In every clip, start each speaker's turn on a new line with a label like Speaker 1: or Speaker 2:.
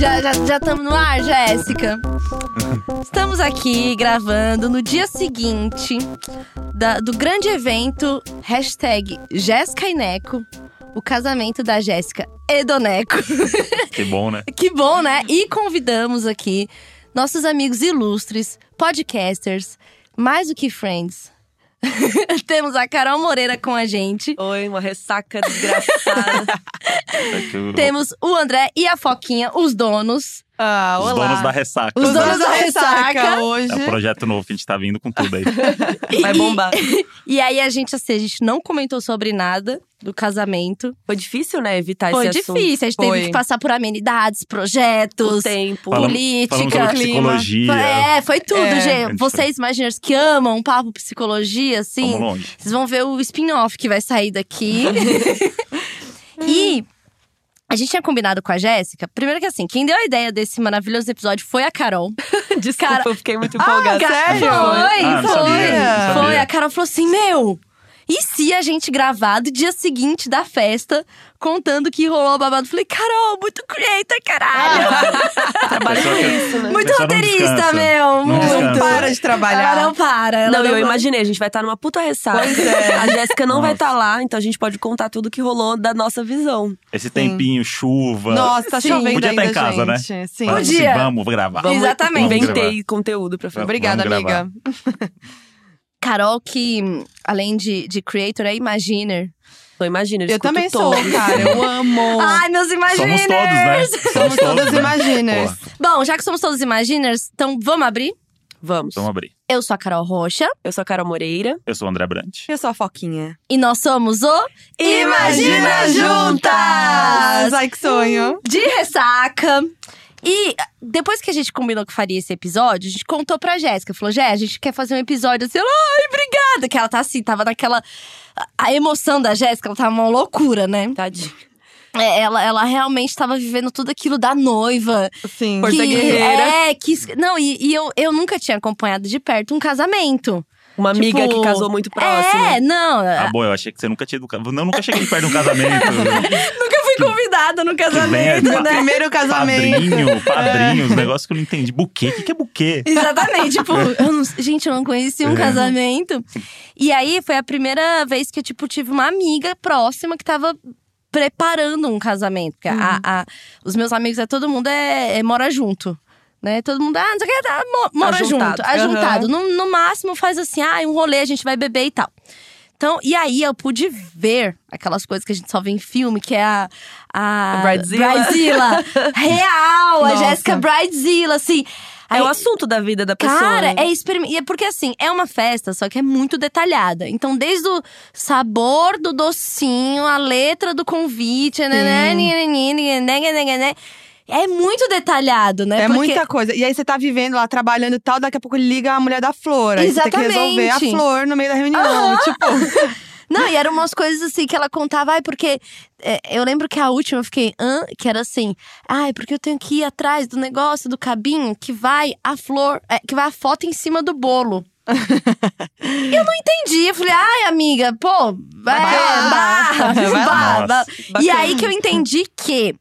Speaker 1: Já já já estamos no ar, Jéssica. Estamos aqui gravando no dia seguinte da- do grande evento hashtag Jéssica e Neco, o casamento da Jéssica e do Neco.
Speaker 2: Que bom, né?
Speaker 1: Que bom, né? E convidamos aqui nossos amigos ilustres, podcasters, mais do que friends. Temos a Carol Moreira com a gente.
Speaker 3: Oi, uma ressaca desgraçada.
Speaker 2: É que o-
Speaker 1: Temos o André e a Foquinha, os donos.
Speaker 3: ah,
Speaker 2: os donos da ressaca. né?
Speaker 1: Os donos da ressaca.
Speaker 3: hoje.
Speaker 2: É um projeto novo que a gente tá vindo com tudo aí. Tá
Speaker 3: Vai bombar.
Speaker 1: E aí, a gente, assim, a gente não comentou sobre nada do casamento.
Speaker 3: Foi difícil, né, evitar
Speaker 1: Foi
Speaker 3: esse assunto.
Speaker 1: difícil, a gente
Speaker 3: Foi.
Speaker 1: teve que passar por amenidades,
Speaker 3: O
Speaker 1: projetos,
Speaker 3: tempo.
Speaker 2: Falamos- Falamos
Speaker 1: política.
Speaker 2: sobre psicologia.
Speaker 1: É, foi tudo,
Speaker 3: É.
Speaker 1: gente. Vocês, imagineiros que amam um papo psicologia, assim…
Speaker 2: Vamos longe.
Speaker 1: Vocês vão ver o spin-off que vai sair daqui. e a gente tinha combinado com a Jéssica. Primeiro que assim, quem deu a ideia desse maravilhoso episódio foi a Carol.
Speaker 3: Desculpa,
Speaker 1: Cara-
Speaker 3: eu fiquei muito empolgada.
Speaker 1: Foi,
Speaker 2: Ah, não
Speaker 1: foi.
Speaker 2: sabia, não
Speaker 1: Foi.
Speaker 2: sabia.
Speaker 1: A Carol falou assim: meu. E se a gente gravar do dia seguinte da festa, contando que rolou o babado? Falei, Carol, muito creator,
Speaker 2: Ah,
Speaker 1: caralho!
Speaker 3: Trabalho
Speaker 2: Pessoa
Speaker 3: com
Speaker 2: que-
Speaker 3: isso, né?
Speaker 1: muito
Speaker 2: pessoa não
Speaker 1: roteirista,
Speaker 2: descansa.
Speaker 1: meu!
Speaker 2: Não
Speaker 1: muito.
Speaker 2: descansa.
Speaker 4: para de trabalhar.
Speaker 1: Ela Ah, não para. Ela é.
Speaker 3: Não,
Speaker 1: não
Speaker 3: eu imaginei, a gente vai estar numa puta ressaca. A Jéssica não vai
Speaker 2: Nossa.
Speaker 3: estar lá, então a gente pode contar tudo que rolou da nossa visão.
Speaker 2: Esse tempinho, chuva.
Speaker 4: Nossa, tá
Speaker 1: Sim.
Speaker 4: chovendo
Speaker 2: Podia tá
Speaker 4: ainda,
Speaker 2: em casa, né?
Speaker 4: gente. Sim.
Speaker 2: Vamos,
Speaker 1: Podia.
Speaker 2: sim, vamos gravar.
Speaker 1: Vamos- Exatamente.
Speaker 2: Vamos
Speaker 3: Inventei conteúdo pra fazer.
Speaker 4: Obrigada,
Speaker 2: Vamos gravar.
Speaker 4: amiga.
Speaker 1: Carol, que além de, de creator, é imaginer.
Speaker 3: Então imagina,
Speaker 4: Eu também sou,
Speaker 3: todo.
Speaker 4: cara. Eu amo.
Speaker 1: Ai, meus
Speaker 2: Somos
Speaker 1: imaginers!
Speaker 2: todos, né?
Speaker 4: Somos todas
Speaker 2: né?
Speaker 4: imaginers.
Speaker 2: Porra,
Speaker 1: Bom, já que somos todos imaginers, então vamos abrir?
Speaker 3: Vamos.
Speaker 2: vamos abrir.
Speaker 1: Eu sou a Carol Rocha
Speaker 3: Eu sou a Carol Moreira.
Speaker 2: Eu sou o André Brant.
Speaker 4: Eu sou a Foquinha.
Speaker 1: e nós somos o
Speaker 2: Imagina Juntas!
Speaker 4: Ai, que sonho.
Speaker 1: De Ressaca. E depois que a gente combinou que faria esse episódio, a gente contou pra Jéssica. Falou, Jé, a gente quer fazer um episódio assim. Ela, ai, obrigada! Que ela tá assim, tava naquela. A emoção da Jéssica, ela tava uma loucura, né?
Speaker 3: Tadinho.
Speaker 1: É, Ela, ela realmente tava vivendo tudo aquilo da noiva.
Speaker 4: Sim.
Speaker 3: Força
Speaker 1: que,
Speaker 3: guerreira.
Speaker 1: é, que. Não, e, e eu, eu nunca tinha acompanhado de perto um casamento.
Speaker 3: Uma
Speaker 1: Tipo,
Speaker 3: amiga que casou muito próximo.
Speaker 1: É, não.
Speaker 2: Ah, bom, eu achei que você nunca tinha ido. Não, eu nunca cheguei perto de um casamento.
Speaker 1: Nunca fui convidada no casamento,
Speaker 2: casamento, venha.
Speaker 1: né?
Speaker 4: Primeiro casamento.
Speaker 2: Padrinho, padrinho, os negócios que eu não entendi. Buquê, o que, que é buquê?
Speaker 1: Exatamente, tipo, eu não- gente, eu não conheci um
Speaker 2: É.
Speaker 1: casamento. E aí foi a primeira vez que eu, tipo, tive uma amiga próxima que tava preparando um casamento. Porque
Speaker 3: Uhum.
Speaker 1: a- a- os meus amigos, é, todo mundo é, é- mora junto. Né? Todo mundo, ah, não sei o que, tá, mo- mora
Speaker 3: Ajuntado.
Speaker 1: junto, ajuntado. No, no máximo faz assim, ah, um rolê, a gente vai beber e tal. Então, e aí eu pude ver aquelas coisas que a gente só vê em filme, que é a. A,
Speaker 3: A Bridezilla.
Speaker 1: Bridezilla. Real! A
Speaker 4: Nossa.
Speaker 1: Jéssica Bridezilla, assim. Aí-
Speaker 3: É o assunto da vida da pessoa.
Speaker 1: Cara,
Speaker 3: né?
Speaker 1: é experim- e é Porque assim, é uma festa, só que é muito detalhada. Então, desde o sabor do docinho, a letra do convite, né, né, né, né, né, né, né, né, né. é muito detalhado, né?
Speaker 4: É
Speaker 1: Porque-
Speaker 4: muita coisa. E aí você tá vivendo lá, trabalhando e tal, daqui a pouco liga a mulher da flor. Aí você tem que resolver a
Speaker 1: Exatamente.
Speaker 4: flor no meio da reunião. Tipo,
Speaker 1: Não, e eram umas coisas assim que ela contava, ai, porque. é, eu lembro que a última eu fiquei, hã? Que era assim, ai, porque eu tenho que ir atrás do negócio do cabinho que vai a flor, é, que vai a foto em cima do bolo. eu não entendi. Eu falei, ai, amiga, pô, vai,
Speaker 4: Vai lá.
Speaker 1: barra,
Speaker 4: Vai lá.
Speaker 1: barra.
Speaker 2: Nossa.
Speaker 1: E
Speaker 3: Bacana.
Speaker 1: aí que eu entendi que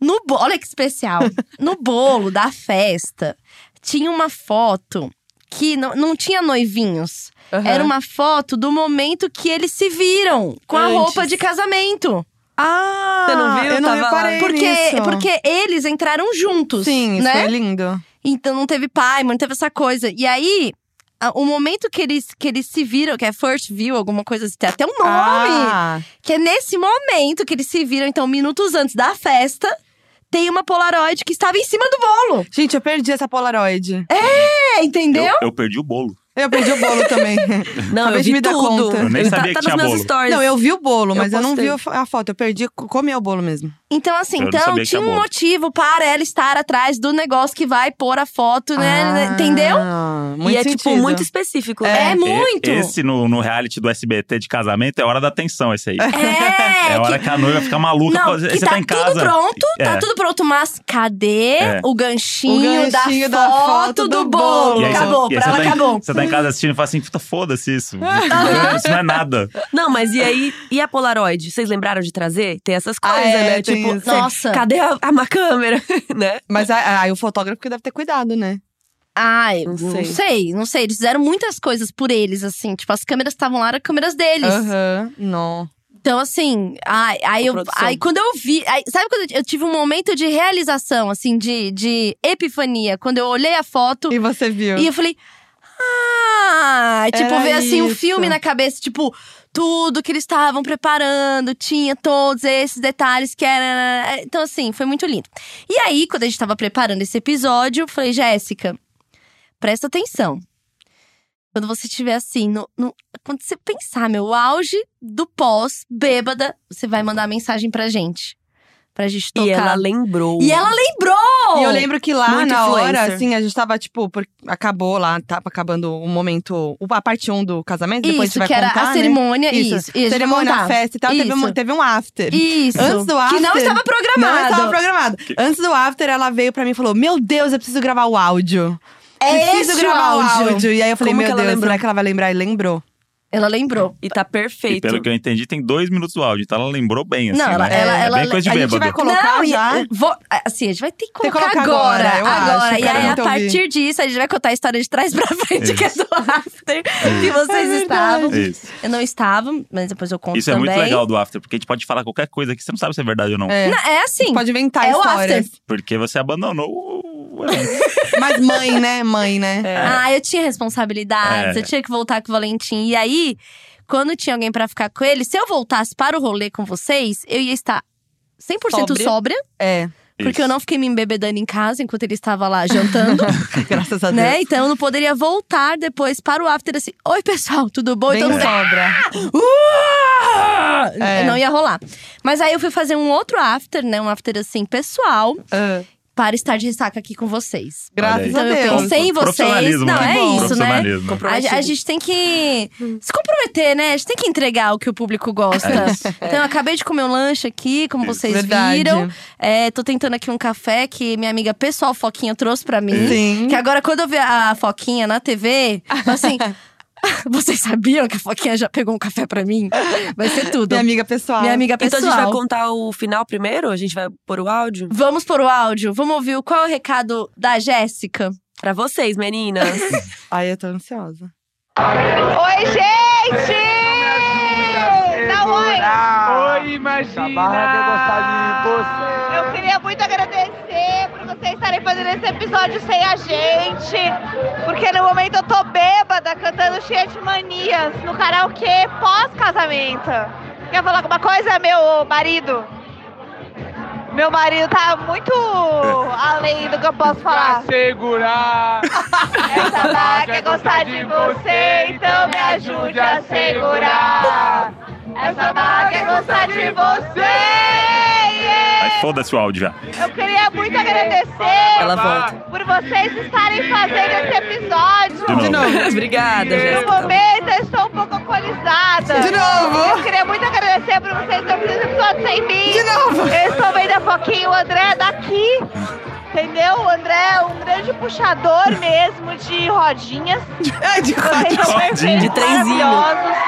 Speaker 1: no bolo, olha que especial, no bolo da festa tinha uma foto que não, não tinha noivinhos.
Speaker 3: Aham.
Speaker 1: Era uma foto do momento que eles se viram com a
Speaker 3: Antes.
Speaker 1: roupa de casamento.
Speaker 4: ah,
Speaker 3: Você não viu?
Speaker 4: Eu não
Speaker 3: Tava lá.
Speaker 4: reparei
Speaker 1: Porque,
Speaker 4: nisso.
Speaker 1: porque eles entraram juntos,
Speaker 4: É Sim, isso
Speaker 1: né?
Speaker 4: foi lindo.
Speaker 1: Então não teve pai, não teve essa coisa. E aí, a- o momento que eles, que eles se viram, que é first view, alguma coisa assim, tem até um nome.
Speaker 4: Ah,
Speaker 1: Que é nesse momento que eles se viram, então, minutos antes da festa, tem uma Polaroid que estava em cima do bolo.
Speaker 4: gente, eu perdi essa Polaroid.
Speaker 1: É, entendeu?
Speaker 2: Eu, eu perdi o bolo.
Speaker 4: Eu perdi o bolo também.
Speaker 3: Não,
Speaker 4: Acabei
Speaker 3: eu
Speaker 4: de
Speaker 3: vi
Speaker 4: me dar
Speaker 3: tudo.
Speaker 4: conta.
Speaker 2: Eu nem
Speaker 3: Ele
Speaker 2: sabia
Speaker 3: tá,
Speaker 2: que
Speaker 3: tá
Speaker 2: tinha
Speaker 3: nos meus
Speaker 2: bolo.
Speaker 3: stories.
Speaker 4: Não, eu vi o bolo,
Speaker 3: Eu
Speaker 4: mas eu, não vi
Speaker 3: postei.
Speaker 4: a fo- a foto. Eu perdi, comi o bolo mesmo.
Speaker 1: Então, assim,
Speaker 2: Eu não
Speaker 1: então
Speaker 2: sabia que
Speaker 1: tinha
Speaker 2: era
Speaker 1: um
Speaker 2: bobo.
Speaker 1: motivo para ela estar atrás do negócio que vai pôr a foto, né?
Speaker 4: Ah,
Speaker 1: Entendeu?
Speaker 4: Muito
Speaker 3: e é, tipo,
Speaker 4: sentido.
Speaker 3: muito específico,
Speaker 1: É,
Speaker 3: né?
Speaker 1: muito!
Speaker 2: E- esse no, no reality do SBT de casamento é hora da atenção, esse aí.
Speaker 1: É,
Speaker 2: É a hora que a noiva fica maluca.
Speaker 1: Não,
Speaker 2: pô,
Speaker 1: que
Speaker 2: você
Speaker 1: tá,
Speaker 2: tá em casa.
Speaker 1: tudo pronto, tá
Speaker 2: É.
Speaker 1: tudo pronto, mas cadê
Speaker 2: É.
Speaker 1: o, ganchinho
Speaker 4: O ganchinho
Speaker 1: da,
Speaker 4: da
Speaker 1: foto do bolo?
Speaker 2: E aí você-
Speaker 1: Acabou,
Speaker 2: e
Speaker 1: pra
Speaker 2: aí você
Speaker 1: ela
Speaker 2: tá em-
Speaker 1: acabou.
Speaker 2: Você tá em casa assistindo e fala assim: puta, foda-se isso. isso não é nada.
Speaker 3: Não, mas e aí? E a Polaroid? Vocês lembraram de trazer? Tem essas
Speaker 4: Ah,
Speaker 3: coisas,
Speaker 4: é,
Speaker 3: né?
Speaker 4: tem
Speaker 3: Tipo,
Speaker 4: isso.
Speaker 3: cê-
Speaker 1: Nossa.
Speaker 3: cadê a, a má câmera? né?
Speaker 4: Mas a- aí o fotógrafo que deve ter cuidado, né?
Speaker 1: Ai, não
Speaker 3: Não
Speaker 1: sei.
Speaker 3: sei.
Speaker 1: não sei, Eles fizeram muitas coisas por eles, assim. Tipo, as câmeras estavam lá, eram câmeras deles.
Speaker 4: Aham, não.
Speaker 1: Então, assim, ai, aí, eu,
Speaker 3: produção.
Speaker 1: aí quando eu vi. aí- sabe quando eu- eu tive um momento de realização, assim, de, de epifania? Quando eu olhei a foto
Speaker 4: E você viu?
Speaker 1: E eu falei. Ah! E, Tipo,
Speaker 4: Era
Speaker 1: ver assim um
Speaker 4: isso.
Speaker 1: filme na cabeça, tipo, tudo que eles estavam preparando, tinha todos esses detalhes que era. Então, assim, foi muito lindo. E aí, quando a gente tava preparando esse episódio, eu falei, Jéssica, presta atenção. Quando você estiver assim, no, no- quando você pensar, meu auge do pós, bêbada, você vai mandar mensagem pra gente. Pra gente tocar.
Speaker 3: E ela lembrou.
Speaker 1: E ela lembrou!
Speaker 4: E eu lembro que lá
Speaker 3: Muito
Speaker 4: na hora,
Speaker 3: influencer.
Speaker 4: assim, a gente tava, tipo, por- acabou lá, tava acabando o momento, o- a parte 1 do casamento, depois
Speaker 1: isso,
Speaker 4: a gente vai
Speaker 1: que
Speaker 4: contar,
Speaker 1: era a
Speaker 4: né?
Speaker 1: cerimônia,
Speaker 4: Isso,
Speaker 1: isso. isso, vou
Speaker 4: cerimônia,
Speaker 1: contar.
Speaker 4: a festa e tal, teve
Speaker 1: Isso.
Speaker 4: um, teve um after.
Speaker 1: Isso.
Speaker 4: Antes do
Speaker 1: Que não
Speaker 4: after-
Speaker 1: estava programado.
Speaker 4: Não estava programado. Antes do after, ela veio pra mim e falou: Meu Deus, eu preciso gravar o áudio.
Speaker 1: É
Speaker 4: preciso
Speaker 1: esse
Speaker 4: gravar
Speaker 1: o áudio.
Speaker 4: E aí eu falei:
Speaker 3: Como que
Speaker 4: Meu
Speaker 3: ela
Speaker 4: Deus,
Speaker 3: lembrou?
Speaker 4: será que ela vai lembrar? E lembrou.
Speaker 1: Ela lembrou.
Speaker 3: E tá
Speaker 2: E
Speaker 3: perfeito.
Speaker 2: pelo que eu entendi, tem dois minutos do áudio. Então ela lembrou bem, assim.
Speaker 1: Não, ela-
Speaker 2: né?
Speaker 1: ela-
Speaker 2: é
Speaker 1: ela-
Speaker 2: bem coisa de
Speaker 4: a gente
Speaker 2: bêbado.
Speaker 4: vai Colocar
Speaker 1: não, e-
Speaker 4: já?
Speaker 1: vou- assim, a gente vai ter que
Speaker 4: que
Speaker 1: colocar,
Speaker 4: colocar
Speaker 1: agora.
Speaker 4: agora, eu acho,
Speaker 1: E aí,
Speaker 4: cara.
Speaker 1: a
Speaker 4: Então, vi.
Speaker 1: partir disso, a gente vai contar a história de trás pra frente, que é do after. Que vocês
Speaker 4: É
Speaker 1: estavam.
Speaker 4: verdade.
Speaker 2: Isso,
Speaker 1: Eu não estava, mas depois eu conto
Speaker 2: Isso é
Speaker 1: também.
Speaker 2: muito legal do after, porque a gente pode falar qualquer coisa que você não sabe se é verdade ou não.
Speaker 4: É.
Speaker 1: Não, é assim.
Speaker 4: Pode inventar
Speaker 1: É o
Speaker 4: histórias.
Speaker 2: Porque você abandonou o. o elenco.
Speaker 4: Mas mãe, né? Mãe, né?
Speaker 1: Ah, eu tinha responsabilidades,
Speaker 2: É.
Speaker 1: eu tinha que voltar com o Valentim. E aí, quando tinha alguém pra ficar com ele, se eu voltasse para o rolê com vocês, eu ia estar 100%
Speaker 3: Sóbria.
Speaker 1: sóbria.
Speaker 4: É,
Speaker 1: Porque
Speaker 2: Isso.
Speaker 1: eu não fiquei me embebedando em casa enquanto ele estava lá jantando,
Speaker 4: graças a Deus.
Speaker 1: né? Então eu não poderia voltar depois para o after assim: Oi, pessoal, tudo bom?
Speaker 4: Bem
Speaker 1: Então, Ah!
Speaker 4: sobra. É.
Speaker 1: Não ia rolar. Mas aí eu fui fazer um outro after, né? Um after assim, pessoal,
Speaker 4: Ah,
Speaker 1: para estar de ressaca aqui com vocês.
Speaker 4: graças
Speaker 2: Então
Speaker 4: a
Speaker 1: eu
Speaker 4: Deus.
Speaker 1: pensei- sem vocês,
Speaker 2: Profissionalismo,
Speaker 1: não,
Speaker 2: né?
Speaker 1: é
Speaker 2: Bom,
Speaker 1: isso, né?
Speaker 2: Profissionalismo.
Speaker 1: A, a gente tem que se comprometer, né? A gente tem que entregar o que o público gosta.
Speaker 2: É isso.
Speaker 1: Então, eu acabei de comer um lanche aqui, como
Speaker 2: Isso.
Speaker 1: vocês
Speaker 4: Verdade.
Speaker 1: viram. É, tô tentando aqui um café que minha amiga pessoal Foquinha trouxe pra mim.
Speaker 4: Sim.
Speaker 1: Que é agora, quando eu vi a Foquinha na TV, eu falei assim. Vocês sabiam que a Foquinha já pegou um café pra mim? Vai ser tudo.
Speaker 4: Minha amiga pessoal.
Speaker 1: Minha amiga
Speaker 3: Então
Speaker 1: pessoal.
Speaker 3: a gente vai contar o final primeiro? A gente vai pôr o áudio?
Speaker 1: Vamos pôr o áudio, vamos ouvir o- qual é o recado da Jéssica.
Speaker 3: Pra vocês, meninas.
Speaker 4: Ai, eu tô ansiosa.
Speaker 5: Oi, gente! Não, oi!
Speaker 6: Oi, imagina!
Speaker 7: Essa barra quer gostar de você.
Speaker 5: Eu queria muito agradecer por vocês estarem fazendo esse episódio sem a gente, porque no momento eu tô bêbada, cantando cheia de manias no karaokê pós-casamento. Quer falar alguma coisa, meu marido? Meu marido tá muito além do que eu posso falar.
Speaker 6: Pra segurar!
Speaker 5: Essa barra quer gostar de você, então me ajude a segurar. Essa barra quer gostar de você. yeah.
Speaker 2: Mas foda-se o áudio já.
Speaker 5: Eu queria muito
Speaker 3: Ela
Speaker 5: agradecer
Speaker 3: volta.
Speaker 5: por vocês estarem fazendo esse episódio.
Speaker 2: De novo.
Speaker 3: Obrigada,
Speaker 5: No
Speaker 3: Jéssica.
Speaker 5: momento eu estou um pouco alcoolizada.
Speaker 4: De novo.
Speaker 5: Eu queria muito agradecer por vocês terem feito esse episódio sem mim.
Speaker 4: De novo.
Speaker 5: Eu estou vendo a pouquinho o André daqui. Entendeu? O André é um grande puxador mesmo de rodinhas.
Speaker 4: É, de
Speaker 5: Vocês são
Speaker 2: Rodinha.
Speaker 5: perfeitos,
Speaker 3: De trenzinho.
Speaker 5: maravilhosos.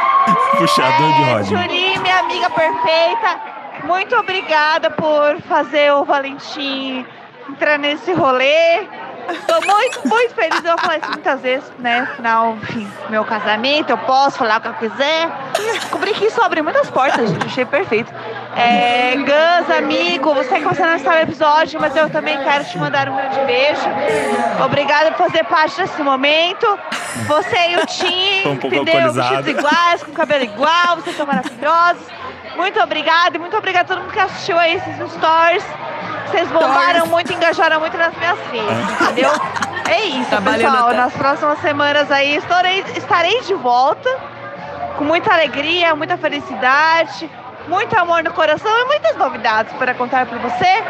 Speaker 2: Puxador de
Speaker 5: É,
Speaker 2: roda.
Speaker 5: Juri, minha amiga perfeita, muito obrigada por fazer o Valentim entrar nesse rolê. Tô muito, muito feliz. Eu falei isso muitas vezes, né? Afinal, enfim, meu casamento, eu posso falar o que eu quiser. Descobri que isso abre muitas portas, gente. Achei perfeito. É, Gans, amigo, você tá que você não está no episódio, mas eu também quero te mandar um grande beijo. Obrigada por fazer parte desse momento. Você e o Tim,
Speaker 2: Tô um pouco
Speaker 5: entendeu?
Speaker 2: alcoolizado.
Speaker 5: Vestidos iguais, com cabelo igual, vocês são maravilhosos. Muito obrigada e muito obrigada a todo mundo que assistiu aí esses stories. Vocês bombaram
Speaker 4: Stories.
Speaker 5: muito, engajaram muito nas minhas redes,
Speaker 2: Ah.
Speaker 5: entendeu? É isso,
Speaker 3: Trabalhando
Speaker 5: pessoal.
Speaker 3: até.
Speaker 5: Nas próximas semanas aí estarei, estarei de volta com muita alegria, muita felicidade. muito amor no coração e muitas novidades para contar para você.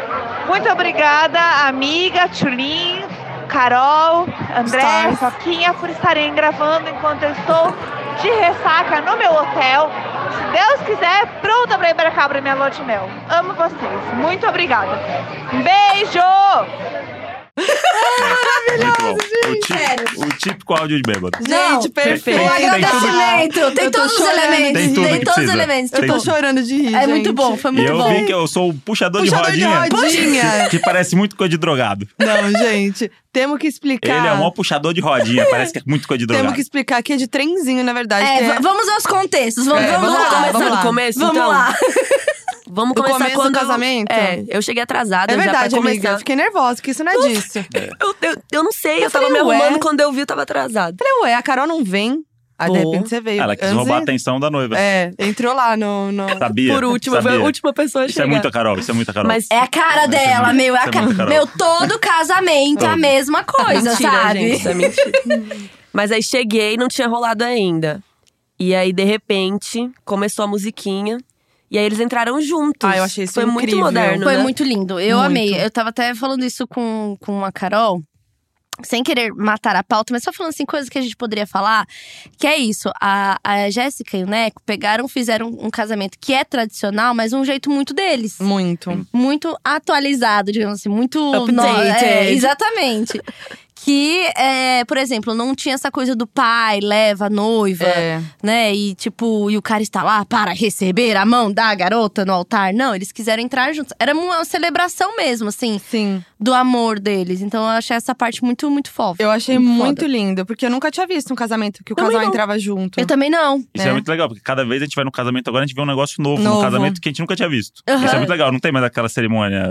Speaker 5: Muito obrigada, amiga, Tchulin, Carol, André,
Speaker 4: Stars.
Speaker 5: Foquinha, por estarem gravando enquanto eu estou de ressaca no meu hotel. Se Deus quiser, pronta para ir para cá para minha lua de mel. Amo vocês. Muito obrigada. Um beijo!
Speaker 2: Muito bom. O
Speaker 1: gente, sério.
Speaker 2: típico, o típico áudio de bêbado.
Speaker 1: Não,
Speaker 4: Gente, perfeito.
Speaker 1: O
Speaker 2: Tem
Speaker 1: Um agradecimento. Tem
Speaker 4: Eu tô
Speaker 1: todos os
Speaker 4: chorando.
Speaker 1: elementos.
Speaker 2: Tem tudo que
Speaker 1: todos os
Speaker 2: precisa.
Speaker 1: elementos.
Speaker 2: Tem
Speaker 4: Eu tô
Speaker 2: tudo.
Speaker 1: Tipo,
Speaker 4: chorando de rir.
Speaker 1: é muito
Speaker 4: gente.
Speaker 1: bom, foi
Speaker 2: E
Speaker 1: muito
Speaker 2: eu
Speaker 1: bom.
Speaker 2: vi que eu sou o puxador,
Speaker 4: Puxador
Speaker 2: de
Speaker 4: de
Speaker 2: rodinha.
Speaker 4: rodinha.
Speaker 2: Que parece muito coisa de drogado.
Speaker 4: Não, gente, temos que explicar.
Speaker 2: Ele é o maior puxador de rodinha. Parece que é muito coisa de drogado.
Speaker 4: Temos que explicar que é de trenzinho, na verdade.
Speaker 1: É,
Speaker 4: que
Speaker 1: va- vamos aos contextos. Vamos,
Speaker 4: É,
Speaker 1: vamos,
Speaker 4: vamos lá,
Speaker 1: começar
Speaker 4: vamos lá.
Speaker 1: do começo,
Speaker 3: Vamos
Speaker 1: então.
Speaker 3: lá. Vamos
Speaker 4: Do
Speaker 3: começar
Speaker 4: começo do
Speaker 3: quando eu-
Speaker 4: casamento?
Speaker 3: É, eu cheguei atrasada
Speaker 4: É verdade,
Speaker 3: já pra
Speaker 4: amiga. Eu
Speaker 3: começar.
Speaker 4: fiquei nervosa, que isso não é disso.
Speaker 3: Eu, eu, eu não sei, eu,
Speaker 4: Eu
Speaker 3: tava
Speaker 4: falei,
Speaker 3: me arrumando
Speaker 4: ué.
Speaker 3: quando eu vi, eu tava atrasada.
Speaker 4: Falei, ué, a Carol não vem. Aí, de
Speaker 3: Pô.
Speaker 4: repente, você veio.
Speaker 2: Ela quis Tá
Speaker 4: Antes
Speaker 2: roubar a
Speaker 4: e-
Speaker 2: atenção da noiva.
Speaker 4: É, entrou lá no… no...
Speaker 2: Sabia?
Speaker 3: "Ah, Por último,
Speaker 2: Sabia.
Speaker 3: foi a última pessoa a
Speaker 2: Isso é
Speaker 3: chegar.
Speaker 2: muito a Carol, isso é muito a Carol.
Speaker 3: Mas
Speaker 1: É a cara
Speaker 2: Isso é
Speaker 1: dela,
Speaker 2: muito-
Speaker 1: meu. É
Speaker 2: isso
Speaker 1: a
Speaker 2: é
Speaker 1: cara.
Speaker 2: muito Carol.
Speaker 1: meu, todo casamento é a
Speaker 2: Todo.
Speaker 1: mesma coisa,
Speaker 3: Mentira,
Speaker 1: sabe?
Speaker 3: gente, isso é mentira. Mas aí cheguei, não tinha rolado ainda. E aí, de repente, começou a musiquinha. E aí eles entraram juntos.
Speaker 4: Ah, eu achei isso
Speaker 3: Foi muito
Speaker 4: incrível.
Speaker 3: moderno,
Speaker 1: Foi
Speaker 3: né?
Speaker 1: muito lindo. Eu
Speaker 4: Muito.
Speaker 1: amei. Eu tava até falando isso com, com a Carol. Sem querer matar a pauta, mas só falando assim, coisas que a gente poderia falar. Que é isso, a, a Jéssica e o Neco pegaram, fizeram um casamento que é tradicional, mas um jeito muito deles.
Speaker 4: Muito.
Speaker 1: muito atualizado, digamos assim, muito
Speaker 3: Updated.
Speaker 1: no- é, exatamente. que, é, por exemplo, não tinha essa coisa do pai leva a noiva,
Speaker 4: É.
Speaker 1: né? E tipo, e o cara está lá para receber a mão da garota no altar. Não, eles quiseram entrar juntos. Era uma celebração mesmo, assim,
Speaker 4: Sim.
Speaker 1: do amor deles. Então eu achei essa parte muito, muito fofa.
Speaker 4: Eu achei
Speaker 1: Muito
Speaker 4: muito,
Speaker 1: foda.
Speaker 4: lindo, porque eu nunca tinha visto um casamento que o casal entrava junto.
Speaker 1: Eu também não.
Speaker 2: Isso é. muito legal, porque cada vez a gente vai no casamento agora, a gente vê um negócio novo, no
Speaker 4: Novo.
Speaker 2: casamento que a gente nunca tinha visto.
Speaker 1: Aham.
Speaker 2: Isso é muito legal, não tem mais aquela cerimônia.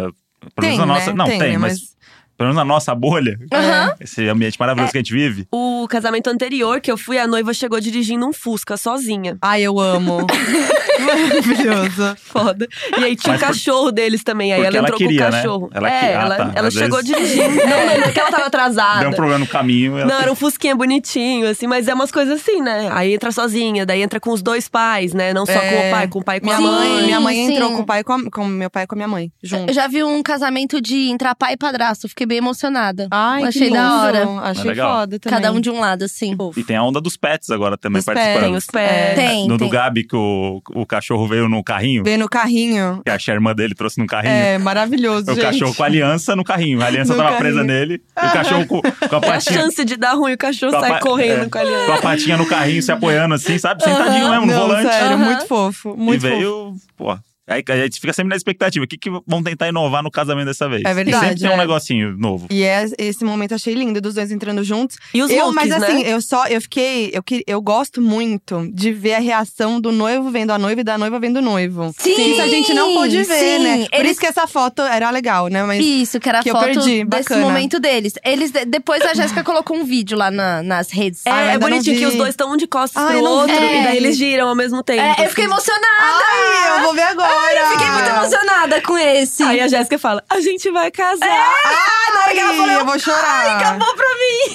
Speaker 2: Pelo menos
Speaker 4: Tem,
Speaker 2: na
Speaker 4: né?
Speaker 2: nossa. Não, tem,
Speaker 4: Tem, né?
Speaker 2: mas,
Speaker 4: Mas-
Speaker 2: pelo menos na nossa bolha,
Speaker 4: É,
Speaker 1: Aham.
Speaker 2: esse ambiente maravilhoso que a gente vive.
Speaker 3: O casamento anterior que eu fui, a noiva chegou dirigindo um Fusca sozinha.
Speaker 4: Ai, eu amo. Maravilhoso.
Speaker 3: Foda. E aí tinha
Speaker 2: Mas
Speaker 3: o
Speaker 2: por-
Speaker 3: cachorro deles também. Aí
Speaker 2: porque
Speaker 3: ela
Speaker 2: ela
Speaker 3: entrou
Speaker 2: queria,
Speaker 3: com o
Speaker 2: né?
Speaker 3: cachorro.
Speaker 2: Ela que-
Speaker 3: é,
Speaker 2: ah,
Speaker 3: ela,
Speaker 2: tá.
Speaker 3: ela
Speaker 2: Às
Speaker 3: chegou
Speaker 2: vezes-
Speaker 3: dirigindo. Não, não, não, é que ela tava atrasada.
Speaker 2: Deu um problema no caminho. ela-
Speaker 3: Não, era um fusquinha bonitinho, assim, mas é umas coisas assim, né? Aí entra sozinha, daí entra com os dois pais, né? Não só com o
Speaker 4: É.
Speaker 3: pai, com o pai e com
Speaker 4: Minha
Speaker 3: a mãe.
Speaker 4: mãe, minha mãe
Speaker 1: sim.
Speaker 4: entrou com o pai e com, a- com meu pai e com a minha mãe,
Speaker 1: Eu
Speaker 4: junto.
Speaker 1: já vi um casamento de entrar pai e padrasto. Fiquei bem emocionada.
Speaker 4: Ai,
Speaker 1: Achei
Speaker 4: que
Speaker 1: da
Speaker 4: lindo.
Speaker 1: hora.
Speaker 2: É
Speaker 4: Achei
Speaker 2: legal.
Speaker 4: foda Ah, também.
Speaker 1: Cada um de um lado, assim.
Speaker 2: E tem a onda dos pets agora também
Speaker 4: Dos
Speaker 2: participando. É,
Speaker 3: Tem os pés.
Speaker 1: Tem.
Speaker 2: No do Gabi, que o, o cachorro veio no carrinho,
Speaker 4: Vê no carrinho.
Speaker 2: que a irmã dele trouxe no carrinho.
Speaker 4: É, maravilhoso,
Speaker 2: O
Speaker 4: gente.
Speaker 2: cachorro com a aliança no carrinho. A aliança
Speaker 4: No
Speaker 2: tava
Speaker 4: carrinho.
Speaker 2: presa nele. E o cachorro com, com a
Speaker 3: É a
Speaker 2: patinha.
Speaker 3: chance de dar ruim, o cachorro
Speaker 2: com a
Speaker 3: sai
Speaker 2: pa-
Speaker 3: correndo
Speaker 2: é,
Speaker 3: com a aliança.
Speaker 2: com a patinha no carrinho, se apoiando assim, sabe? Sentadinho mesmo no
Speaker 4: Não,
Speaker 2: volante.
Speaker 4: sério,
Speaker 1: Aham.
Speaker 4: muito fofo. Muito
Speaker 2: e
Speaker 4: fofo.
Speaker 2: veio, pô. Aí a gente fica sempre na expectativa. O que, que vão tentar inovar no casamento dessa vez?
Speaker 4: É
Speaker 2: E sempre
Speaker 4: verdade,
Speaker 2: tem um
Speaker 4: é.
Speaker 2: negocinho novo.
Speaker 4: E é- esse momento eu achei lindo, dos dois entrando juntos.
Speaker 3: E os
Speaker 4: eu,
Speaker 3: looks,
Speaker 4: mas
Speaker 3: né?
Speaker 4: assim, eu só, eu fiquei, eu, que- eu gosto muito de ver a reação do noivo vendo a noiva e da noiva vendo o noivo.
Speaker 1: Sim,
Speaker 4: Que isso a gente não pôde
Speaker 1: sim.
Speaker 4: ver, né? Por
Speaker 1: Eles-
Speaker 4: isso que essa foto era legal, né? Mas
Speaker 1: Isso, que era a
Speaker 4: que eu
Speaker 1: foto
Speaker 4: perdi,
Speaker 1: desse
Speaker 4: bacana.
Speaker 1: momento deles. Eles de- depois a Jéssica colocou um vídeo lá na- nas redes.
Speaker 3: É,
Speaker 4: Ah, eu
Speaker 3: é
Speaker 4: ainda não
Speaker 3: bonitinho
Speaker 4: vi.
Speaker 3: que os dois estão um de costas
Speaker 4: Ah,
Speaker 3: pro
Speaker 4: eu não
Speaker 3: outro,
Speaker 4: vi.
Speaker 3: e daí eles giram ao mesmo tempo.
Speaker 1: É, eu fiquei
Speaker 3: assim.
Speaker 1: emocionada.
Speaker 4: Ai, eu vou ver agora.
Speaker 1: Eu fiquei muito emocionada com esse. É,
Speaker 3: Aí a Jéssica fala: a gente vai
Speaker 4: É.
Speaker 3: casar.
Speaker 4: Ai, eu vou chorar.
Speaker 1: Acabou pra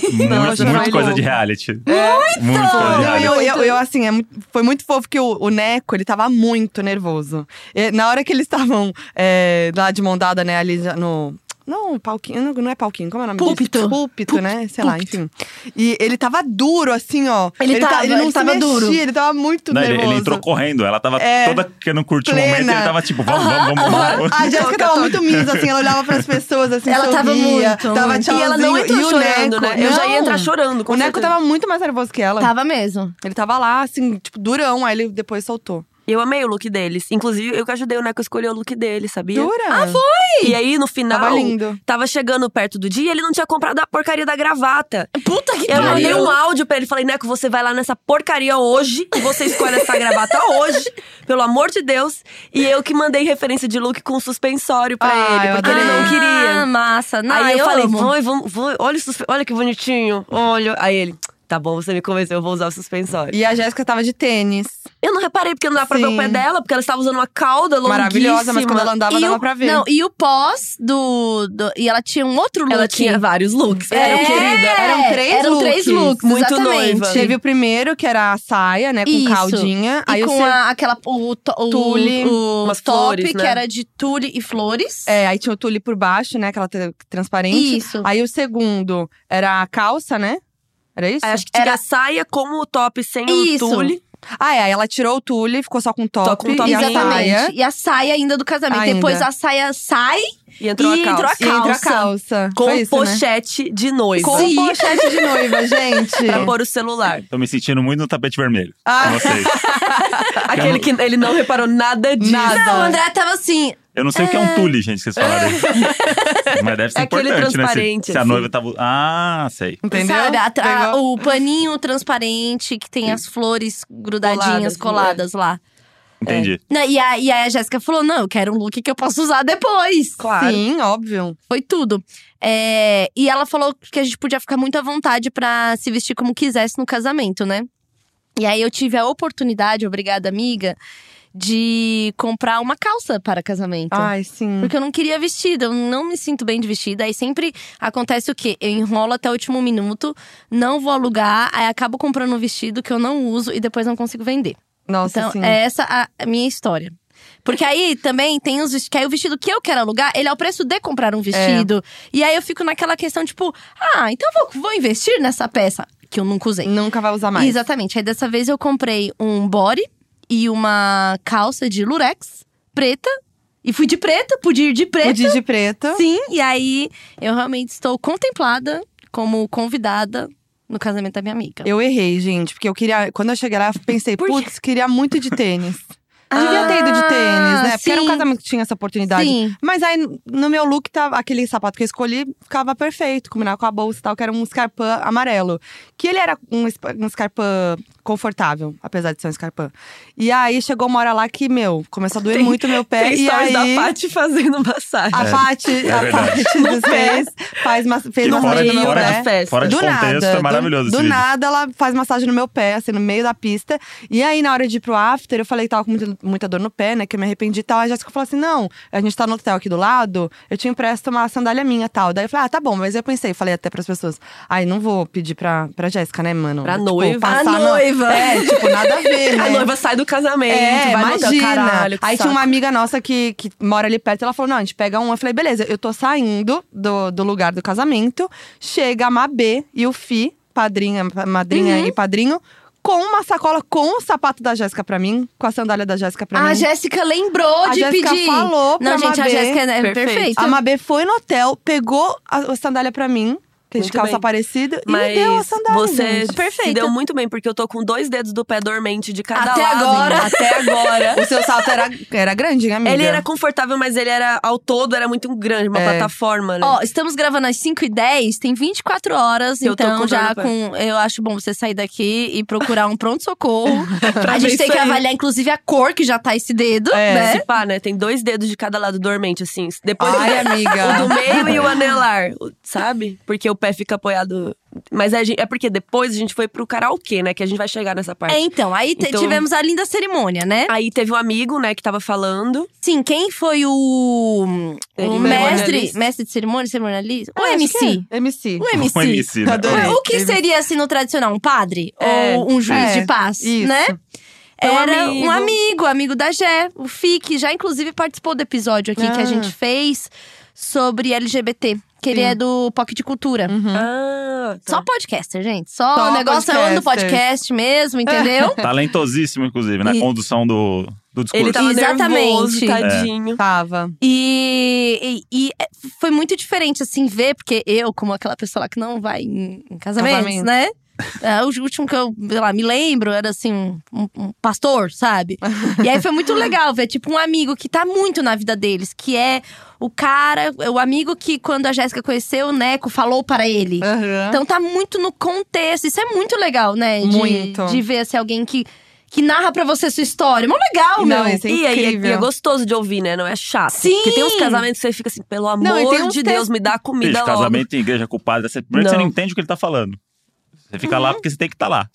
Speaker 1: mim.
Speaker 2: Muito,
Speaker 4: Não,
Speaker 2: muito
Speaker 4: já vai
Speaker 2: coisa
Speaker 4: logo.
Speaker 2: de reality.
Speaker 4: É.
Speaker 2: Muito! Muito coisa de
Speaker 4: Não,
Speaker 2: reality.
Speaker 4: eu, eu, eu, assim, é muito- foi muito fofo que o, o Neco, ele tava muito nervoso. E na hora que eles estavam é, lá de mão dada, né, ali já no. Não, palquinho, não, não é palquinho, como é o nome
Speaker 1: Púlpito.
Speaker 4: disso? Púlpito. né? Sei lá, enfim. E ele tava duro, assim, ó.
Speaker 1: Ele
Speaker 4: tá-
Speaker 1: tava,
Speaker 4: ele não
Speaker 1: ele
Speaker 4: se
Speaker 1: tava
Speaker 4: mexia,
Speaker 1: duro.
Speaker 4: Ele tava muito
Speaker 2: Não, ele,
Speaker 4: nervoso.
Speaker 2: ele entrou correndo. Ela tava
Speaker 4: É.
Speaker 2: toda querendo curtir o
Speaker 4: Plena.
Speaker 2: momento. Ele tava tipo, vamos, vamos, vamos. vamos.
Speaker 4: A Jéssica tava muito misa, assim, ela olhava pras pessoas, assim,
Speaker 1: Ela tava
Speaker 4: sorria,
Speaker 1: muito,
Speaker 4: tava
Speaker 1: muito.
Speaker 4: tchauzinho.
Speaker 3: E ela não entrou
Speaker 4: e o
Speaker 3: chorando,
Speaker 4: Neco,
Speaker 3: né? Eu já ia
Speaker 4: não.
Speaker 3: entrar chorando. com
Speaker 4: O Neco
Speaker 3: certeza.
Speaker 4: tava muito mais nervoso que ela.
Speaker 1: Tava mesmo.
Speaker 4: Ele tava lá, assim, tipo, durão, aí ele depois soltou.
Speaker 3: Eu amei o look deles. Inclusive, eu que ajudei o Neco a escolher o look dele, sabia?
Speaker 4: Dura?
Speaker 1: Ah, foi?
Speaker 3: E aí, no final,
Speaker 4: Tava lindo.
Speaker 3: tava chegando perto do dia e ele não tinha comprado a porcaria da gravata.
Speaker 1: Puta que
Speaker 3: Eu mandei
Speaker 1: pariu.
Speaker 3: um áudio pra ele, falei, Neco, você vai lá nessa porcaria hoje e você escolhe essa gravata hoje, pelo amor de Deus. E eu que mandei referência de look com suspensório pra
Speaker 4: Ah,
Speaker 3: ele,
Speaker 4: eu
Speaker 3: porque ele
Speaker 4: adorei.
Speaker 3: não queria.
Speaker 1: Ah, massa. Não,
Speaker 3: aí eu, falei,
Speaker 1: amo.
Speaker 3: vai, vamos, vai, olha, o suspe- olha que bonitinho, olha. Aí ele, Tá bom, você me convenceu, eu vou usar o suspensório.
Speaker 4: E a Jéssica tava de tênis.
Speaker 3: Eu não reparei porque não dá pra ver o
Speaker 4: Sim.
Speaker 3: pé dela, porque ela estava usando uma cauda longuíssima.
Speaker 4: Maravilhosa, mas quando ela andava,
Speaker 1: e
Speaker 4: dava
Speaker 1: o,
Speaker 4: pra ver.
Speaker 1: Não, e o pós do, do- E ela tinha um outro look.
Speaker 3: Ela tinha vários looks. Era
Speaker 1: É,
Speaker 3: querida.
Speaker 4: Eram três
Speaker 1: eram
Speaker 4: looks.
Speaker 1: três looks,
Speaker 3: Muito
Speaker 1: exatamente.
Speaker 3: noiva.
Speaker 4: Teve o primeiro, que era a saia, né? Com
Speaker 1: Isso.
Speaker 4: caldinha.
Speaker 1: E
Speaker 4: aí
Speaker 1: com
Speaker 4: o se-
Speaker 1: a- aquela. O, to- o,
Speaker 4: Tule,
Speaker 1: o
Speaker 3: umas
Speaker 1: top,
Speaker 3: flores, né?
Speaker 1: que era de tule e flores.
Speaker 4: É, aí tinha o tule por baixo, né? Aquela tra- transparente.
Speaker 1: Isso.
Speaker 4: Aí o segundo era a calça, né? Era isso?
Speaker 3: Aí acho que tinha a saia como o top sem
Speaker 1: Isso.
Speaker 3: o tule.
Speaker 4: Ah, é. aí Ela tirou o tule, ficou só com top.
Speaker 3: Só com top,
Speaker 4: e a
Speaker 1: Exatamente.
Speaker 4: saia.
Speaker 1: E a saia ainda do casamento.
Speaker 4: Ainda.
Speaker 1: Depois a saia sai
Speaker 3: E entrou
Speaker 1: E
Speaker 3: a calça.
Speaker 1: entrou a
Speaker 4: E entra a calça.
Speaker 3: Com
Speaker 4: Foi isso, né?
Speaker 3: pochete de noiva.
Speaker 4: Com pochete de noiva,
Speaker 3: Pra
Speaker 4: gente.
Speaker 3: pôr o celular.
Speaker 2: Tô me sentindo muito no tapete vermelho.
Speaker 4: Ah.
Speaker 2: Com vocês.
Speaker 3: Aquele que ele não reparou nada disso.
Speaker 4: Nada.
Speaker 1: Não, o André tava assim.
Speaker 2: Eu não sei o que é um tule, gente, que vocês falaram. Mas deve ser
Speaker 3: É aquele
Speaker 2: importante, né? Se,
Speaker 3: transparente,
Speaker 2: se a
Speaker 3: assim.
Speaker 2: noiva tava. Ah, sei.
Speaker 4: Entendeu?
Speaker 1: Sabe, a tra-
Speaker 4: Pegou.
Speaker 1: o paninho transparente que tem as flores grudadinhas,
Speaker 3: Coladas,
Speaker 1: coladas, lá.
Speaker 2: Entendi.
Speaker 1: Não, e, a, e aí a Jéssica falou: não, eu quero um look que eu posso usar depois.
Speaker 3: Claro.
Speaker 4: Sim, óbvio.
Speaker 1: Foi tudo. É, e ela falou que a gente podia ficar muito à vontade pra se vestir como quisesse no casamento, né? E aí eu tive a oportunidade, obrigada, amiga, de comprar uma calça para casamento.
Speaker 4: Ai, sim.
Speaker 1: Porque eu não queria vestido, eu não me sinto bem de vestida. Aí sempre acontece o quê? Eu enrolo até o último minuto, não vou alugar, aí acabo comprando um vestido que eu não uso e depois não consigo vender.
Speaker 4: Nossa,
Speaker 1: Então,
Speaker 4: sim.
Speaker 1: é essa a- a minha história. Porque aí também tem os vestidos. Que aí o vestido que eu quero alugar, ele é o preço de comprar um vestido.
Speaker 4: É.
Speaker 1: E aí eu fico naquela questão, tipo, ah, então vou, vou investir nessa peça que eu nunca usei.
Speaker 4: Nunca vai usar mais.
Speaker 1: Exatamente. Aí dessa vez eu comprei um body e uma calça de lurex preta. E fui de preta, pude ir de preta.
Speaker 4: O Didi Preto.
Speaker 1: Sim, e aí eu realmente estou contemplada como convidada no casamento da minha amiga.
Speaker 4: Eu errei, gente, porque eu queria. Quando eu cheguei lá, eu pensei,
Speaker 1: Por quê? Ah,
Speaker 4: putz, queria muito de tênis. Devia ter ido de tênis, né? Porque era um
Speaker 1: sim.
Speaker 4: casamento que tinha essa oportunidade.
Speaker 1: Sim.
Speaker 4: Mas aí, no meu look, tava, aquele sapato que eu escolhi ficava perfeito, combinava com a bolsa e tal, que era um escarpã amarelo. Que ele era um, espa- um escarpã confortável, apesar de ser um escarpã. E aí chegou uma hora lá que, meu, começou a doer
Speaker 3: Tem-
Speaker 4: muito meu pé.
Speaker 3: Tem
Speaker 4: e
Speaker 3: stories
Speaker 4: aí, Ah,
Speaker 3: da Paty fazendo massagem.
Speaker 4: A Paty,
Speaker 2: É.
Speaker 4: a
Speaker 2: verdade.
Speaker 4: Paty nos fez, faz, mas- fez
Speaker 2: Que
Speaker 4: uma
Speaker 2: fora de-
Speaker 4: meio,
Speaker 2: fora de-
Speaker 4: né?
Speaker 3: festa.
Speaker 2: Fora de
Speaker 4: do
Speaker 2: contexto,
Speaker 4: nada,
Speaker 2: é maravilhoso
Speaker 4: Do,
Speaker 2: esse
Speaker 4: do
Speaker 2: vídeo.
Speaker 4: nada, ela faz massagem no meu pé, assim, no meio da pista. E aí, na hora de ir pro after, eu falei que tava com muita, muita dor no pé, né? Que eu me arrependi e tal. Aí a Jéssica falou assim: não, a gente tá no hotel aqui do lado, eu te empresto uma sandália minha e tal. Daí eu falei, ah, tá bom, mas eu pensei, falei até pras pessoas, ai, não vou pedir pra, pra Jéssica, né, mano?
Speaker 3: Pra
Speaker 4: tipo,
Speaker 3: noiva.
Speaker 4: passar
Speaker 3: A
Speaker 4: no-
Speaker 3: noiva.
Speaker 4: É, tipo, nada a ver, né?
Speaker 3: A noiva sai do casamento,
Speaker 4: É,
Speaker 3: vai no hotel.
Speaker 4: imagina.
Speaker 3: caralho. que
Speaker 4: Aí tinha
Speaker 3: saco.
Speaker 4: uma amiga nossa que, que mora ali perto, ela falou: não, a gente pega um. Eu falei, beleza, eu tô saindo do, do lugar do casamento. Chega a Mabê e o Fi, padrinha, madrinha
Speaker 3: Uhum.
Speaker 4: e padrinho, com uma sacola com o sapato da Jéssica pra mim, com a sandália da Jéssica pra
Speaker 3: Ah,
Speaker 4: mim.
Speaker 1: A Jéssica lembrou
Speaker 4: A
Speaker 1: de
Speaker 4: Jéssica
Speaker 1: pedir.
Speaker 4: falou pra
Speaker 1: Não, gente, a
Speaker 4: Mabê.
Speaker 1: Jéssica é
Speaker 3: né, Perfeito.
Speaker 1: perfeita.
Speaker 4: A Mabê foi no hotel, pegou a, a sandália pra mim, que é de
Speaker 3: Muito
Speaker 4: calça
Speaker 3: bem.
Speaker 4: parecida, e
Speaker 3: Mas
Speaker 4: me deu a sandália.
Speaker 3: você
Speaker 4: gente.
Speaker 3: se
Speaker 1: Perfeito.
Speaker 3: deu muito bem, porque eu tô com dois dedos do pé dormente de cada
Speaker 1: Até
Speaker 3: lado.
Speaker 1: agora.
Speaker 3: Até agora.
Speaker 4: O seu salto era, era grande, né, amiga?
Speaker 3: Ele era confortável, mas ele era, ao todo, era muito grande, uma
Speaker 4: É.
Speaker 3: plataforma, né?
Speaker 1: Ó, estamos gravando às 5 e 10 tem 24 horas,
Speaker 3: Eu tô
Speaker 1: então
Speaker 3: com
Speaker 1: já
Speaker 3: dor no pé.
Speaker 1: com. Eu acho bom você sair daqui e procurar um pronto-socorro. a
Speaker 3: ver
Speaker 1: gente tem
Speaker 3: isso
Speaker 1: que
Speaker 3: aí.
Speaker 1: avaliar, inclusive, a cor que já tá esse dedo,
Speaker 4: É.
Speaker 1: né?
Speaker 3: Se pá, né? Tem dois dedos de cada lado dormente, assim. Depois
Speaker 4: Ai, amiga.
Speaker 3: o do meio e o anelar, o- sabe? Porque o pé fica apoiado. Mas é, é porque depois a gente foi pro karaokê, né? Que a gente vai chegar nessa parte.
Speaker 1: É, então, aí te-
Speaker 3: Então-
Speaker 1: tivemos a linda cerimônia, né?
Speaker 3: Aí teve um amigo, né, que tava falando.
Speaker 1: Sim, quem foi o, o mestre,
Speaker 3: cerimonialista.
Speaker 1: mestre de cerimônia, cerimonialista? O
Speaker 4: Ah, acho que
Speaker 1: MC.
Speaker 4: é. MC.
Speaker 1: O MC.
Speaker 2: Um MC, né?
Speaker 4: Adorei.
Speaker 1: O que
Speaker 4: Ele-
Speaker 1: seria, assim, no tradicional? Um padre?
Speaker 3: É,
Speaker 1: Ou um juiz
Speaker 4: é,
Speaker 1: de paz,
Speaker 4: isso.
Speaker 1: né?
Speaker 3: É um
Speaker 1: Era
Speaker 3: amigo.
Speaker 1: um amigo, amigo da Gé, o Fi, que já inclusive participou do episódio aqui que
Speaker 4: Ah.
Speaker 1: a gente fez sobre LGBT. Que ele é do POC de Cultura.
Speaker 3: Ah, tá.
Speaker 1: Só podcaster, gente. Só,
Speaker 4: Uhum. Só
Speaker 1: o negócio é do
Speaker 4: podcaster.
Speaker 1: podcast mesmo, entendeu?
Speaker 2: Talentosíssimo, inclusive, na
Speaker 1: E-
Speaker 2: condução do, do discurso.
Speaker 3: Ele tava
Speaker 1: Exatamente.
Speaker 3: nervoso, tadinho.
Speaker 4: Tava.
Speaker 1: E, e- e foi muito diferente, assim, ver, porque eu, como aquela pessoa lá que não vai em, em casamentos,
Speaker 4: Casamento.
Speaker 1: né? É, o último que eu sei lá, me lembro era assim, um, um pastor, sabe? E aí foi muito legal ver, tipo, um amigo que tá muito na vida deles, que é o cara, o amigo que quando a Jéssica conheceu, o Neco falou para ele.
Speaker 4: Aham.
Speaker 1: Então tá muito no contexto. Isso é muito legal, né? De,
Speaker 4: Muito.
Speaker 1: De ver assim, alguém que, que narra pra você sua história. Mó legal,
Speaker 4: Não,
Speaker 1: meu.
Speaker 4: isso é
Speaker 3: e, aí, é-
Speaker 4: incrível.
Speaker 3: e é gostoso de ouvir, né? Não é chato.
Speaker 1: Sim!
Speaker 3: Porque tem uns casamentos que você fica assim, pelo amor
Speaker 4: Não, e tem uns é
Speaker 3: de
Speaker 4: te-
Speaker 3: Deus, me dá comida
Speaker 2: Bicho,
Speaker 3: logo.
Speaker 2: casamento em igreja culpada. Você, primeiro que você
Speaker 3: Não.
Speaker 2: não entende o que ele tá falando. Você fica lá porque você tem que estar lá.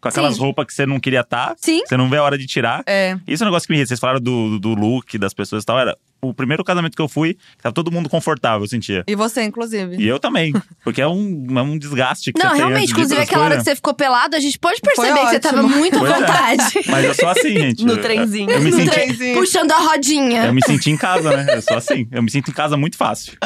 Speaker 2: Com aquelas
Speaker 1: Uhum. Sim.
Speaker 2: roupas que você não queria estar,
Speaker 1: Sim.
Speaker 2: você não vê a hora de tirar.
Speaker 4: É.
Speaker 2: Isso é um negócio que me irrita. Vocês falaram do, do look, das pessoas e tal. Era o primeiro casamento que eu fui, tava todo mundo confortável, eu sentia.
Speaker 4: E você, inclusive.
Speaker 2: E eu também. Porque é um, é um desgaste que
Speaker 1: Não,
Speaker 2: você tem
Speaker 1: realmente,
Speaker 2: antes de
Speaker 1: inclusive
Speaker 2: outras
Speaker 1: aquela hora que
Speaker 2: coisas.
Speaker 1: você ficou pelado, a gente pôde perceber que você
Speaker 4: ótimo.
Speaker 1: tava muito à
Speaker 2: Pois é.
Speaker 1: vontade.
Speaker 2: Mas eu sou assim, gente.
Speaker 3: No
Speaker 2: Eu-
Speaker 3: trenzinho.
Speaker 2: Eu, me
Speaker 1: No
Speaker 2: senti,
Speaker 1: trem,
Speaker 4: trenzinho.
Speaker 1: puxando a rodinha.
Speaker 2: eu me senti em casa, né? Eu sou assim. Eu me sinto em casa muito fácil.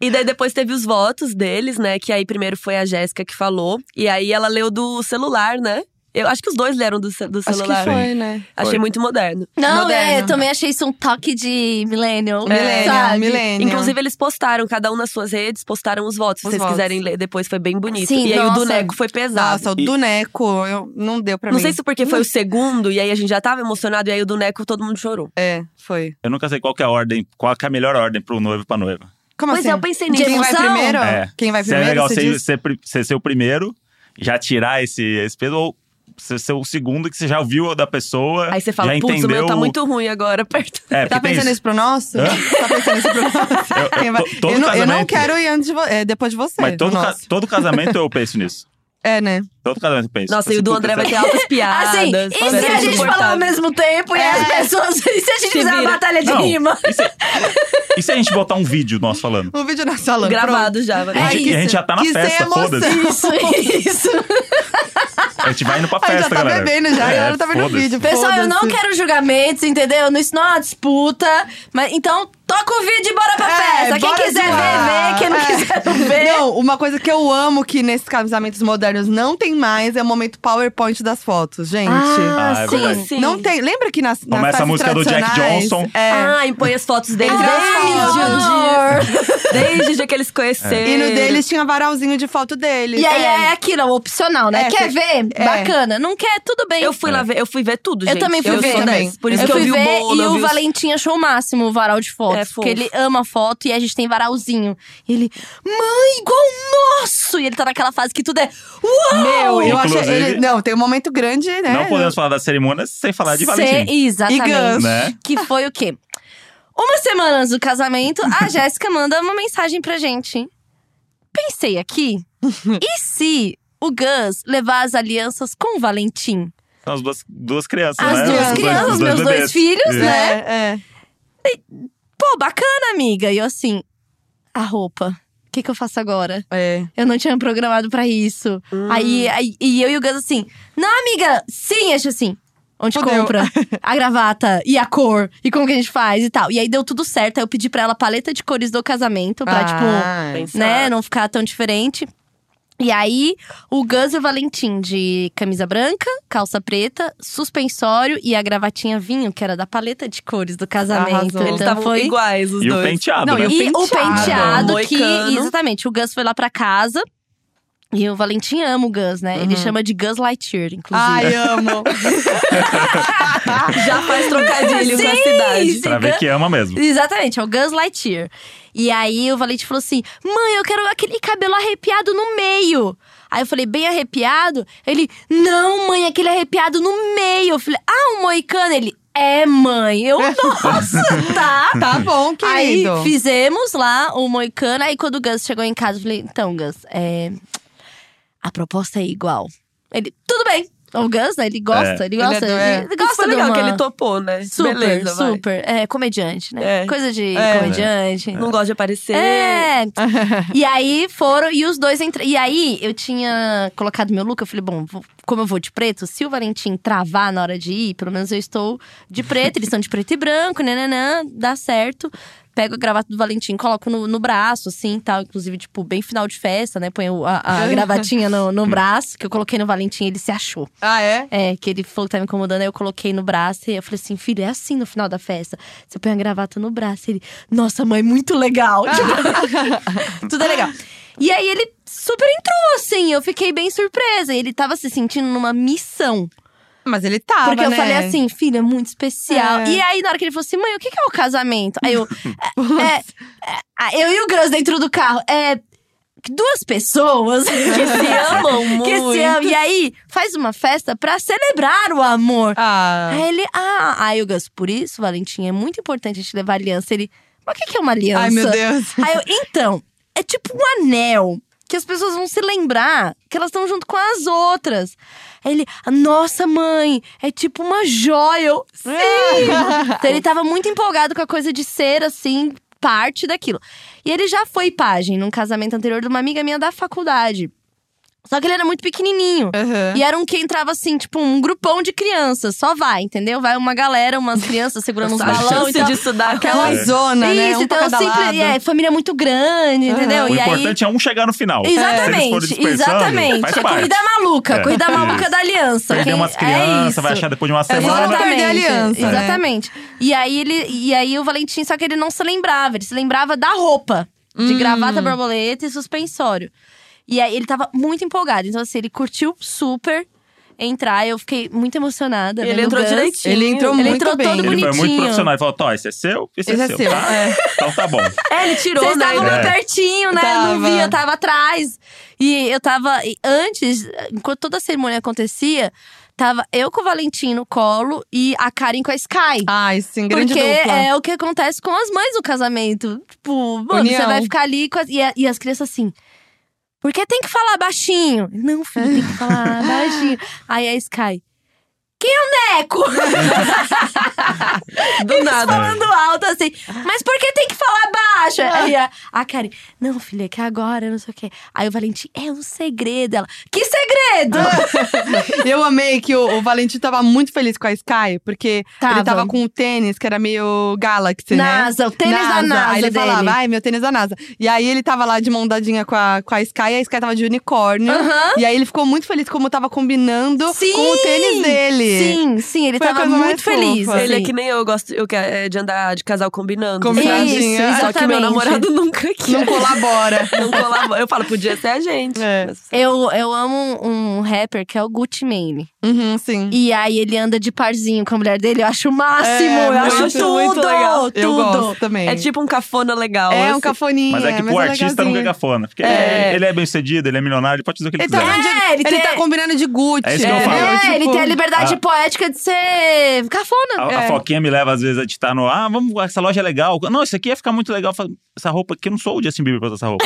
Speaker 3: E daí depois teve os votos deles, né? Que aí primeiro foi a Jéssica que falou. E aí ela leu do celular, né? Eu acho que os dois leram do, ce- do
Speaker 4: Acho que
Speaker 3: celular.
Speaker 4: foi, né?
Speaker 3: Achei
Speaker 2: Foi.
Speaker 3: muito moderno.
Speaker 1: Não,
Speaker 4: Moderno.
Speaker 1: é, eu também achei isso um toque de millennial.
Speaker 4: É, Millennial,
Speaker 1: sabe?
Speaker 4: millennial.
Speaker 3: Inclusive, eles postaram, cada um nas suas redes, postaram os votos. Se
Speaker 4: Os
Speaker 3: vocês
Speaker 4: votos.
Speaker 3: quiserem ler, depois foi bem bonito.
Speaker 1: Sim,
Speaker 3: e aí
Speaker 1: nossa.
Speaker 3: o do Neco foi pesado.
Speaker 4: Nossa, o do Neco, eu, não deu pra
Speaker 3: Não
Speaker 4: mim.
Speaker 3: sei se porque foi o segundo, e aí a gente já tava emocionado, e aí o do Neco todo mundo chorou.
Speaker 4: É, foi.
Speaker 2: Eu nunca sei qual que é a ordem, qual que é a melhor ordem pro noivo e pra noiva.
Speaker 4: Como
Speaker 3: pois
Speaker 4: assim?
Speaker 3: é, eu pensei
Speaker 1: De
Speaker 3: nisso.
Speaker 4: Quem vai
Speaker 1: emoção?
Speaker 4: primeiro?
Speaker 2: É.
Speaker 4: Quem vai
Speaker 2: Se é
Speaker 4: primeiro?
Speaker 2: legal
Speaker 4: você
Speaker 2: ser,
Speaker 4: diz?
Speaker 2: ser, pri- ser seu primeiro, já tirar esse, esse peso, ou ser, ser o segundo que você já ouviu da pessoa.
Speaker 3: Aí você fala,
Speaker 2: já
Speaker 3: putz, o
Speaker 2: entendeu.
Speaker 3: meu tá muito ruim agora, perto.
Speaker 2: É, porque
Speaker 4: Tá
Speaker 2: tem
Speaker 4: pensando
Speaker 2: isso.
Speaker 4: isso pro nosso?
Speaker 2: Hã?
Speaker 4: Tá pensando isso pro nosso?
Speaker 2: Eu- eu-
Speaker 4: Quem vai-
Speaker 2: to- todo
Speaker 4: eu, não, eu não
Speaker 2: casamento-
Speaker 4: quero ir antes de vo- é, depois de você.
Speaker 2: Mas todo,
Speaker 4: o
Speaker 2: ca-
Speaker 4: nosso.
Speaker 2: todo casamento eu penso nisso.
Speaker 4: É, né?
Speaker 2: Todo casamento eu penso. Assim,
Speaker 3: Nossa, e o do
Speaker 2: Puta,
Speaker 3: André vai
Speaker 2: essa-
Speaker 3: ter altas piadas.
Speaker 1: Assim, e
Speaker 3: vai
Speaker 1: se
Speaker 3: ser
Speaker 1: a gente falar ao
Speaker 3: insuportável.
Speaker 1: mesmo tempo e
Speaker 4: É.
Speaker 1: as pessoas. E se a gente
Speaker 3: Se
Speaker 1: fizer uma
Speaker 3: vira.
Speaker 1: batalha de
Speaker 2: é- Não.
Speaker 1: rima?
Speaker 2: E se, e se a gente botar um vídeo nosso falando?
Speaker 4: Um vídeo na sala.
Speaker 3: Gravado já. vai
Speaker 2: A
Speaker 3: ter.
Speaker 2: gente,
Speaker 4: isso.
Speaker 2: a gente já tá na
Speaker 4: Que sem
Speaker 2: festa,
Speaker 4: emoção.
Speaker 2: foda-se.
Speaker 1: Isso, isso.
Speaker 2: A gente vai indo pra
Speaker 4: A gente
Speaker 2: festa,
Speaker 4: já tá
Speaker 2: galera. É,
Speaker 4: bebendo já, a galera tá vendo o
Speaker 2: foda-se.
Speaker 4: vídeo.
Speaker 1: Pessoal, eu não
Speaker 4: Foda-se.
Speaker 1: quero julgamentos, entendeu? Isso não é uma disputa. Mas, então, toca o vídeo e bora pra
Speaker 4: É,
Speaker 1: festa. Quem
Speaker 4: bora
Speaker 1: quiser
Speaker 4: zoar.
Speaker 1: ver, vê. Quem não
Speaker 4: É.
Speaker 1: quiser não vê.
Speaker 4: Não, uma coisa que eu amo que nesses casamentos modernos não tem mais é o momento PowerPoint das fotos, gente.
Speaker 2: Ah, é
Speaker 3: Como
Speaker 2: verdade.
Speaker 3: assim?
Speaker 4: Não tem. Lembra que nas, nas
Speaker 2: Começa a
Speaker 4: festas
Speaker 2: música do Jack
Speaker 4: tradicionais-
Speaker 2: Johnson.
Speaker 4: É.
Speaker 3: Ah, e põe as fotos deles
Speaker 1: É.
Speaker 4: Entre as
Speaker 3: desde o
Speaker 1: fotos.
Speaker 3: dia. Desde o dia que eles conheceram.
Speaker 4: E no deles tinha varalzinho de foto deles.
Speaker 1: E aí
Speaker 4: É.
Speaker 1: é aquilo, é opcional, né?
Speaker 4: É,
Speaker 1: quer
Speaker 4: cê-
Speaker 1: ver?
Speaker 4: é.
Speaker 1: Bacana. Não quer? Tudo bem.
Speaker 3: Eu fui lá ver, eu fui ver tudo,
Speaker 1: Eu
Speaker 3: gente.
Speaker 1: também fui ver.
Speaker 3: Sou
Speaker 4: Também.
Speaker 3: dessas. Por isso
Speaker 1: eu
Speaker 3: que eu
Speaker 1: fui
Speaker 3: vi o
Speaker 1: ver
Speaker 3: bolo,
Speaker 1: e
Speaker 3: eu
Speaker 1: o
Speaker 3: vi os-
Speaker 1: Valentim achou o máximo o varal de fotos.
Speaker 3: É
Speaker 1: porque
Speaker 3: fofo.
Speaker 1: ele ama foto e a gente tem varalzinho. E ele, mãe, igual o nosso! E ele tá naquela fase que tudo é. Uau!
Speaker 4: Meu, eu achei.
Speaker 2: Inclusive-
Speaker 4: Ele, não, tem um momento grande, né?
Speaker 2: Não podemos falar das cerimônias sem falar de
Speaker 1: Cê-
Speaker 2: Valentim.
Speaker 4: E ganso.
Speaker 1: exatamente.
Speaker 2: Né?
Speaker 1: Que foi o quê? Uma semana antes do casamento, a Jéssica manda uma mensagem pra gente. Pensei aqui, e se o Gus levar as alianças com o Valentim?
Speaker 2: São as duas, duas crianças,
Speaker 1: As
Speaker 2: né?
Speaker 1: duas
Speaker 2: Os dois-
Speaker 1: crianças,
Speaker 2: os
Speaker 1: meus dois
Speaker 2: bebês.
Speaker 1: filhos,
Speaker 2: Isso.
Speaker 1: né?
Speaker 4: É, é.
Speaker 1: Pô, bacana, amiga. E eu assim, a roupa. O que, que eu faço agora?
Speaker 4: É.
Speaker 1: Eu não tinha programado pra isso.
Speaker 4: Hum.
Speaker 1: Aí, aí- e eu e o Gus assim, não, amiga, sim, acho assim. Onde
Speaker 4: Fudeu.
Speaker 1: compra a gravata e a cor e como que a gente faz e tal. E aí deu tudo certo. Aí eu pedi pra ela a paleta de cores do casamento, pra, tipo,
Speaker 4: Ah,
Speaker 3: Pensar.
Speaker 1: né, não ficar tão diferente. E aí, o Gus e o Valentim de camisa branca, calça preta, suspensório e a gravatinha vinho, que era da paleta de cores do casamento.
Speaker 4: Arrasou.
Speaker 1: Então
Speaker 3: Eles estavam
Speaker 1: foi
Speaker 3: iguais, os
Speaker 2: E o
Speaker 3: dois.
Speaker 2: penteado,
Speaker 4: Não,
Speaker 2: né?
Speaker 4: e
Speaker 1: e o penteado
Speaker 3: penteado.
Speaker 1: que.
Speaker 3: Moicano.
Speaker 1: Exatamente. O Gus foi lá pra casa. E o Valentim ama o Gus, né? Ele
Speaker 3: Uhum.
Speaker 1: chama de Gus Lightyear,
Speaker 3: Ah,
Speaker 1: inclusive.
Speaker 4: Ai, amo.
Speaker 3: Já faz trocadilhos na
Speaker 1: Sim,
Speaker 3: é, cidade.
Speaker 1: sim.
Speaker 2: Pra ver que ama mesmo.
Speaker 1: Exatamente, é o Gus Lightyear. E aí o Valente falou assim: mãe, eu quero aquele cabelo arrepiado no meio. Aí eu falei, bem arrepiado? Ele, não, mãe, aquele arrepiado no meio. Eu falei, ah, um moicano? Ele, é, mãe. Eu, nossa, tá.
Speaker 4: Tá bom,
Speaker 1: Aí
Speaker 4: querido.
Speaker 1: fizemos lá o Moicano. Aí quando o Gus chegou em casa, eu falei: então, Gus, é, a proposta é igual. Ele, tudo bem. O Gus, né? Ele gosta,
Speaker 2: É.
Speaker 1: ele gosta.
Speaker 4: Ele
Speaker 1: Ele,
Speaker 4: é do- é.
Speaker 1: gosta
Speaker 3: Isso foi
Speaker 1: de
Speaker 3: legal
Speaker 1: uma-
Speaker 3: que ele topou, né?
Speaker 1: Super,
Speaker 3: Beleza, vai.
Speaker 1: super. É, comediante, né?
Speaker 3: É.
Speaker 1: Coisa de
Speaker 4: É.
Speaker 1: comediante.
Speaker 3: Não gosta de aparecer.
Speaker 1: É. e aí foram, e os dois entraram. E aí eu tinha colocado meu look, eu falei, bom, vou- como eu vou de preto, se o Valentim travar na hora de ir, pelo menos eu estou de preto, eles estão de preto e branco, nananã, dá certo. Pego a gravata do Valentim, coloco no, no braço, assim, tal. Inclusive, tipo, bem final de festa, né? Põe o- a, a gravatinha no, no braço, que eu coloquei no Valentim, ele se achou.
Speaker 4: Ah, é?
Speaker 1: É, que ele falou que tá me incomodando, aí eu coloquei no braço e eu falei assim, filho, é assim no final da festa. Você põe a gravata no braço. Ele, nossa, mãe, muito legal. Tipo, Tudo é legal. E aí ele super entrou, assim, eu fiquei bem surpresa. Ele tava se sentindo numa missão.
Speaker 4: Mas ele tava,
Speaker 1: porque eu
Speaker 4: né?
Speaker 1: falei assim, filho, é muito especial.
Speaker 4: É.
Speaker 1: E aí, na hora que ele falou assim, mãe, o que que é o casamento? Aí eu. é, é, ah, eu e o Gross dentro do carro. É. Duas pessoas
Speaker 3: Que se amam muito.
Speaker 1: que se ama. E aí, faz uma festa pra celebrar o amor.
Speaker 4: Ah.
Speaker 1: Aí ele, ah, aí o Gus, por isso, Valentim, é muito importante a gente levar aliança. Ele, mas o que, que é uma aliança?
Speaker 4: Ai, meu Deus.
Speaker 1: Aí eu, então, é tipo um anel. que as pessoas vão se lembrar que elas estão junto com as outras. Aí ele, nossa mãe, é tipo uma joia. Eu, sim! então ele tava muito empolgado com a coisa de ser assim, parte daquilo. E ele já foi pajem num casamento anterior de uma amiga minha da faculdade. Só que ele era muito pequenininho.
Speaker 4: Aham.
Speaker 1: E era um que entrava assim, tipo, um grupão de crianças. Só vai, entendeu? Vai uma galera, umas crianças segurando uns
Speaker 3: a
Speaker 1: balão e
Speaker 3: chance
Speaker 1: tal.
Speaker 3: disso dar
Speaker 4: Aquela zona, né?
Speaker 1: É. Isso,
Speaker 4: um
Speaker 1: então
Speaker 4: pra cada
Speaker 1: sempre.
Speaker 4: lado.
Speaker 1: É, família muito grande, entendeu?
Speaker 2: O
Speaker 1: Então, e aí.
Speaker 2: importante é um chegar no final. Se eles forem
Speaker 1: Exatamente,
Speaker 2: dispersando,
Speaker 1: exatamente.
Speaker 2: Faz
Speaker 1: É
Speaker 2: parte.
Speaker 1: corrida maluca,
Speaker 2: É,
Speaker 1: corrida maluca
Speaker 2: isso.
Speaker 1: da aliança.
Speaker 2: Perder
Speaker 1: Quem-
Speaker 2: umas
Speaker 1: é
Speaker 2: crianças,
Speaker 1: isso.
Speaker 2: vai achar depois de uma
Speaker 4: É só
Speaker 2: semana.
Speaker 4: não perder a aliança, né?
Speaker 1: Exatamente. E aí ele e aí o Valentim, só que ele não se lembrava, ele se lembrava da roupa,
Speaker 4: Hum.
Speaker 1: de gravata borboleta e suspensório. E aí ele tava muito empolgado, então assim, ele curtiu super entrar, eu fiquei muito emocionada. né,
Speaker 3: E
Speaker 1: vendo
Speaker 3: ele
Speaker 1: o
Speaker 3: entrou
Speaker 1: Guns.
Speaker 3: direitinho.
Speaker 4: Ele entrou
Speaker 1: um- Ele
Speaker 4: muito
Speaker 1: entrou
Speaker 4: bem.
Speaker 1: todo
Speaker 2: Ele foi muito
Speaker 1: bonitinho.
Speaker 2: profissional. Ele falou: Tó, esse é seu, esse,
Speaker 4: Esse é seu,
Speaker 2: tá?
Speaker 4: é.
Speaker 2: Então tá bom.
Speaker 3: É, ele tirou,
Speaker 1: Vocês
Speaker 3: né?
Speaker 1: estavam
Speaker 2: É.
Speaker 1: meio pertinho, né? Eu não
Speaker 4: Tava.
Speaker 1: vi, eu tava atrás. E eu tava. e Antes, enquanto toda a cerimônia acontecia, tava eu com o Valentim no colo e a Karen com a Sky.
Speaker 4: Ai, sim, Ah, grande
Speaker 1: Porque
Speaker 4: dupla.
Speaker 1: é o que acontece com as mães no casamento. Tipo, mano,
Speaker 4: União.
Speaker 1: você vai ficar ali com as, e, a- e as crianças assim. Porque tem que falar baixinho. Não, filho, tem que falar baixinho. Aí a Sky. Quem é o Neco?
Speaker 3: Do
Speaker 4: né?
Speaker 3: nada.
Speaker 1: falando alto assim. Mas por que tem que falar baixo?
Speaker 4: Ah.
Speaker 1: Aí a, a Karen, não, filha, é que agora, não sei o quê. Aí o Valentim, é um segredo. Ela, que segredo?
Speaker 4: Ah, Eu amei que o, o Valentim tava muito feliz com a Sky, porque
Speaker 1: Tava.
Speaker 4: ele tava com um tênis que era meio Galaxy,
Speaker 1: NASA,
Speaker 4: né?
Speaker 1: o tênis da NASA
Speaker 4: Aí ele
Speaker 1: dele.
Speaker 4: falava, "Ah, ai, meu tênis da NASA. E aí ele tava lá de mão dadinha com a, com a Sky, e a Sky tava de unicórnio.
Speaker 1: Aham.
Speaker 4: E aí ele ficou muito feliz como tava combinando
Speaker 1: Sim!
Speaker 4: com o tênis dele.
Speaker 1: Sim, sim, ele
Speaker 4: Foi a
Speaker 1: tava
Speaker 4: coisa mais
Speaker 1: muito feliz.
Speaker 4: fofa.
Speaker 1: assim.
Speaker 3: Ele é que nem eu, eu gosto eu quero, é, de andar de casal combinando.
Speaker 4: Combinadinha.
Speaker 1: Isso,
Speaker 3: Só que meu
Speaker 1: exatamente.
Speaker 3: namorado nunca quis.
Speaker 4: Não colabora.
Speaker 3: Não colabora. Eu falo, podia ser a gente.
Speaker 4: É.
Speaker 3: Mas-
Speaker 1: Eu, eu amo um, um rapper que é o Gucci Mane.
Speaker 4: uhum, sim.
Speaker 1: E aí ele anda de parzinho com a mulher dele, eu acho o máximo.
Speaker 4: É,
Speaker 1: eu
Speaker 4: muito,
Speaker 1: acho tudo,
Speaker 4: muito
Speaker 3: legal.
Speaker 1: tudo.
Speaker 4: Eu gosto também.
Speaker 3: É tipo um cafona legal.
Speaker 4: É um
Speaker 3: assim.
Speaker 4: cafoninha.
Speaker 2: Mas é que pro artista não
Speaker 4: legalzinho.
Speaker 2: ganha cafona. Porque ele, ele é bem sucedido, ele é milionário, ele pode fazer o que ele,
Speaker 4: Ele tá,
Speaker 2: quiser.
Speaker 4: onde-
Speaker 1: É, ele
Speaker 4: ele
Speaker 1: tem-
Speaker 4: tá combinando de Gucci.
Speaker 2: É isso que eu
Speaker 4: né?
Speaker 2: falo.
Speaker 1: É,
Speaker 4: Tipo,
Speaker 1: ele tem a liberdade
Speaker 2: Ah.
Speaker 1: poética de ser cafona.
Speaker 2: A, a
Speaker 4: É.
Speaker 2: Foquinha me leva, às vezes, a ditar no. Ah, vamos, essa loja é legal. Não, isso aqui ia ficar muito legal. Eu falo, Essa roupa aqui, eu não sou o Justin Bieber pra usar essa roupa.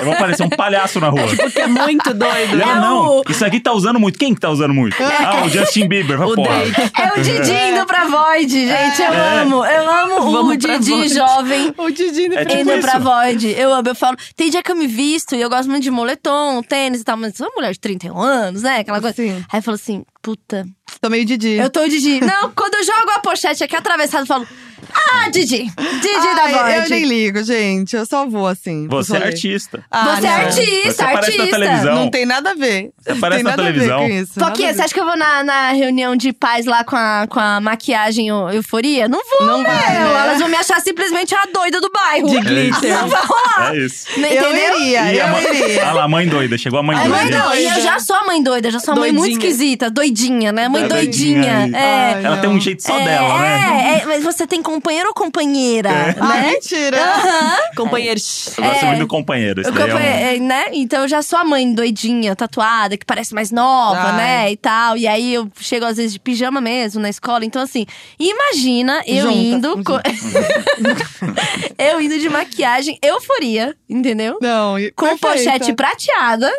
Speaker 2: eu vou parecer um palhaço na rua.
Speaker 3: Porque é muito doido.
Speaker 2: E ela,
Speaker 1: é
Speaker 2: não,
Speaker 1: o-
Speaker 2: isso aqui tá usando muito. Quem que tá usando muito? ah, o Justin Bieber.
Speaker 3: O
Speaker 2: Porra.
Speaker 3: Drake.
Speaker 1: É o Didi indo pra Void, gente. Eu amo. Eu amo o
Speaker 3: Vamos pra
Speaker 1: Didi
Speaker 3: Void.
Speaker 1: jovem.
Speaker 4: O Didi
Speaker 2: É tipo
Speaker 1: indo
Speaker 2: isso.
Speaker 1: pra Void. Eu amo. Eu falo, tem dia que eu me visto e eu gosto muito de moletom, tênis e tal, mas sou uma mulher de 31 anos, né? Aquela coisa.
Speaker 4: Sim.
Speaker 1: Aí eu falo assim, puta,
Speaker 4: Tô meio Didi.
Speaker 1: eu tô o Didi. Não, quando eu jogo a pochete aqui atravessada, eu falo, ah, Didi, Didi da
Speaker 4: Ai,
Speaker 1: Void.
Speaker 4: Ah, Eu nem ligo, gente. Eu só vou assim. pros
Speaker 2: Você é
Speaker 4: rolês.
Speaker 2: artista.
Speaker 4: Ah,
Speaker 1: Você é
Speaker 4: não.
Speaker 1: artista,
Speaker 2: Você aparece na
Speaker 1: artista.
Speaker 2: televisão.
Speaker 4: Não tem nada a ver.
Speaker 2: Você
Speaker 4: Não
Speaker 2: aparece
Speaker 4: tem
Speaker 2: na
Speaker 4: nada a ver
Speaker 2: televisão.
Speaker 4: com isso. nada a
Speaker 1: Foquinha,
Speaker 4: ver.
Speaker 1: você acha que eu vou na, na reunião de pais lá com a, com a maquiagem eu- euforia? Não vou,
Speaker 4: Não
Speaker 1: né?
Speaker 4: vai, né?
Speaker 1: Elas vão me achar simplesmente a doida do bairro.
Speaker 4: De
Speaker 2: glitter.
Speaker 1: Não vai rolar.
Speaker 2: É isso.
Speaker 1: Não
Speaker 4: Eu
Speaker 1: entendeu?
Speaker 4: iria,
Speaker 2: É E a mãe-
Speaker 4: eu iria.
Speaker 2: Ah lá, mãe doida. Chegou a mãe
Speaker 1: É,
Speaker 2: doida.
Speaker 1: mãe
Speaker 4: doida.
Speaker 1: não, e eu já sou a mãe doida, já sou a mãe muito
Speaker 3: Doidinha.
Speaker 1: esquisita, doidinha, né? Mãe
Speaker 2: É,
Speaker 1: doidinha.
Speaker 2: doidinha,
Speaker 1: É.
Speaker 4: Ai,
Speaker 2: Ela tem
Speaker 4: não.
Speaker 2: um jeito só
Speaker 1: é,
Speaker 2: dela, né? É.
Speaker 1: É, é, mas você tem companheiro ou companheira?
Speaker 4: Ai,
Speaker 1: Né?
Speaker 4: mentira.
Speaker 1: Aham.
Speaker 3: Companheiro.
Speaker 2: Eu gosto
Speaker 1: é.
Speaker 2: muito do companheiro. Esse
Speaker 1: Eu
Speaker 2: daí é um-
Speaker 1: acompanho- é, né? Então eu já sou a mãe doidinha, tatuada, que parece mais nova,
Speaker 4: Ai.
Speaker 1: né? E tal. E aí eu chego às vezes de pijama mesmo na escola. Então, assim, imagina eu
Speaker 4: Juntas,
Speaker 1: indo. co- eu indo de maquiagem, euforia, entendeu?
Speaker 4: Não, e-
Speaker 1: Com um
Speaker 4: perfeita.
Speaker 1: pochete prateada,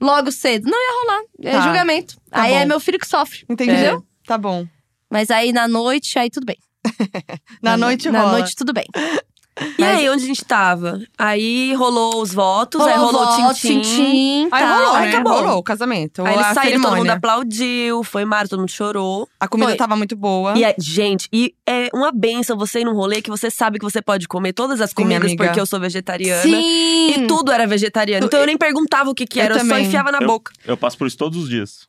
Speaker 1: logo cedo. Não ia rolar. É
Speaker 4: Tá.
Speaker 1: julgamento.
Speaker 4: Tá
Speaker 1: aí
Speaker 4: bom.
Speaker 1: é meu filho que sofre.
Speaker 4: Entendi.
Speaker 1: Entendeu?
Speaker 4: Tá bom.
Speaker 1: Mas aí na noite, aí tudo bem.
Speaker 4: Na noite
Speaker 1: Na
Speaker 4: rola.
Speaker 1: noite, tudo bem.
Speaker 4: É.
Speaker 3: E aí, onde a gente tava? Aí rolou os votos, aí rolou o
Speaker 1: voto,
Speaker 3: tintim.
Speaker 1: tintim,
Speaker 4: Aí
Speaker 1: tá.
Speaker 4: rolou,
Speaker 3: Aí
Speaker 4: né?
Speaker 3: acabou.
Speaker 4: Rolou o casamento.
Speaker 3: Aí
Speaker 4: a
Speaker 3: eles saíram, todo mundo
Speaker 4: cerimônia.
Speaker 3: aplaudiu, foi mar, todo mundo chorou.
Speaker 4: A comida
Speaker 1: Foi.
Speaker 4: tava muito boa.
Speaker 3: E aí, gente, e é uma benção você ir num rolê que você sabe que você pode comer todas as comidas,
Speaker 4: amiga.
Speaker 3: porque eu sou vegetariana.
Speaker 1: Sim!
Speaker 3: E tudo era vegetariano. Então eu nem perguntava o que que
Speaker 4: Eu
Speaker 3: era, eu, só
Speaker 4: também.
Speaker 3: enfiava na
Speaker 2: Eu-
Speaker 3: boca.
Speaker 2: Eu passo por isso todos os dias.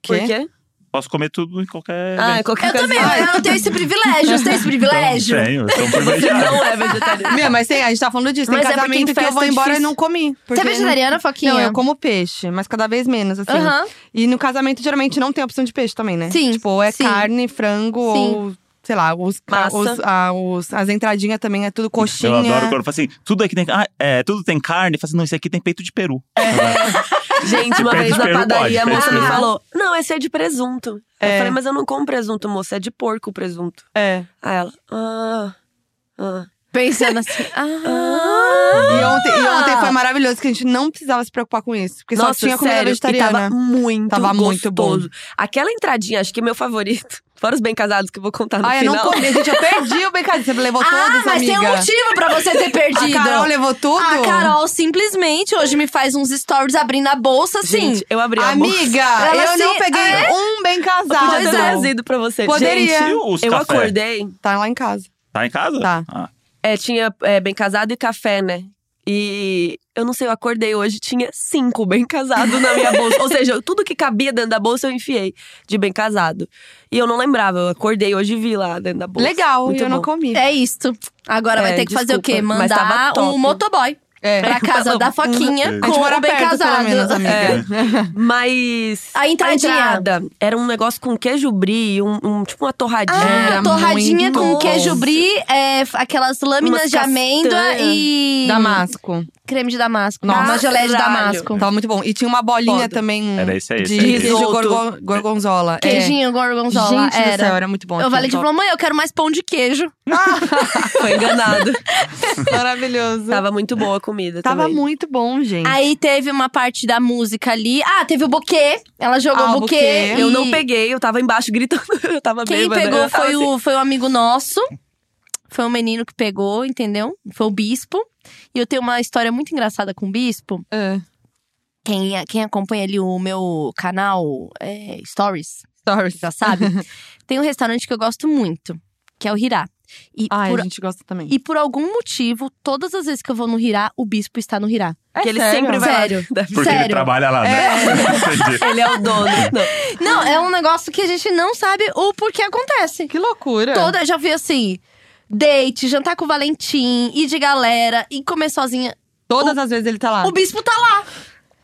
Speaker 4: Quê?
Speaker 3: Por quê?
Speaker 2: Posso comer tudo em qualquer.
Speaker 3: Ah,
Speaker 2: evento.
Speaker 3: em qualquer
Speaker 1: Eu também,
Speaker 3: ocasião.
Speaker 1: eu não tenho esse privilégio. Você tem esse privilégio?
Speaker 2: Então, tenho, eu sou um
Speaker 3: Você
Speaker 2: privilegiado.
Speaker 3: não é vegetariano.
Speaker 4: Meu, mas tem, a gente tá falando disso.
Speaker 3: Mas é
Speaker 4: tem
Speaker 3: porque em
Speaker 4: casamento que eu
Speaker 3: festa
Speaker 4: vou
Speaker 3: é
Speaker 4: embora e
Speaker 3: difícil.
Speaker 4: não comi.
Speaker 1: Você é
Speaker 4: porque
Speaker 1: vegetariana, Foquinha?
Speaker 4: Não, eu como peixe, mas cada vez menos, assim.
Speaker 1: Aham.
Speaker 4: E no casamento, geralmente, não tem opção de peixe também, né?
Speaker 1: Sim,
Speaker 4: Tipo, ou é
Speaker 1: sim.
Speaker 4: carne, frango
Speaker 1: Sim.
Speaker 4: ou… Sei lá, os,
Speaker 3: Massa.
Speaker 4: os- ah, os- as entradinhas também é tudo coxinha.
Speaker 2: Eu adoro quando eu falo assim, tudo aqui tem, ah, é, tudo tem carne. Eu falo assim, não, isso aqui tem peito de peru.
Speaker 3: Gente, uma
Speaker 2: Pé de
Speaker 3: vez na
Speaker 2: peru pode,
Speaker 3: padaria, a
Speaker 2: pé de
Speaker 3: moça me
Speaker 2: peru.
Speaker 3: falou: Não, esse é de presunto. Eu
Speaker 4: É.
Speaker 3: falei, mas eu não como presunto, moça, é de porco o presunto.
Speaker 4: É.
Speaker 3: Aí ela, ah. ah.
Speaker 1: Pensando assim. Ah,
Speaker 4: E ontem, e ontem foi Era maravilhoso que a gente não precisava se preocupar com isso. Porque
Speaker 3: Nossa,
Speaker 4: só tinha comida
Speaker 3: sério,
Speaker 4: vegetariana.
Speaker 3: E tava muito
Speaker 4: Tava muito
Speaker 3: gostoso. Aquela entradinha, acho que é meu favorito. Fora os bem casados que eu vou contar no
Speaker 4: Ai, Ah, eu
Speaker 3: final.
Speaker 4: não comi, gente. Eu perdi o brincadeira. Você levou
Speaker 1: Ah,
Speaker 4: todos,
Speaker 1: mas
Speaker 4: amiga.
Speaker 1: tem um motivo pra você ter perdido.
Speaker 4: A Carol levou tudo?
Speaker 1: A Carol simplesmente hoje me faz uns stories abrindo a bolsa, assim.
Speaker 3: Gente, eu abri a bolsa.
Speaker 4: Amiga,
Speaker 1: Ela
Speaker 4: eu
Speaker 1: se-
Speaker 4: não peguei
Speaker 1: É?
Speaker 4: um bem
Speaker 3: Eu
Speaker 4: casado.
Speaker 3: podia ter trazido pra você.
Speaker 4: Poderia.
Speaker 2: E
Speaker 3: Gente,
Speaker 2: os
Speaker 3: eu
Speaker 2: café?
Speaker 3: acordei.
Speaker 4: Tá lá é. Tá em casa.
Speaker 2: Tá em casa?
Speaker 4: Tá.
Speaker 2: Ah.
Speaker 3: É, tinha é, bem casado e café, né? E eu não sei, eu acordei hoje, tinha cinco bem casados na minha bolsa. Ou seja, tudo que cabia dentro da bolsa eu enfiei de bem casado. E eu não lembrava, eu acordei hoje e vi lá dentro da bolsa.
Speaker 4: Legal,
Speaker 3: Muito
Speaker 4: eu não
Speaker 3: bom.
Speaker 4: comi.
Speaker 1: É isto. Agora vai
Speaker 3: É,
Speaker 1: ter que fazer o
Speaker 3: desculpa,
Speaker 1: quê?
Speaker 3: mas
Speaker 1: Mandar
Speaker 3: tava top.
Speaker 1: um motoboy
Speaker 4: É.
Speaker 1: pra casa da Foquinha
Speaker 4: A
Speaker 1: com
Speaker 4: gente mora
Speaker 1: o bem
Speaker 4: perto, pelo
Speaker 1: casado.
Speaker 4: menos, amiga.
Speaker 3: Mas.
Speaker 1: A entradinha.
Speaker 3: entrada era um negócio com queijo brie, um, um- tipo uma torradinha.
Speaker 1: Ah,
Speaker 4: Era
Speaker 1: torradinha
Speaker 4: muito
Speaker 1: com
Speaker 4: bom.
Speaker 1: queijo brie, é, f- aquelas lâminas
Speaker 3: Umas
Speaker 1: de amêndoa
Speaker 3: castanhas.
Speaker 1: e…
Speaker 4: É. Damasco.
Speaker 1: Creme de damasco.
Speaker 4: Nossa. Tá
Speaker 1: Uma geleia de
Speaker 3: Caralho.
Speaker 1: damasco.
Speaker 4: Tava muito bom. E tinha uma bolinha
Speaker 3: Foda.
Speaker 4: também
Speaker 2: Era esse aí, esse
Speaker 4: de
Speaker 2: aí.
Speaker 4: queijo
Speaker 3: Risoto.
Speaker 4: gorgo- gorgonzola. É.
Speaker 1: Queijinho, gorgonzola.
Speaker 4: Gente do céu, era muito bom.
Speaker 1: Eu falei de
Speaker 4: aquilo.
Speaker 1: falou, mãe, eu quero mais pão de queijo.
Speaker 3: Foi enganado.
Speaker 4: Maravilhoso.
Speaker 3: Tava muito boa a comida
Speaker 4: Tava
Speaker 3: também.
Speaker 4: muito bom, gente.
Speaker 1: Aí teve uma parte da música ali. Ah, teve o buquê. Ela jogou
Speaker 4: Ah,
Speaker 1: o
Speaker 4: o
Speaker 1: buquê.
Speaker 4: buquê.
Speaker 1: e
Speaker 3: Eu não peguei, eu tava embaixo gritando. Eu tava
Speaker 1: Quem
Speaker 3: bêbada.
Speaker 1: pegou
Speaker 3: eu tava
Speaker 1: foi,
Speaker 3: assim.
Speaker 1: o, foi um amigo nosso. Foi um menino que pegou, entendeu? Foi o bispo. E eu tenho uma história muito engraçada com o bispo.
Speaker 4: É.
Speaker 1: Quem, quem acompanha ali o meu canal é, Stories,
Speaker 4: Stories.
Speaker 1: já sabe. tem um restaurante que eu gosto muito, que é o Hirá. E,
Speaker 4: Ai,
Speaker 1: por,
Speaker 4: a gente gosta também.
Speaker 1: e por algum motivo, todas as vezes que eu vou no Hirá, o bispo está no Hirá.
Speaker 4: É
Speaker 3: Que ele
Speaker 4: sério?
Speaker 3: sempre vai lá.
Speaker 1: Sério.
Speaker 2: Porque ele
Speaker 1: Sério.
Speaker 2: trabalha lá, né? Entendi.
Speaker 3: Ele é o dono. Não.
Speaker 1: Não, é um negócio que a gente não sabe o porquê acontece.
Speaker 4: Que
Speaker 3: É.
Speaker 4: loucura.
Speaker 1: Toda, eu já vi assim, date, jantar com o Valentim, ir de galera, e comer sozinha.
Speaker 4: Todas as vezes ele tá lá.
Speaker 1: O bispo tá lá.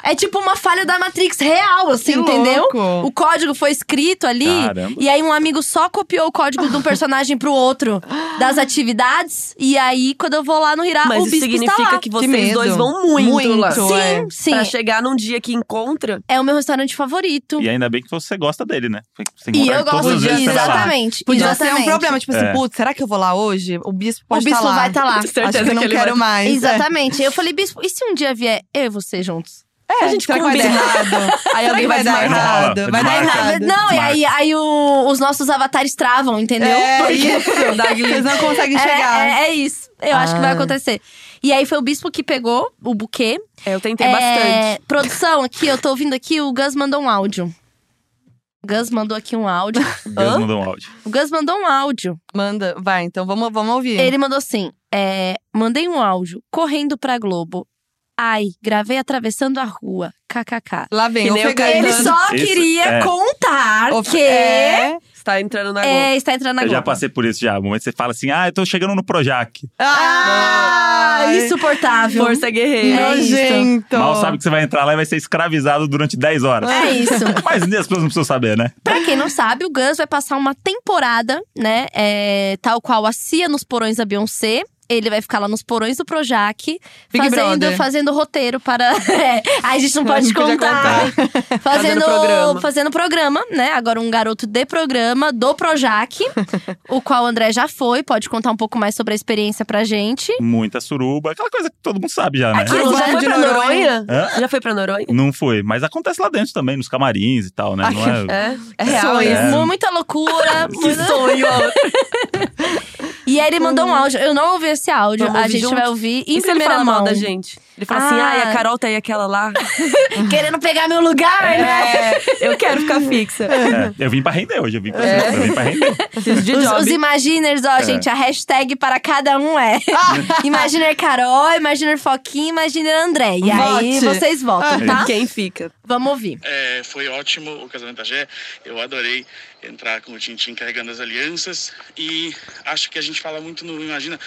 Speaker 1: É tipo uma falha da Matrix real, assim,
Speaker 4: Que
Speaker 1: entendeu?
Speaker 4: louco.
Speaker 1: O código foi escrito ali.
Speaker 2: Caramba.
Speaker 1: E aí um amigo só copiou o código de um personagem pro outro das atividades. E aí, quando eu vou lá no Hirá,
Speaker 3: Mas
Speaker 1: Tá, o
Speaker 3: isso
Speaker 1: bispo está
Speaker 3: significa
Speaker 1: lá.
Speaker 3: que
Speaker 4: Que
Speaker 3: vocês
Speaker 4: medo.
Speaker 3: dois vão muito,
Speaker 4: Muito.
Speaker 3: lá.
Speaker 4: Sim,
Speaker 3: é.
Speaker 1: sim.
Speaker 3: Pra chegar num dia que encontra.
Speaker 1: É o meu restaurante favorito.
Speaker 2: E ainda bem que você gosta dele, né? Porque Você
Speaker 1: E
Speaker 2: encontra
Speaker 1: eu
Speaker 2: ele todas
Speaker 1: gosto
Speaker 2: as
Speaker 1: de.
Speaker 2: vezes que você vai lá.
Speaker 1: Exatamente.
Speaker 4: Podia ser
Speaker 1: exatamente.
Speaker 4: um problema, tipo assim,
Speaker 2: É.
Speaker 4: putz, será que eu vou lá hoje? O bispo pode
Speaker 1: o bispo
Speaker 4: tá lá.
Speaker 1: vai estar lá.
Speaker 4: Acho
Speaker 3: Certeza
Speaker 4: que eu não
Speaker 3: que ele
Speaker 4: quero
Speaker 3: vai-
Speaker 4: mais.
Speaker 1: Exatamente. Eu falei, bispo, e se um dia vier eu e você juntos?
Speaker 4: É,
Speaker 3: A gente
Speaker 4: será que vai dar
Speaker 3: combina.
Speaker 4: errado? Aí alguém vai dar
Speaker 2: desmarca.
Speaker 4: errado.
Speaker 2: Não rola,
Speaker 4: Vai dar
Speaker 2: desmarca.
Speaker 4: errado.
Speaker 1: Não, e aí, aí o- os nossos avatares travam, entendeu?
Speaker 4: É
Speaker 1: Porque-
Speaker 4: isso. Vocês não conseguem
Speaker 1: É,
Speaker 4: chegar.
Speaker 1: é- é isso. Eu acho que vai acontecer. E aí foi o bispo que pegou o buquê.
Speaker 3: É, eu tentei
Speaker 1: É,
Speaker 3: bastante.
Speaker 1: Produção, aqui, eu tô ouvindo aqui, o Gus mandou um áudio. O Gus mandou aqui um áudio.
Speaker 2: Deus mandou um áudio.
Speaker 1: O Gus mandou um áudio.
Speaker 4: Manda, vai, então vamos, vamos ouvir.
Speaker 1: Ele mandou assim: é, mandei um áudio correndo pra Globo. Ai, gravei atravessando a rua. KKK.
Speaker 4: Lá vem,
Speaker 3: Que nem eu
Speaker 4: ofegando.
Speaker 1: Ele só
Speaker 2: Isso,
Speaker 1: queria
Speaker 2: é.
Speaker 1: contar
Speaker 4: Tá Of-
Speaker 1: que
Speaker 4: É.
Speaker 3: Está entrando na Globo.
Speaker 1: é, está entrando na
Speaker 2: Eu
Speaker 1: Globo.
Speaker 2: já passei por isso já. O momento que você fala assim, ah, eu tô chegando no Projac.
Speaker 1: Ah,
Speaker 4: Ai,
Speaker 1: insuportável.
Speaker 3: Força guerreira.
Speaker 1: É isso.
Speaker 4: Nojento.
Speaker 2: Mal sabe que você vai entrar lá e vai ser escravizado durante 10 horas.
Speaker 1: É isso.
Speaker 2: Mas as pessoas não precisam saber, né?
Speaker 1: Pra quem não sabe, o Gus vai passar uma temporada, né? é, tal qual a Cia nos porões da Beyoncé. Ele vai ficar lá nos porões do Projac, fazendo,
Speaker 4: Brother.
Speaker 1: fazendo roteiro para. É, a gente não pode
Speaker 4: Não podia
Speaker 1: contar. Fazendo,
Speaker 3: Fazendo programa.
Speaker 1: fazendo programa, né? Agora um garoto de programa do Projac, o qual o André já foi, pode contar um pouco mais sobre a experiência pra gente.
Speaker 2: Muita suruba, aquela coisa que todo mundo sabe já, né?
Speaker 3: Ah,
Speaker 4: Aquilo
Speaker 3: você já
Speaker 4: lá
Speaker 3: foi
Speaker 4: de
Speaker 3: pra Noronha?
Speaker 2: Hã?
Speaker 3: Já foi pra Noronha?
Speaker 2: Não foi, mas acontece lá dentro também, nos camarins e tal, né? Não é...
Speaker 3: É.
Speaker 4: É real
Speaker 1: Sonhos,
Speaker 4: isso.
Speaker 2: É.
Speaker 1: muita loucura.
Speaker 3: Que
Speaker 1: muita-
Speaker 3: sonho.
Speaker 1: E aí ele mandou um áudio. Eu não ouvi esse áudio,
Speaker 3: Vamos
Speaker 1: a
Speaker 3: ouvir
Speaker 1: gente
Speaker 3: junto?
Speaker 1: vai ouvir em
Speaker 3: E se ele
Speaker 1: primeira
Speaker 3: fala
Speaker 1: mão.
Speaker 3: mal da gente? Ele fala assim,
Speaker 1: Ah.
Speaker 3: ah, e a Carol tá aí aquela lá.
Speaker 1: Querendo pegar meu lugar, né?
Speaker 3: É, eu quero ficar fixa.
Speaker 2: É, Eu vim pra render hoje, eu vim pra, eu vim pra render.
Speaker 3: Preciso de
Speaker 1: Os, os
Speaker 3: job.
Speaker 1: Imaginers,
Speaker 2: É.
Speaker 1: ó, gente, a hashtag para cada um é Imaginer Carol, Imaginer Foquinha, Imaginer André. E aí
Speaker 4: Vote.
Speaker 1: vocês votam, tá?
Speaker 3: Quem fica?
Speaker 1: Vamos ouvir.
Speaker 8: É, foi ótimo o casamento da Gé. Eu adorei entrar com o Tintim carregando as alianças. E acho que a gente fala muito no Imagina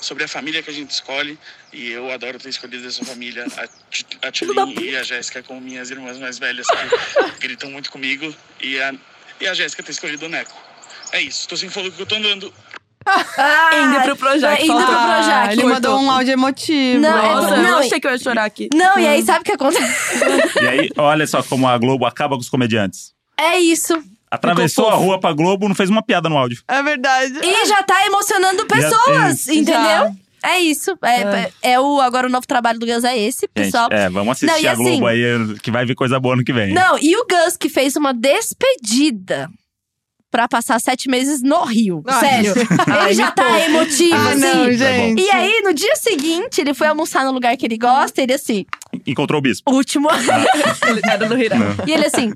Speaker 8: sobre a família que a gente escolhe. E eu adoro ter escolhido essa família, a, Ti- a Tilin e a Jéssica, como minhas irmãs mais velhas, que gritam muito comigo. E a, e a Jéssica ter escolhido o Neco. É isso, tô sem fogo que eu tô andando.
Speaker 3: Indo pro Projac.
Speaker 1: indo pro
Speaker 3: falar.
Speaker 1: Projac.
Speaker 4: Ah, ele
Speaker 1: Cortou.
Speaker 4: mandou um áudio emotivo.
Speaker 1: Não, é
Speaker 3: Nossa,
Speaker 1: pro-
Speaker 3: eu
Speaker 1: não,
Speaker 3: não
Speaker 1: e-
Speaker 3: achei que eu ia chorar aqui.
Speaker 1: Não, e aí sabe o que acontece?
Speaker 2: E aí, olha só como a Globo acaba com os comediantes.
Speaker 1: É isso.
Speaker 2: Atravessou
Speaker 3: Ficou
Speaker 2: a
Speaker 3: fofo.
Speaker 2: rua pra Globo, não fez uma piada no áudio.
Speaker 4: É verdade.
Speaker 1: E já tá emocionando
Speaker 2: Já
Speaker 1: pessoas,
Speaker 4: Já.
Speaker 1: entendeu? É isso. É, é. o, agora o novo trabalho do Gus é esse,
Speaker 2: Gente,
Speaker 1: pessoal.
Speaker 2: é, vamos
Speaker 1: Não,
Speaker 2: assistir
Speaker 1: e assim-
Speaker 2: a Globo aí, que vai vir coisa boa ano que vem.
Speaker 1: Não, e o Gus que fez uma despedida pra passar sete meses no Rio.
Speaker 4: Ai.
Speaker 1: Sério. Ele
Speaker 3: Ai,
Speaker 1: já
Speaker 3: me
Speaker 1: tá emotivo,
Speaker 4: Ah,
Speaker 1: assim.
Speaker 4: não, gente.
Speaker 1: E aí, no dia seguinte, ele foi almoçar no lugar que ele gosta, ele assim,
Speaker 2: Encontrou o bispo.
Speaker 1: último.
Speaker 3: Ele era no Hirá.
Speaker 1: e ele assim,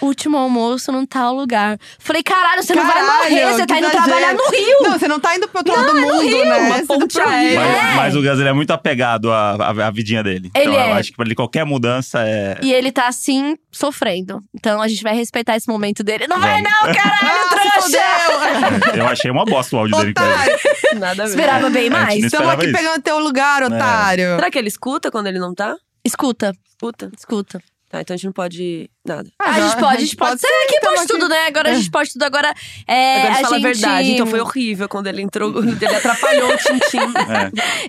Speaker 1: último almoço num tal lugar. Falei, caralho, você não vai
Speaker 4: Caralho,
Speaker 1: morrer, você tá
Speaker 4: que
Speaker 1: indo
Speaker 4: exagero.
Speaker 1: trabalhar no Rio. é
Speaker 4: Não, você não tá indo pro outro lado do mundo, né?
Speaker 3: uma
Speaker 4: Você tá
Speaker 3: ponte
Speaker 4: pro Rio.
Speaker 3: aérea.
Speaker 2: Mas, mas o Gus ele é muito apegado à, à, à vidinha dele.
Speaker 1: Ele
Speaker 2: então eu
Speaker 1: é.
Speaker 2: acho que pra ele qualquer mudança é.
Speaker 1: E ele tá assim, sofrendo. Então a gente vai respeitar esse momento dele. Não vai
Speaker 2: Vamos.
Speaker 1: não, caralho,
Speaker 4: Ah, se
Speaker 1: trouxa!
Speaker 4: fodeu!
Speaker 2: Eu achei uma bosta o áudio dele. com ele.
Speaker 4: Otário!
Speaker 3: Nada a ver.
Speaker 1: Esperava bem
Speaker 2: Antes
Speaker 1: mais.
Speaker 2: nesse-
Speaker 4: Estamos
Speaker 2: esperava
Speaker 4: aqui
Speaker 2: isso. É.
Speaker 4: pegando teu lugar, otário.
Speaker 3: Será que ele escuta quando ele não tá?
Speaker 1: Escuta,
Speaker 3: Escuta.
Speaker 1: escuta.
Speaker 3: Tá, então a gente não pode nada.
Speaker 1: Ah, a gente pode, a gente pode. Será que pode tudo, né? Agora a gente pode tudo. Agora, é,
Speaker 3: Agora a gente fala a
Speaker 1: gente-
Speaker 3: verdade. Então foi horrível quando ele entrou, quando ele atrapalhou o Tintim.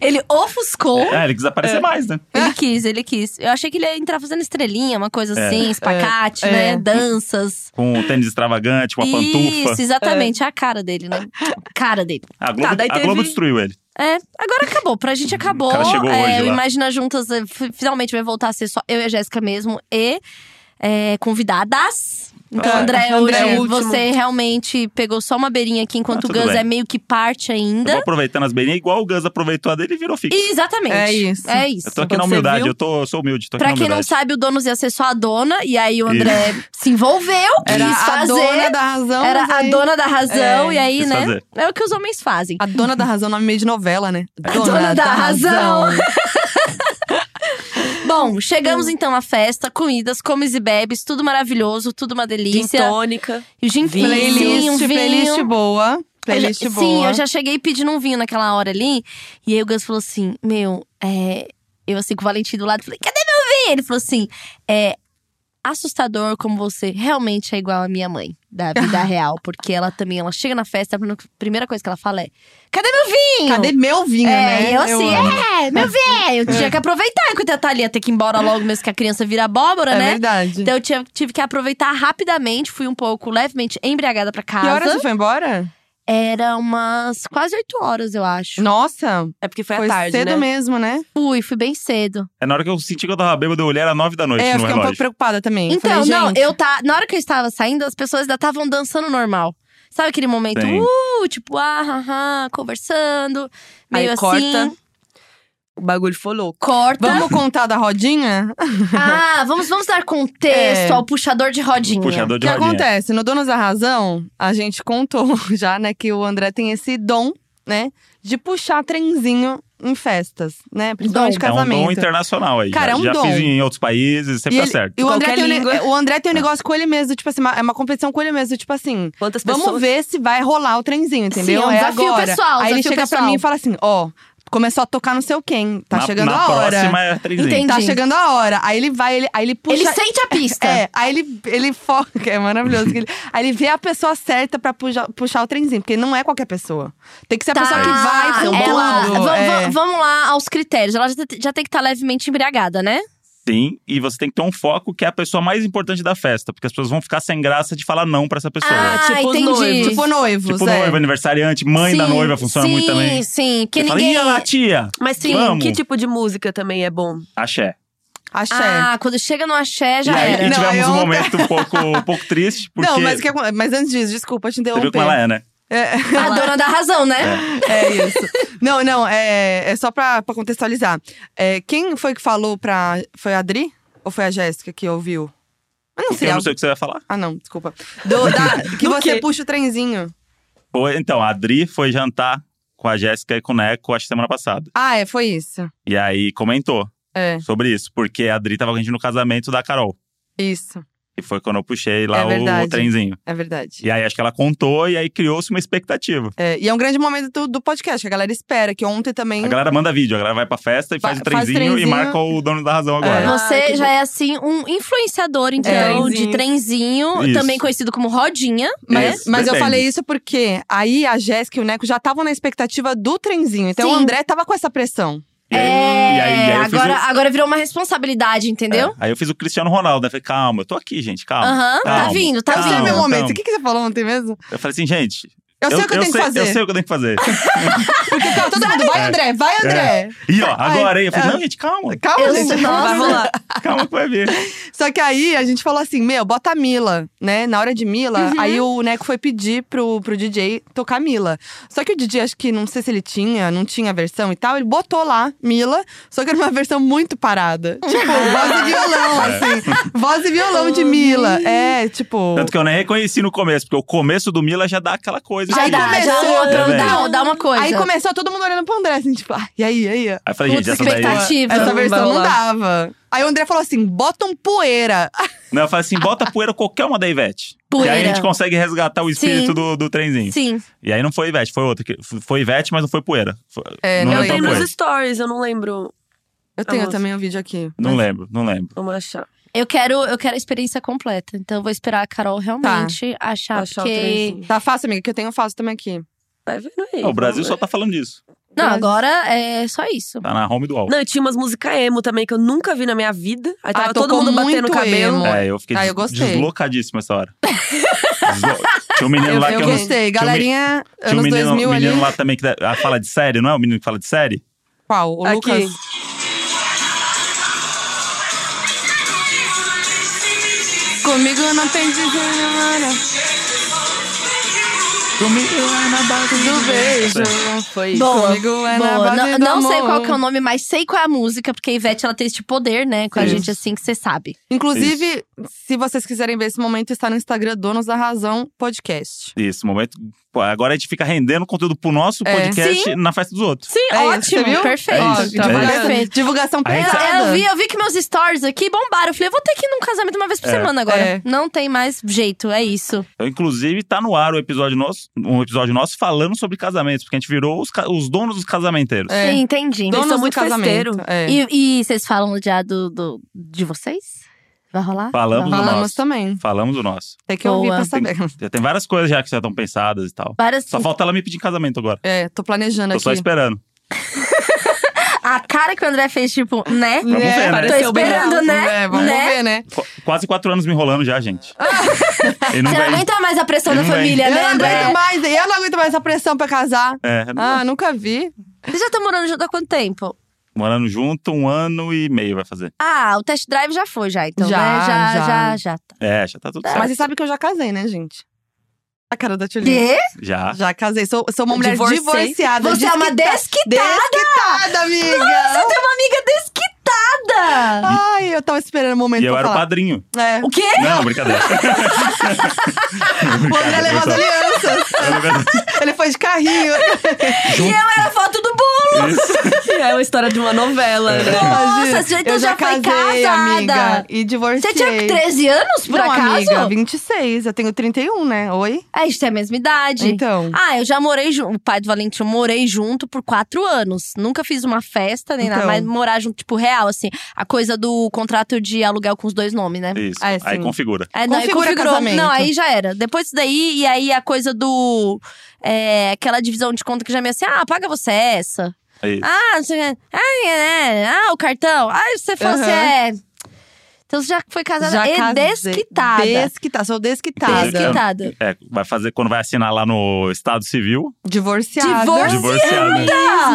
Speaker 1: Ele ofuscou.
Speaker 2: É, ele quis aparecer mais, né?
Speaker 1: Ele quis, ele quis. Eu achei que ele ia entrar fazendo estrelinha, uma coisa
Speaker 2: É.
Speaker 1: assim, espacate,
Speaker 3: É.
Speaker 1: né?
Speaker 3: É.
Speaker 1: Danças.
Speaker 2: Com um tênis extravagante, com uma
Speaker 1: Isso,
Speaker 2: pantufa.
Speaker 1: exatamente. É a cara dele, né? A cara dele.
Speaker 2: A Globo,
Speaker 3: Tá, daí
Speaker 2: a
Speaker 3: teve-
Speaker 2: Globo destruiu ele.
Speaker 1: É, agora acabou. Pra gente acabou.
Speaker 2: O cara chegou
Speaker 1: é,
Speaker 2: hoje
Speaker 1: o
Speaker 2: lá.
Speaker 1: Imagina Juntas é, f- finalmente vai voltar a ser só eu e a Jéssica mesmo e é, convidadas. Então,
Speaker 2: certo.
Speaker 1: André,
Speaker 3: André é
Speaker 1: hoje
Speaker 3: o último.
Speaker 1: você realmente pegou só uma beirinha aqui, enquanto
Speaker 2: Ah,
Speaker 1: o
Speaker 2: tudo
Speaker 1: Gus
Speaker 2: bem. Tá
Speaker 1: é meio que parte
Speaker 2: Eu
Speaker 1: ainda.
Speaker 2: vou aproveitando as beirinhas, igual o Gus aproveitou a dele e virou fixo.
Speaker 1: E Exatamente.
Speaker 4: É isso.
Speaker 1: É isso.
Speaker 2: Eu tô aqui na
Speaker 3: Quando você
Speaker 2: humildade,
Speaker 3: viu-
Speaker 2: eu, tô, eu sou humilde, tô aqui
Speaker 1: Pra
Speaker 2: na
Speaker 1: quem não
Speaker 2: humildade.
Speaker 1: sabe, o Donos ia ser só a dona. E aí o
Speaker 2: Isso.
Speaker 1: André se envolveu,
Speaker 4: Era
Speaker 1: quis
Speaker 4: a
Speaker 1: fazer.
Speaker 4: dona da razão.
Speaker 1: era
Speaker 4: mas
Speaker 1: a
Speaker 4: aí-
Speaker 1: dona da razão.
Speaker 4: É,
Speaker 1: e aí,
Speaker 2: quis
Speaker 1: né?
Speaker 2: fazer.
Speaker 1: É o que os homens fazem.
Speaker 4: A dona da razão, nome meio de novela, né?
Speaker 1: Dona da razão. Bom, chegamos
Speaker 4: Hum.
Speaker 1: então à festa, comidas, comes e bebes, tudo maravilhoso, tudo uma
Speaker 3: Gin
Speaker 1: delícia.
Speaker 3: tônica.
Speaker 1: E o gin
Speaker 3: Vinho.
Speaker 1: tônico,
Speaker 4: Playlist,
Speaker 1: um vinho.
Speaker 4: playlist boa.
Speaker 1: Eu já-
Speaker 4: Playlist boa.
Speaker 1: Sim, eu já cheguei pedindo um vinho naquela hora ali. E aí o Gus falou assim: Meu, é, eu assim com o Valentim do lado, falei: Cadê meu vinho? Ele falou assim: É assustador como você realmente é igual a minha mãe da vida real. Porque ela também, ela chega na festa, a primeira coisa que ela fala é: Cadê meu vinho?
Speaker 4: Cadê meu vinho,
Speaker 1: É,
Speaker 4: né?
Speaker 1: e eu assim,
Speaker 4: amo.
Speaker 1: é, meu velho, tinha que aproveitar enquanto a Thalia ter que ir embora logo mesmo que a criança vira abóbora,
Speaker 4: É
Speaker 1: né?
Speaker 4: verdade.
Speaker 1: Então eu tinha- tive que aproveitar rapidamente, fui um pouco levemente embriagada pra
Speaker 4: que horas
Speaker 1: casa.
Speaker 4: você foi embora?
Speaker 1: Era umas quase 8 horas, eu acho.
Speaker 4: Nossa,
Speaker 3: É porque foi,
Speaker 4: foi
Speaker 3: à tarde,
Speaker 4: cedo
Speaker 3: né?
Speaker 4: mesmo, né?
Speaker 1: Fui, fui bem cedo.
Speaker 2: É na hora que eu senti que eu tava bêbado, eu olhei, era nove da noite
Speaker 4: É, eu
Speaker 2: no
Speaker 4: fiquei um pouco
Speaker 2: relógio.
Speaker 4: preocupada também.
Speaker 1: Então,
Speaker 4: Falei,
Speaker 1: não,
Speaker 4: gente,
Speaker 1: eu tá. Na hora que eu estava saindo, as pessoas ainda estavam dançando normal. Sabe aquele momento,
Speaker 2: Sim.
Speaker 1: uh, tipo, ah, ah, ah, conversando,
Speaker 3: Aí
Speaker 1: meio assim.
Speaker 3: corta. O bagulho foi louco.
Speaker 1: Corta.
Speaker 4: Vamos contar da rodinha?
Speaker 1: Ah, vamos, vamos dar contexto
Speaker 4: É.
Speaker 1: ao puxador de rodinha.
Speaker 2: Puxador
Speaker 4: O
Speaker 2: de
Speaker 4: que
Speaker 2: rodinha.
Speaker 4: acontece? No Donos da Razão, a gente contou já, né, que o André tem esse dom, né, de puxar trenzinho em festas, né? Principalmente
Speaker 2: É um
Speaker 4: casamento.
Speaker 2: dom internacional aí.
Speaker 4: Cara,
Speaker 2: já
Speaker 4: é um
Speaker 2: já
Speaker 4: dom.
Speaker 2: fiz em outros países,
Speaker 4: E
Speaker 2: sempre dá
Speaker 4: ele-
Speaker 2: tá certo. É.
Speaker 4: E o André,
Speaker 3: Qualquer
Speaker 4: tem um, ne-
Speaker 3: língua.
Speaker 4: o André tem um negócio com ele mesmo, tipo assim, uma- é uma competição com ele mesmo, tipo assim.
Speaker 3: Quantas
Speaker 4: Vamos
Speaker 3: pessoas?
Speaker 4: ver se vai rolar o trenzinho, entendeu?
Speaker 1: Sim, é um
Speaker 4: é
Speaker 1: desafio
Speaker 4: agora.
Speaker 1: pessoal,
Speaker 4: Aí ele
Speaker 1: desafio
Speaker 4: chega pra
Speaker 1: pessoal.
Speaker 4: mim e fala assim: ó, começou a tocar não sei o quem, tá
Speaker 2: na,
Speaker 4: chegando
Speaker 2: na
Speaker 4: a hora.
Speaker 2: próxima é trenzinho.
Speaker 1: Entendi.
Speaker 4: Tá chegando a hora. Aí ele vai, ele, aí ele puxa.
Speaker 1: Ele sente a pista.
Speaker 4: É, aí ele, ele foca, é maravilhoso. que ele- aí ele vê a pessoa certa pra puxar, puxar o trenzinho, porque não é qualquer pessoa. Tem que ser a
Speaker 1: Tá,
Speaker 4: pessoa que vai com
Speaker 1: ela-
Speaker 4: tudo.
Speaker 1: va- va-
Speaker 4: é.
Speaker 1: Vamos lá aos critérios. Ela já, te- já tem que estar levemente embriagada, né?
Speaker 2: Sim, e você tem que ter um foco que é a pessoa mais importante da festa, porque as pessoas vão ficar sem graça de falar não pra essa pessoa.
Speaker 1: Ah,
Speaker 3: tipo os
Speaker 1: entendi.
Speaker 3: noivos.
Speaker 4: Tipo noivos,
Speaker 2: tipo,
Speaker 4: é.
Speaker 2: noiva, aniversariante, mãe da
Speaker 1: Sim,
Speaker 2: noiva funciona muito
Speaker 1: Sim,
Speaker 2: também.
Speaker 1: sim. Que
Speaker 2: Você fala,
Speaker 1: ninguém.
Speaker 2: Ih, olha lá, tia!
Speaker 3: Mas sim,
Speaker 2: Vamos.
Speaker 3: que tipo de música também é bom?
Speaker 2: Axé.
Speaker 4: Axé.
Speaker 1: Ah, quando chega no axé, já
Speaker 2: e aí
Speaker 1: era.
Speaker 2: e
Speaker 4: Não,
Speaker 2: tivemos
Speaker 4: eu-
Speaker 2: um momento um pouco, um pouco triste, porque
Speaker 4: Não, mas, o que acon- mas antes disso, desculpa te
Speaker 2: você viu
Speaker 4: interromper.
Speaker 2: como ela é, né?
Speaker 4: É,
Speaker 1: A dona da razão, né?
Speaker 4: é isso. não, não, é, é só pra, pra contextualizar. É, quem foi que falou pra. Foi a Adri? Ou foi a Jéssica que ouviu? Eu não
Speaker 2: Porque
Speaker 4: sei.
Speaker 2: eu não
Speaker 4: algo-
Speaker 2: sei o que você vai falar.
Speaker 4: Ah, não, desculpa. Do- da- que
Speaker 3: Do
Speaker 4: você
Speaker 3: quê?
Speaker 4: puxa o trenzinho.
Speaker 2: Foi- então, a Adri foi jantar com a Jéssica e com o Neco, acho que semana passada.
Speaker 4: Ah, é, foi isso.
Speaker 2: E aí comentou
Speaker 4: É,
Speaker 2: sobre isso, porque a Adri tava com a gente no casamento da Carol.
Speaker 4: isso.
Speaker 2: E foi quando eu puxei lá
Speaker 4: É
Speaker 2: o,
Speaker 4: verdade.
Speaker 2: o trenzinho.
Speaker 4: É verdade.
Speaker 2: E aí acho que ela contou e aí criou-se uma expectativa.
Speaker 4: É, e é um grande momento do, do podcast, que a galera espera, que ontem também.
Speaker 2: A galera manda vídeo, a galera vai pra festa e
Speaker 4: Fa-
Speaker 2: faz o
Speaker 4: faz
Speaker 2: trenzinho, e
Speaker 4: trenzinho.
Speaker 2: marca o dono da razão
Speaker 4: É.
Speaker 2: agora.
Speaker 1: Você
Speaker 3: que
Speaker 1: já é assim um influenciador, então,
Speaker 3: É.
Speaker 1: de trenzinho,
Speaker 2: Isso.
Speaker 1: também conhecido como rodinha.
Speaker 4: Mas,
Speaker 2: Isso,
Speaker 4: mas eu
Speaker 2: depende.
Speaker 4: falei isso porque aí a Jéssica e o Neco já estavam na expectativa do trenzinho. Então o
Speaker 1: Sim.
Speaker 4: André tava com essa pressão.
Speaker 2: E aí- É. e aí- e aí eu fiz
Speaker 1: É, agora,
Speaker 2: o-
Speaker 1: agora virou uma responsabilidade, entendeu?
Speaker 2: É, aí eu fiz o Cristiano Ronaldo, né? Falei, calma, eu tô aqui, gente, calma.
Speaker 1: Aham, tá
Speaker 2: calma,
Speaker 1: vindo, tá
Speaker 4: Eu
Speaker 2: calma,
Speaker 4: sei
Speaker 1: vindo.
Speaker 4: é meu momento.
Speaker 2: calma.
Speaker 4: O que, que você falou ontem mesmo?
Speaker 2: Eu falei assim, gente,
Speaker 4: então. Eu sei o que eu, tenho
Speaker 2: sei,
Speaker 4: que fazer.
Speaker 2: Eu sei o que eu tenho que fazer.
Speaker 4: Porque tá todo mundo, vai André, vai André.
Speaker 2: E ó,
Speaker 4: Ai,
Speaker 2: agora aí, eu falei,
Speaker 4: é.
Speaker 2: não, gente, calma.
Speaker 4: Calma,
Speaker 1: Eu
Speaker 4: gente.
Speaker 1: sei.
Speaker 3: Vai rolar.
Speaker 2: Calma que vai vir.
Speaker 4: Só que aí a gente falou assim, meu, bota a Mila, né? Na hora de Mila, aí o Neco foi pedir pro, pro DJ tocar Mila. Só que o DJ, acho que não sei se ele tinha, não tinha a versão e tal, ele botou lá Mila, só que era uma versão muito parada. Tipo, voz e violão,
Speaker 2: É.
Speaker 4: assim. Voz e violão de Mila. É, tipo.
Speaker 2: Tanto que eu nem reconheci no começo, porque o começo do Mila já dá aquela coisa.
Speaker 1: Já
Speaker 2: assim.
Speaker 1: dá, já
Speaker 4: começou,
Speaker 1: outra,
Speaker 2: né,
Speaker 1: dá,
Speaker 4: velho?
Speaker 1: dá uma coisa.
Speaker 4: Aí começou todo mundo olhando pro André, assim, tipo, ah, e aí, e aí?
Speaker 2: Aí eu falei, gente,
Speaker 1: Putz,
Speaker 2: essa daí. é
Speaker 1: expectativa.
Speaker 4: Essa
Speaker 3: Não
Speaker 4: versão
Speaker 3: vai
Speaker 4: não
Speaker 3: rolar.
Speaker 4: dava. Aí o André falou assim: bota um poeira.
Speaker 2: Não, eu falei assim, bota poeira qualquer uma da Ivete.
Speaker 1: Poeira.
Speaker 2: E aí a gente consegue resgatar o espírito
Speaker 1: Sim.
Speaker 2: do, do trenzinho.
Speaker 1: Sim.
Speaker 2: E aí não foi Ivete, foi outra. que- Foi Ivete, mas não foi poeira. Foi-
Speaker 4: É,
Speaker 2: não,
Speaker 4: não,
Speaker 3: Eu
Speaker 2: lembro
Speaker 3: tenho
Speaker 2: qual foi.
Speaker 3: nos stories, eu não lembro.
Speaker 4: Eu tenho
Speaker 3: Vamos.
Speaker 4: também um vídeo aqui.
Speaker 2: Não lembro, não lembro.
Speaker 3: Vamos achar.
Speaker 1: Eu quero, eu quero a experiência completa. Então eu vou esperar a Carol realmente achar,
Speaker 3: achar o
Speaker 1: porque
Speaker 3: trenzinho.
Speaker 4: Tá fácil, amiga, que eu tenho fácil também aqui.
Speaker 3: Vai vendo aí.
Speaker 2: Não, o Brasil
Speaker 3: vamos
Speaker 2: só
Speaker 3: ver. é
Speaker 2: tá falando disso.
Speaker 1: não,
Speaker 4: Mas-
Speaker 1: agora é só isso.
Speaker 2: Tá na home do álbum.
Speaker 3: é. Não, e tinha umas músicas emo também que eu nunca vi na minha vida. Aí tava todo
Speaker 4: Ah, tocou
Speaker 3: mundo batendo
Speaker 4: muito
Speaker 3: o cabelo.
Speaker 4: emo.
Speaker 2: É, eu fiquei
Speaker 4: Ah, eu
Speaker 2: des-
Speaker 4: gostei.
Speaker 2: deslocadíssimo essa hora. Deslo- Tinha um menino
Speaker 4: Eu,
Speaker 2: lá
Speaker 4: eu
Speaker 2: que eu não
Speaker 4: gostei.
Speaker 2: tinha um me-
Speaker 4: Galerinha,
Speaker 2: Tinha um
Speaker 4: anos
Speaker 2: menino,
Speaker 4: 2000 ali.
Speaker 2: menino lá também que da- ah, fala de série, não é? O menino que fala de série?
Speaker 4: Qual? O
Speaker 3: Aqui.
Speaker 4: Lucas? Comigo não tem desenho, mano.
Speaker 2: Comigo é na base
Speaker 4: Do beijo.
Speaker 3: Foi isso.
Speaker 1: Boa.
Speaker 4: Comigo é na
Speaker 1: Boa.
Speaker 4: base
Speaker 1: Não,
Speaker 4: do
Speaker 1: não sei
Speaker 4: amor.
Speaker 1: qual que é o nome, mas sei qual é a música, porque a Ivete ela tem este poder, né, com a
Speaker 2: Sim.
Speaker 1: gente assim que você sabe.
Speaker 4: Inclusive, se vocês quiserem ver esse momento, está no Instagram Donos da Razão Podcast.
Speaker 2: Isso, momento. Pô, agora a gente fica rendendo conteúdo pro nosso
Speaker 4: É.
Speaker 2: podcast na festa dos outros.
Speaker 1: Sim,
Speaker 4: É isso, você viu?
Speaker 1: perfeito.
Speaker 4: Ó,
Speaker 2: É
Speaker 4: então,
Speaker 2: isso,
Speaker 4: divulgação-
Speaker 2: é
Speaker 1: isso. Perfeito.
Speaker 4: Divulgação
Speaker 2: A gente-
Speaker 1: Eu,
Speaker 4: pesada.
Speaker 1: eu vi, eu vi que meus stories aqui bombaram. Eu falei, eu vou ter que ir num casamento uma vez por
Speaker 2: É.
Speaker 1: semana agora.
Speaker 4: É.
Speaker 1: Não tem mais jeito, é isso.
Speaker 2: Então, inclusive, tá no ar o episódio nosso, um episódio nosso falando sobre casamentos, porque a gente virou os, ca- os donos dos casamenteiros.
Speaker 4: É.
Speaker 1: Sim, entendi.
Speaker 3: Eles são
Speaker 4: Donos do
Speaker 3: muito
Speaker 4: casamento.
Speaker 3: festeiro.
Speaker 4: É.
Speaker 1: E, e vocês falam já do, do- de vocês? Vai rolar? Vai
Speaker 2: Falamos.
Speaker 1: rolar.
Speaker 4: Falamos
Speaker 2: nosso.
Speaker 4: também.
Speaker 2: Falamos o nosso.
Speaker 4: Tem que ouvir
Speaker 1: Boa.
Speaker 4: pra saber.
Speaker 2: Já tem várias coisas já que já estão pensadas e tal.
Speaker 1: Várias-
Speaker 2: Só falta ela me pedir em casamento agora.
Speaker 4: É, tô planejando
Speaker 2: Tô só
Speaker 4: aqui.
Speaker 2: esperando.
Speaker 1: A cara que o André fez, tipo, né?
Speaker 2: Vamos
Speaker 4: É,
Speaker 2: ver, né?
Speaker 1: Tô
Speaker 3: Pareceu bem
Speaker 1: esperando,
Speaker 3: alto,
Speaker 1: né?
Speaker 4: É, vamos
Speaker 1: né?
Speaker 4: ver, né?
Speaker 2: Qu- Quase quatro anos me enrolando já, gente.
Speaker 4: Ah.
Speaker 2: e não
Speaker 1: Você não
Speaker 2: vem.
Speaker 1: aguenta mais a pressão
Speaker 2: Ele
Speaker 1: da
Speaker 2: não vem.
Speaker 1: família, né,
Speaker 4: Eu não aguento
Speaker 1: André?
Speaker 4: mais, eu não aguento mais essa pressão pra casar.
Speaker 2: É,
Speaker 4: Ah, nunca vi.
Speaker 1: Vocês já estão morando junto há quanto tempo?
Speaker 2: morando junto um ano e meio vai fazer.
Speaker 1: Ah, o test drive já foi, já, então,
Speaker 4: Já,
Speaker 1: né?
Speaker 4: já.
Speaker 1: já, já. tá.
Speaker 2: É, já tá tudo certo.
Speaker 4: Mas você sabe que eu já casei, né, gente? A cara da Tchulin.
Speaker 1: Quê?
Speaker 2: Já.
Speaker 4: Já casei, sou, sou uma mulher
Speaker 3: Divorcei.
Speaker 4: divorciada.
Speaker 1: Você é uma
Speaker 4: tá
Speaker 1: desquitada!
Speaker 4: desquitada, amiga!
Speaker 1: Você tem uma amiga desquitada!
Speaker 4: Ai, eu tava esperando o momento
Speaker 2: E eu
Speaker 4: pra
Speaker 2: era o
Speaker 4: falar.
Speaker 2: padrinho.
Speaker 4: É.
Speaker 1: O quê?
Speaker 2: Não, brincadeira.
Speaker 4: O André levou as alianças. Ele foi de carrinho.
Speaker 1: E eu era a foto do bolo!
Speaker 2: Isso.
Speaker 3: É uma história de uma novela,
Speaker 2: É.
Speaker 3: né?
Speaker 1: Nossa, você então
Speaker 4: eu já,
Speaker 1: já foi
Speaker 4: casei,
Speaker 1: casada.
Speaker 4: amiga. E divorciei.
Speaker 1: Você tinha 13 anos, por
Speaker 4: Não,
Speaker 1: acaso?
Speaker 4: amiga, 26. Eu tenho 31, né? Oi?
Speaker 1: É, a gente tem a mesma idade.
Speaker 4: Então.
Speaker 1: Ah, eu já morei junto. O pai do Valentim, eu morei junto por quatro anos. Nunca fiz uma festa nem nada,
Speaker 4: Então.
Speaker 1: mas morar junto, tipo, real, assim. A coisa do contrato de aluguel com os dois nomes, né?
Speaker 2: Isso.
Speaker 4: É,
Speaker 2: Aí
Speaker 4: sim.
Speaker 2: configura.
Speaker 1: É, não, aí
Speaker 4: Configura
Speaker 1: configurou.
Speaker 4: casamento.
Speaker 1: Não, aí já era. Depois disso daí, e aí a coisa do. é, aquela divisão de conta que já me assim, ah, paga você essa.
Speaker 2: É isso.
Speaker 1: Ah, não sei o que. Ah, é, é. ah, o cartão. Ah, se você fosse.
Speaker 4: Aham.
Speaker 1: É. Então você já foi casada
Speaker 4: Já
Speaker 1: e
Speaker 4: casei.
Speaker 1: desquitada.
Speaker 4: Desquitada. Sou desquitada.
Speaker 2: Inclusive,
Speaker 1: Desquitada.
Speaker 2: É, vai fazer quando vai assinar lá no Estado Civil. né,
Speaker 4: Divorciada.
Speaker 1: Divor-
Speaker 2: Divorciada.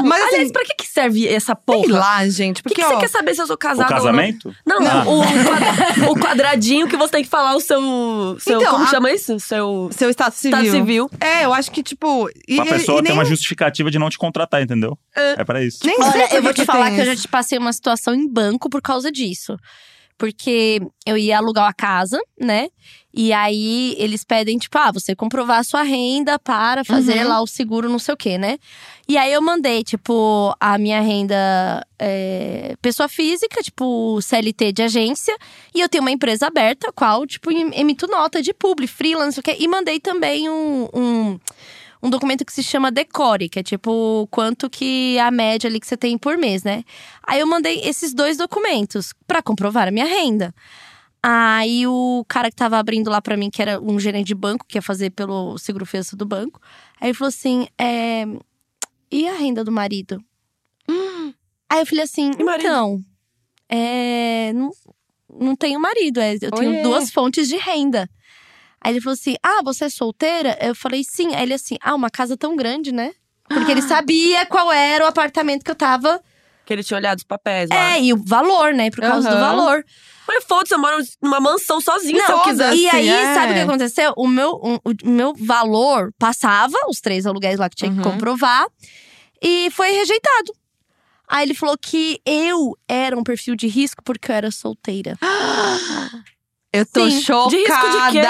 Speaker 4: Mas assim-
Speaker 3: Aliás, pra que, que serve essa
Speaker 4: Sei
Speaker 3: porra?
Speaker 4: lá, gente.
Speaker 3: O que,
Speaker 4: Porque,
Speaker 3: que você
Speaker 4: ó,
Speaker 3: quer saber se eu sou
Speaker 2: O
Speaker 3: casada
Speaker 2: casamento?
Speaker 3: ou não? Não,
Speaker 2: Ah.
Speaker 3: o, quadra- o quadradinho que você tem que falar o seu. seu
Speaker 4: Então,
Speaker 3: como
Speaker 4: a-
Speaker 3: chama isso? Seu.
Speaker 4: seu status civil.
Speaker 3: Estado civil.
Speaker 4: É, eu acho que, tipo. E,
Speaker 2: Pra
Speaker 4: e-
Speaker 2: pessoa
Speaker 4: e
Speaker 2: ter
Speaker 4: nem,
Speaker 2: uma justificativa de não te contratar, entendeu? É, pra isso.
Speaker 4: nem sei
Speaker 1: Olha,
Speaker 4: por
Speaker 1: eu vou te falar
Speaker 4: tem
Speaker 1: que eu já
Speaker 4: isso.
Speaker 1: te passei uma situação em banco por causa disso. Porque eu ia alugar a casa, né? E aí eles pedem, tipo, ah, você comprovar a sua renda para fazer
Speaker 4: Uhum.
Speaker 1: lá o seguro, não sei o quê, né? E aí eu mandei, tipo, a minha renda é, pessoa física, tipo, CLT de agência. E eu tenho uma empresa aberta, a qual, tipo, em- emito nota de publi, freelance, não sei o quê. E mandei também um- um um documento que se chama Decore, que é tipo quanto que é a média ali que você tem por mês, né? Aí eu mandei esses dois documentos pra comprovar a minha renda. Aí o cara que tava abrindo lá pra mim, que era um gerente de banco, que ia fazer pelo seguro fiança do banco, aí ele falou assim: é, e a renda do marido? Hum. Aí eu falei assim:
Speaker 3: E marido?
Speaker 1: então, é, não, não tenho marido, é, eu tenho
Speaker 4: Oiê.
Speaker 1: duas fontes de renda. Aí ele falou assim: Ah, você é solteira? Eu falei, sim. Aí ele assim, ah, uma casa tão grande, né? Porque
Speaker 4: Ah.
Speaker 1: ele sabia qual era o apartamento que eu tava.
Speaker 3: Que ele tinha olhado os papéis lá.
Speaker 1: É, e o valor, né? Por causa do
Speaker 4: Aham.
Speaker 1: valor.
Speaker 3: Mas foda-se, eu moro numa mansão sozinha se eu
Speaker 1: Não,
Speaker 3: quiser.
Speaker 1: E aí,
Speaker 4: é.
Speaker 1: sabe o que aconteceu? O meu, um- o meu valor passava, os três aluguéis lá que tinha
Speaker 4: Uhum.
Speaker 1: que comprovar, e foi rejeitado. Aí ele falou que eu era um perfil de risco porque eu era solteira.
Speaker 4: Eu tô
Speaker 1: Sim.
Speaker 4: chocada.
Speaker 3: De risco de quê?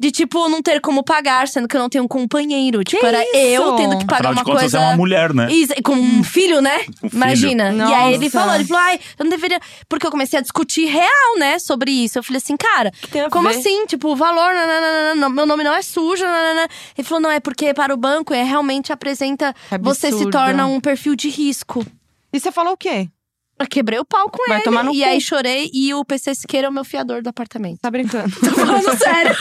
Speaker 1: De tipo, não ter como pagar, sendo que eu não tenho um companheiro. Tipo,
Speaker 4: Que
Speaker 1: era
Speaker 4: isso? Hum.
Speaker 1: eu tendo que pagar
Speaker 2: Afinal de
Speaker 1: uma
Speaker 2: contas,
Speaker 1: coisa.
Speaker 2: você é uma mulher, né?
Speaker 1: Isso, com um filho, né?
Speaker 2: Um filho.
Speaker 1: Imagina. E aí ele
Speaker 4: Nossa.
Speaker 1: falou, ele falou, ai, eu não deveria. Porque eu comecei a discutir real, né, sobre isso. Eu falei assim, cara,
Speaker 3: Que tem a
Speaker 1: Como
Speaker 3: ver?
Speaker 1: assim? Tipo, o valor, nananana, não, meu nome não é sujo. nananana. Ele falou, não, é porque para o banco é realmente apresenta,
Speaker 4: Que
Speaker 1: você se
Speaker 4: absurdo.
Speaker 1: torna um perfil de risco.
Speaker 4: E você falou o quê?
Speaker 1: Eu quebrei o pau com
Speaker 4: Vai
Speaker 1: ele.
Speaker 4: tomar no
Speaker 1: e
Speaker 4: cu.
Speaker 1: aí chorei e o PC Siqueira é o meu fiador do apartamento.
Speaker 4: Tá brincando.
Speaker 1: Tô falando sério.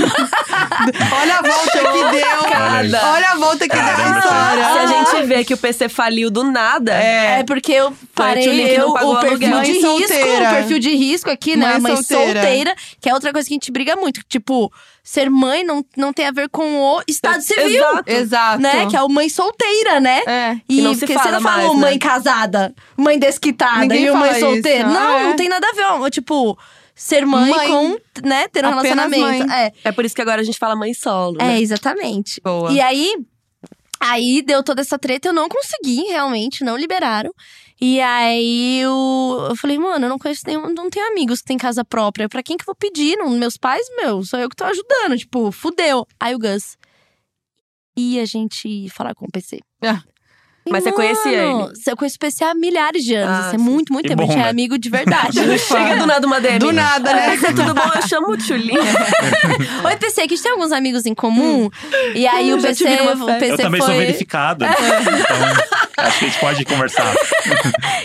Speaker 4: Olha a volta que deu.
Speaker 2: Olha aí.
Speaker 4: Olha a volta que deu
Speaker 2: Caramba, é
Speaker 4: essa
Speaker 3: Se
Speaker 4: história.
Speaker 3: a gente vê que o PC faliu do nada,
Speaker 1: É, porque eu
Speaker 3: o link
Speaker 1: parei
Speaker 3: que não
Speaker 1: eu,
Speaker 3: pagou
Speaker 1: o
Speaker 3: o
Speaker 1: perfil
Speaker 3: aluguel.
Speaker 1: de
Speaker 4: Mãe
Speaker 1: risco.
Speaker 4: solteira.
Speaker 1: O perfil de risco aqui, né?
Speaker 4: Mãe
Speaker 1: Mãe,
Speaker 4: solteira.
Speaker 1: solteira. Que é outra coisa que a gente briga muito. que, Tipo, ser mãe não, não tem a ver com o estado civil.
Speaker 3: Exato.
Speaker 4: Exato.
Speaker 1: Né? Que é o mãe solteira, né?
Speaker 4: É.
Speaker 1: E
Speaker 3: Que não se
Speaker 1: porque
Speaker 3: fala
Speaker 1: você não falou
Speaker 3: mais,
Speaker 1: mãe
Speaker 3: né?
Speaker 1: casada, mãe desquitada
Speaker 4: Ninguém
Speaker 1: e
Speaker 4: fala
Speaker 1: mãe
Speaker 4: isso.
Speaker 1: solteira. Não,
Speaker 4: Ah, é?
Speaker 1: não tem nada a ver. ó, Tipo, ser mãe,
Speaker 4: Mãe.
Speaker 1: com, né, ter um
Speaker 4: Apenas
Speaker 1: relacionamento. É.
Speaker 3: É por isso que agora a gente fala mãe solo. né?
Speaker 1: é, exatamente.
Speaker 4: Boa.
Speaker 1: E é aí, aí deu toda essa treta, eu não consegui, realmente, não liberaram. E aí eu, eu falei, mano, eu não conheço nenhum, não tenho amigos que tem casa própria. Pra quem que eu vou pedir? Não, meus pais, meu, sou eu que tô ajudando. Tipo, fudeu. Aí o Gus. E a gente falar com o PC.
Speaker 4: Ah.
Speaker 1: E,
Speaker 3: Mas você conhecia
Speaker 1: mano, Eu conheço o PC há milhares de anos.
Speaker 3: Ah,
Speaker 1: assim, é
Speaker 3: sim.
Speaker 1: muito, muito
Speaker 2: Que
Speaker 1: tempo. a
Speaker 2: bom,
Speaker 1: gente
Speaker 2: né?
Speaker 1: é amigo de verdade.
Speaker 3: Chega do nada uma DM.
Speaker 4: Do nada, né? É,
Speaker 3: É, tudo bom? Eu chamo o Tchulinho.
Speaker 1: Oi, PC, que a gente tem alguns amigos em comum. E aí
Speaker 3: Eu
Speaker 1: o
Speaker 3: já
Speaker 1: PC,
Speaker 3: tive numa
Speaker 1: o
Speaker 3: festa.
Speaker 1: PC
Speaker 2: Eu também
Speaker 1: foi.
Speaker 2: sou verificado.
Speaker 4: É.
Speaker 2: Então, acho que a gente pode conversar.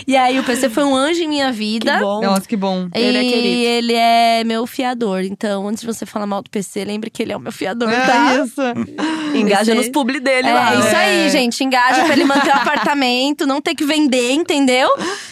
Speaker 1: E aí o PC foi um anjo em minha vida.
Speaker 3: bom.
Speaker 4: Nossa, que bom.
Speaker 1: E
Speaker 3: Ele é querido.
Speaker 1: ele é meu fiador. Então, antes de você falar mal do PC, lembre que ele é o meu fiador, tá?
Speaker 4: É isso.
Speaker 2: Hum.
Speaker 3: Engaja
Speaker 1: Você-
Speaker 3: nos publi dele lá.
Speaker 1: É isso
Speaker 3: né?
Speaker 1: aí, gente. Engaja pra ele manter o apartamento, não ter que vender, entendeu?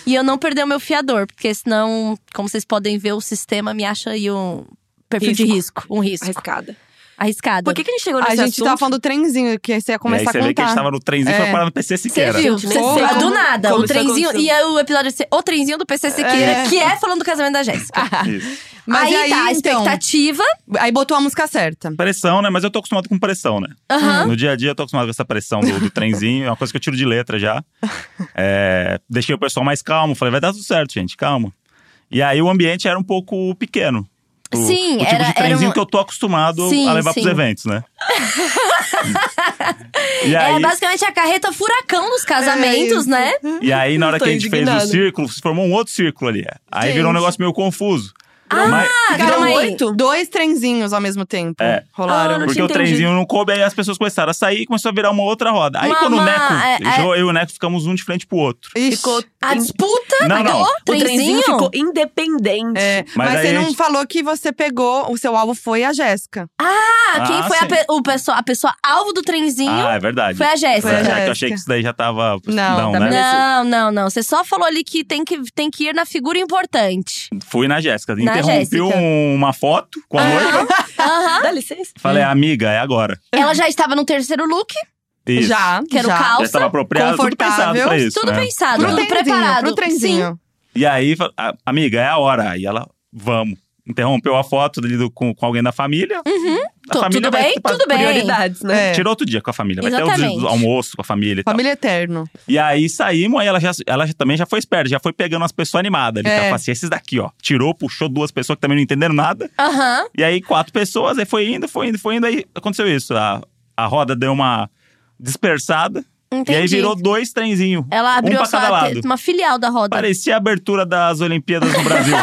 Speaker 1: E eu não perder o meu fiador, porque senão, como vocês podem ver, o sistema me acha aí um perfil de risco, um risco.
Speaker 3: Arriscada.
Speaker 1: Arriscado.
Speaker 3: Por que, que a gente chegou
Speaker 4: A
Speaker 3: nesse
Speaker 4: gente
Speaker 3: assunto?
Speaker 4: tava falando do trenzinho, que você
Speaker 2: e
Speaker 4: ia
Speaker 2: aí
Speaker 4: começar
Speaker 2: você vê
Speaker 4: a
Speaker 2: que a gente
Speaker 4: contar.
Speaker 2: tava no trenzinho e
Speaker 4: É.
Speaker 2: foi parar no PC
Speaker 1: Você
Speaker 2: Siqueira.
Speaker 1: viu?
Speaker 3: Gente,
Speaker 1: Você
Speaker 3: nem
Speaker 1: foi
Speaker 3: sei
Speaker 1: do
Speaker 3: como-
Speaker 1: nada.
Speaker 3: como
Speaker 1: o
Speaker 3: isso
Speaker 1: trenzinho.
Speaker 3: aconteceu.
Speaker 1: E aí, o episódio ia ser O Trenzinho do PC Siqueira, que é falando do casamento da
Speaker 2: tá
Speaker 1: Jéssica.
Speaker 2: Isso.
Speaker 4: Ah, Mas
Speaker 1: aí,
Speaker 4: e aí,
Speaker 1: tá, a
Speaker 4: então?
Speaker 1: expectativa.
Speaker 4: Aí botou a música certa.
Speaker 2: Pressão, né? Mas eu tô acostumado com pressão, né?
Speaker 1: Aham.
Speaker 2: No dia a dia eu tô acostumado com essa pressão do, do trenzinho. É uma coisa que eu tiro de letra já. É, deixei o pessoal mais calmo. Falei, vai dar tudo certo, gente. Calma. E aí o ambiente era um pouco pequeno. O-
Speaker 1: Sim,
Speaker 2: o tipo
Speaker 1: era-
Speaker 2: de
Speaker 1: era
Speaker 2: trenzinho
Speaker 1: um-
Speaker 2: que eu tô acostumado
Speaker 1: Sim,
Speaker 2: a levar
Speaker 1: sim.
Speaker 2: pros eventos, né? e
Speaker 1: É
Speaker 2: aí, É
Speaker 1: basicamente a carreta furacão dos casamentos, né?
Speaker 2: E aí, na hora
Speaker 3: Tô
Speaker 2: que a gente fez
Speaker 3: indignada.
Speaker 2: o círculo, se formou um outro círculo ali. Aí virou um negócio meio confuso. Mas-
Speaker 1: Ah,
Speaker 4: Ficaram
Speaker 1: calma aí.
Speaker 4: oito? Dois trenzinhos ao mesmo tempo.
Speaker 2: É.
Speaker 4: Rolaram.
Speaker 3: Ah, não
Speaker 2: porque o
Speaker 3: tinha entendido.
Speaker 2: trenzinho não coube, aí as pessoas começaram a sair e começou a virar uma outra roda. Aí
Speaker 1: Uma-
Speaker 2: quando
Speaker 1: uma-
Speaker 2: o Neco.
Speaker 1: é-
Speaker 2: Eu e o Neco ficamos um de frente pro outro.
Speaker 4: Ixi.
Speaker 3: Ficou...
Speaker 1: A disputa
Speaker 2: Não, não.
Speaker 1: do
Speaker 2: O
Speaker 3: O trenzinho
Speaker 1: trenzinho?
Speaker 3: ficou independente.
Speaker 4: É,
Speaker 2: Mas
Speaker 4: mas
Speaker 2: aí
Speaker 4: você
Speaker 2: a
Speaker 4: não
Speaker 2: gente-
Speaker 4: falou que você pegou, o seu alvo foi a Jéssica.
Speaker 1: Ah, quem
Speaker 2: Ah,
Speaker 1: foi a,
Speaker 2: sim.
Speaker 1: pe- o pessoa, a pessoa alvo do trenzinho
Speaker 2: Ah, é verdade.
Speaker 1: foi a
Speaker 2: Foi
Speaker 1: Jéssica.
Speaker 2: a
Speaker 4: Jéssica.
Speaker 2: Jaque, eu achei que isso daí já tava.
Speaker 4: Não,
Speaker 2: né?
Speaker 1: Não, não, não. Você só falou ali que tem que, tem que ir na figura importante.
Speaker 2: Fui na Jéssica.
Speaker 1: Na
Speaker 2: Interrompi
Speaker 1: Jéssica.
Speaker 2: um- uma foto com a noiva.
Speaker 1: Aham.
Speaker 3: Dá licença.
Speaker 2: Falei, amiga, é agora.
Speaker 1: Ela já estava no terceiro look,
Speaker 2: Isso.
Speaker 4: Já.
Speaker 1: Quero
Speaker 4: já.
Speaker 1: calça.
Speaker 2: Já estava apropriado, tudo pensado
Speaker 4: confortável,
Speaker 2: pra isso.
Speaker 1: tudo
Speaker 2: né?
Speaker 1: pensado,
Speaker 4: Pro
Speaker 1: tudo
Speaker 4: trenzinho,
Speaker 1: preparado.
Speaker 4: Pro trenzinho.
Speaker 2: E aí, fala, "Ah, amiga, é a hora. Aí ela, vamos. Interrompeu a foto ali do- com, com alguém da família. A
Speaker 1: Tu-
Speaker 2: família
Speaker 1: tudo
Speaker 2: vai
Speaker 1: bem,
Speaker 2: ter pa-
Speaker 1: tudo bem.
Speaker 3: Prioridades, né?
Speaker 4: É.
Speaker 2: Tirou outro dia com a família. Vai ter
Speaker 1: Exatamente.
Speaker 2: o almoço com a família e tal.
Speaker 4: Família eterno.
Speaker 2: E aí saímos, aí ela, já, ela já- também já foi esperta, já foi pegando as pessoas animadas.
Speaker 4: É.
Speaker 2: Ele tá assim, esses daqui, ó. Tirou, puxou duas pessoas que também não entenderam nada.
Speaker 1: Sim. Aham.
Speaker 2: E aí quatro pessoas, aí foi indo, foi indo, foi indo. Aí aconteceu isso. A, a roda deu uma dispersada.
Speaker 1: Entendi.
Speaker 2: E aí virou dois trenzinhos.
Speaker 1: Ela abriu
Speaker 2: um pra
Speaker 1: só
Speaker 2: cada
Speaker 1: a te-
Speaker 2: lado.
Speaker 1: uma filial da roda.
Speaker 2: Parecia a abertura das Olimpíadas no Brasil.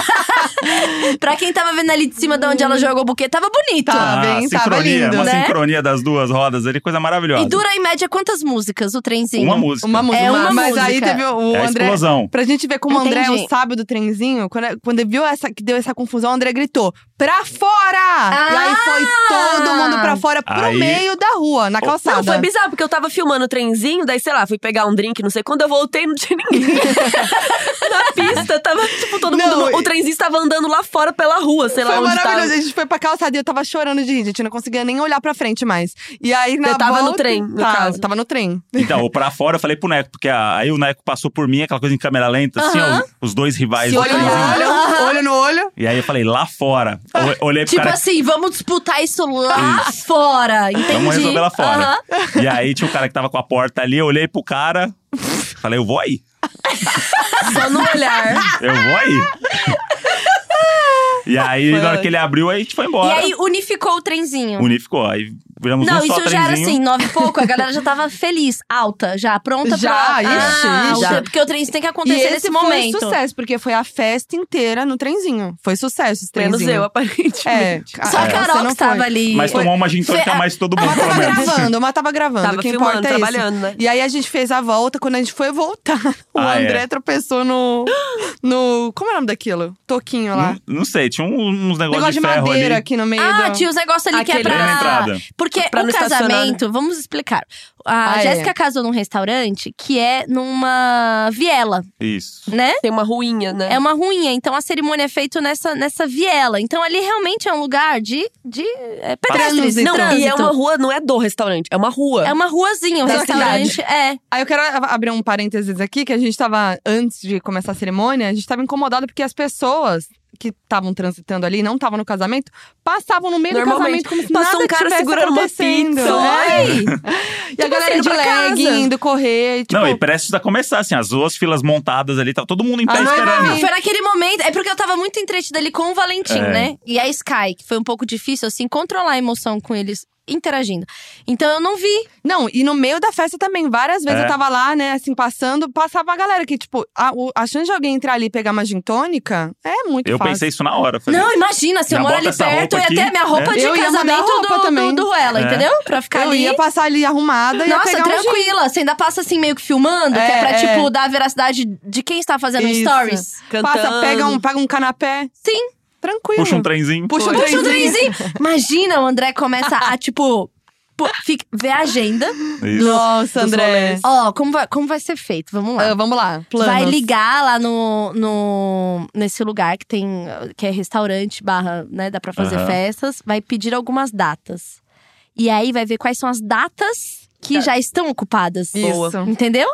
Speaker 1: Pra quem tava vendo ali de cima de onde ela jogou o buquê, tava bonito.
Speaker 4: Tá.
Speaker 2: a
Speaker 4: bem, tava
Speaker 2: sincronia,
Speaker 4: lindo,
Speaker 2: uma
Speaker 1: né?
Speaker 2: sincronia das duas rodas ali, coisa maravilhosa.
Speaker 1: E dura em média quantas músicas o trenzinho?
Speaker 2: Uma música.
Speaker 4: Uma música.
Speaker 1: É uma
Speaker 4: mas
Speaker 1: música.
Speaker 4: aí teve o
Speaker 2: é a
Speaker 4: André.
Speaker 2: explosão.
Speaker 4: Pra gente ver como o André é o
Speaker 1: Entendi.
Speaker 4: sábio do trenzinho, quando, quando ele viu essa, que deu essa confusão, o André gritou: pra fora! E aí foi todo mundo pra fora, pro
Speaker 2: Aí-
Speaker 4: meio da rua, na calçada.
Speaker 3: Não, foi bizarro, porque eu tava filmando o trenzinho, daí, sei lá, fui pegar um drink, não sei. Quando eu voltei, não tinha ninguém. Na pista, tava, tipo, todo
Speaker 4: Não,
Speaker 3: mundo.
Speaker 4: e-
Speaker 3: O trenzinho estava tava andando lá fora pela rua, sei lá
Speaker 4: Foi
Speaker 3: onde
Speaker 4: maravilhoso.
Speaker 3: tava.
Speaker 4: A gente foi pra calçada e eu tava chorando de rir. Gente, eu não conseguia nem olhar pra frente mais. E aí na
Speaker 3: Você tava no
Speaker 4: volta-
Speaker 3: trem, no
Speaker 4: Tava-
Speaker 3: caso.
Speaker 4: Tava no trem.
Speaker 2: Então, o pra fora eu falei pro Neco, porque a- aí o Neco passou por mim, aquela coisa em câmera lenta, assim, ó,
Speaker 1: Aham.
Speaker 2: os- os dois rivais. do
Speaker 4: olho no
Speaker 2: trenzinho.
Speaker 4: olho, olho no olho.
Speaker 2: E aí eu falei, lá fora. O- Olhei pro
Speaker 1: Tipo
Speaker 2: cara.
Speaker 1: assim, vamos disputar isso lá fora, entendi.
Speaker 2: Vamos resolver lá
Speaker 1: Aham.
Speaker 2: fora. né? E aí tinha um cara que tava com a porta ali, eu olhei pro cara, falei, eu vou aí.
Speaker 3: Só no olhar.
Speaker 2: Eu vou aí. e aí, na hora que ele abriu, aí a gente foi
Speaker 1: E
Speaker 2: embora.
Speaker 1: aí unificou o trenzinho.
Speaker 2: Unificou. Aí viramos um
Speaker 1: Não,
Speaker 2: só
Speaker 1: isso já era
Speaker 2: trenzinho.
Speaker 1: assim, nove e pouco, a galera já tava feliz, alta, já pronta
Speaker 4: Já,
Speaker 1: pra.
Speaker 4: ixi,
Speaker 1: ah, o
Speaker 4: já.
Speaker 1: tre- Porque o trenzinho tem que
Speaker 4: E
Speaker 1: acontecer
Speaker 4: esse
Speaker 1: nesse
Speaker 4: foi
Speaker 1: momento.
Speaker 4: sucesso, porque foi a festa inteira no trenzinho. Foi sucesso esse trenzinho.
Speaker 3: Menos eu, aparentemente.
Speaker 4: É,
Speaker 1: Só a
Speaker 4: é,
Speaker 1: Carol
Speaker 4: você
Speaker 1: que
Speaker 4: não
Speaker 1: estava
Speaker 4: foi.
Speaker 1: ali.
Speaker 2: Mas tomou uma gin tônica
Speaker 1: Fe-
Speaker 2: a mais que todo mundo,
Speaker 4: Uma
Speaker 2: pelo
Speaker 4: tava
Speaker 2: menos.
Speaker 4: gravando, uma tava gravando.
Speaker 3: Tava
Speaker 4: o que
Speaker 3: filmando,
Speaker 4: importa é isso.
Speaker 3: trabalhando, né?
Speaker 4: E aí a gente fez a volta, quando a gente foi voltar, o
Speaker 2: Ah, é.
Speaker 4: André tropeçou no, no. Como é o nome daquilo? Toquinho lá.
Speaker 2: Não, não sei, tinha um- uns negócios
Speaker 4: Negócio de,
Speaker 2: Hum? ferro
Speaker 4: madeira
Speaker 2: ali.
Speaker 4: aqui no meio.
Speaker 1: Ah,
Speaker 4: do...
Speaker 1: tinha os negócios ali que é
Speaker 3: Aquele-
Speaker 2: Bem na
Speaker 1: pra.
Speaker 2: entrada.
Speaker 1: Porque
Speaker 3: Pra
Speaker 1: o
Speaker 3: não estacionar,
Speaker 1: casamento, vamos explicar. A
Speaker 4: Ah, é.
Speaker 1: Jéssica casou num restaurante que é numa viela,
Speaker 2: Isso.
Speaker 1: né?
Speaker 3: Tem uma ruinha, né?
Speaker 1: É uma ruinha, então a cerimônia é feita nessa, nessa viela. Então ali realmente é um lugar de, de é, pedestres,
Speaker 4: Trânsito.
Speaker 3: Não, e é
Speaker 1: trânsito.
Speaker 4: então.
Speaker 3: uma rua, não é do restaurante, é uma rua.
Speaker 1: É uma ruazinha, um
Speaker 3: Da
Speaker 1: restaurante. É.
Speaker 4: Aí eu quero a- abrir um parênteses aqui, que a gente tava, antes de começar a cerimônia, a gente tava incomodado porque as pessoas que estavam transitando ali, não estavam no casamento, passavam no meio do
Speaker 3: Normalmente,
Speaker 4: casamento como se
Speaker 3: passou
Speaker 4: nada
Speaker 3: um cara
Speaker 4: tivesse
Speaker 3: segurando uma
Speaker 4: acontecendo.
Speaker 3: pizza.
Speaker 4: É.
Speaker 1: Oi!
Speaker 4: E a
Speaker 3: Tipo,
Speaker 4: galera
Speaker 3: saindo
Speaker 4: de
Speaker 3: pra casa.
Speaker 4: legging, indo correr, tipo...
Speaker 2: não, e prestes a começar, assim, as duas filas montadas ali, tá todo mundo em pé
Speaker 4: Ah, não,
Speaker 2: esperando.
Speaker 4: não, não.
Speaker 1: Foi naquele momento. É porque eu tava muito entretida ali com o Valentim,
Speaker 2: É.
Speaker 1: né? E a Sky, que foi um pouco difícil, assim, controlar a emoção com eles interagindo. Então eu não vi.
Speaker 4: Não, e no meio da festa também, várias vezes
Speaker 2: É.
Speaker 4: eu tava lá, né, assim, passando, passava a galera que, tipo, a, o- a chance de alguém entrar ali e pegar uma gin tônica é muito
Speaker 2: Eu
Speaker 4: fácil.
Speaker 2: pensei isso na hora.
Speaker 4: é.
Speaker 2: Falei,
Speaker 1: Não, imagina, se eu
Speaker 2: Já
Speaker 1: moro ali
Speaker 2: bota essa
Speaker 1: perto, eu
Speaker 2: roupa
Speaker 1: ia ter
Speaker 2: aqui,
Speaker 1: a minha roupa
Speaker 4: né?
Speaker 1: de
Speaker 4: Eu ia mudar a
Speaker 1: casamento
Speaker 4: roupa
Speaker 1: do,
Speaker 4: também.
Speaker 1: do, do Ruela,
Speaker 2: É.
Speaker 1: entendeu? Pra ficar
Speaker 4: Eu
Speaker 1: ali.
Speaker 4: ia passar ali arrumada e ia
Speaker 1: Nossa,
Speaker 4: pegar uma gin.
Speaker 1: tranquila. Você ainda passa assim, meio que filmando, que é
Speaker 4: É,
Speaker 1: pra,
Speaker 4: é.
Speaker 1: tipo, dar a veracidade de quem está fazendo
Speaker 4: Isso.
Speaker 1: stories.
Speaker 3: Cantando.
Speaker 4: Passa, pega um, pega um canapé,
Speaker 1: Sim,
Speaker 4: tranquilo.
Speaker 2: Puxa um trenzinho.
Speaker 4: Puxa um
Speaker 1: puxa o
Speaker 4: trenzinho.
Speaker 1: trenzinho. Imagina, o André começa a, tipo, pô, fica, ver a agenda.
Speaker 2: Isso.
Speaker 4: Nossa,
Speaker 3: dos
Speaker 4: André.
Speaker 3: rolês.
Speaker 1: Ó, como, vai, como vai ser feito? Vamos lá.
Speaker 4: Ah, vamos lá. Planos.
Speaker 1: Vai ligar lá no, no nesse lugar que tem que é restaurante barra, né, dá pra fazer
Speaker 2: Aham.
Speaker 1: festas, vai pedir algumas datas. E aí vai ver quais são as datas
Speaker 2: Tá.
Speaker 1: que já estão ocupadas.
Speaker 4: Isso.
Speaker 1: Entendeu?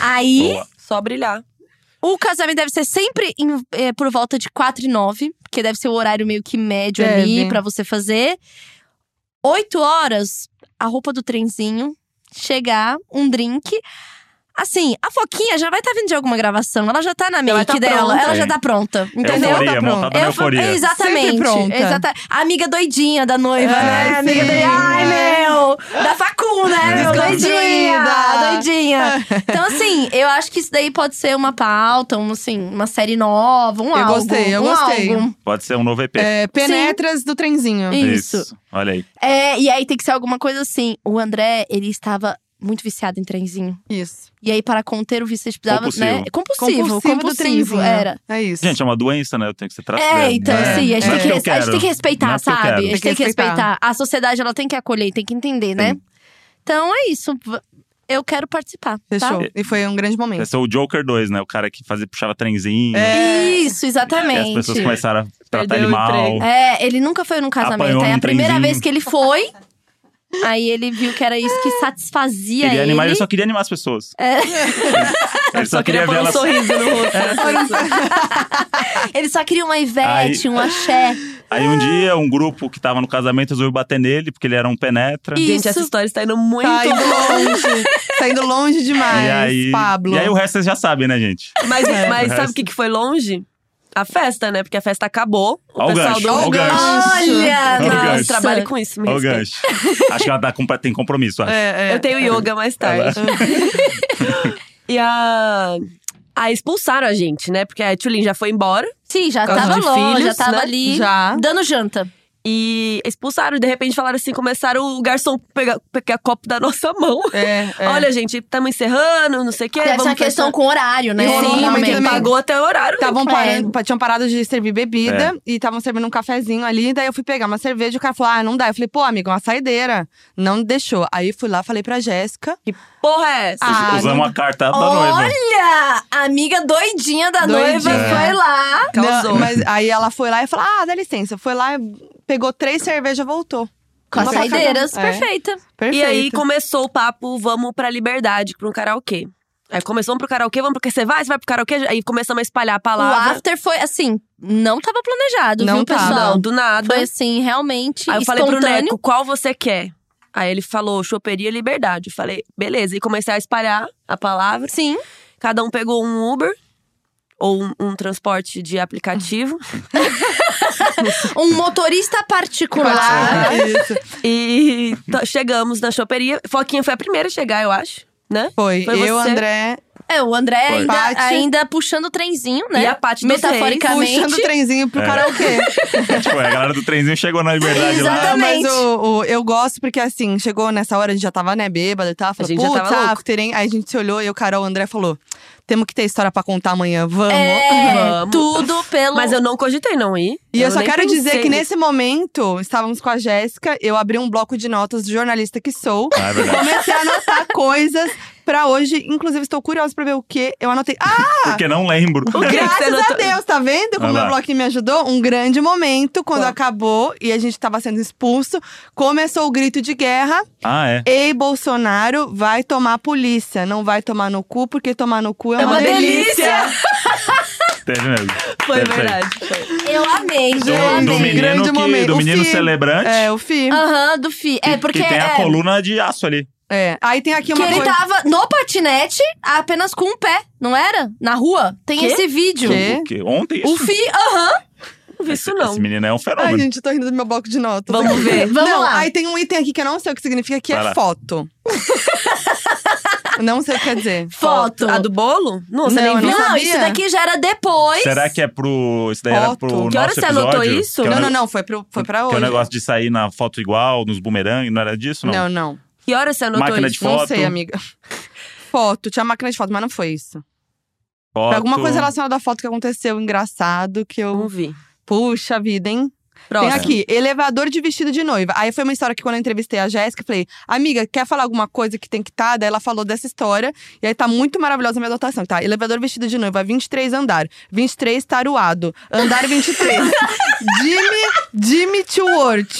Speaker 1: Aí
Speaker 2: Boa.
Speaker 3: Só brilhar.
Speaker 1: o casamento deve ser sempre em- eh, por volta de 4 e 9, porque deve ser o horário meio que médio ali
Speaker 4: Deve.
Speaker 1: pra você fazer. 8 horas, a roupa do trenzinho, chegar, um drink. Assim, a Foquinha já vai estar vindo de alguma gravação, ela já tá na make
Speaker 3: vai tá
Speaker 1: dela,
Speaker 3: pronta. É,
Speaker 1: ela já
Speaker 2: Sim.
Speaker 1: tá pronta, entendeu?
Speaker 2: Euforia,
Speaker 4: Tá pronto.
Speaker 2: montada na
Speaker 1: Eu fa-
Speaker 2: euforia.
Speaker 1: Exatamente.
Speaker 4: Sempre pronta.
Speaker 1: exata- A amiga doidinha da noiva,
Speaker 4: É,
Speaker 1: né? A Amiga
Speaker 4: sim,
Speaker 1: doidinha. Ai,
Speaker 4: é.
Speaker 1: meu! Da facu, né? Meu, doidinha!
Speaker 4: Desconstruída.
Speaker 1: Doidinha.
Speaker 4: É.
Speaker 1: Então, assim, eu acho que isso daí pode ser uma pauta, um, assim, uma série nova, um
Speaker 4: Eu
Speaker 1: álbum.
Speaker 4: gostei, eu
Speaker 1: um
Speaker 4: gostei.
Speaker 1: álbum.
Speaker 2: Pode ser um novo EP.
Speaker 4: É, penetras do trenzinho.
Speaker 1: Isso.
Speaker 2: Olha aí.
Speaker 1: É, e aí tem que ser alguma coisa assim. O André, ele estava muito viciado em trenzinho.
Speaker 4: Isso.
Speaker 1: E aí, para conter o vício, ele precisava,
Speaker 2: Compulsivo.
Speaker 1: né? Compulsivo,
Speaker 4: do
Speaker 1: compulsivo
Speaker 4: trenzinho.
Speaker 1: era.
Speaker 4: É isso.
Speaker 2: Gente, é uma doença, né? Eu tenho que ser tratado.
Speaker 1: É, então,
Speaker 2: né?
Speaker 1: assim, a gente,
Speaker 2: Não é
Speaker 1: tem que,
Speaker 2: porque eu
Speaker 1: a gente tem que
Speaker 2: quero.
Speaker 1: respeitar,
Speaker 2: Não é porque eu
Speaker 1: sabe?
Speaker 2: quero.
Speaker 1: A gente tem que respeitar.
Speaker 4: respeitar.
Speaker 1: A sociedade, ela tem que acolher e tem que entender, né? Então é isso. V- Eu quero participar,
Speaker 4: Fechou.
Speaker 1: tá?
Speaker 4: E foi um grande momento.
Speaker 2: Esse é o Joker 2, né? O cara que fazia, puxava
Speaker 1: Isso,
Speaker 2: trenzinho. É. E as
Speaker 1: exatamente.
Speaker 2: pessoas começaram a tratar
Speaker 3: É. Perdeu
Speaker 2: ele
Speaker 3: o
Speaker 2: mal.
Speaker 3: emprego.
Speaker 1: É, ele nunca foi num casamento.
Speaker 2: Apanhou
Speaker 1: É a
Speaker 2: num
Speaker 1: primeira
Speaker 2: trenzinho.
Speaker 1: vez que ele foi. Aí ele viu que era isso que satisfazia
Speaker 2: Queria
Speaker 1: ele.
Speaker 2: animar, ele só queria animar as pessoas.
Speaker 1: É.
Speaker 2: Ele só, queria,
Speaker 3: pôr
Speaker 2: ver
Speaker 3: um
Speaker 2: elas.
Speaker 3: sorriso no
Speaker 4: É.
Speaker 3: rosto. né?
Speaker 1: Ele só queria uma Ivete, um axé.
Speaker 2: Aí um dia, um grupo que tava no casamento resolveu bater nele, porque ele era um penetra.
Speaker 1: E-
Speaker 3: Gente, essa
Speaker 1: Isso.
Speaker 3: história está indo muito
Speaker 4: Tá indo
Speaker 3: longe.
Speaker 4: longe. tá indo longe demais,
Speaker 2: E aí,
Speaker 4: Pablo.
Speaker 2: e aí o resto vocês já sabem, né, gente?
Speaker 3: Mas,
Speaker 4: É.
Speaker 3: mas
Speaker 2: O
Speaker 3: sabe
Speaker 2: resto-
Speaker 3: o que, que foi longe? A festa, né? Porque a festa acabou. O
Speaker 2: Ó o
Speaker 3: pessoal
Speaker 2: gancho,
Speaker 3: do.
Speaker 2: ó o gancho.
Speaker 1: Olha,
Speaker 2: Olha o
Speaker 1: nossa.
Speaker 3: Não, eu
Speaker 2: gancho.
Speaker 3: trabalho com isso, me
Speaker 2: Olha o
Speaker 3: respeita.
Speaker 2: gancho. Acho que ela tá com- tem compromisso, acho.
Speaker 4: É, é.
Speaker 3: Eu tenho yoga mais tarde. e a. Aí expulsaram a gente, né? Porque a Tulin já foi embora.
Speaker 1: Sim, já
Speaker 3: Por causa
Speaker 1: tava
Speaker 3: de
Speaker 1: longe,
Speaker 3: filhos,
Speaker 1: já tava
Speaker 3: né?
Speaker 1: ali
Speaker 4: Já.
Speaker 1: dando janta.
Speaker 3: E expulsaram, de repente falaram assim, começaram o garçom pegar, pegar copo da nossa mão.
Speaker 4: É, é.
Speaker 3: Olha, gente, estamos encerrando, não sei o quê.
Speaker 1: Deve
Speaker 3: É, vamos
Speaker 1: ser uma
Speaker 3: fechar.
Speaker 1: é questão com horário, né?
Speaker 4: Sim,
Speaker 3: Sim, mas
Speaker 4: mas
Speaker 3: quem
Speaker 4: também-
Speaker 3: pagou até o horário.
Speaker 4: Estavam
Speaker 1: É.
Speaker 4: parando, Tá pa- tinham parado de servir bebida e estavam servindo um cafezinho ali. Daí eu fui pegar uma cerveja e o cara falou: Ah, não dá. Eu falei, pô, amigo, uma saideira. Não deixou. Aí fui lá, falei pra Jéssica.
Speaker 3: Que porra é essa?
Speaker 4: Ah,
Speaker 2: Usamos a carta da noiva.
Speaker 1: Olha! A amiga doidinha da noiva
Speaker 4: Doidinha.
Speaker 1: foi lá.
Speaker 3: Causou.
Speaker 4: Não, mas aí ela foi lá e falou: Ah, dá licença. Foi lá, pegou três cervejas voltou.
Speaker 1: Com as
Speaker 4: Uma pra cada um.
Speaker 1: saideiras,
Speaker 4: É.
Speaker 1: perfeita.
Speaker 4: Perfeito.
Speaker 3: E aí começou o papo, vamos pra liberdade, pra um karaokê. Aí começou, vamos pro karaokê, vamos porque você vai, você vai pro karaokê. Aí começamos a espalhar a
Speaker 1: O
Speaker 3: palavra. Tá.
Speaker 1: after foi assim, não tava planejado,
Speaker 4: Não
Speaker 1: viu,
Speaker 4: tava.
Speaker 1: pessoal?
Speaker 3: Não, do nada.
Speaker 1: Foi assim, realmente
Speaker 3: Aí eu falei pro
Speaker 1: espontâneo.
Speaker 3: Neco, qual você quer? Aí ele falou, choperia liberdade. Eu falei, beleza. E comecei a espalhar a palavra.
Speaker 1: Sim.
Speaker 3: Cada um pegou um Uber ou um, um transporte de aplicativo.
Speaker 1: Um motorista particular.
Speaker 4: Ah, isso.
Speaker 3: e t- chegamos na choperia. Foquinha foi a primeira a chegar, eu acho, né?
Speaker 4: Foi.
Speaker 3: Foi
Speaker 4: eu,
Speaker 3: você.
Speaker 4: André,
Speaker 1: É, o André
Speaker 2: Foi.
Speaker 1: ainda,
Speaker 4: Paty.
Speaker 1: ainda puxando o trenzinho, né?
Speaker 3: E a Paty dos
Speaker 1: Metaforicamente.
Speaker 4: puxando o trenzinho pro
Speaker 2: É.
Speaker 4: karaokê.
Speaker 2: tipo, a galera do trenzinho chegou na liberdade lá.
Speaker 1: Exatamente.
Speaker 4: Não, Ah, mas o, o- eu gosto porque assim, chegou nessa hora, a gente já tava, né, bêbada e tal. Falou,
Speaker 3: gente já
Speaker 4: putz,
Speaker 3: tava
Speaker 4: ah,
Speaker 3: louco."
Speaker 4: terem- Aí a gente se olhou e o Carol, o André falou, temos que ter história pra contar amanhã, vamos.
Speaker 1: É,
Speaker 3: Vamos.
Speaker 1: tudo pelo.
Speaker 3: Mas eu não cogitei não ir.
Speaker 4: E eu, só
Speaker 3: nem
Speaker 4: quero dizer
Speaker 3: pensei
Speaker 4: que nesse momento, estávamos com a Jéssica, eu abri um bloco de notas do jornalista que sou.
Speaker 2: Ah, é verdade.
Speaker 4: Comecei a anotar coisas pra hoje. Inclusive, estou curiosa pra ver o que eu anotei. Ah!
Speaker 2: Porque não lembro.
Speaker 3: O que que você
Speaker 4: Graças a
Speaker 3: anotou?
Speaker 4: Deus, tá vendo como
Speaker 2: Olha
Speaker 4: meu
Speaker 2: lá.
Speaker 4: bloquinho me ajudou? Um grande momento, quando acabou e a gente tava sendo expulso, começou o grito de guerra.
Speaker 2: Ah, é.
Speaker 4: Ei, Bolsonaro, vai tomar a polícia. Não vai tomar no cu, porque tomar no cu é,
Speaker 3: É uma delícia.
Speaker 2: Teve mesmo.
Speaker 3: Foi
Speaker 2: Teve, teve.
Speaker 3: verdade. foi.
Speaker 1: Eu amei,
Speaker 2: Do,
Speaker 1: eu
Speaker 2: do
Speaker 1: amei.
Speaker 2: menino,
Speaker 4: Grande
Speaker 2: um que,
Speaker 4: momento.
Speaker 2: do
Speaker 4: O
Speaker 2: menino
Speaker 4: Fi.
Speaker 2: celebrante.
Speaker 4: É, o fim.
Speaker 1: Aham, do Fi.
Speaker 2: que,
Speaker 1: é, porque.
Speaker 2: que tem
Speaker 1: é,
Speaker 2: a coluna de aço ali.
Speaker 4: É. Aí tem aqui
Speaker 1: que
Speaker 4: uma
Speaker 1: ele
Speaker 3: tá-
Speaker 4: coisa.
Speaker 1: tava no patinete apenas com um pé, não era? Na rua. Tem
Speaker 3: Quê?
Speaker 1: esse vídeo.
Speaker 4: Quê?
Speaker 2: O quê? Ontem isso?
Speaker 1: O Fi, aham.
Speaker 3: Não vi isso
Speaker 2: Esse-
Speaker 3: não.
Speaker 2: Esse menino é um
Speaker 4: Ai,
Speaker 2: fenômeno.
Speaker 4: gente, eu tô rindo do meu bloco de notas.
Speaker 3: É, Vamos ver.
Speaker 1: Vamos
Speaker 4: não,
Speaker 1: lá.
Speaker 4: aí tem um item aqui que eu não sei o que significa, que
Speaker 2: Vai
Speaker 4: é
Speaker 2: lá.
Speaker 4: foto. não sei o que quer dizer.
Speaker 1: Foto.
Speaker 3: A do bolo? Não, você
Speaker 4: Não,
Speaker 3: nem
Speaker 4: eu
Speaker 3: viu.
Speaker 1: Não,
Speaker 4: sabia.
Speaker 1: isso daqui já era depois.
Speaker 2: Será que é pro. Isso daí era
Speaker 4: Foto.
Speaker 2: pro.
Speaker 4: Que
Speaker 2: nosso
Speaker 3: hora você anotou
Speaker 2: episódio?
Speaker 3: isso?
Speaker 2: Que é o
Speaker 4: Não,
Speaker 2: ne-
Speaker 4: não, não, foi, pro, foi pra
Speaker 2: Que
Speaker 4: hoje.
Speaker 2: é o negócio de sair na foto igual, nos bumerangue, não era disso, não?
Speaker 4: não, não.
Speaker 3: Que hora você anotou
Speaker 2: Máquina de
Speaker 3: isso?
Speaker 2: foto.
Speaker 4: Não sei, amiga. Foto, tinha máquina de foto, mas não foi isso.
Speaker 2: Foto.
Speaker 4: Foi alguma coisa relacionada à foto que aconteceu, engraçado, que eu.
Speaker 3: Vamos ver.
Speaker 4: Puxa vida, hein?
Speaker 3: Próximo.
Speaker 4: Tem aqui, elevador de vestido de noiva. Aí foi uma história que quando eu entrevistei a Jéssica, eu falei, amiga, quer falar alguma coisa que tem que estar? Daí ela falou dessa história. E aí tá muito maravilhosa a minha dotação, tá? Elevador vestido de noiva, 23 andar. 23 taruado. Andar 23. Jimmy, Jimmy Stewart.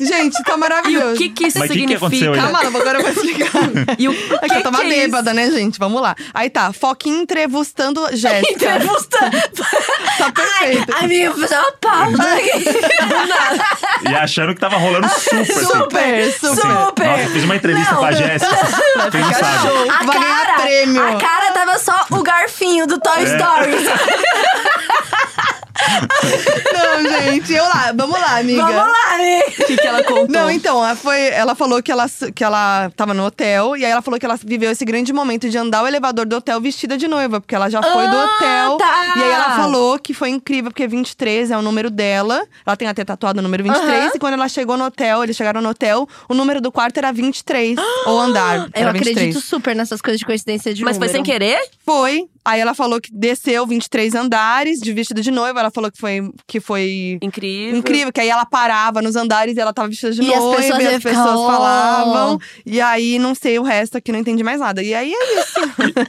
Speaker 4: Gente, tá
Speaker 3: E o
Speaker 4: maravilhoso.
Speaker 3: que que isso
Speaker 2: Mas o que que
Speaker 3: significa?
Speaker 2: aconteceu aí?
Speaker 4: Calma, agora eu vou explicar.
Speaker 3: E o que
Speaker 4: É
Speaker 3: que
Speaker 4: que eu tava
Speaker 3: é isso?
Speaker 4: bêbada, né, gente? Vamos lá. Aí tá, Foquinha entrevistando Jéssica. tá perfeito.
Speaker 1: Ai, amiga, vou fazer uma pausa aqui.
Speaker 2: E achando que tava rolando super. assim.
Speaker 4: Super, super.
Speaker 1: Super.
Speaker 2: Nossa, eu fiz uma entrevista
Speaker 1: Não.
Speaker 2: pra Jéssica. Quem não sabe?
Speaker 4: show.
Speaker 1: A
Speaker 4: Vai ganhar
Speaker 1: cara,
Speaker 4: prêmio.
Speaker 1: a cara tava só o garfinho do Toy
Speaker 2: É.
Speaker 1: Story. Assim,
Speaker 4: Não, gente, eu lá. Vamos lá, amiga.
Speaker 1: Vamos lá, amiga.
Speaker 3: O que, que ela contou?
Speaker 4: Não, então, ela, foi, ela falou que ela, que ela tava no hotel e aí ela falou que ela viveu esse grande momento de andar o elevador do hotel vestida de noiva, porque ela já foi do
Speaker 1: Ah,
Speaker 4: hotel.
Speaker 1: tá.
Speaker 4: E aí ela falou que foi incrível, porque 23 é o número dela. Ela tem até tatuado o número 23. E quando ela chegou no hotel, eles chegaram no hotel, o número do quarto era 23. ou andar.
Speaker 1: Ah, Eu
Speaker 4: Era
Speaker 1: acredito
Speaker 4: 23.
Speaker 1: super nessas coisas de coincidência de
Speaker 3: Mas foi
Speaker 1: número.
Speaker 3: sem querer?
Speaker 4: Foi. Aí ela falou que desceu 23 andares de vestida de noiva. Ela falou que foi. Que foi
Speaker 3: Incrível.
Speaker 4: Incrível, que aí ela parava nos andares e ela tava vestida de
Speaker 1: E as
Speaker 4: noiva,
Speaker 1: pessoas
Speaker 4: e
Speaker 1: iam
Speaker 4: as
Speaker 1: ficar,
Speaker 4: pessoas
Speaker 1: "Oh".
Speaker 4: falavam. E aí, não sei o resto aqui, não entendi mais nada. E aí é isso.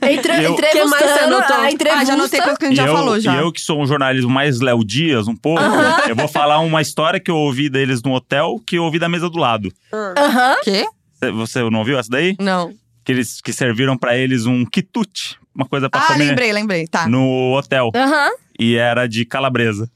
Speaker 1: Entre,
Speaker 2: Eu-
Speaker 1: entrevistando,
Speaker 3: Que mais você anotou?
Speaker 1: a entrevista.
Speaker 4: Ah, já anotei coisa que a gente
Speaker 2: E
Speaker 4: já
Speaker 2: eu,
Speaker 4: falou já.
Speaker 2: e eu que sou um jornalismo mais Léo Dias, um pouco, eu vou falar uma história que eu ouvi deles no hotel que eu ouvi da mesa do lado.
Speaker 1: Aham.
Speaker 4: Quê?
Speaker 2: Cê- Você não ouviu essa daí?
Speaker 4: Não.
Speaker 2: Que eles que serviram pra eles um quitute, uma coisa pra
Speaker 4: Ah,
Speaker 2: comer
Speaker 4: lembrei, lembrei. Tá.
Speaker 2: no hotel.
Speaker 1: Aham.
Speaker 2: E era de calabresa.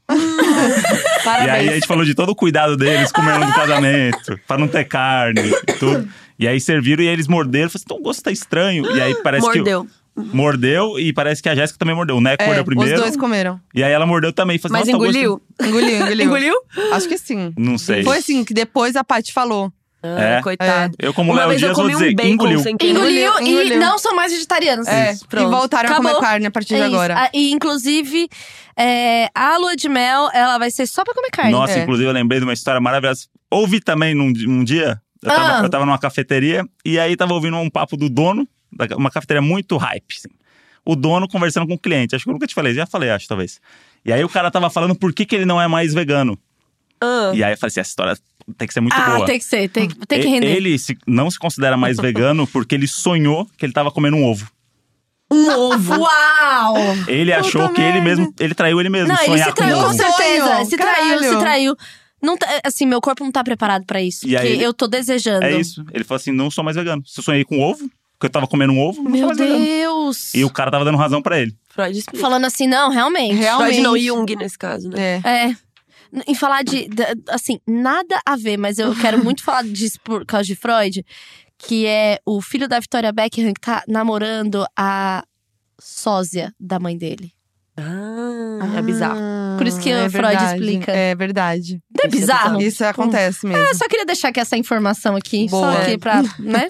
Speaker 2: E aí
Speaker 3: Parabéns.
Speaker 2: a gente falou de todo o cuidado deles comendo no casamento, pra não ter carne e tudo. E aí serviram e eles morderam. Falei assim, então o gosto tá estranho. E aí parece
Speaker 3: Mordeu.
Speaker 2: que. Mordeu e parece que a Jéssica também mordeu. O Neco
Speaker 4: É,
Speaker 2: mordeu primeiro.
Speaker 4: Os dois comeram.
Speaker 2: E aí ela mordeu também. Falei,
Speaker 3: Mas
Speaker 2: assim, "Nossa, o gosto-"
Speaker 3: engoliu?
Speaker 4: Engoliu, engoliu.
Speaker 3: Engoliu?
Speaker 4: Acho que sim.
Speaker 2: Não sei.
Speaker 4: Foi assim que depois a Paty falou.
Speaker 3: Ah,
Speaker 2: É.
Speaker 3: Coitado.
Speaker 2: Eu, como
Speaker 3: Uma
Speaker 2: Léo
Speaker 3: vez eu
Speaker 2: Dias, vou
Speaker 3: comi um
Speaker 2: dizer,
Speaker 3: bacon
Speaker 2: engoliu.
Speaker 3: sem querer.
Speaker 1: Engoliu,
Speaker 4: Engoliu,
Speaker 1: e
Speaker 4: engoliu.
Speaker 1: não são mais vegetarianos.
Speaker 4: É, e
Speaker 3: pronto.
Speaker 4: voltaram a
Speaker 1: Acabou.
Speaker 4: comer carne a partir
Speaker 1: É
Speaker 4: de
Speaker 1: isso.
Speaker 4: agora.
Speaker 1: Ah, E, inclusive, é, a lua de mel, ela vai ser só pra comer carne. né?
Speaker 2: Nossa,
Speaker 4: É.
Speaker 2: inclusive eu lembrei de uma história maravilhosa. Ouvi também num, di- um dia, eu tava,
Speaker 1: Ah.
Speaker 2: eu tava numa cafeteria, e aí tava ouvindo um papo do dono, da- uma cafeteria muito hype, assim. O dono conversando com o cliente. Acho que eu nunca te falei, já falei, acho, talvez. E aí o cara tava falando por que, que ele não é mais vegano.
Speaker 3: Ah,
Speaker 2: E aí eu falei assim, essa história tem que ser muito
Speaker 1: ah,
Speaker 2: boa.
Speaker 1: tem que ser, tem, tem que
Speaker 2: E-
Speaker 1: render.
Speaker 2: Ele se- não se considera mais vegano porque ele sonhou que ele tava comendo um ovo.
Speaker 3: um ovo.
Speaker 1: Uau!
Speaker 2: Ele achou que ele mesmo. Ele traiu ele mesmo.
Speaker 1: Não, ele
Speaker 2: sonhar
Speaker 1: se traiu,
Speaker 2: com um
Speaker 1: com
Speaker 2: ovo.
Speaker 1: certeza.
Speaker 4: Sonho,
Speaker 1: Se traiu,
Speaker 4: caralho.
Speaker 1: se traiu. Não tá- assim, meu corpo não tá preparado pra isso.
Speaker 2: E aí
Speaker 1: que
Speaker 2: ele-
Speaker 1: eu tô desejando.
Speaker 2: É isso. Ele falou assim: não sou mais vegano. Se eu sonhei com ovo, porque eu tava comendo um ovo, não sou
Speaker 1: Meu
Speaker 2: mais vegano.
Speaker 1: Deus!
Speaker 2: E o cara tava dando razão pra ele.
Speaker 3: Freud explica.
Speaker 1: Falando assim, não, realmente.
Speaker 3: Freud não,
Speaker 4: Realmente.
Speaker 3: Jung nesse caso, né?
Speaker 4: É.
Speaker 1: É. N- Em falar de. da- Assim, nada a ver, mas eu quero muito falar disso por causa de Freud, que é o filho da Victoria Beckham que tá namorando a sósia da mãe dele.
Speaker 3: Ah, é bizarro.
Speaker 1: Por isso que o Freud
Speaker 4: verdade,
Speaker 1: explica.
Speaker 4: É verdade.
Speaker 1: Não é
Speaker 3: Isso é
Speaker 1: bizarro? É
Speaker 4: Isso acontece mesmo.
Speaker 1: Eu Ah, só queria deixar aqui essa informação aqui, só
Speaker 3: Boa.
Speaker 1: aqui pra. né?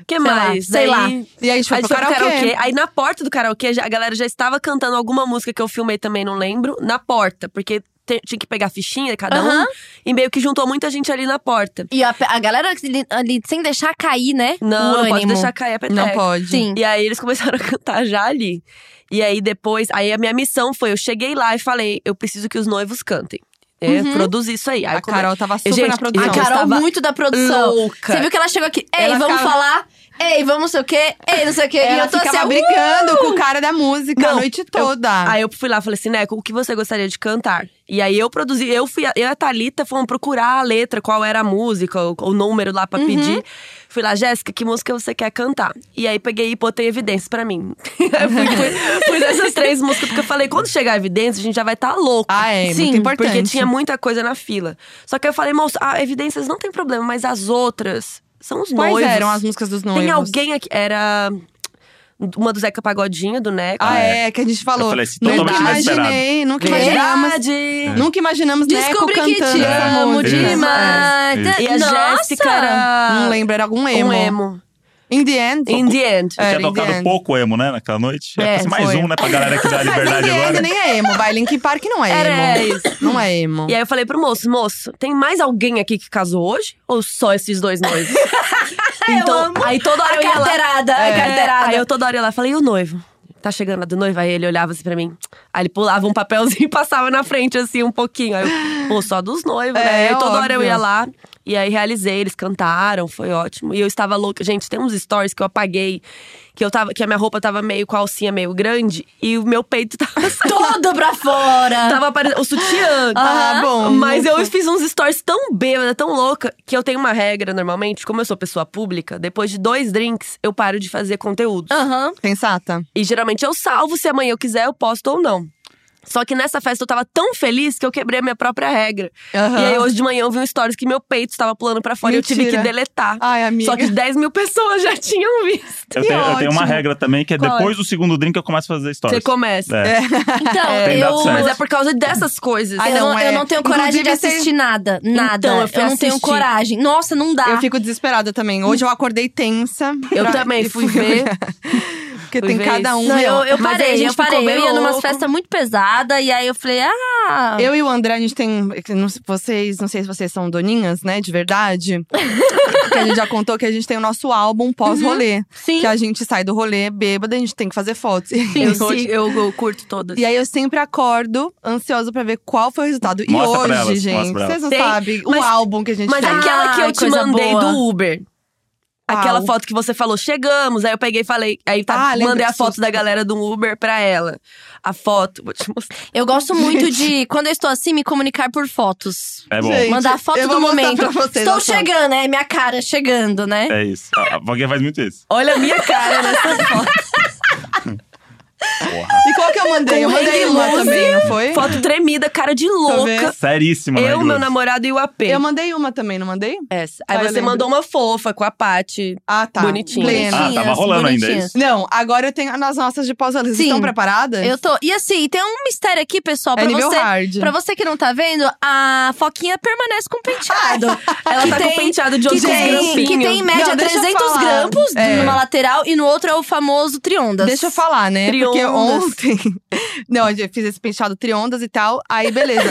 Speaker 3: O que
Speaker 1: Sei
Speaker 3: mais?
Speaker 1: lá, sei lá.
Speaker 3: Daí-
Speaker 4: E aí a gente foi
Speaker 3: Aí
Speaker 4: pro
Speaker 3: foi pro
Speaker 4: karaokê.
Speaker 3: karaokê. Aí na porta do karaokê, já- a galera já estava cantando alguma música que eu filmei também, não lembro. Na porta, porque te- tinha que pegar a fichinha de cada um.
Speaker 1: Aham.
Speaker 3: E meio que juntou muita gente ali na porta.
Speaker 1: E a, pe- a galera ali, ali sem deixar cair, né?
Speaker 3: Não,
Speaker 1: o
Speaker 3: não
Speaker 1: ânimo.
Speaker 3: pode deixar cair a peteca.
Speaker 4: Não pode.
Speaker 1: Sim.
Speaker 3: E aí eles começaram a cantar já ali. E aí depois, aí a minha missão foi, eu cheguei lá e falei, eu preciso que os noivos cantem. É, produzir isso aí. aí
Speaker 4: Uhum. A
Speaker 3: eu come-
Speaker 4: Carol tava super
Speaker 3: Gente,
Speaker 4: na
Speaker 1: A
Speaker 4: produção.
Speaker 3: eu
Speaker 1: Carol,
Speaker 3: estava
Speaker 1: muito da produção.
Speaker 3: louca.
Speaker 1: Você viu que ela chegou aqui, ei,
Speaker 4: Ela
Speaker 1: vamos
Speaker 4: ficava-
Speaker 1: falar, ei, vamos não sei o quê, ei, não sei o quê. e
Speaker 4: Ela
Speaker 1: eu tô assim,
Speaker 4: ficava
Speaker 1: ó,
Speaker 4: brigando com o cara da música a
Speaker 3: "Uh!" Não,
Speaker 4: noite
Speaker 3: eu-
Speaker 4: toda.
Speaker 3: Aí eu fui lá e falei assim, Neco, o que você gostaria de cantar? E aí eu produzi, eu fui, eu e a Thalita fomos procurar a letra, qual era a música, o, o número lá
Speaker 4: Uhum.
Speaker 3: pra pedir. Fui lá, Jéssica, que música você quer cantar? E aí peguei e botei evidência pra mim. Eu fui, fui- pus essas três músicas, porque eu falei, quando chegar a evidência, a gente já vai estar tá louco.
Speaker 4: Ah, é,
Speaker 1: Sim,
Speaker 4: muito importante.
Speaker 3: Porque tinha muita coisa na fila. Só que eu falei, moço, a evidências não tem problema, mas as outras são os
Speaker 4: Quais
Speaker 3: noivos.
Speaker 4: eram as músicas dos noivos?
Speaker 3: Tem alguém aqui. Era uma do Zeca Pagodinho, do Neco.
Speaker 4: Ah, é, que a gente falou.
Speaker 2: Eu falei assim,
Speaker 4: nunca
Speaker 2: totalmente É.
Speaker 4: imaginei, nunca
Speaker 3: Verdade.
Speaker 4: imaginamos. Nunca imaginamos
Speaker 1: Descobri
Speaker 4: Neco
Speaker 1: que
Speaker 4: Né, cantando
Speaker 1: te
Speaker 4: essa
Speaker 1: amo
Speaker 4: música.
Speaker 1: demais.
Speaker 2: É.
Speaker 3: E a
Speaker 1: Nossa!
Speaker 3: Jéssica era.
Speaker 4: Não lembro, era algum emo.
Speaker 3: Um emo.
Speaker 4: In the end.
Speaker 3: In the end.
Speaker 2: Tinha
Speaker 4: É, in the
Speaker 2: tocado
Speaker 4: end.
Speaker 2: pouco emo, né, naquela noite.
Speaker 3: É,
Speaker 2: É, mais
Speaker 4: foi.
Speaker 2: um, né, pra galera que dá
Speaker 4: Mas in
Speaker 2: liberdade
Speaker 4: the end
Speaker 2: agora.
Speaker 4: nem é emo, vai. Linkin Park não é
Speaker 3: Era,
Speaker 4: emo.
Speaker 3: é isso.
Speaker 4: Não é emo.
Speaker 3: E aí eu falei pro moço, moço, tem mais alguém aqui que casou hoje? Ou só esses dois noivos? então, aí toda hora
Speaker 1: A
Speaker 3: eu ia lá. É.
Speaker 1: carteirada, a carteirada.
Speaker 3: Aí eu toda hora ia lá, falei, e o noivo? Tá chegando a do noivo? Aí ele olhava assim pra mim. Aí ele pulava um papelzinho e passava na frente, assim, um pouquinho. Aí eu, pô, só dos noivos,
Speaker 4: É,
Speaker 3: né? Aí toda hora eu
Speaker 4: óbvio.
Speaker 3: ia lá. E aí realizei, eles cantaram, foi ótimo. E eu estava louca. Gente, tem uns stories que eu apaguei. Que, eu tava, que a minha roupa tava meio com a alcinha meio grande. E o meu peito tava
Speaker 1: Todo pra fora.
Speaker 3: Tava aparecendo. O sutiã.
Speaker 4: Ah, bom.
Speaker 3: Mas eu fiz uns stories tão bêbada, tão louca, que eu tenho uma regra normalmente, como eu sou pessoa pública, depois de dois drinks, eu paro de fazer conteúdo.
Speaker 1: Aham.
Speaker 4: Pensata.
Speaker 3: E geralmente eu salvo, se amanhã eu quiser, eu posto ou não. Só que nessa festa eu tava tão feliz que eu quebrei a minha própria regra.
Speaker 4: Aham.
Speaker 3: E aí hoje de manhã eu vi um stories que meu peito estava pulando pra fora e eu tive
Speaker 4: Mentira.
Speaker 3: que deletar.
Speaker 4: Ai, amiga.
Speaker 3: Só que 10 mil pessoas já tinham visto.
Speaker 2: Eu tenho, eu tenho uma
Speaker 4: ótimo.
Speaker 2: regra também, que é
Speaker 3: Qual é?
Speaker 2: depois do segundo drink eu começo a fazer
Speaker 3: Você
Speaker 2: stories.
Speaker 3: começa.
Speaker 2: É.
Speaker 1: Então,
Speaker 2: Tem
Speaker 1: eu,
Speaker 2: dado certo.
Speaker 3: Mas é por causa dessas coisas.
Speaker 4: Ai,
Speaker 1: eu, não,
Speaker 4: não, é.
Speaker 1: eu não tenho coragem de
Speaker 4: Inclusive, tem-
Speaker 1: assistir nada. Nada.
Speaker 3: Então, eu fui
Speaker 1: não tenho
Speaker 3: assistir.
Speaker 1: coragem. Nossa, não dá.
Speaker 4: Eu fico desesperada também. Hoje eu acordei tensa.
Speaker 3: Tá. Eu
Speaker 4: pra-
Speaker 3: também
Speaker 4: e
Speaker 3: fui ver.
Speaker 4: Porque
Speaker 3: Fui
Speaker 4: tem
Speaker 3: ver
Speaker 4: cada
Speaker 3: isso.
Speaker 4: um.
Speaker 1: Não,
Speaker 4: meu.
Speaker 1: eu, eu
Speaker 3: Mas aí a
Speaker 1: parei,
Speaker 3: gente
Speaker 1: eu parei.
Speaker 3: ficou bem
Speaker 1: Eu ia numas
Speaker 3: louco.
Speaker 1: festas muito pesadas e aí eu falei, ah.
Speaker 4: Eu e o André, a gente tem. não sei- Vocês, não sei se vocês são doninhas, né? De verdade. que a gente já contou que a gente tem o nosso álbum
Speaker 3: Uhum.
Speaker 4: pós-rolê.
Speaker 1: Sim.
Speaker 4: Que a gente sai do rolê bêbada, a gente tem que fazer fotos. E
Speaker 3: Eu,
Speaker 4: assim, hoje-
Speaker 3: sigo- eu, eu curto todas.
Speaker 4: E aí eu sempre acordo ansiosa pra ver qual foi o resultado. E
Speaker 2: Mostra
Speaker 4: hoje,
Speaker 2: pra elas,
Speaker 4: gente,
Speaker 2: mostra pra
Speaker 4: vocês não
Speaker 3: elas. Tem,
Speaker 4: sabem o
Speaker 3: mas-
Speaker 4: álbum que a gente
Speaker 3: Mas
Speaker 4: tem.
Speaker 3: aquela que eu
Speaker 1: Ai,
Speaker 3: te
Speaker 1: coisa
Speaker 3: mandei
Speaker 1: boa.
Speaker 3: do Uber.
Speaker 4: Qual?
Speaker 3: Aquela foto que você falou, chegamos. Aí eu peguei e falei. Aí tá,
Speaker 4: Ah, lembra
Speaker 3: mandei a
Speaker 4: que
Speaker 3: foto
Speaker 4: susto.
Speaker 3: da galera do Uber pra ela. A foto, vou te mostrar.
Speaker 1: Eu gosto muito de, quando eu estou assim, me comunicar por fotos.
Speaker 2: É bom.
Speaker 4: Gente,
Speaker 1: Mandar a foto
Speaker 4: eu
Speaker 1: do
Speaker 4: vou mostrar
Speaker 1: momento.
Speaker 4: pra vocês
Speaker 1: Estou
Speaker 4: a foto.
Speaker 1: chegando, é minha cara chegando, né?
Speaker 2: É isso. A a Vogue faz muito isso.
Speaker 3: Olha a minha cara nessa foto.
Speaker 2: Porra.
Speaker 4: E qual que eu mandei? eu
Speaker 3: Com
Speaker 4: mandei
Speaker 3: Hang
Speaker 4: uma
Speaker 3: Loose.
Speaker 4: também, não foi?
Speaker 3: Foto tremida, cara de louca.
Speaker 4: vendo?
Speaker 2: Seríssima, né,
Speaker 3: Eu, meu
Speaker 2: Grosso?
Speaker 3: namorado e o AP.
Speaker 4: Eu mandei uma também, não mandei?
Speaker 3: Essa. Aí
Speaker 4: Ah, eu
Speaker 3: você
Speaker 4: lembro.
Speaker 3: mandou uma fofa com a Paty.
Speaker 4: Ah, tá.
Speaker 3: Bonitinha.
Speaker 4: Plena.
Speaker 2: Ah, tava rolando ainda
Speaker 1: bonitinhas.
Speaker 4: Não, agora eu tenho nas nossas de pós Vocês
Speaker 1: Sim.
Speaker 4: estão preparadas?
Speaker 1: Eu tô. E assim, tem um mistério aqui, pessoal,
Speaker 4: É
Speaker 1: pra
Speaker 4: nível
Speaker 1: você.
Speaker 4: hard.
Speaker 1: Pra você que não tá vendo, a Foquinha permanece com penteado.
Speaker 3: Ela
Speaker 1: Que
Speaker 3: tá com
Speaker 1: tem-
Speaker 3: o penteado de
Speaker 1: que,
Speaker 3: outro
Speaker 1: tem, que tem em média
Speaker 4: Não, deixa eu
Speaker 1: 300
Speaker 4: falar.
Speaker 1: grampos
Speaker 4: É.
Speaker 1: numa lateral e no outro é o famoso triondas.
Speaker 4: Deixa eu falar, né? Porque
Speaker 3: Triondas.
Speaker 4: ontem. Não, eu fiz esse penteado triondas e tal. Aí, beleza.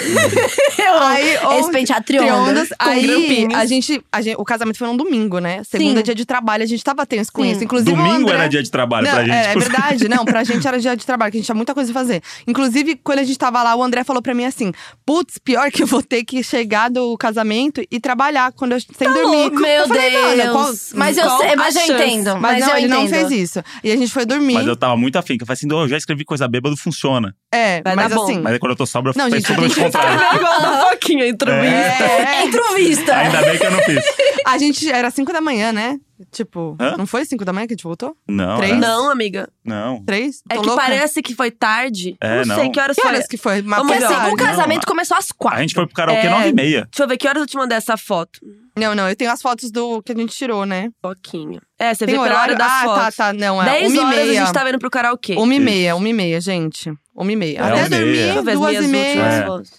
Speaker 4: aí,
Speaker 1: Esse
Speaker 4: ontem,
Speaker 1: penteado triondas.
Speaker 4: triondas. Aí,
Speaker 3: grampinhos.
Speaker 4: a gente, a gente- O casamento foi num domingo, né? Segunda
Speaker 1: Sim.
Speaker 4: dia de trabalho, a gente tava tenso com
Speaker 1: Sim.
Speaker 4: isso. Inclusive, o
Speaker 2: Domingo
Speaker 4: André...
Speaker 2: era dia de trabalho
Speaker 4: né? Não,
Speaker 2: pra gente.
Speaker 4: É, é verdade, não. Pra gente era dia de trabalho, que a gente tinha muita coisa pra fazer. Inclusive, quando a gente tava lá, o André falou pra mim assim: putz, pior que eu vou ter que chegar do casamento e trabalhar quando eu sem dormir.
Speaker 1: Tá Meu
Speaker 4: eu falei,
Speaker 1: Deus.
Speaker 4: "Mano, qual-
Speaker 1: mas eu,
Speaker 3: qual
Speaker 1: sei,
Speaker 3: a
Speaker 1: mas eu
Speaker 3: chance?
Speaker 1: entendo.
Speaker 4: Mas,
Speaker 1: Mas,
Speaker 4: não,
Speaker 1: eu
Speaker 4: ele
Speaker 1: entendo.
Speaker 4: não fez isso. E a gente foi dormir.
Speaker 2: Mas eu tava muito afim, que eu falei assim, "Não, eu já escrevi coisa bêbada, funciona.
Speaker 4: É,
Speaker 3: Vai
Speaker 4: mas
Speaker 3: dar bom.
Speaker 4: assim.
Speaker 2: Mas aí quando eu tô sobra, eu
Speaker 4: Não,
Speaker 2: penso
Speaker 4: gente,
Speaker 2: totalmente
Speaker 4: tem que-
Speaker 2: contrário.
Speaker 3: igual da Tá foquinha, entrevista.
Speaker 4: É,
Speaker 1: Entrevista.
Speaker 2: Ainda bem que eu não fiz.
Speaker 4: a gente era 5 da manhã, né? Tipo,
Speaker 2: Hã?
Speaker 4: não foi 5 da manhã que a gente voltou?
Speaker 2: Não, né?
Speaker 4: Três?
Speaker 2: era-
Speaker 3: Não, amiga.
Speaker 2: não.
Speaker 4: Três?
Speaker 3: É
Speaker 4: Tô
Speaker 3: que
Speaker 4: louca?
Speaker 3: parece que foi tarde.
Speaker 2: É,
Speaker 3: não sei
Speaker 2: não.
Speaker 3: que horas
Speaker 4: Que
Speaker 3: foi.
Speaker 4: horas que foi? Uma
Speaker 3: Vamos
Speaker 1: Porque
Speaker 4: madrugada?
Speaker 1: assim, o
Speaker 2: Não,
Speaker 1: casamento
Speaker 2: a-
Speaker 1: começou às
Speaker 2: A
Speaker 1: quatro.
Speaker 2: gente foi pro karaokê
Speaker 3: É.
Speaker 2: nove e meia.
Speaker 3: Deixa eu ver que horas eu te mandei essa foto.
Speaker 4: Não, não, eu tenho as fotos do que a gente tirou, né?
Speaker 3: Foquinha. É, você
Speaker 4: Tem
Speaker 3: vê pela hora
Speaker 4: horário?
Speaker 3: das
Speaker 4: ah,
Speaker 3: fotos.
Speaker 4: tá, tá. Não, é
Speaker 3: 10
Speaker 4: uma
Speaker 3: horas
Speaker 4: e meia.
Speaker 3: a gente tá tava indo pro karaokê.
Speaker 4: Uma e meia, uma e meia, gente. Uma e meia.
Speaker 2: É,
Speaker 4: Até
Speaker 2: uma e
Speaker 4: dormir,
Speaker 2: meia.
Speaker 3: Deixa eu ver as
Speaker 4: duas
Speaker 3: minhas
Speaker 4: e meia.
Speaker 3: últimas
Speaker 2: É.
Speaker 3: fotos.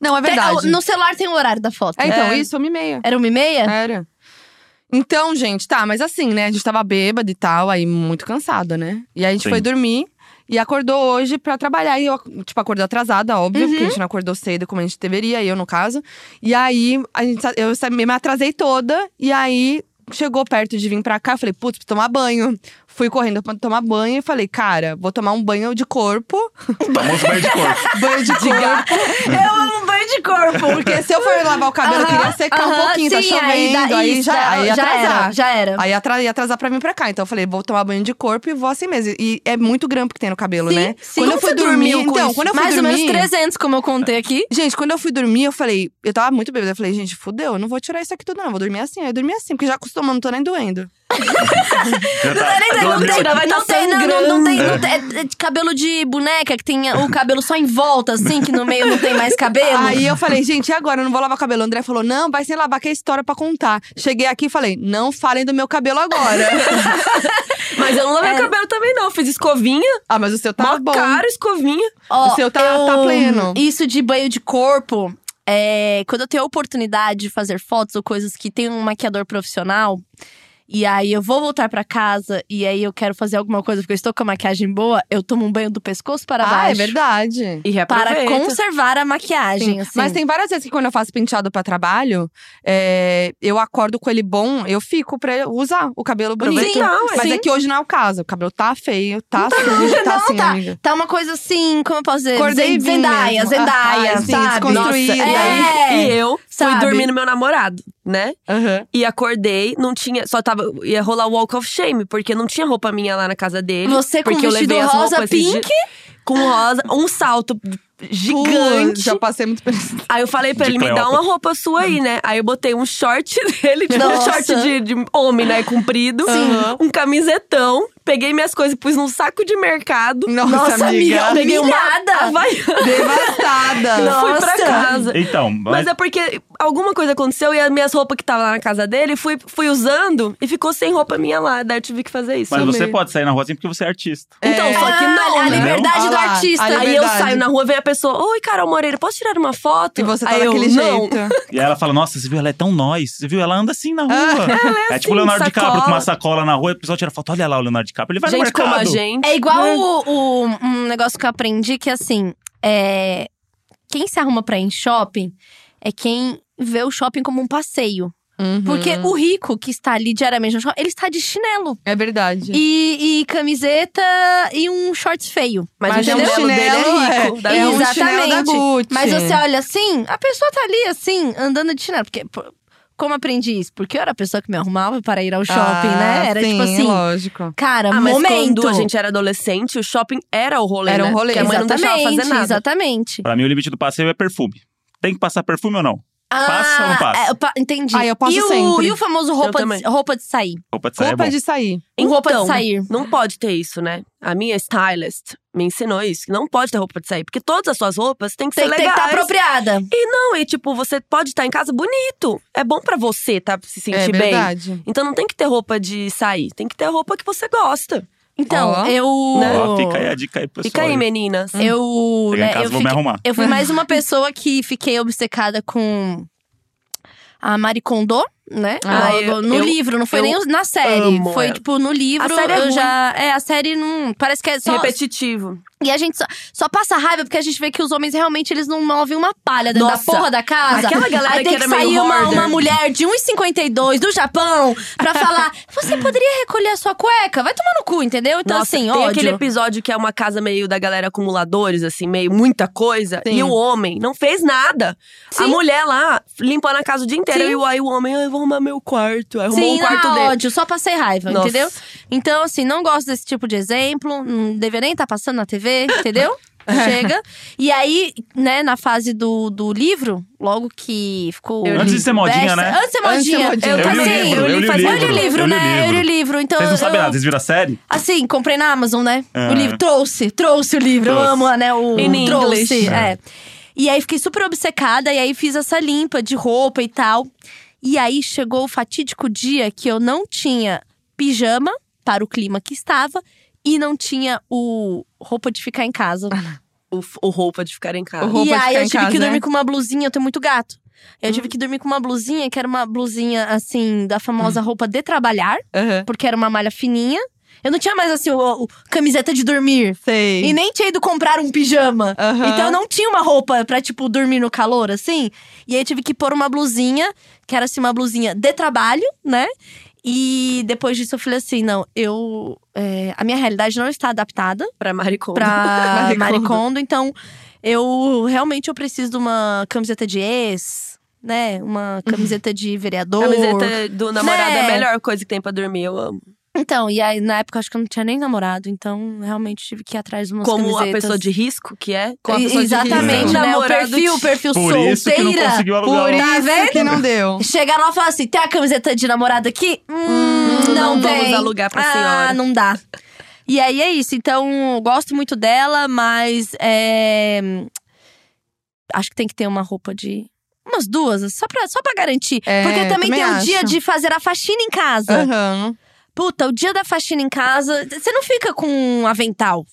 Speaker 4: Não, é
Speaker 1: Tem-
Speaker 4: verdade.
Speaker 1: no celular tem o horário da foto.
Speaker 4: É, então,
Speaker 3: É.
Speaker 4: isso, É. uma e meia.
Speaker 1: Era uma e meia?
Speaker 4: Era. Então, gente, tá, mas assim, né? A gente tava bêbado e tal, aí muito cansada, né? E aí a gente
Speaker 2: Sim.
Speaker 4: foi dormir e acordou hoje pra trabalhar. E eu, tipo, acordei atrasada, óbvio, porque a gente não acordou cedo como a gente deveria, eu no caso. E aí a gente, sa- eu sa- me atrasei toda, e aí chegou perto de vir pra cá, eu falei, putz, preciso tomar banho. Fui correndo pra tomar banho e falei, cara, vou tomar um banho de corpo.
Speaker 2: Tomamos banho de corpo.
Speaker 4: Banho de corpo.
Speaker 1: Eu amo um banho de corpo.
Speaker 4: Porque se eu for lavar o cabelo, eu queria secar um pouquinho, tá chovendo. Aí,
Speaker 1: dá- isso,
Speaker 4: já, aí ia
Speaker 1: já
Speaker 4: atrasar.
Speaker 1: era, já era.
Speaker 4: Aí ia atra- ia atrasar pra mim pra cá. Então eu falei, vou tomar banho de corpo e vou assim mesmo. E é muito grampo que tem no cabelo, né?
Speaker 1: sim. Como
Speaker 4: Quando eu fui
Speaker 1: você
Speaker 4: dormir,
Speaker 1: dormiu com
Speaker 4: então,
Speaker 1: isso?
Speaker 4: quando eu fui
Speaker 1: Mais
Speaker 4: dormir.
Speaker 1: ou menos 300, como eu contei aqui.
Speaker 4: Gente, quando eu fui dormir, eu falei, eu tava muito bêbada. Eu falei, gente, fudeu, eu não vou tirar isso aqui tudo, não. Eu vou dormir assim. Aí eu dormi assim, porque já acostumou, não tô nem doendo.
Speaker 1: Não tem,
Speaker 2: Já tá- dormiu.
Speaker 3: Vai tá
Speaker 1: não tem, não, não,
Speaker 3: sangrando.
Speaker 1: não tem, não tem. É, é de cabelo de boneca, que tem o cabelo só em volta, assim, que no meio não tem mais cabelo.
Speaker 4: Aí eu falei, gente, e agora? Eu não vou lavar o cabelo. O André falou, não, vai sem lavar, que é história pra contar. Cheguei aqui e falei, não falem do meu cabelo agora.
Speaker 3: Mas eu não
Speaker 4: é,
Speaker 3: lavei o cabelo também, não. Fiz escovinha.
Speaker 4: ah, mas o seu tá
Speaker 3: Mó
Speaker 4: bom.
Speaker 3: caro, escovinha.
Speaker 1: Ó,
Speaker 4: o seu tá-
Speaker 1: eu-
Speaker 4: tá pleno.
Speaker 1: Isso de banho de corpo. é, quando eu tenho a oportunidade de fazer fotos ou coisas que tem um maquiador profissional, e aí eu vou voltar pra casa e aí eu quero fazer alguma coisa porque eu estou com a maquiagem boa, eu tomo um banho do pescoço para
Speaker 4: Ah,
Speaker 1: baixo.
Speaker 4: é verdade.
Speaker 3: E
Speaker 1: Para
Speaker 3: reaproveita.
Speaker 1: conservar a maquiagem,
Speaker 4: Sim,
Speaker 1: assim.
Speaker 4: Mas tem várias vezes que quando eu faço penteado pra trabalho, é, eu acordo com ele bom, eu fico pra usar o cabelo bonito.
Speaker 1: Sim, não, é.
Speaker 4: Mas é
Speaker 1: Sim.
Speaker 4: que hoje não é o caso. O cabelo tá feio, tá sujo,
Speaker 1: não,
Speaker 4: tá assim,
Speaker 1: tá.
Speaker 4: amiga.
Speaker 1: Tá uma coisa assim, como eu posso dizer?
Speaker 4: Acordei
Speaker 1: Zen-
Speaker 4: bem
Speaker 1: Zendaya,
Speaker 4: mesmo.
Speaker 1: Zendaya,
Speaker 4: Ah, sim,
Speaker 1: sabe?
Speaker 4: desconstruída.
Speaker 1: Nossa,
Speaker 3: E
Speaker 1: é.
Speaker 3: eu
Speaker 1: Sabe?
Speaker 3: fui dormir no meu namorado, né?
Speaker 4: Aham.
Speaker 3: E acordei, não tinha. Só tava. Ia rolar o Walk of Shame, porque não tinha roupa minha lá na casa dele.
Speaker 1: Você com
Speaker 3: porque eu
Speaker 1: vestido
Speaker 3: levei as
Speaker 1: rosa,
Speaker 3: roupas esses
Speaker 1: pink?
Speaker 3: dias- Com rosa, um salto
Speaker 4: Putz,
Speaker 3: gigante.
Speaker 4: Já passei muito por isso.
Speaker 3: Aí eu falei pra
Speaker 2: De
Speaker 3: ele, me dá
Speaker 2: Cleópatra.
Speaker 3: uma roupa sua aí, né? Aí eu botei um short dele, tipo um
Speaker 1: Nossa.
Speaker 3: short de, de homem, né? Comprido.
Speaker 4: Sim.
Speaker 3: Um camisetão. Peguei minhas coisas e pus num saco de mercado.
Speaker 4: Nossa, amiga.
Speaker 3: Peguei uma
Speaker 1: Humilhada.
Speaker 3: havaiana.
Speaker 4: Devastada.
Speaker 3: Fui pra
Speaker 1: Nossa.
Speaker 3: casa.
Speaker 2: Então,
Speaker 3: Mas,
Speaker 2: mas,
Speaker 3: é porque alguma coisa aconteceu e as minhas roupas que tava lá na casa dele, fui, fui usando e ficou sem roupa minha lá. Daí eu tive que fazer isso.
Speaker 2: mas você
Speaker 4: mesmo.
Speaker 2: pode sair na rua assim porque você é artista.
Speaker 3: Então,
Speaker 4: É.
Speaker 3: só que não,
Speaker 1: Ah, a
Speaker 3: né?
Speaker 1: liberdade
Speaker 4: Olha
Speaker 1: do
Speaker 4: lá,
Speaker 1: artista.
Speaker 4: a
Speaker 3: Aí eu
Speaker 4: liberdade.
Speaker 3: saio na rua, vem a pessoa, oi, Carol Moreira, posso tirar uma foto?
Speaker 4: E você tá
Speaker 3: Aí eu,
Speaker 4: daquele
Speaker 3: não.
Speaker 4: jeito.
Speaker 2: E aí ela fala, nossa, você viu, ela é tão nós. Você viu, ela anda assim na rua. é, tipo o
Speaker 3: assim,
Speaker 2: Leonardo DiCaprio com uma
Speaker 3: sacola.
Speaker 2: sacola na rua. E o pessoal tira foto, olha lá o Leonardo DiCaprio. Ele vai no
Speaker 3: Gente
Speaker 2: mercado.
Speaker 3: como a gente.
Speaker 1: É igual
Speaker 3: É.
Speaker 1: o, o- um negócio que eu aprendi que assim, é, quem se arruma pra ir em shopping é quem vê o shopping como um passeio.
Speaker 4: Uhum.
Speaker 1: Porque o rico que está ali diariamente no shopping, ele está de chinelo
Speaker 4: É verdade.
Speaker 1: e, e camiseta e um shorts feio.
Speaker 3: Mas,
Speaker 4: Mas
Speaker 3: o
Speaker 4: é um
Speaker 3: chinelo
Speaker 4: chinelo,
Speaker 3: dele é rico.
Speaker 4: é.
Speaker 3: da
Speaker 4: É um
Speaker 3: Gucci.
Speaker 4: chinelo da Gucci.
Speaker 1: Mas você olha assim, a pessoa tá ali assim, andando de chinelo. Porque, pô, como aprendi isso? Porque eu era a pessoa que me arrumava para ir ao shopping,
Speaker 4: Ah,
Speaker 1: né? Era
Speaker 4: sim,
Speaker 1: tipo assim,
Speaker 4: lógico.
Speaker 1: cara,
Speaker 3: Ah, mas
Speaker 1: momento.
Speaker 3: quando a gente era adolescente, o shopping era o rolê,
Speaker 4: Era um
Speaker 3: né?
Speaker 4: rolê,
Speaker 3: Porque a mãe não deixava fazer
Speaker 1: Exatamente,
Speaker 3: nada.
Speaker 1: Exatamente.
Speaker 2: Pra mim, o limite do passeio é perfume. Tem que passar perfume ou não? Passa ou não passa?
Speaker 1: é, pa- entendi.
Speaker 4: Ah, eu passo
Speaker 1: e o,
Speaker 4: sempre.
Speaker 1: E o famoso roupa
Speaker 3: também.
Speaker 1: de, roupa de sair?
Speaker 2: Roupa de sair é
Speaker 4: Roupa
Speaker 2: bom.
Speaker 4: de sair.
Speaker 1: Com roupa de
Speaker 3: Então,
Speaker 1: sair.
Speaker 3: Não pode ter isso, né? A minha stylist me ensinou isso. que Não pode ter roupa de sair. Porque todas as suas roupas têm que
Speaker 1: Tem
Speaker 3: ser
Speaker 1: que tá tem que
Speaker 3: legais.
Speaker 1: estar apropriada.
Speaker 3: E não, e tipo, você pode estar em casa bonito. É bom pra você, tá? Se
Speaker 4: É
Speaker 3: sentir bem.
Speaker 4: verdade.
Speaker 3: Então não tem que ter roupa de sair. Tem que ter roupa que você gosta.
Speaker 1: Então,
Speaker 4: Ó.
Speaker 1: eu.
Speaker 2: Ó, fica aí a dica aí, pro pessoal.
Speaker 3: Fica aí, meninas.
Speaker 1: Eu.
Speaker 2: Chegar
Speaker 1: né,
Speaker 2: em casa,
Speaker 1: eu
Speaker 2: vou
Speaker 1: fiquei-
Speaker 2: me arrumar.
Speaker 1: Eu fui mais uma pessoa que fiquei obcecada com a Marie Kondo, né?
Speaker 3: Ah,
Speaker 1: Logo,
Speaker 3: eu-
Speaker 1: no
Speaker 3: eu-
Speaker 1: livro, não foi
Speaker 3: eu
Speaker 1: nem na série.
Speaker 3: amo
Speaker 1: Foi,
Speaker 3: ela.
Speaker 1: tipo, no livro.
Speaker 3: A série é
Speaker 1: eu
Speaker 3: ruim.
Speaker 1: já. É, a série não. Parece que é só.
Speaker 3: Repetitivo.
Speaker 1: E a gente só, só passa raiva porque a gente vê que os homens realmente eles não movem uma palha dentro
Speaker 3: Nossa.
Speaker 1: da porra da casa.
Speaker 3: Aquela galera
Speaker 1: Aí tem
Speaker 3: que
Speaker 1: que,
Speaker 3: era meio
Speaker 1: sair uma,
Speaker 3: hoarder.
Speaker 1: uma mulher de 1,52 do Japão pra falar: você poderia recolher a sua cueca? Vai tomar no cu, entendeu? Então,
Speaker 3: Nossa,
Speaker 1: assim,
Speaker 3: tem
Speaker 1: ódio.
Speaker 3: aquele episódio que é uma casa meio da galera acumuladores, assim, meio muita coisa.
Speaker 4: Sim.
Speaker 3: E o homem não fez nada. A
Speaker 1: Sim.
Speaker 3: mulher lá limpando a casa o dia inteiro.
Speaker 1: Sim.
Speaker 3: E o- aí o homem, ah, eu vou arrumar meu quarto. Aí Arrumou
Speaker 1: Sim,
Speaker 3: o quarto
Speaker 1: não,
Speaker 3: dele.
Speaker 1: ódio, só passei raiva,
Speaker 3: Nossa.
Speaker 1: entendeu? Então, assim, não gosto desse tipo de exemplo, não deveria nem estar passando na TV, entendeu?
Speaker 3: É.
Speaker 1: Chega. E aí, né, na fase do, do livro, logo que ficou.
Speaker 4: Eu
Speaker 2: Antes de ser modinha,
Speaker 1: besta-
Speaker 2: né?
Speaker 1: Antes de ser
Speaker 4: Antes de ser
Speaker 1: modinha.
Speaker 4: modinha.
Speaker 1: Eu,
Speaker 2: li
Speaker 4: Eu
Speaker 1: assim,
Speaker 2: o livro, eu li o
Speaker 1: faz-
Speaker 2: livro,
Speaker 1: Eu li o livro,
Speaker 2: eu li
Speaker 1: né?
Speaker 2: o
Speaker 1: Eu li o
Speaker 2: livro.
Speaker 1: livro. Então,
Speaker 2: Vocês não sabem
Speaker 1: eu-
Speaker 2: nada, vocês viram a série?
Speaker 1: Assim, comprei na Amazon, né?
Speaker 2: Ah.
Speaker 1: O livro. Trouxe, trouxe o livro.
Speaker 2: Trouxe.
Speaker 1: Eu amo, né? O
Speaker 3: In
Speaker 1: trouxe.
Speaker 3: English.
Speaker 1: É. E aí fiquei super obcecada, e aí fiz essa limpa de roupa e tal. E aí chegou o fatídico dia que eu não tinha pijama para o clima que estava e não tinha o roupa de ficar em casa.
Speaker 3: O, o roupa de ficar em casa.
Speaker 4: O roupa
Speaker 1: e
Speaker 4: de
Speaker 1: aí
Speaker 4: ficar
Speaker 1: eu
Speaker 4: em
Speaker 1: tive
Speaker 4: casa,
Speaker 1: que
Speaker 4: né? Hum.
Speaker 1: dormir com uma blusinha, eu tenho muito gato. Eu tive que dormir com uma blusinha, que era uma blusinha assim, da famosa
Speaker 4: Hum.
Speaker 1: roupa de trabalhar,
Speaker 4: Aham.
Speaker 1: porque era uma malha fininha. Eu não tinha mais assim, o, o- camiseta de dormir.
Speaker 4: Sei.
Speaker 1: E nem tinha ido comprar um pijama.
Speaker 4: Aham.
Speaker 1: Então eu não tinha uma roupa pra, tipo, dormir no calor, assim. E aí eu tive que pôr uma blusinha, que era assim, uma blusinha de trabalho, né? E depois disso eu falei assim: não, eu. é, a minha realidade não está adaptada
Speaker 3: Pra Maricona.
Speaker 1: pra
Speaker 4: Marie Kondo.
Speaker 1: Maricondo. Então, eu realmente eu preciso de uma camiseta de ex, né? Uma camiseta de vereador.
Speaker 3: Camiseta do namorado é a
Speaker 1: Né?
Speaker 3: melhor coisa que tem pra dormir, eu amo.
Speaker 1: Então, e aí na época eu acho que eu não tinha nem namorado, então realmente tive que ir atrás de umas
Speaker 3: Como
Speaker 1: camisetas.
Speaker 3: a pessoa de risco que é.
Speaker 4: com a pessoa de
Speaker 1: Exatamente,
Speaker 2: risco.
Speaker 1: né? O
Speaker 3: Namorado
Speaker 1: perfil, o perfil
Speaker 2: Por
Speaker 1: solteira.
Speaker 2: isso que não conseguiu alugar.
Speaker 4: Por
Speaker 2: o-
Speaker 1: Tá
Speaker 4: isso
Speaker 1: vendo?
Speaker 4: que não deu.
Speaker 1: Chegar lá e falar assim: tem a camiseta de namorado aqui? Hum, não
Speaker 3: não vamos
Speaker 1: tem.
Speaker 3: alugar pra
Speaker 1: ah,
Speaker 3: senhora.
Speaker 1: não dá. E aí é isso. Então, eu gosto muito dela, mas é, acho que tem que ter uma roupa de. Umas duas, só pra, só pra garantir.
Speaker 4: É,
Speaker 1: Porque também,
Speaker 4: também
Speaker 1: tem o
Speaker 4: acho.
Speaker 1: dia de fazer a faxina em casa.
Speaker 4: Aham.
Speaker 1: Puta, o dia da faxina em casa, você não fica com um avental,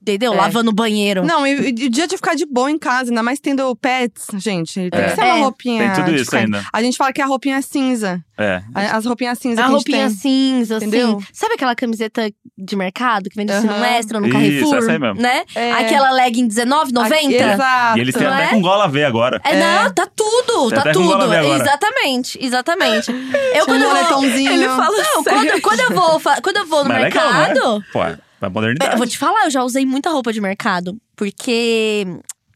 Speaker 1: entendeu?
Speaker 3: É.
Speaker 1: Lavando o banheiro.
Speaker 4: Não, e, e o dia de ficar de boa em casa, ainda mais tendo pets, gente, tem
Speaker 2: É.
Speaker 4: que ser uma
Speaker 1: É.
Speaker 4: roupinha.
Speaker 2: Tem tudo isso
Speaker 4: diferente.
Speaker 2: ainda.
Speaker 4: A gente fala que é a roupinha cinza.
Speaker 2: É.
Speaker 4: A- As roupinhas cinza
Speaker 1: A
Speaker 4: que
Speaker 1: roupinha
Speaker 4: a gente
Speaker 1: cinza,
Speaker 4: entendeu?
Speaker 1: assim. Sabe aquela camiseta de mercado que vende assim no
Speaker 4: Aham.
Speaker 1: Extra, no
Speaker 2: Isso,
Speaker 1: Carrefour?
Speaker 2: essa aí mesmo.
Speaker 1: Né?
Speaker 4: tem. É.
Speaker 1: Aquela legging
Speaker 4: Aqui-
Speaker 1: R$19,90?
Speaker 4: Exato.
Speaker 2: E eles têm
Speaker 1: Não
Speaker 2: até
Speaker 1: é?
Speaker 2: com gola V agora.
Speaker 1: É, não, tá tudo,
Speaker 2: Tem
Speaker 1: tá
Speaker 2: até com gola
Speaker 1: tudo.
Speaker 2: V agora.
Speaker 1: Exatamente, exatamente. Eu
Speaker 4: Um
Speaker 1: quando eu vou,
Speaker 4: moletomzinho.
Speaker 3: Ele fala
Speaker 1: não,
Speaker 3: sério.
Speaker 1: quando, quando eu vou, fa- quando eu vou no
Speaker 2: Mas é legal,
Speaker 1: mercado,
Speaker 2: né? Pô, é pra modernidade.
Speaker 1: Eu vou te falar, eu já usei muita roupa de mercado. Porque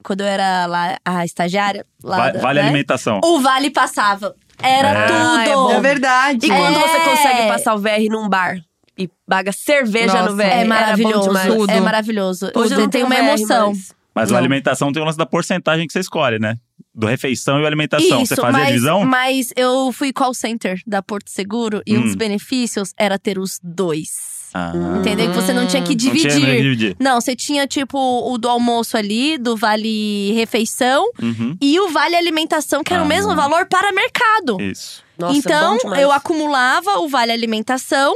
Speaker 1: quando eu era lá a estagiária, lá
Speaker 2: Va-
Speaker 1: da-
Speaker 2: vale
Speaker 1: né?
Speaker 2: alimentação.
Speaker 1: O vale passava. Era
Speaker 2: É.
Speaker 4: Ah, é
Speaker 1: tudo.
Speaker 4: bom. É verdade.
Speaker 3: E quando
Speaker 1: É.
Speaker 3: você consegue passar o VR num bar e paga cerveja
Speaker 4: Nossa,
Speaker 3: no VR,
Speaker 1: É
Speaker 3: era bom
Speaker 1: maravilhoso.
Speaker 3: demais.
Speaker 4: Tudo.
Speaker 1: É maravilhoso.
Speaker 3: Hoje eu não
Speaker 1: tem
Speaker 3: tenho
Speaker 1: uma
Speaker 3: VR
Speaker 1: emoção.
Speaker 3: mais.
Speaker 2: Mas
Speaker 1: Não.
Speaker 2: a alimentação tem o lance da porcentagem que você escolhe, né? Do refeição e alimentação.
Speaker 1: Isso,
Speaker 2: você fazia
Speaker 1: mas,
Speaker 2: a divisão?
Speaker 1: mas eu fui call center da Porto Seguro e um
Speaker 2: Hum.
Speaker 1: dos benefícios era ter os dois.
Speaker 2: Ah,
Speaker 1: Entendeu? Que você não
Speaker 3: Hum.
Speaker 1: tinha que
Speaker 2: não tinha,
Speaker 1: dividir.
Speaker 2: não ia dividir.
Speaker 1: Não, você tinha tipo o do almoço ali, do vale refeição
Speaker 2: Uhum,
Speaker 1: e o vale alimentação, que era
Speaker 2: Ah.
Speaker 1: o mesmo valor para mercado.
Speaker 2: Isso.
Speaker 3: Nossa,
Speaker 1: então,
Speaker 3: bom demais.
Speaker 1: eu acumulava o vale alimentação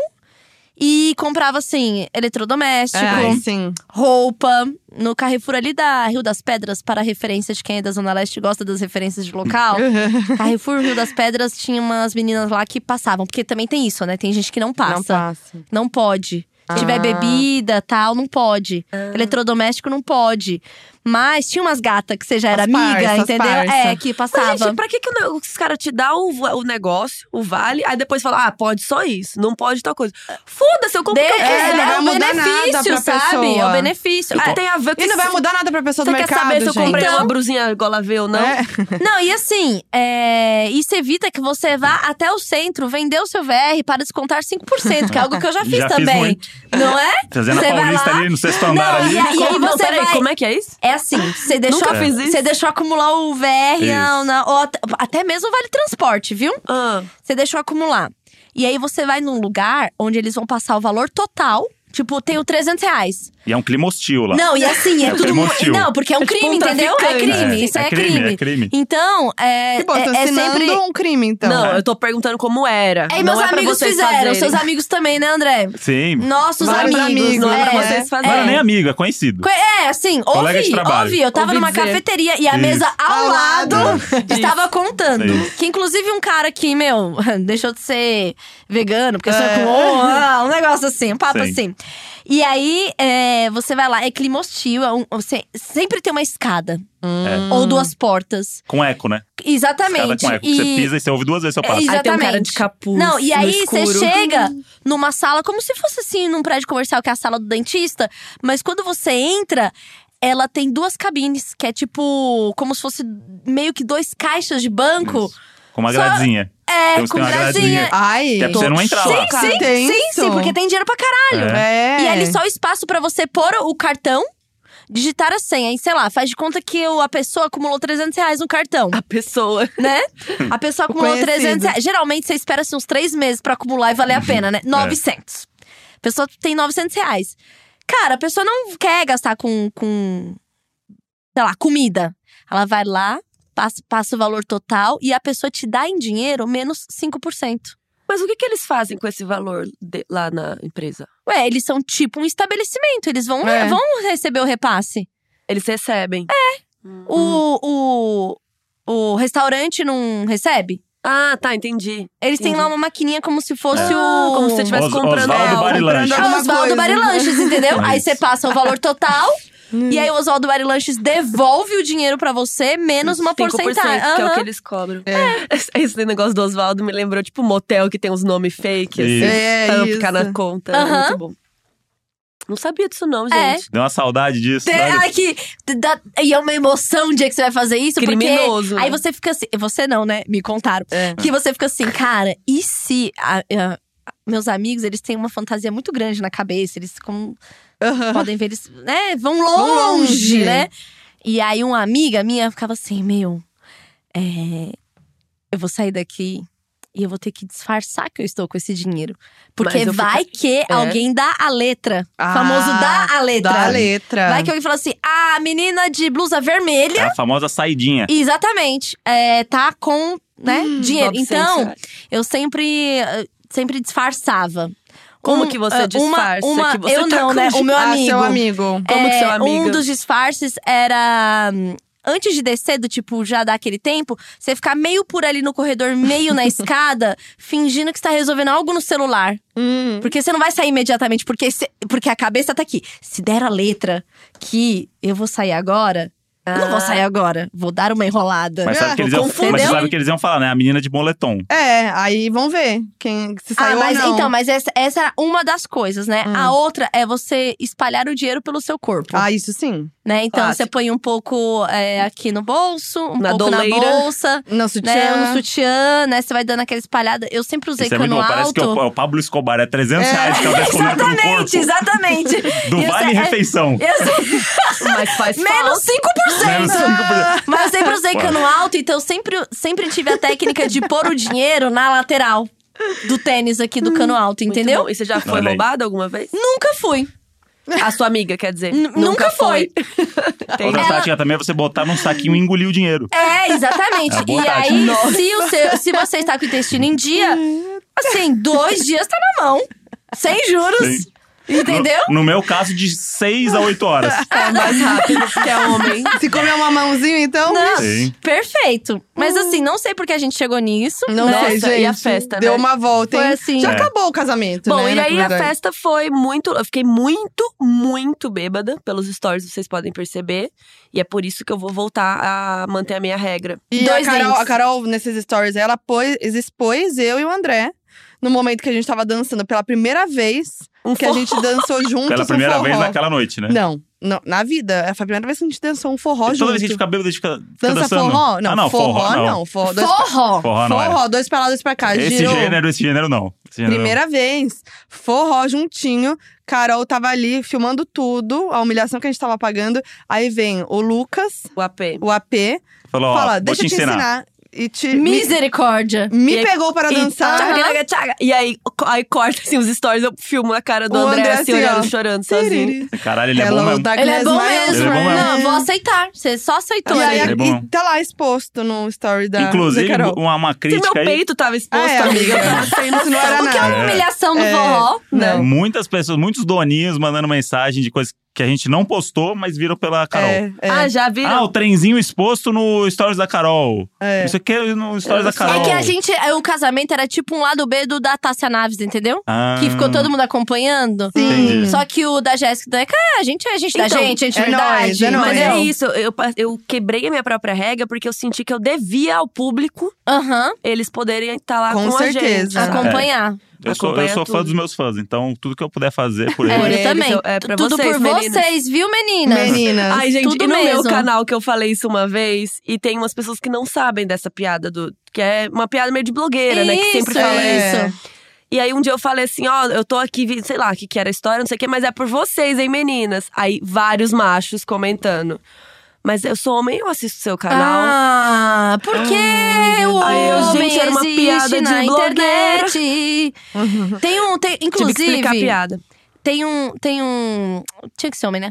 Speaker 1: e comprava, assim, eletrodoméstico,
Speaker 4: É, aí sim.
Speaker 1: roupa. No Carrefour ali da Rio das Pedras, para referência de quem é da Zona Leste e gosta das referências de local. Carrefour Rio das Pedras tinha umas meninas lá que passavam. Porque também tem isso, né? Tem gente que não passa.
Speaker 4: Não passa.
Speaker 1: Não pode. Se tiver
Speaker 4: Ah.
Speaker 1: bebida, tal, não pode. Eletrodoméstico não pode. Mas tinha umas gatas que você já era
Speaker 4: As
Speaker 1: amiga,
Speaker 4: parça, as
Speaker 1: entendeu?
Speaker 4: parça.
Speaker 1: É, que passava.
Speaker 3: Mas, gente, pra que, que o ne- os caras te dão o, va- o negócio, o vale, aí depois fala, ah, pode só isso, não pode tal coisa. Foda-se, eu compro o
Speaker 1: De-
Speaker 3: que eu
Speaker 1: é,
Speaker 3: quiser.
Speaker 4: não
Speaker 1: é,
Speaker 4: vai
Speaker 1: o
Speaker 4: mudar nada
Speaker 1: benefício,
Speaker 4: pra
Speaker 1: sabe? É
Speaker 4: pessoa.
Speaker 1: o benefício.
Speaker 3: Ah,
Speaker 1: É,
Speaker 3: tem a ver com
Speaker 4: E não vai mudar nada pra pessoa
Speaker 3: Você
Speaker 4: do
Speaker 3: quer
Speaker 4: mercado,
Speaker 3: saber se eu
Speaker 4: gente.
Speaker 3: comprei uma
Speaker 1: Então-
Speaker 3: brusinha gola V ou não?
Speaker 4: É.
Speaker 1: Não, e assim, é, isso evita que você vá até o centro vender o seu VR para descontar 5%, que é algo que eu já fiz
Speaker 2: Já fiz
Speaker 1: também.
Speaker 2: muito.
Speaker 1: não é?
Speaker 2: Fazendo
Speaker 1: Você
Speaker 2: a
Speaker 1: vai
Speaker 2: Paulista
Speaker 1: lá-
Speaker 2: ali no sexto andar
Speaker 1: Não,
Speaker 3: Ah,
Speaker 2: ali.
Speaker 1: e aí
Speaker 3: Como- não,
Speaker 1: você
Speaker 3: peraí,
Speaker 1: vai-
Speaker 3: como é que é isso?
Speaker 1: É assim, você deixou,
Speaker 3: Nunca fiz isso.
Speaker 1: você deixou acumular o VR,
Speaker 2: Isso.
Speaker 1: não, não, ou até, até mesmo vale transporte, viu?
Speaker 3: Ah,
Speaker 1: Você deixou acumular. E aí você vai num lugar onde eles vão passar o valor total. Tipo, tem o 300 reais.
Speaker 2: E é um clima hostil lá.
Speaker 1: Não, e assim, é,
Speaker 2: É um
Speaker 1: tudo.
Speaker 2: crime
Speaker 1: mu-
Speaker 2: hostil.
Speaker 1: Não, porque é um
Speaker 3: É tipo
Speaker 1: crime,
Speaker 3: um
Speaker 1: entendeu? É
Speaker 3: traficante. tá
Speaker 1: crime,
Speaker 2: É,
Speaker 1: isso
Speaker 2: é
Speaker 1: aí é crime.
Speaker 2: crime, é crime.
Speaker 1: Então, é.
Speaker 4: Que bom,
Speaker 1: é,
Speaker 4: tô
Speaker 1: é
Speaker 4: ensinando
Speaker 1: sempre.
Speaker 4: um crime, então.
Speaker 3: Não, eu tô perguntando como era.
Speaker 1: É, e
Speaker 3: não
Speaker 1: meus
Speaker 3: é pra
Speaker 1: amigos
Speaker 3: vocês
Speaker 1: fizeram,
Speaker 3: fazerem.
Speaker 1: seus amigos também, né, André?
Speaker 2: Sim. Não,
Speaker 1: Nossos
Speaker 4: Vários
Speaker 1: amigos.
Speaker 4: amigos,
Speaker 3: não é pra
Speaker 1: é.
Speaker 3: vocês
Speaker 1: é.
Speaker 2: era
Speaker 3: fazerem.
Speaker 2: nem amigo, é conhecido.
Speaker 1: Co- É, assim,
Speaker 2: Colega de
Speaker 1: ouvi,
Speaker 2: trabalho.
Speaker 1: ouvi. Eu tava
Speaker 3: Ouvi
Speaker 1: numa
Speaker 3: dizer.
Speaker 1: cafeteria e a
Speaker 2: Isso.
Speaker 1: mesa ao
Speaker 4: Ao
Speaker 1: lado
Speaker 4: lado.
Speaker 1: estava contando.
Speaker 2: Isso.
Speaker 1: Que inclusive um cara que, meu, deixou de ser vegano, porque sonha
Speaker 4: É.
Speaker 1: com ovo, ah, um negócio assim, um papo
Speaker 2: Sim.
Speaker 1: assim. E aí, é, você vai lá, é clima hostil, é um- você- sempre tem uma escada.
Speaker 2: É.
Speaker 1: Ou duas portas.
Speaker 2: Com eco, né? Cada
Speaker 1: Exatamente.
Speaker 2: com eco.
Speaker 1: E-
Speaker 2: Você pisa e você ouve duas vezes seu
Speaker 1: É,
Speaker 2: passo.
Speaker 1: exa-
Speaker 3: Aí tem um cara
Speaker 1: Exatamente.
Speaker 3: de capuz.
Speaker 1: Não, e
Speaker 3: no
Speaker 1: aí você
Speaker 3: escuro.
Speaker 1: chega numa sala como se fosse assim num prédio comercial que é a sala do dentista, mas quando você entra, ela tem duas cabines, que é tipo como se fosse meio que dois caixas de banco.
Speaker 2: Isso. Com uma
Speaker 1: Só-
Speaker 2: gradinha.
Speaker 1: É,
Speaker 2: Então você
Speaker 1: com
Speaker 2: tem uma
Speaker 1: gradinha.
Speaker 2: gradinha.
Speaker 4: Ai.
Speaker 2: Que é pra você não entrar lá.
Speaker 4: Sim,
Speaker 1: Sim, sim, sim, porque tem dinheiro pra caralho.
Speaker 2: né?
Speaker 4: É.
Speaker 1: E ali só o espaço pra você pôr o cartão, digitar a senha. E sei lá, faz de conta que o- a pessoa acumulou 300 reais no cartão.
Speaker 3: A pessoa.
Speaker 1: né? A pessoa acumulou
Speaker 4: conhecido.
Speaker 1: 300 reais. Geralmente você espera assim, uns três meses pra acumular e valer a pena, né? 900. A pessoa tem 900 reais. Cara, a pessoa não quer gastar com, com sei lá, comida. Ela vai lá, passa, passa o valor total e a pessoa te dá em dinheiro menos 5%.
Speaker 3: Mas o que, que eles fazem com esse valor de- lá na empresa?
Speaker 1: Ué, eles são tipo um estabelecimento, eles vão,
Speaker 4: É.
Speaker 1: vão receber o repasse.
Speaker 3: Eles recebem.
Speaker 1: O, o, o restaurante não recebe?
Speaker 3: Ah, tá, entendi.
Speaker 1: Eles têm
Speaker 3: Entendi.
Speaker 1: lá uma maquininha como se fosse
Speaker 3: Ah,
Speaker 1: o.
Speaker 3: como se você estivesse
Speaker 2: Os-
Speaker 3: comprando.
Speaker 2: Osvaldo
Speaker 3: é,
Speaker 2: Barilanche.
Speaker 1: É o
Speaker 4: alguma
Speaker 1: Oswaldo
Speaker 4: coisa.
Speaker 1: Barilanches, entendeu?
Speaker 2: É
Speaker 1: aí
Speaker 2: isso.
Speaker 1: você passa o valor total.
Speaker 3: Hum.
Speaker 1: e aí o Oswaldo Barilanches devolve o dinheiro pra você, menos uma
Speaker 3: 5%,
Speaker 1: porcentagem.
Speaker 3: que é o
Speaker 1: Aham.
Speaker 3: que eles cobram. É. Esse negócio do Oswaldo me lembrou, tipo, motel que tem uns nomes fake, assim,
Speaker 2: Isso.
Speaker 4: É,
Speaker 3: pra não
Speaker 4: isso.
Speaker 3: ficar na conta.
Speaker 1: Aham.
Speaker 3: É muito bom. Não sabia disso, não,
Speaker 1: É.
Speaker 3: gente.
Speaker 2: Deu uma saudade disso.
Speaker 1: Tem-
Speaker 2: sabe?
Speaker 1: ai, que- dá- e é uma emoção o dia que você vai fazer isso,
Speaker 3: Criminoso, É.
Speaker 1: porque
Speaker 3: né?
Speaker 1: aí você fica assim, você não, né? Me contaram. Que você fica assim, cara, e se a- a- meus amigos, eles têm uma fantasia muito grande na cabeça, eles como podem ver, eles, né, vão longe,
Speaker 4: longe.
Speaker 1: né? E aí uma amiga minha ficava assim, meu, é, eu vou sair daqui e eu vou ter que disfarçar que eu estou com esse dinheiro. Porque
Speaker 3: Mas eu É. fico-
Speaker 1: vai que alguém dá a letra.
Speaker 4: Ah,
Speaker 1: famoso dá a letra.
Speaker 4: Da letra.
Speaker 1: Vai que alguém fala assim, ah, a menina de blusa vermelha,
Speaker 2: É a famosa saidinha.
Speaker 1: exatamente, é, tá com, né,
Speaker 3: Hum,
Speaker 1: dinheiro.
Speaker 3: 900
Speaker 1: Então,
Speaker 3: reais.
Speaker 1: eu sempre, eh, sempre disfarçava.
Speaker 3: Como que você
Speaker 1: eh,
Speaker 3: disfarça
Speaker 1: Uma, uma,
Speaker 3: que você
Speaker 1: eu
Speaker 3: tá
Speaker 1: não,
Speaker 3: com
Speaker 1: né, o
Speaker 3: dinheiro?
Speaker 1: meu
Speaker 4: ah,
Speaker 1: amigo.
Speaker 4: seu amigo.
Speaker 3: Como que
Speaker 1: É,
Speaker 3: seu amigo-
Speaker 1: Um dos disfarces era. hum, Antes de descer, do tipo, já dar aquele tempo, você ficar meio por ali no corredor, meio na escada, fingindo que está resolvendo algo no celular.
Speaker 4: Hum.
Speaker 1: Porque você não vai sair imediatamente, porque, cê- porque a cabeça tá aqui. Se der a letra que eu vou sair agora, eu não vou
Speaker 3: Ah.
Speaker 1: sair agora, vou dar uma enrolada.
Speaker 2: Mas sabe o que eles iam,
Speaker 1: confundir.
Speaker 2: mas você sabe o que eles iam falar, né? A menina de moletom.
Speaker 4: É, aí vão ver quem se
Speaker 1: Ah,
Speaker 4: saiu
Speaker 1: mas
Speaker 4: ou não.
Speaker 1: então, mas essa, essa era uma das coisas, né?
Speaker 3: Hum.
Speaker 1: A outra é você espalhar o dinheiro pelo seu corpo.
Speaker 4: Ah, isso sim.
Speaker 1: né? Então
Speaker 3: Clássico.
Speaker 1: você põe um pouco é, aqui no bolso, um
Speaker 3: ah, Na
Speaker 1: pouco na
Speaker 3: doleira.
Speaker 1: bolsa,
Speaker 4: Não, sutiã.
Speaker 1: né? No sutiã, né? Você vai dando aquela espalhada. Eu sempre usei
Speaker 2: Isso é muito
Speaker 1: cano
Speaker 2: bom. Parece que é
Speaker 1: alto.
Speaker 2: o, é o Pablo Escobar. É 300 reais que ela tá escondendo no
Speaker 1: Exatamente,
Speaker 2: corpo.
Speaker 1: exatamente.
Speaker 2: Do
Speaker 1: E eu
Speaker 4: é
Speaker 2: Vale
Speaker 1: sei-
Speaker 2: Refeição. né?
Speaker 1: Eu sei-
Speaker 3: Mas faz
Speaker 1: menos
Speaker 4: é
Speaker 1: 5%.
Speaker 2: Menos 5%.
Speaker 1: Mas eu sempre usei cano alto, então eu sempre, sempre tive a técnica de pôr o dinheiro na lateral do tênis aqui do cano alto,
Speaker 3: Muito
Speaker 1: entendeu?
Speaker 3: bom. E você já foi
Speaker 2: Olha aí.
Speaker 3: roubada alguma vez?
Speaker 1: Nunca fui.
Speaker 3: A sua amiga, quer dizer.
Speaker 1: N- nunca foi.
Speaker 3: Tem-
Speaker 2: Outra tática também é você botar num saquinho e engolir o dinheiro.
Speaker 1: É, exatamente.
Speaker 2: É uma boa
Speaker 1: e
Speaker 2: tática.
Speaker 1: aí,
Speaker 3: Nossa.
Speaker 1: se, o seu- se você está com o intestino em dia, assim, dois dias tá na mão. Sem juros.
Speaker 2: Sim.
Speaker 1: Entendeu?
Speaker 2: No, no meu caso, de 6 a 8 horas.
Speaker 3: É mais rápido, porque é homem.
Speaker 4: Se comer uma mãozinha, então.
Speaker 1: Não.
Speaker 2: Sim.
Speaker 1: Perfeito. Mas assim, não sei porque a gente chegou nisso.
Speaker 4: Não
Speaker 1: né?
Speaker 4: sei,
Speaker 3: Nossa,
Speaker 4: gente.
Speaker 3: e a festa,
Speaker 4: Deu
Speaker 3: né?
Speaker 4: uma volta, hein?
Speaker 1: Foi assim.
Speaker 4: Já
Speaker 2: É.
Speaker 4: acabou o casamento,
Speaker 3: Bom,
Speaker 4: né?
Speaker 3: e
Speaker 4: na
Speaker 3: aí a
Speaker 4: verdade.
Speaker 3: festa foi muito. Eu fiquei muito, muito bêbada. Pelos stories vocês podem perceber. E é por isso que eu vou voltar a manter a minha regra.
Speaker 4: E
Speaker 1: Dois
Speaker 4: a, Carol,
Speaker 1: drinks.
Speaker 4: a Carol, nesses stories, ela pôs, expôs eu e o André no momento que a gente tava dançando pela primeira vez,
Speaker 3: Um
Speaker 4: que a gente dançou juntos
Speaker 2: Pela primeira
Speaker 4: um forró.
Speaker 2: vez naquela noite, né?
Speaker 4: Não, não, na vida. Foi a primeira vez que a gente dançou um forró
Speaker 2: Toda
Speaker 4: junto.
Speaker 2: vez que a gente fica bêbado, a gente fica, fica
Speaker 4: Dança
Speaker 2: dançando.
Speaker 4: forró? Não,
Speaker 2: Ah, não,
Speaker 4: forró, não. Forró, dois,
Speaker 1: Forró!
Speaker 2: Forró não é.
Speaker 4: forró, dois pra lá, dois pra cá.
Speaker 2: Esse
Speaker 4: girou.
Speaker 2: gênero, né? esse gênero não. Esse gênero
Speaker 4: Primeira vez, forró juntinho. Carol tava ali filmando tudo, a humilhação que a gente tava pagando. Aí vem o Lucas,
Speaker 3: O AP.
Speaker 4: o AP,
Speaker 2: não. Falou, ó,
Speaker 4: fala:
Speaker 2: vou
Speaker 4: Deixa eu te ensinar. E te, me,
Speaker 1: Misericórdia!
Speaker 4: me
Speaker 3: E-
Speaker 4: pegou para
Speaker 3: E-
Speaker 1: é
Speaker 4: dançar.
Speaker 3: Tchaga, tchaga, tchaga. E aí, co- aí corta assim os stories, eu filmo a cara do
Speaker 4: O
Speaker 3: André,
Speaker 4: André,
Speaker 3: assim,
Speaker 4: assim,
Speaker 3: olhando,
Speaker 4: ó.
Speaker 3: chorando sozinho.
Speaker 2: Caralho, ele é
Speaker 4: Hello,
Speaker 2: bom mesmo.
Speaker 4: darkness,
Speaker 1: Ele é bom
Speaker 4: my old
Speaker 1: mesmo!
Speaker 2: Ele é bom mesmo.
Speaker 1: Não,
Speaker 4: friend.
Speaker 1: vou aceitar. Você só aceitou
Speaker 4: E aí,
Speaker 1: ele.
Speaker 2: Ele é bom mesmo.
Speaker 4: e tá lá exposto no story da,
Speaker 2: Inclusive,
Speaker 4: da Carol.
Speaker 2: uma, uma
Speaker 3: Se meu
Speaker 2: crítica aí.
Speaker 3: peito tava exposto,
Speaker 4: É,
Speaker 3: amiga, eu
Speaker 4: amiga.
Speaker 3: tava saindo
Speaker 4: Isso não era
Speaker 1: O que é
Speaker 4: nada.
Speaker 1: uma humilhação do
Speaker 4: É.
Speaker 1: forró?
Speaker 4: Não.
Speaker 2: Muitas pessoas, muitos doninhos mandando mensagem de coisas que a gente não postou, mas viram pela Carol.
Speaker 4: É, é,
Speaker 3: Ah, já
Speaker 2: Ah,
Speaker 3: viram?
Speaker 2: o trenzinho exposto no Stories da Carol.
Speaker 4: é.
Speaker 2: Isso aqui é no Stories da Carol.
Speaker 1: É que a gente. é, O casamento era tipo um lado B do da Tássia Naves, entendeu?
Speaker 2: Ah,
Speaker 1: Que ficou todo mundo acompanhando.
Speaker 2: Entendi.
Speaker 1: Só que o da Jéssica da Eca, é, a gente é a gente da
Speaker 3: Então,
Speaker 1: gente, a gente
Speaker 4: é
Speaker 1: verdade.
Speaker 4: nóis, é nóis.
Speaker 3: Mas
Speaker 1: entendeu?
Speaker 3: é isso, eu, pa- eu quebrei a minha própria regra porque eu senti que eu devia ao público
Speaker 1: Aham,
Speaker 3: eles poderem estar lá com,
Speaker 4: Com certeza.
Speaker 3: a gente. sabe?
Speaker 1: acompanhar.
Speaker 2: Eu sou, eu
Speaker 3: acompanha
Speaker 2: sou fã
Speaker 3: tudo.
Speaker 2: dos meus fãs, então tudo que eu puder fazer por
Speaker 1: É,
Speaker 2: eles.
Speaker 3: Por
Speaker 1: eu
Speaker 3: eles,
Speaker 1: também.
Speaker 3: eu- é pra
Speaker 1: Tudo
Speaker 3: vocês,
Speaker 1: por
Speaker 3: meninas.
Speaker 1: vocês, viu, meninas?
Speaker 4: Meninas. Ah.
Speaker 3: Ai, gente,
Speaker 1: Tudo
Speaker 3: e no
Speaker 1: mesmo.
Speaker 3: meu canal que eu falei isso uma vez, e tem umas pessoas que não sabem dessa piada do. Que é uma piada meio de blogueira, né? Que sempre
Speaker 1: Isso,
Speaker 3: fala
Speaker 1: é.
Speaker 3: isso. E aí um dia eu falei assim, ó, eu tô aqui, vi- sei lá, o que, que era a história, não sei o quê, mas é por vocês, hein, meninas. Aí vários machos comentando. Mas eu sou homem, eu assisto seu canal.
Speaker 1: Ah, porque o
Speaker 3: Ai, eu,
Speaker 1: homem
Speaker 3: gente, era uma
Speaker 1: existe
Speaker 3: piada de
Speaker 1: na
Speaker 3: blogueira. Uhum.
Speaker 1: internet. Tem um, tem,
Speaker 3: Tive que explicar a
Speaker 1: inclusive,
Speaker 3: piada.
Speaker 1: tem um, tem um, tinha que ser homem, né?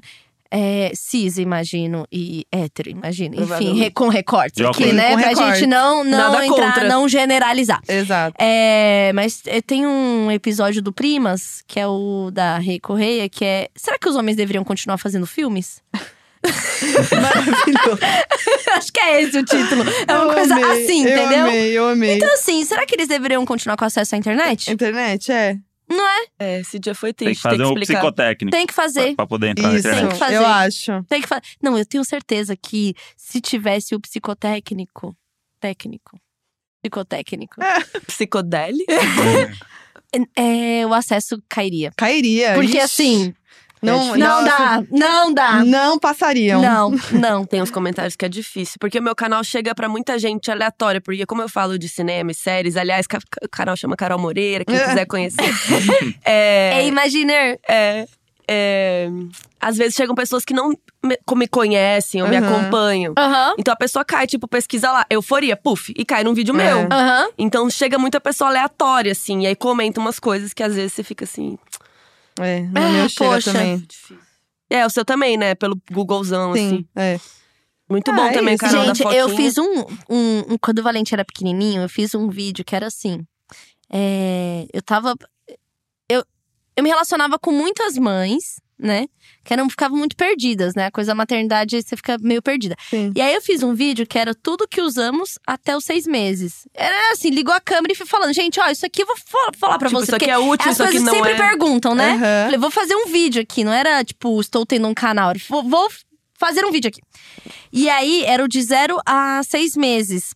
Speaker 1: É, cis, imagino, e hétero, imagino. Enfim,
Speaker 3: Provavelmente.
Speaker 1: re- com recortes
Speaker 2: De
Speaker 1: aqui,
Speaker 2: óculos.
Speaker 1: né?
Speaker 4: Com
Speaker 1: pra
Speaker 4: recorte.
Speaker 1: gente não, não
Speaker 3: Nada
Speaker 1: entrar,
Speaker 3: contra.
Speaker 1: não generalizar.
Speaker 4: Exato.
Speaker 1: É, mas é, tem um episódio do Primas, que é o da Rei Correia, que é. Será que os homens deveriam continuar fazendo filmes?
Speaker 4: Maravilhoso.
Speaker 1: Acho que é esse o título. É uma
Speaker 4: Eu
Speaker 1: coisa
Speaker 4: amei,
Speaker 1: assim,
Speaker 4: eu
Speaker 1: entendeu?
Speaker 4: Amei, eu amei.
Speaker 1: Então, tipo, assim, será que eles deveriam continuar com acesso à internet?
Speaker 4: Internet, é.
Speaker 3: É, esse dia foi
Speaker 2: Tem
Speaker 3: triste,
Speaker 2: que fazer um
Speaker 3: explicar.
Speaker 2: psicotécnico
Speaker 1: Tem que
Speaker 2: pra,
Speaker 1: fazer.
Speaker 2: pra poder entrar
Speaker 4: Isso,
Speaker 2: na internet.
Speaker 1: que fazer.
Speaker 4: eu acho.
Speaker 1: Tem que fa... Não, eu tenho certeza que se tivesse o psicotécnico. Técnico. Psicotécnico.
Speaker 3: Psicodélico?
Speaker 1: É, o acesso cairia.
Speaker 4: Cairia.
Speaker 1: Porque
Speaker 4: Ixi,
Speaker 1: assim.
Speaker 4: não,
Speaker 1: Não
Speaker 4: nossa,
Speaker 1: dá, não dá.
Speaker 4: Não passariam.
Speaker 1: Não, não.
Speaker 3: Tem uns comentários que é difícil, porque o meu canal chega pra muita gente aleatória, porque como eu falo de cinema e séries, aliás, ca- ca- o canal chama Carol Moreira, quem quiser conhecer.
Speaker 1: É,
Speaker 3: é,
Speaker 1: Imaginer.
Speaker 3: é, é, às vezes chegam pessoas que não me, co- me conhecem ou me
Speaker 4: Uhum.
Speaker 3: acompanham.
Speaker 1: Aham.
Speaker 3: Então a pessoa cai, tipo, pesquisa lá, euforia, puf, e cai num vídeo
Speaker 4: É.
Speaker 3: meu.
Speaker 1: Aham.
Speaker 3: Então chega muita pessoa aleatória, assim, e aí comenta umas coisas que às vezes você fica assim.
Speaker 4: É, no
Speaker 1: Ah,
Speaker 4: meu chega
Speaker 1: poxa.
Speaker 4: também.
Speaker 3: É, o seu também, né? Pelo Googlezão, assim.
Speaker 4: Sim, é.
Speaker 3: Muito
Speaker 4: Ah,
Speaker 3: bom
Speaker 4: é
Speaker 3: também o
Speaker 4: isso.
Speaker 3: canal
Speaker 1: Gente,
Speaker 3: da
Speaker 1: eu
Speaker 3: Foquinha.
Speaker 1: fiz um, um, um- Quando o Valente era pequenininho, eu fiz um vídeo que era assim. é, eu tava. Eu, eu me relacionava com muitas mães, né? Que eram, ficavam muito perdidas, né? A coisa da maternidade, você fica meio perdida.
Speaker 4: Sim.
Speaker 1: E aí eu fiz um vídeo que era tudo que usamos até os seis meses. Era assim, ligou a câmera e fui falando, gente, ó, isso aqui eu vou fa- falar pra
Speaker 3: Tipo,
Speaker 1: vocês.
Speaker 3: isso aqui
Speaker 1: porque
Speaker 3: é útil,
Speaker 1: as
Speaker 3: isso aqui
Speaker 1: coisas que
Speaker 3: não
Speaker 1: sempre
Speaker 3: é.
Speaker 1: perguntam, né?
Speaker 4: Aham.
Speaker 1: Falei, vou fazer um vídeo aqui. Não era tipo, estou tendo um canal. Era, Vou, vou fazer um vídeo aqui. E aí era o de zero a seis meses.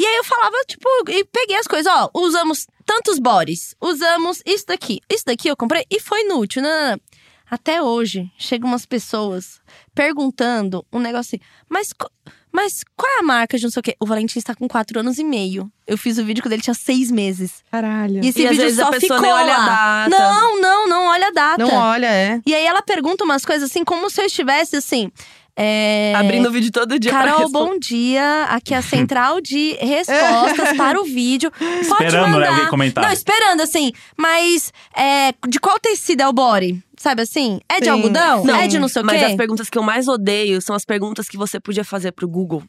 Speaker 1: E aí eu falava, tipo, e peguei as coisas. Ó, usamos tantos bores, usamos isso daqui. Isso daqui eu comprei e foi inútil. Não, não, não. Até hoje, chegam umas pessoas perguntando um negócio assim, mas, co- mas qual é a marca de não sei o quê? O Valentim está com quatro anos e meio. Eu fiz o vídeo quando ele tinha seis meses.
Speaker 4: Caralho.
Speaker 1: E esse
Speaker 3: E às
Speaker 1: vídeo
Speaker 3: vezes
Speaker 1: só
Speaker 3: a pessoa
Speaker 1: ficou
Speaker 3: nem olha
Speaker 1: lá.
Speaker 3: a data.
Speaker 1: Não, não, não olha a data.
Speaker 4: Não olha, é.
Speaker 1: E aí ela pergunta umas coisas assim, como se eu estivesse assim. é,
Speaker 3: Abrindo o vídeo todo dia pra
Speaker 1: Carol,
Speaker 3: responder.
Speaker 1: bom dia. Aqui é a central de respostas para o vídeo. Pode
Speaker 2: Esperando, né,
Speaker 1: mandar.
Speaker 2: alguém comentar.
Speaker 1: Não, esperando, assim. Mas é, de qual tecido é o body? Sabe assim? É de
Speaker 4: Sim.
Speaker 1: algodão?
Speaker 4: Não,
Speaker 1: é de não sei o quê?
Speaker 3: Mas as perguntas que eu mais odeio são as perguntas que você podia fazer pro Google.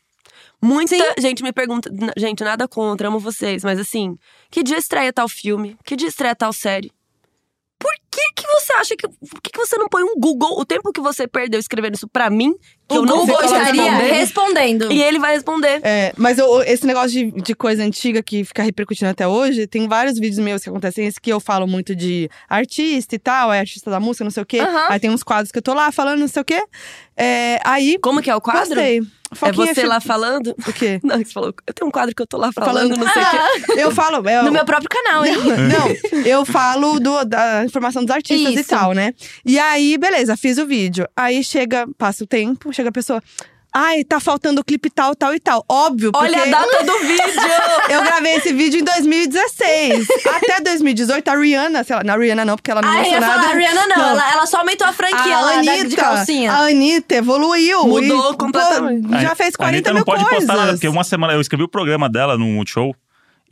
Speaker 3: Muita gente me pergunta, n- gente, nada contra, amo vocês, mas assim, que dia estreia tal filme? Que dia estreia tal série? Por que que você acha que. Por que, que você não põe um Google? O tempo que você perdeu escrevendo isso pra mim, que eu não
Speaker 1: Google
Speaker 3: vou
Speaker 1: estaria
Speaker 3: responder.
Speaker 1: respondendo.
Speaker 3: E ele vai responder.
Speaker 4: É, mas eu- esse negócio de, de coisa antiga que fica repercutindo até hoje, tem vários vídeos meus que acontecem, esse que eu falo muito de artista e tal, é artista da música, não sei o quê.
Speaker 1: Aham.
Speaker 4: Aí tem uns quadros que eu tô lá falando, não sei o quê. É, aí.
Speaker 3: Como que é o quadro?
Speaker 4: Gostei.
Speaker 3: É
Speaker 4: Foquinha
Speaker 3: você
Speaker 4: fi-
Speaker 3: lá falando?
Speaker 4: O quê?
Speaker 3: Não, você falou. Eu tenho um quadro que eu tô lá falando, não sei o quê.
Speaker 4: Eu falo. é,
Speaker 1: Ah, No meu próprio canal, hein?
Speaker 4: Não, eu falo do- da informação dos artistas e
Speaker 1: Isso.
Speaker 4: tal, né? E aí, beleza, fiz o vídeo. Aí chega, passa o tempo, chega a pessoa. Ai, tá faltando o clipe tal, tal e tal. Óbvio,
Speaker 3: Olha a
Speaker 4: porque
Speaker 3: data do vídeo!
Speaker 4: eu gravei esse vídeo em 2016. Até 2018, a Rihanna, sei lá, não, a Rihanna não, porque ela não
Speaker 1: Ah, eu
Speaker 4: lançou
Speaker 1: ia falar,
Speaker 4: nada.
Speaker 1: a Rihanna não. Ela, é ela só aumentou a franquia
Speaker 3: Ah,
Speaker 1: lá é da- de calcinha.
Speaker 4: A Anitta evoluiu.
Speaker 3: Mudou
Speaker 4: e,
Speaker 3: completamente.
Speaker 4: pô, Já fez
Speaker 2: A Anitta
Speaker 4: 40 mil
Speaker 2: não pode
Speaker 4: coisas.
Speaker 2: postar nada, porque uma semana eu escrevi o programa dela no Multishow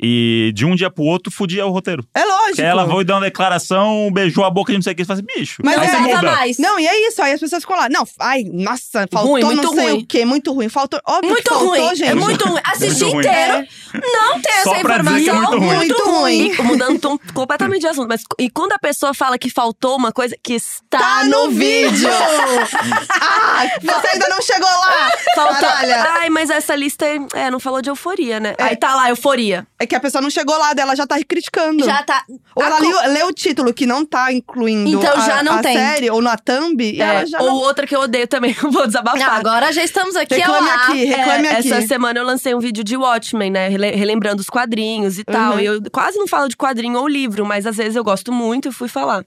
Speaker 2: e de um dia pro outro fudia o roteiro.
Speaker 4: É lógico.
Speaker 2: Que ela foi dar uma declaração, beijou a boca de não sei o que, você fala assim, bicho.
Speaker 4: Mas
Speaker 2: aí
Speaker 4: é,
Speaker 2: você
Speaker 4: nada
Speaker 2: muda.
Speaker 1: mais.
Speaker 4: Não, e é isso. Aí as pessoas ficam lá. Não, ai, nossa, faltou
Speaker 3: Ruim,
Speaker 4: não
Speaker 3: muito
Speaker 4: sei
Speaker 3: ruim.
Speaker 4: o quê. Muito ruim. Faltou. Óbvio
Speaker 1: Muito
Speaker 4: que faltou,
Speaker 1: ruim.
Speaker 4: gente.
Speaker 1: É muito ruim. Assistir
Speaker 2: ruim.
Speaker 1: inteiro, não ter
Speaker 2: É. Só
Speaker 1: essa
Speaker 2: pra
Speaker 1: informação.
Speaker 2: dizer que é muito ruim.
Speaker 4: Muito ruim.
Speaker 3: Então, E mudando tom completamente de assunto, mas e quando a pessoa fala que faltou uma coisa que está
Speaker 4: Tá no vídeo! ah, você ainda não chegou lá!
Speaker 3: Falta.
Speaker 4: Caralho!
Speaker 3: Ai, mas essa lista é, não falou de euforia, né?
Speaker 4: É.
Speaker 3: Aí tá lá, euforia.
Speaker 4: É que a pessoa não chegou lá, dela já tá criticando.
Speaker 1: Já tá.
Speaker 4: Ou ela
Speaker 1: A co-
Speaker 4: leu, leu o título que não tá incluindo
Speaker 1: Então
Speaker 4: a,
Speaker 1: já não
Speaker 4: a
Speaker 1: tem.
Speaker 4: série, ou na thumb, e ela
Speaker 3: É,
Speaker 4: já
Speaker 3: ou
Speaker 4: não...
Speaker 3: outra que eu odeio também, eu vou
Speaker 1: Não,
Speaker 3: desabafar.
Speaker 1: agora já estamos aqui.
Speaker 4: Reclame
Speaker 1: ela-
Speaker 4: aqui, reclame
Speaker 3: É,
Speaker 4: aqui.
Speaker 3: Essa semana eu lancei um vídeo de Watchmen, né? rele- Relembrando os quadrinhos e tal.
Speaker 4: Uhum.
Speaker 3: E eu quase não falo de quadrinho ou livro, mas às vezes eu gosto muito e fui falar.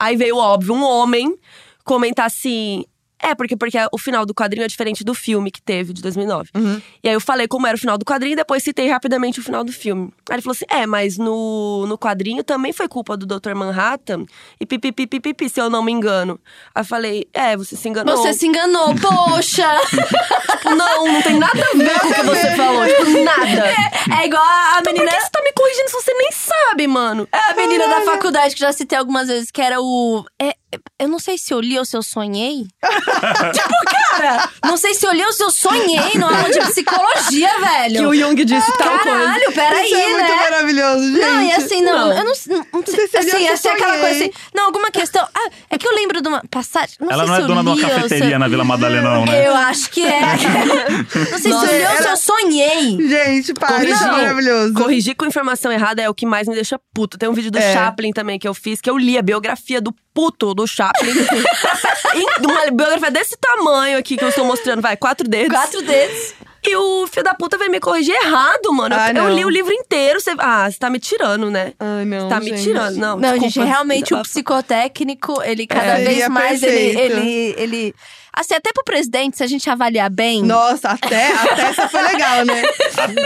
Speaker 3: Aí veio, óbvio, um homem comentar assim. É, porque, porque o final do quadrinho é diferente do filme que teve, de 2009. E aí eu falei como era o final do quadrinho e depois citei rapidamente o final do filme. Aí ele falou assim: é, mas no, no quadrinho também foi culpa do Dr. Manhattan e pipipipipipi, se eu não me engano. Aí eu falei: é, você se enganou.
Speaker 1: Você se enganou, poxa!
Speaker 3: Tipo, não, não tem nada a ver com o que você falou. Tipo, nada.
Speaker 1: É igual a
Speaker 3: Então, por
Speaker 1: menina.
Speaker 3: que você tá me corrigindo se você nem sabe, mano?
Speaker 1: A menina da faculdade que já citei algumas vezes, que era o. é, eu não sei se eu li ou se eu sonhei. tipo, cara! Não sei se eu li ou se eu sonhei numa aula de psicologia, velho.
Speaker 3: Jung disse
Speaker 1: Caralho, peraí,
Speaker 4: Isso é muito
Speaker 1: né?
Speaker 4: maravilhoso, gente.
Speaker 1: Não, e assim, não,
Speaker 3: Não.
Speaker 1: eu não, não, não sei.
Speaker 4: sei se eu li
Speaker 1: assim,
Speaker 4: ou
Speaker 1: assim,
Speaker 4: se eu
Speaker 1: aquela coisa
Speaker 4: sonhei.
Speaker 1: assim. Não, alguma questão. Ah, é que eu lembro de uma passagem. Não
Speaker 2: Ela
Speaker 1: sei
Speaker 2: não
Speaker 1: se
Speaker 2: é
Speaker 1: eu
Speaker 2: dona de uma
Speaker 1: li ou se eu-
Speaker 2: cafeteria na Vila Madalena, não, né?
Speaker 1: Eu acho que é. não sei
Speaker 3: Nossa,
Speaker 1: se eu li ou se eu sonhei.
Speaker 4: Gente, para,
Speaker 3: Corrigir.
Speaker 4: isso é maravilhoso.
Speaker 3: Corrigir com informação errada é o que mais me deixa puto. Tem um vídeo do
Speaker 4: É.
Speaker 3: Chaplin também que eu fiz, que eu li a biografia do puto do Chaplin. E Uma biografia desse tamanho aqui que eu estou mostrando, vai, quatro dedos.
Speaker 1: Quatro dedos.
Speaker 3: E o filho da puta veio me corrigir errado, mano. Eu-
Speaker 4: Ah,
Speaker 3: eu
Speaker 4: não.
Speaker 3: li o livro inteiro. Você... Ah, você tá me tirando, né?
Speaker 4: Ai, não,
Speaker 3: Você tá me
Speaker 4: gente.
Speaker 3: tirando. Não,
Speaker 1: Não,
Speaker 3: desculpa.
Speaker 1: gente, realmente o
Speaker 3: Desabafo.
Speaker 1: psicotécnico, ele cada
Speaker 4: É.
Speaker 1: vez
Speaker 4: Seria
Speaker 1: mais, ele,
Speaker 4: perfeito.
Speaker 1: ele, ele... Assim, até pro presidente, se a gente avaliar bem...
Speaker 4: Nossa, até, até essa foi legal, né?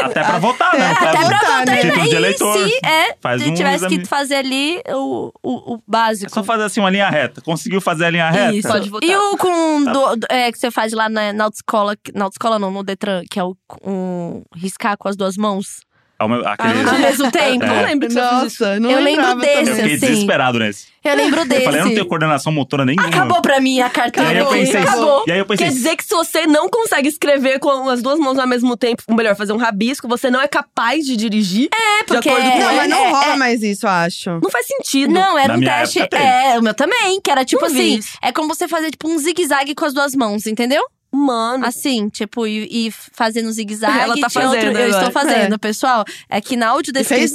Speaker 2: A- Até pra votar, né?
Speaker 1: Até pra
Speaker 2: Faz um-
Speaker 1: votar,
Speaker 4: né?
Speaker 2: Título de eleitor.
Speaker 1: E Então, se é,
Speaker 2: Faz
Speaker 1: se
Speaker 2: um
Speaker 1: tivesse
Speaker 2: exame-
Speaker 1: que fazer ali o, o, o
Speaker 2: É
Speaker 1: básico.
Speaker 2: só fazer assim uma linha reta. Conseguiu fazer a linha reta?
Speaker 3: Isso, pode votar.
Speaker 1: E o com do- do- é, que você faz lá na, na autoescola, que- na autoescola não, no Detran, que é o um, riscar com as duas mãos
Speaker 2: É o meu- aquele-
Speaker 3: Ah,
Speaker 1: ao mesmo tempo.
Speaker 3: Não lembro que você fez isso.
Speaker 4: Nossa, não
Speaker 1: Eu lembro
Speaker 4: lembrava
Speaker 1: desse.
Speaker 2: eu
Speaker 4: também.
Speaker 2: fiquei
Speaker 1: assim.
Speaker 2: desesperado nesse.
Speaker 1: Eu lembro desse.
Speaker 2: Eu falei, eu não tenho coordenação motora nenhuma.
Speaker 1: Acabou pra mim a
Speaker 2: E
Speaker 1: carteira.
Speaker 2: aí eu
Speaker 4: Acabou,
Speaker 2: pensei,
Speaker 4: acabou.
Speaker 2: E aí eu pensei,
Speaker 3: Quer dizer que se você não consegue escrever com as duas mãos ao mesmo tempo, ou melhor, fazer um rabisco, você não é capaz de dirigir. É,
Speaker 1: porque-
Speaker 3: De acordo com
Speaker 4: Não,
Speaker 1: É,
Speaker 4: mas não
Speaker 1: é,
Speaker 4: rola mais isso, eu acho.
Speaker 3: Não faz sentido.
Speaker 1: Não, era
Speaker 2: Na
Speaker 1: um
Speaker 2: minha
Speaker 1: teste.
Speaker 2: época, teve.
Speaker 1: é, o meu também, que era tipo
Speaker 3: Não vi
Speaker 1: assim:
Speaker 3: isso.
Speaker 1: é como você fazer tipo um zigue-zague com as duas mãos, entendeu?
Speaker 3: Mano.
Speaker 1: Assim, tipo, e, e fazendo zigue-zague.
Speaker 3: Hum. Ela tá
Speaker 1: tinha outro-
Speaker 3: fazendo
Speaker 1: eu estou
Speaker 3: agora.
Speaker 1: fazendo, pessoal. É que na
Speaker 4: Fez bem,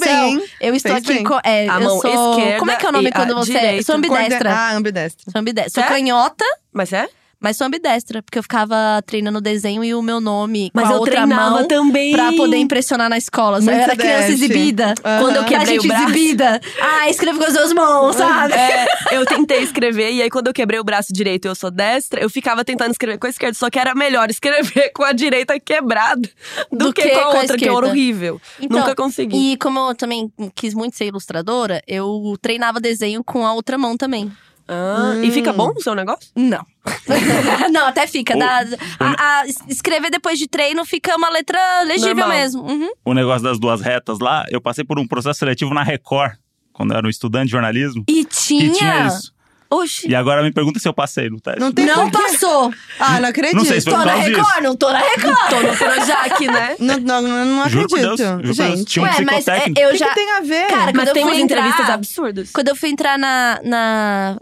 Speaker 1: audiodescrição,
Speaker 4: hein?
Speaker 1: eu estou
Speaker 4: Fez
Speaker 1: aqui.
Speaker 4: bem.
Speaker 1: co- é,
Speaker 3: A
Speaker 1: eu
Speaker 3: mão
Speaker 1: sou.
Speaker 3: esquerda
Speaker 1: como é que é o nome
Speaker 3: e
Speaker 1: quando
Speaker 3: a
Speaker 1: você é?
Speaker 3: direita.
Speaker 1: Sou ambidestra.
Speaker 4: Ah, ambidestra.
Speaker 1: Sou ambidestra.
Speaker 3: É?
Speaker 1: Sou canhota,
Speaker 3: Mas é?
Speaker 1: mas sou ambidestra. Porque eu ficava treinando desenho e o meu nome com
Speaker 3: Mas
Speaker 1: a
Speaker 3: eu
Speaker 1: outra
Speaker 3: treinava
Speaker 1: mão
Speaker 3: também.
Speaker 1: pra poder impressionar na escola. sabe? Eu
Speaker 4: Muito
Speaker 1: era criança
Speaker 4: deste.
Speaker 1: exibida.
Speaker 4: Aham.
Speaker 1: Quando eu quebrei
Speaker 3: A gente
Speaker 1: o braço. exibida. Ah, escrevo com as duas mãos, sabe?
Speaker 3: É, eu tentei escrever, e aí quando eu quebrei o braço direito e eu sou destra, eu ficava tentando escrever com a esquerda, só que era melhor escrever com a direita quebrada do,
Speaker 1: Do
Speaker 3: que,
Speaker 1: que
Speaker 3: com a
Speaker 1: com a
Speaker 3: outra, que
Speaker 1: esquerda.
Speaker 3: era horrível.
Speaker 1: Então,
Speaker 3: Nunca consegui.
Speaker 1: E como eu também quis muito ser ilustradora, eu treinava desenho com a outra mão também.
Speaker 3: Ah, E fica bom o seu negócio?
Speaker 1: Não. não, até fica.
Speaker 2: Ou-
Speaker 1: dá- a- a- escrever depois de treino fica uma letra legível
Speaker 3: Normal.
Speaker 1: mesmo. Uhum.
Speaker 2: o negócio das duas retas lá, eu passei por um processo seletivo na Record, quando eu era um estudante de jornalismo.
Speaker 1: E
Speaker 2: E
Speaker 1: tinha.
Speaker 2: tinha isso.
Speaker 3: Oxi.
Speaker 2: E agora me pergunta se eu passei no teste.
Speaker 4: Não tem
Speaker 1: Não
Speaker 4: por quê.
Speaker 1: passou.
Speaker 4: Ah, não acredito.
Speaker 2: Não sei se foi
Speaker 1: Tô
Speaker 2: por
Speaker 1: na
Speaker 2: causa
Speaker 1: Record,
Speaker 2: disso.
Speaker 1: não tô na Record.
Speaker 3: Tô no Projac, né?
Speaker 4: Não, não, não, não
Speaker 2: Juro por
Speaker 4: acredito.
Speaker 2: Deus. Juro por Deus.
Speaker 4: Gente,
Speaker 2: Tinha um
Speaker 1: Ué, mas é,
Speaker 2: psicotécnico.
Speaker 1: eu
Speaker 4: o que,
Speaker 1: já.
Speaker 4: que tem a ver?
Speaker 1: Cara, quando
Speaker 3: Mas
Speaker 1: eu
Speaker 3: tem
Speaker 1: fui
Speaker 3: umas
Speaker 1: entrar-
Speaker 3: entrevistas absurdas.
Speaker 1: Quando eu fui entrar na. na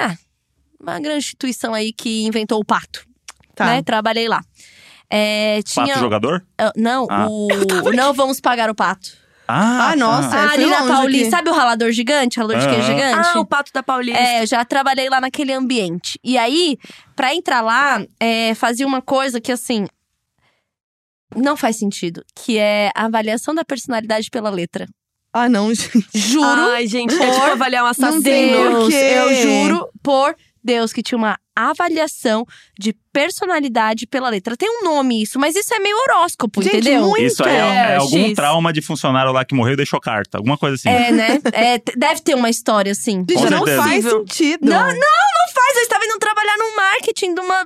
Speaker 1: ah, uma grande instituição aí que inventou o pato.
Speaker 4: Tá.
Speaker 1: né? Trabalhei lá. É, tinha.
Speaker 2: Pato jogador?
Speaker 1: Ah, não,
Speaker 2: Ah.
Speaker 1: o. Não vamos pagar o pato.
Speaker 2: Ah,
Speaker 4: Ah, nossa.
Speaker 1: Ah,
Speaker 4: eu fui
Speaker 1: ali na
Speaker 4: longe
Speaker 1: Paulista.
Speaker 4: aqui.
Speaker 1: Sabe o ralador gigante? Ralador de queijo
Speaker 2: Aham.
Speaker 1: gigante?
Speaker 3: Ah, o Pato da Paulista.
Speaker 1: É, eu já trabalhei lá naquele ambiente. E aí, pra entrar lá, é, fazia uma coisa que assim. Não faz sentido. Que é a avaliação da personalidade pela letra.
Speaker 4: Ah, não, gente.
Speaker 1: Juro.
Speaker 3: Ai, gente, é tipo
Speaker 1: por
Speaker 3: avaliar um
Speaker 1: Meu
Speaker 4: não
Speaker 3: assassino.
Speaker 4: tem
Speaker 1: Deus,
Speaker 4: porquê.
Speaker 1: eu juro por Deus que tinha uma avaliação de personalidade pela letra. Tem um nome isso, mas isso é meio horóscopo,
Speaker 4: Gente,
Speaker 1: entendeu?
Speaker 4: muito.
Speaker 2: Isso aí é,
Speaker 3: É,
Speaker 2: é algum
Speaker 3: X.
Speaker 2: trauma de funcionário lá que morreu e deixou carta. Alguma coisa assim.
Speaker 1: É, né? É, t- deve ter uma história assim.
Speaker 4: Gente,
Speaker 2: Com
Speaker 4: não
Speaker 2: certeza.
Speaker 4: faz sentido.
Speaker 1: Não, Mas eu estava indo trabalhar no marketing de uma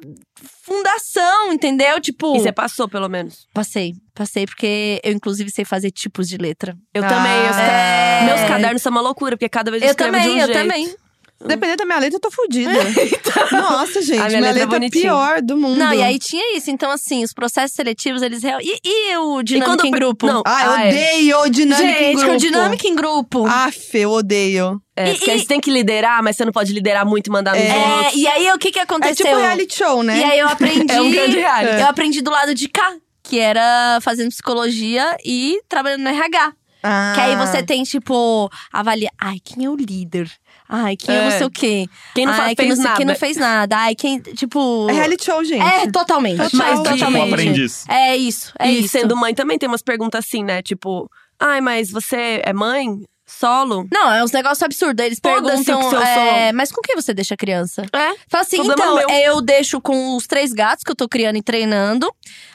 Speaker 1: fundação, entendeu? Tipo,
Speaker 3: E você passou, pelo menos.
Speaker 1: passei, passei porque eu inclusive sei fazer tipos de letra.
Speaker 3: Eu
Speaker 4: Ah.
Speaker 3: também. eu-
Speaker 1: É.
Speaker 3: Meus cadernos são uma loucura, porque cada vez eu,
Speaker 1: Eu
Speaker 3: escrevo
Speaker 1: também,
Speaker 3: de um
Speaker 1: eu
Speaker 3: jeito.
Speaker 1: também.
Speaker 4: Dependendo da minha letra, eu tô fodida.
Speaker 1: Então.
Speaker 4: Nossa, gente,
Speaker 3: A minha
Speaker 4: minha,
Speaker 3: letra é
Speaker 4: letra, é
Speaker 3: bonitinha.
Speaker 4: pior do mundo.
Speaker 1: Não, e aí tinha isso. Então, assim, os processos seletivos, eles real. E, e o dinâmica em
Speaker 3: quando eu pre-
Speaker 1: grupo?
Speaker 3: Não.
Speaker 4: Ah, eu
Speaker 3: Ah, é.
Speaker 4: odeio dinâmica
Speaker 1: Gente,
Speaker 4: em grupo.
Speaker 1: o dinâmica em grupo.
Speaker 4: Aff, eu odeio.
Speaker 3: É,
Speaker 1: E-
Speaker 3: porque aí
Speaker 1: e-
Speaker 3: você tem que liderar, mas você não pode liderar muito e mandar nos outros.
Speaker 1: É, e aí o que que
Speaker 4: É
Speaker 1: aconteceu?
Speaker 4: tipo reality show, né?
Speaker 1: E aí eu aprendi.
Speaker 3: É um grande reality.
Speaker 1: eu aprendi do lado de cá, que era fazendo psicologia e trabalhando no RH.
Speaker 4: Ah.
Speaker 1: Que aí você tem, tipo, avalia. Ai, quem é o líder? Ai, quem é,
Speaker 3: É.
Speaker 1: não sei o quê?
Speaker 3: Quem não
Speaker 1: Ai,
Speaker 3: faz,
Speaker 1: quem
Speaker 3: fez
Speaker 1: não sei-
Speaker 3: nada.
Speaker 1: Quem não fez nada. Ai, quem. Tipo.
Speaker 4: É reality show, gente.
Speaker 1: É, totalmente.
Speaker 4: Total.
Speaker 1: Mas
Speaker 4: Tipo,
Speaker 2: Tipo um
Speaker 1: totalmente.
Speaker 2: aprendiz.
Speaker 1: É isso, é
Speaker 3: e
Speaker 1: isso.
Speaker 3: sendo mãe também tem umas perguntas assim, né? Tipo, ai, mas você é mãe? Solo?
Speaker 1: Não, é uns negócios absurdos. Eles
Speaker 3: Foda-se
Speaker 1: perguntam,
Speaker 3: o que eu
Speaker 1: é, mas com quem você deixa a criança?
Speaker 3: É.
Speaker 1: Fala assim,
Speaker 3: Problema
Speaker 1: então,
Speaker 3: meu.
Speaker 1: eu deixo com os três gatos que eu tô criando e treinando.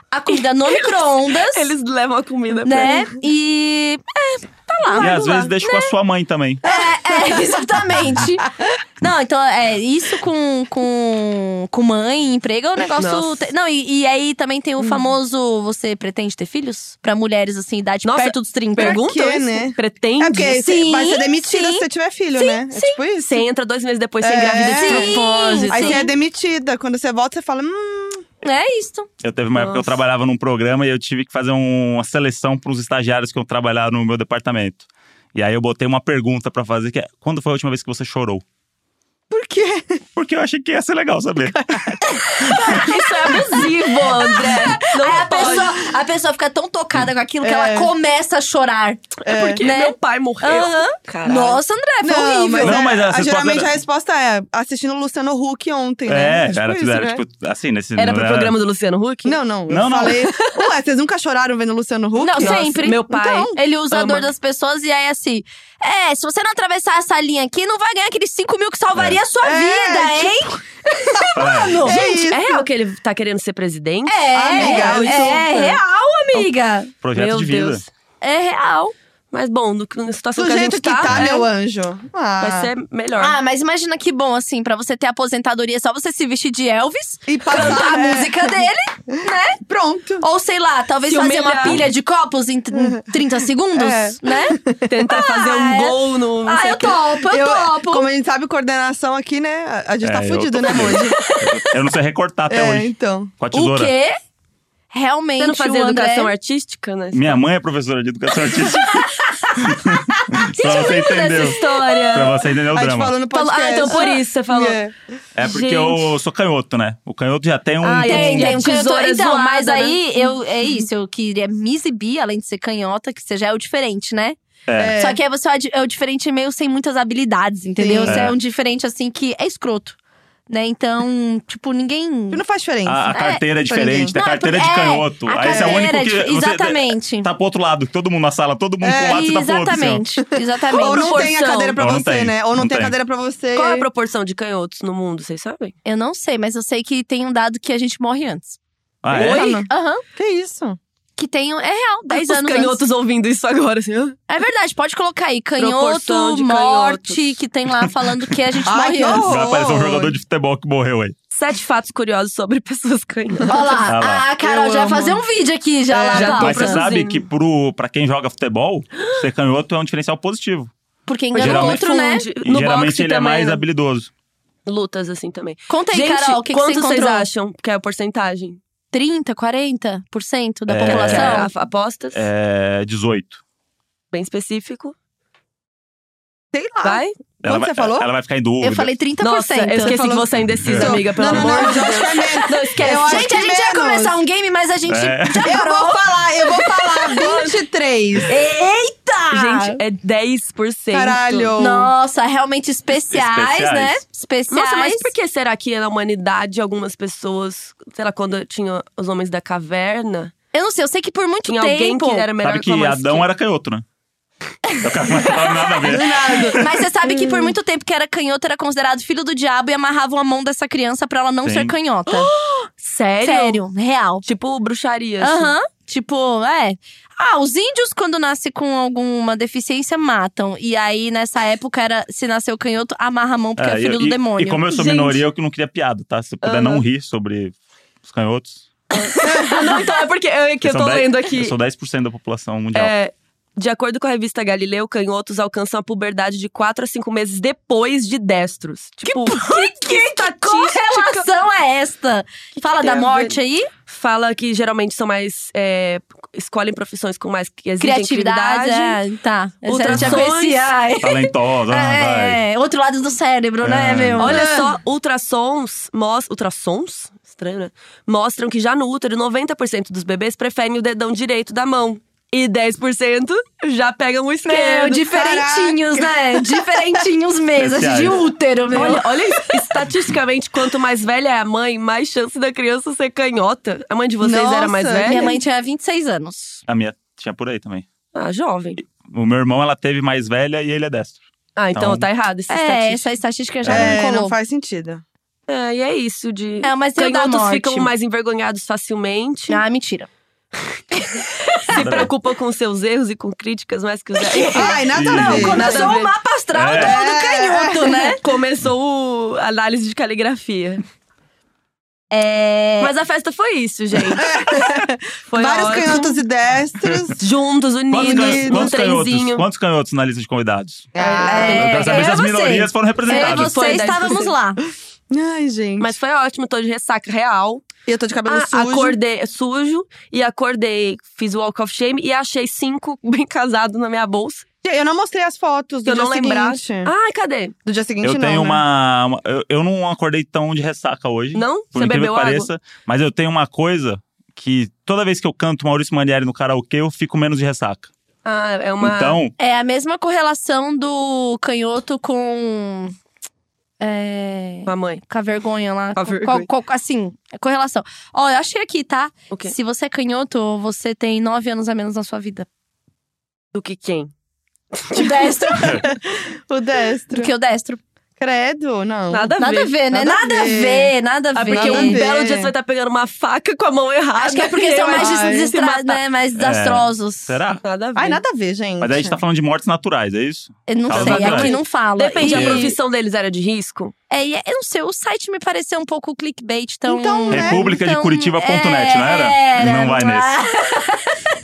Speaker 1: A comida no micro-ondas,
Speaker 3: Eles levam a comida
Speaker 1: né?
Speaker 3: pra
Speaker 1: E…
Speaker 2: e às
Speaker 3: vamos lá.
Speaker 2: vezes deixa com a sua mãe também.
Speaker 1: É, é, exatamente. Não, então, é isso com, com, com mãe, emprego é um negócio…
Speaker 3: Nossa. Hum.
Speaker 1: te- não, e, e aí também tem o famoso… Você pretende ter filhos? Pra mulheres, assim, idade
Speaker 3: Nossa,
Speaker 1: perto dos 30.
Speaker 3: Pergunta
Speaker 4: quê,
Speaker 3: isso?
Speaker 4: né?
Speaker 3: Pretende?
Speaker 4: É porque
Speaker 1: Sim,
Speaker 4: você vai ser demitida
Speaker 1: sim.
Speaker 4: se você tiver filho, né? É tipo isso.
Speaker 3: Você entra dois meses depois, você
Speaker 4: É.
Speaker 3: engravida de
Speaker 1: Sim,
Speaker 3: propósito.
Speaker 4: Aí
Speaker 1: sim.
Speaker 4: você é demitida. Quando você volta, você fala, hum,
Speaker 1: É isso.
Speaker 2: Eu teve uma época que eu
Speaker 3: Nossa.
Speaker 2: trabalhava num programa e eu tive que fazer um- uma seleção para os estagiários que eu trabalhava no meu departamento. E aí eu botei uma pergunta para fazer que é: quando foi a última vez que você chorou?
Speaker 4: por quê?
Speaker 2: Porque eu achei que ia ser legal saber.
Speaker 3: Isso é abusivo, André. Não
Speaker 1: Aí a
Speaker 3: pode.
Speaker 1: pessoa, a pessoa fica tão tocada com aquilo que
Speaker 4: É.
Speaker 1: ela começa a chorar.
Speaker 3: É porque
Speaker 1: né?
Speaker 3: meu pai morreu.
Speaker 1: Aham.
Speaker 3: Caralho.
Speaker 1: Nossa, André, foi
Speaker 4: Não,
Speaker 1: horrível.
Speaker 4: mas,
Speaker 2: Não,
Speaker 4: é,
Speaker 2: mas essa
Speaker 4: a- geralmente
Speaker 2: resposta-
Speaker 4: a resposta é assistindo o Luciano Huck ontem, né?
Speaker 2: É,
Speaker 4: tipo
Speaker 2: era,
Speaker 4: isso,
Speaker 2: era,
Speaker 4: né?
Speaker 2: tipo assim, nesse.
Speaker 3: Era
Speaker 2: não
Speaker 3: pro programa do Luciano Huck?
Speaker 4: Não, não. Eu
Speaker 2: Não, não.
Speaker 4: falei. Ué, vocês nunca choraram vendo o Luciano Huck?
Speaker 1: Não,
Speaker 3: Nossa,
Speaker 1: sempre.
Speaker 3: meu pai
Speaker 1: Então, ele usa a
Speaker 3: ama.
Speaker 1: dor das pessoas e aí assim. É, se você não atravessar essa linha aqui, não vai ganhar aqueles 5 mil que salvaria a sua
Speaker 4: É,
Speaker 1: vida, hein?
Speaker 2: É.
Speaker 1: Mano!
Speaker 4: É
Speaker 3: Gente,
Speaker 4: isso.
Speaker 3: é real que ele tá querendo ser presidente?
Speaker 1: É,
Speaker 4: Amiga,
Speaker 1: é, é
Speaker 4: isso-
Speaker 1: real, amiga.
Speaker 2: Projeto
Speaker 3: Meu
Speaker 2: de vida.
Speaker 3: Deus.
Speaker 1: É real.
Speaker 3: Mas bom, no, na situação
Speaker 4: Do
Speaker 3: que a
Speaker 4: jeito
Speaker 3: gente
Speaker 4: que tá,
Speaker 1: né?
Speaker 3: é,
Speaker 4: meu anjo. Ah.
Speaker 3: vai ser melhor.
Speaker 1: Ah, mas imagina que bom, assim, pra você ter aposentadoria, é só você se vestir de Elvis,
Speaker 4: E
Speaker 1: cantar
Speaker 4: passar
Speaker 1: a
Speaker 4: é,
Speaker 1: música dele, né?
Speaker 4: Pronto.
Speaker 1: Ou sei lá, talvez
Speaker 3: Se
Speaker 1: fazer uma
Speaker 3: humilhar.
Speaker 1: pilha de copos em t- em 30 segundos,
Speaker 4: É.
Speaker 1: né?
Speaker 3: Tentar fazer
Speaker 1: Ah, é.
Speaker 3: um gol no. não
Speaker 1: Ah,
Speaker 3: sei
Speaker 1: eu
Speaker 3: o quê.
Speaker 1: topo, eu, topo.
Speaker 4: Como é a gente sabe, coordenação aqui, né? A- A gente tá
Speaker 2: É, eu
Speaker 4: fudido,
Speaker 2: tô
Speaker 4: né,
Speaker 2: fudido.
Speaker 4: Moji?
Speaker 2: Eu não sei recortar até
Speaker 4: É,
Speaker 2: hoje.
Speaker 4: então.
Speaker 2: Com a
Speaker 1: O
Speaker 2: tesoura.
Speaker 1: quê? Realmente,
Speaker 3: Você não fazia
Speaker 1: o André...
Speaker 3: educação artística, né?
Speaker 2: Minha mãe é professora de educação artística. pra você
Speaker 3: Essa
Speaker 2: entender.
Speaker 3: história.
Speaker 2: Pra você entender É o
Speaker 4: A gente
Speaker 2: drama.
Speaker 4: falou no
Speaker 3: Então,
Speaker 4: podcast.
Speaker 3: ah, então por isso você falou.
Speaker 4: É.
Speaker 2: É porque
Speaker 3: Gente.
Speaker 2: eu sou canhoto, né? O canhoto já tem um.
Speaker 3: Ah, é.
Speaker 1: Tem,
Speaker 3: E a
Speaker 1: tem um canhoto.
Speaker 3: tesoura é
Speaker 1: Então,
Speaker 3: zoada,
Speaker 1: mas
Speaker 3: né?
Speaker 1: aí eu, é isso, eu queria me exibir, além de ser canhota, que você já é o diferente, né?
Speaker 2: É.
Speaker 1: Só que aí você é o di- é o diferente meio sem muitas habilidades, entendeu?
Speaker 4: Sim.
Speaker 1: Você é.
Speaker 2: É.
Speaker 1: um diferente assim que é escroto. Né? Então, tipo, ninguém.
Speaker 4: Não faz diferença.
Speaker 2: A, a carteira é
Speaker 4: pra ninguém.
Speaker 2: diferente, a
Speaker 1: Não, é
Speaker 2: carteira é
Speaker 1: porque-
Speaker 2: de canhoto.
Speaker 1: a
Speaker 2: Aí esse é o
Speaker 1: carteira
Speaker 2: único
Speaker 1: é
Speaker 2: que.
Speaker 1: dif-
Speaker 2: você-
Speaker 1: Exatamente.
Speaker 2: Tá pro outro lado, todo mundo na sala, todo mundo
Speaker 4: É,
Speaker 2: pro lado, você tá pro outro. assim, ó.
Speaker 1: exatamente, exatamente.
Speaker 4: Ou não tem a
Speaker 3: Proporção.
Speaker 4: cadeira pra
Speaker 2: Ou não
Speaker 4: você,
Speaker 2: tem.
Speaker 4: né? Ou não,
Speaker 2: Não
Speaker 4: tem a
Speaker 2: tem.
Speaker 4: cadeira pra você.
Speaker 3: Qual é a proporção de canhotos no mundo, vocês sabem?
Speaker 1: Eu não sei, mas eu sei que tem um dado que a gente morre antes.
Speaker 2: Ah, é?
Speaker 4: Oi?
Speaker 1: Aham.
Speaker 4: Que isso?
Speaker 1: Que tem. É real, 10
Speaker 3: Os
Speaker 1: anos. antes.
Speaker 3: canhotos ouvindo isso agora, assim. "Hã?"
Speaker 1: É verdade, pode colocar aí.
Speaker 3: Proporção
Speaker 1: Canhoto,
Speaker 3: de
Speaker 1: morte,
Speaker 3: canhotos.
Speaker 1: que tem lá falando que a gente
Speaker 4: Ai,
Speaker 1: morre
Speaker 4: que
Speaker 1: antes.
Speaker 4: horror.
Speaker 2: Vai aparecer um jogador de futebol que morreu aí.
Speaker 3: Sete fatos curiosos sobre pessoas canhotas.
Speaker 1: Olha
Speaker 2: Ah
Speaker 1: lá,
Speaker 2: lá.
Speaker 1: a Carol
Speaker 4: Eu
Speaker 1: já
Speaker 4: amo.
Speaker 1: fazer um vídeo aqui, já
Speaker 4: É,
Speaker 1: lá,
Speaker 3: já
Speaker 1: Paulo.
Speaker 3: tô
Speaker 2: Mas você
Speaker 3: produzindo.
Speaker 2: sabe que pro, pra quem joga futebol, ser canhoto é um diferencial positivo.
Speaker 1: Porque
Speaker 3: Porque
Speaker 1: engana o
Speaker 2: geralmente-
Speaker 1: outro, né?
Speaker 3: confunde.
Speaker 2: E
Speaker 3: No
Speaker 2: geralmente
Speaker 3: boxe
Speaker 2: ele é
Speaker 3: também,
Speaker 2: mais
Speaker 3: né?
Speaker 2: habilidoso.
Speaker 3: Lutas, assim, também.
Speaker 1: Conta aí,
Speaker 3: Gente,
Speaker 1: Carol, o que, que você
Speaker 3: quanto
Speaker 1: encontrou?
Speaker 3: vocês acham que é a porcentagem?
Speaker 1: 30, 40% da
Speaker 2: É.
Speaker 3: Que é
Speaker 1: população?
Speaker 3: a- apostas,
Speaker 2: É 18.
Speaker 3: bem específico.
Speaker 4: Sei lá.
Speaker 3: Vai?
Speaker 2: Ela
Speaker 4: Quanto
Speaker 2: vai-
Speaker 4: você falou?
Speaker 2: Ela vai ficar em dúvida.
Speaker 1: Eu falei 30%.
Speaker 3: É. Nossa, eu esqueci que você é indecisa, amiga, pelo
Speaker 4: Não, não,
Speaker 3: amor
Speaker 4: não,
Speaker 3: de
Speaker 4: eu acho que é
Speaker 3: Deus.
Speaker 4: menos.
Speaker 3: Não, esquece.
Speaker 4: Eu acho
Speaker 1: Gente, a
Speaker 4: que
Speaker 1: gente ia
Speaker 4: menos.
Speaker 1: começar um game, mas a gente
Speaker 2: É.
Speaker 1: já
Speaker 4: Eu
Speaker 1: parou.
Speaker 4: vou falar, eu vou falar 23.
Speaker 1: Eita!
Speaker 3: Gente, é 10%.
Speaker 4: Caralho.
Speaker 1: Nossa, realmente especiais,
Speaker 2: Especiais.
Speaker 1: né? Especiais.
Speaker 3: Nossa, mas por que será que na humanidade algumas pessoas, sei lá, quando tinha os homens da caverna,
Speaker 1: Eu não sei, eu sei que por muito
Speaker 3: tinha alguém
Speaker 1: tempo.
Speaker 3: que era melhor
Speaker 2: Sabe
Speaker 3: o
Speaker 2: que
Speaker 3: mais
Speaker 2: Adão
Speaker 3: que-
Speaker 2: era canhoto, né? Eu quero mais falar nada a ver.
Speaker 1: Mas você sabe que por
Speaker 3: Hum.
Speaker 1: muito tempo que era canhoto era considerado filho do diabo e amarravam a mão dessa criança pra ela não
Speaker 2: Sim.
Speaker 1: ser canhota.
Speaker 2: é
Speaker 3: Sério?
Speaker 1: Sério, real.
Speaker 3: Tipo bruxaria. assim.
Speaker 1: Aham. Tipo, é. Ah, os índios, quando nascem com alguma deficiência, matam. E aí, nessa época, era se nasceu canhoto, amarra a mão porque é,
Speaker 2: É,
Speaker 1: filho
Speaker 2: e-
Speaker 1: do
Speaker 2: e,
Speaker 1: demônio.
Speaker 2: E como eu sou
Speaker 3: Gente.
Speaker 2: minoria, eu que não queria piada, tá? Se você puder não rir sobre os canhotos.
Speaker 3: Ah, não, então é porque eu, que eu
Speaker 2: são
Speaker 3: tô
Speaker 2: 10
Speaker 3: lendo
Speaker 2: Eu
Speaker 3: aqui.
Speaker 2: sou 10% da população mundial.
Speaker 3: É, de acordo com a revista Galileu, canhotos alcançam a puberdade de 4 a 5 meses depois de destros. Tipo, que, que,
Speaker 1: Qual
Speaker 3: estatística
Speaker 1: relação é esta? Fala
Speaker 3: tem
Speaker 1: da
Speaker 3: a ver?
Speaker 1: morte aí?
Speaker 3: Fala que geralmente são mais. é, escolhem profissões com mais que exigem
Speaker 1: Criatividade. É, tá.
Speaker 3: Ultrassons.
Speaker 1: Essa eu te apreciar.
Speaker 2: Talentosa, Ah, vai.
Speaker 1: É, outro lado do cérebro, né,
Speaker 2: É.
Speaker 1: meu?
Speaker 3: Olha só, ultrassons, mos, ultrassons, estranho, né? Mostram que já no útero, 90% dos bebês preferem o dedão direito da mão. E 10% já pegam o
Speaker 1: Meu,
Speaker 3: esquerdo.
Speaker 1: é diferentinhos, né? Diferentinhos mesmo. assim,
Speaker 2: Especiais.
Speaker 1: De útero, meu.
Speaker 3: Olha, olha isso. estatisticamente, quanto mais velha é a mãe, mais chance da criança ser canhota. A mãe de vocês era mais
Speaker 4: Nossa,
Speaker 3: velha?
Speaker 1: Minha mãe tinha 26 anos.
Speaker 2: A minha tinha por aí também.
Speaker 3: Ah, jovem.
Speaker 2: O meu irmão, ela teve mais velha e ele é destro.
Speaker 3: Ah, então,
Speaker 2: Então-
Speaker 3: tá errado essa
Speaker 1: É,
Speaker 3: estatística.
Speaker 1: essa estatística já
Speaker 4: É,
Speaker 1: não
Speaker 4: não
Speaker 1: colou.
Speaker 4: faz sentido.
Speaker 3: É, e é isso de…
Speaker 1: É, mas tem o da
Speaker 3: Canhotos
Speaker 1: morte.
Speaker 3: ficam mais envergonhados facilmente.
Speaker 1: Ah, mentira.
Speaker 3: se preocupam com seus erros e com críticas mais que os…
Speaker 4: Ai, nada a
Speaker 2: Não,
Speaker 4: ver.
Speaker 3: quando-
Speaker 1: Começou
Speaker 3: Nada a ver.
Speaker 1: o mapa astral
Speaker 2: É.
Speaker 1: do, do canhoto, né?
Speaker 3: É. Começou o análise de caligrafia.
Speaker 1: É.
Speaker 3: Mas a festa foi isso, gente. foi
Speaker 4: Vários
Speaker 3: ótimo.
Speaker 4: canhotos e destros.
Speaker 3: Juntos,
Speaker 2: Quantos, can-
Speaker 3: unidos, num
Speaker 2: quantos canhotos,
Speaker 3: um trenzinho.
Speaker 2: quantos canhotos na lista de convidados?
Speaker 1: É,
Speaker 2: eu quero saber
Speaker 1: eu
Speaker 2: se as
Speaker 1: e você.
Speaker 2: minorias
Speaker 3: É
Speaker 2: foram
Speaker 1: Eu e
Speaker 2: representadas.
Speaker 1: você
Speaker 3: Foi 10%.
Speaker 1: estávamos lá.
Speaker 4: Ai, gente.
Speaker 3: Mas foi ótimo, tô de ressaca real.
Speaker 4: E eu tô de cabelo
Speaker 3: Ah,
Speaker 4: sujo.
Speaker 3: Acordei sujo e acordei, fiz o walk of shame e achei cinco bem casados na minha bolsa.
Speaker 4: Eu não mostrei as fotos
Speaker 3: Se
Speaker 4: do
Speaker 3: eu
Speaker 4: dia
Speaker 3: não Ah, lembrar.
Speaker 4: seguinte.
Speaker 3: Ai, cadê?
Speaker 4: Do dia seguinte,
Speaker 2: Eu
Speaker 4: não,
Speaker 2: tenho
Speaker 4: né?
Speaker 2: uma. uma- eu, eu não acordei tão de ressaca hoje.
Speaker 3: Não?
Speaker 2: Por
Speaker 3: Você
Speaker 2: incrível
Speaker 3: bebeu
Speaker 2: que
Speaker 3: água?
Speaker 2: pareça. Mas eu tenho uma coisa que toda vez que eu canto Maurício Manieri no karaokê, eu fico menos de ressaca.
Speaker 3: Ah, é uma.
Speaker 2: Então,
Speaker 1: É a mesma correlação do canhoto com. É,
Speaker 3: Mamãe.
Speaker 1: com a vergonha lá.
Speaker 3: Com a
Speaker 1: Com-
Speaker 3: vergonha.
Speaker 1: com- com- assim, é correlação. Ó, eu achei aqui, tá?
Speaker 3: O quê?
Speaker 1: Se você é canhoto, você tem nove anos a menos na sua vida.
Speaker 3: Do que quem?
Speaker 1: O destro.
Speaker 4: O destro.
Speaker 1: do que o destro.
Speaker 4: Credo, não.
Speaker 3: Nada a
Speaker 1: Nada a
Speaker 3: ver.
Speaker 1: ver, né?
Speaker 4: Nada a
Speaker 1: Nada a
Speaker 4: ver. é
Speaker 1: ver, nada a
Speaker 3: Ah,
Speaker 1: ver.
Speaker 3: porque
Speaker 4: Nada a
Speaker 3: um
Speaker 4: ver.
Speaker 3: belo dia você vai estar pegando uma faca com a mão errada.
Speaker 1: Acho que é porque são
Speaker 3: Eu
Speaker 1: mais,
Speaker 3: acho.
Speaker 4: Ai.
Speaker 1: desestra... né? mais desastrosos.
Speaker 2: É. será?
Speaker 3: Nada a ver.
Speaker 4: Ai, nada a ver, gente.
Speaker 2: Mas aí a gente tá falando de mortes naturais, é isso?
Speaker 1: Eu não
Speaker 2: Talvez
Speaker 1: sei,
Speaker 2: não.
Speaker 1: aqui não fala.
Speaker 3: Depende,
Speaker 1: E-
Speaker 3: a profissão deles era de risco?
Speaker 1: É, e é- eu não sei, o site me pareceu um pouco clickbait, É, então.
Speaker 4: Então, né?
Speaker 2: República de
Speaker 1: então,
Speaker 2: Curitiba.net, não era?
Speaker 1: era,
Speaker 2: Não vai
Speaker 1: mas-
Speaker 2: nesse.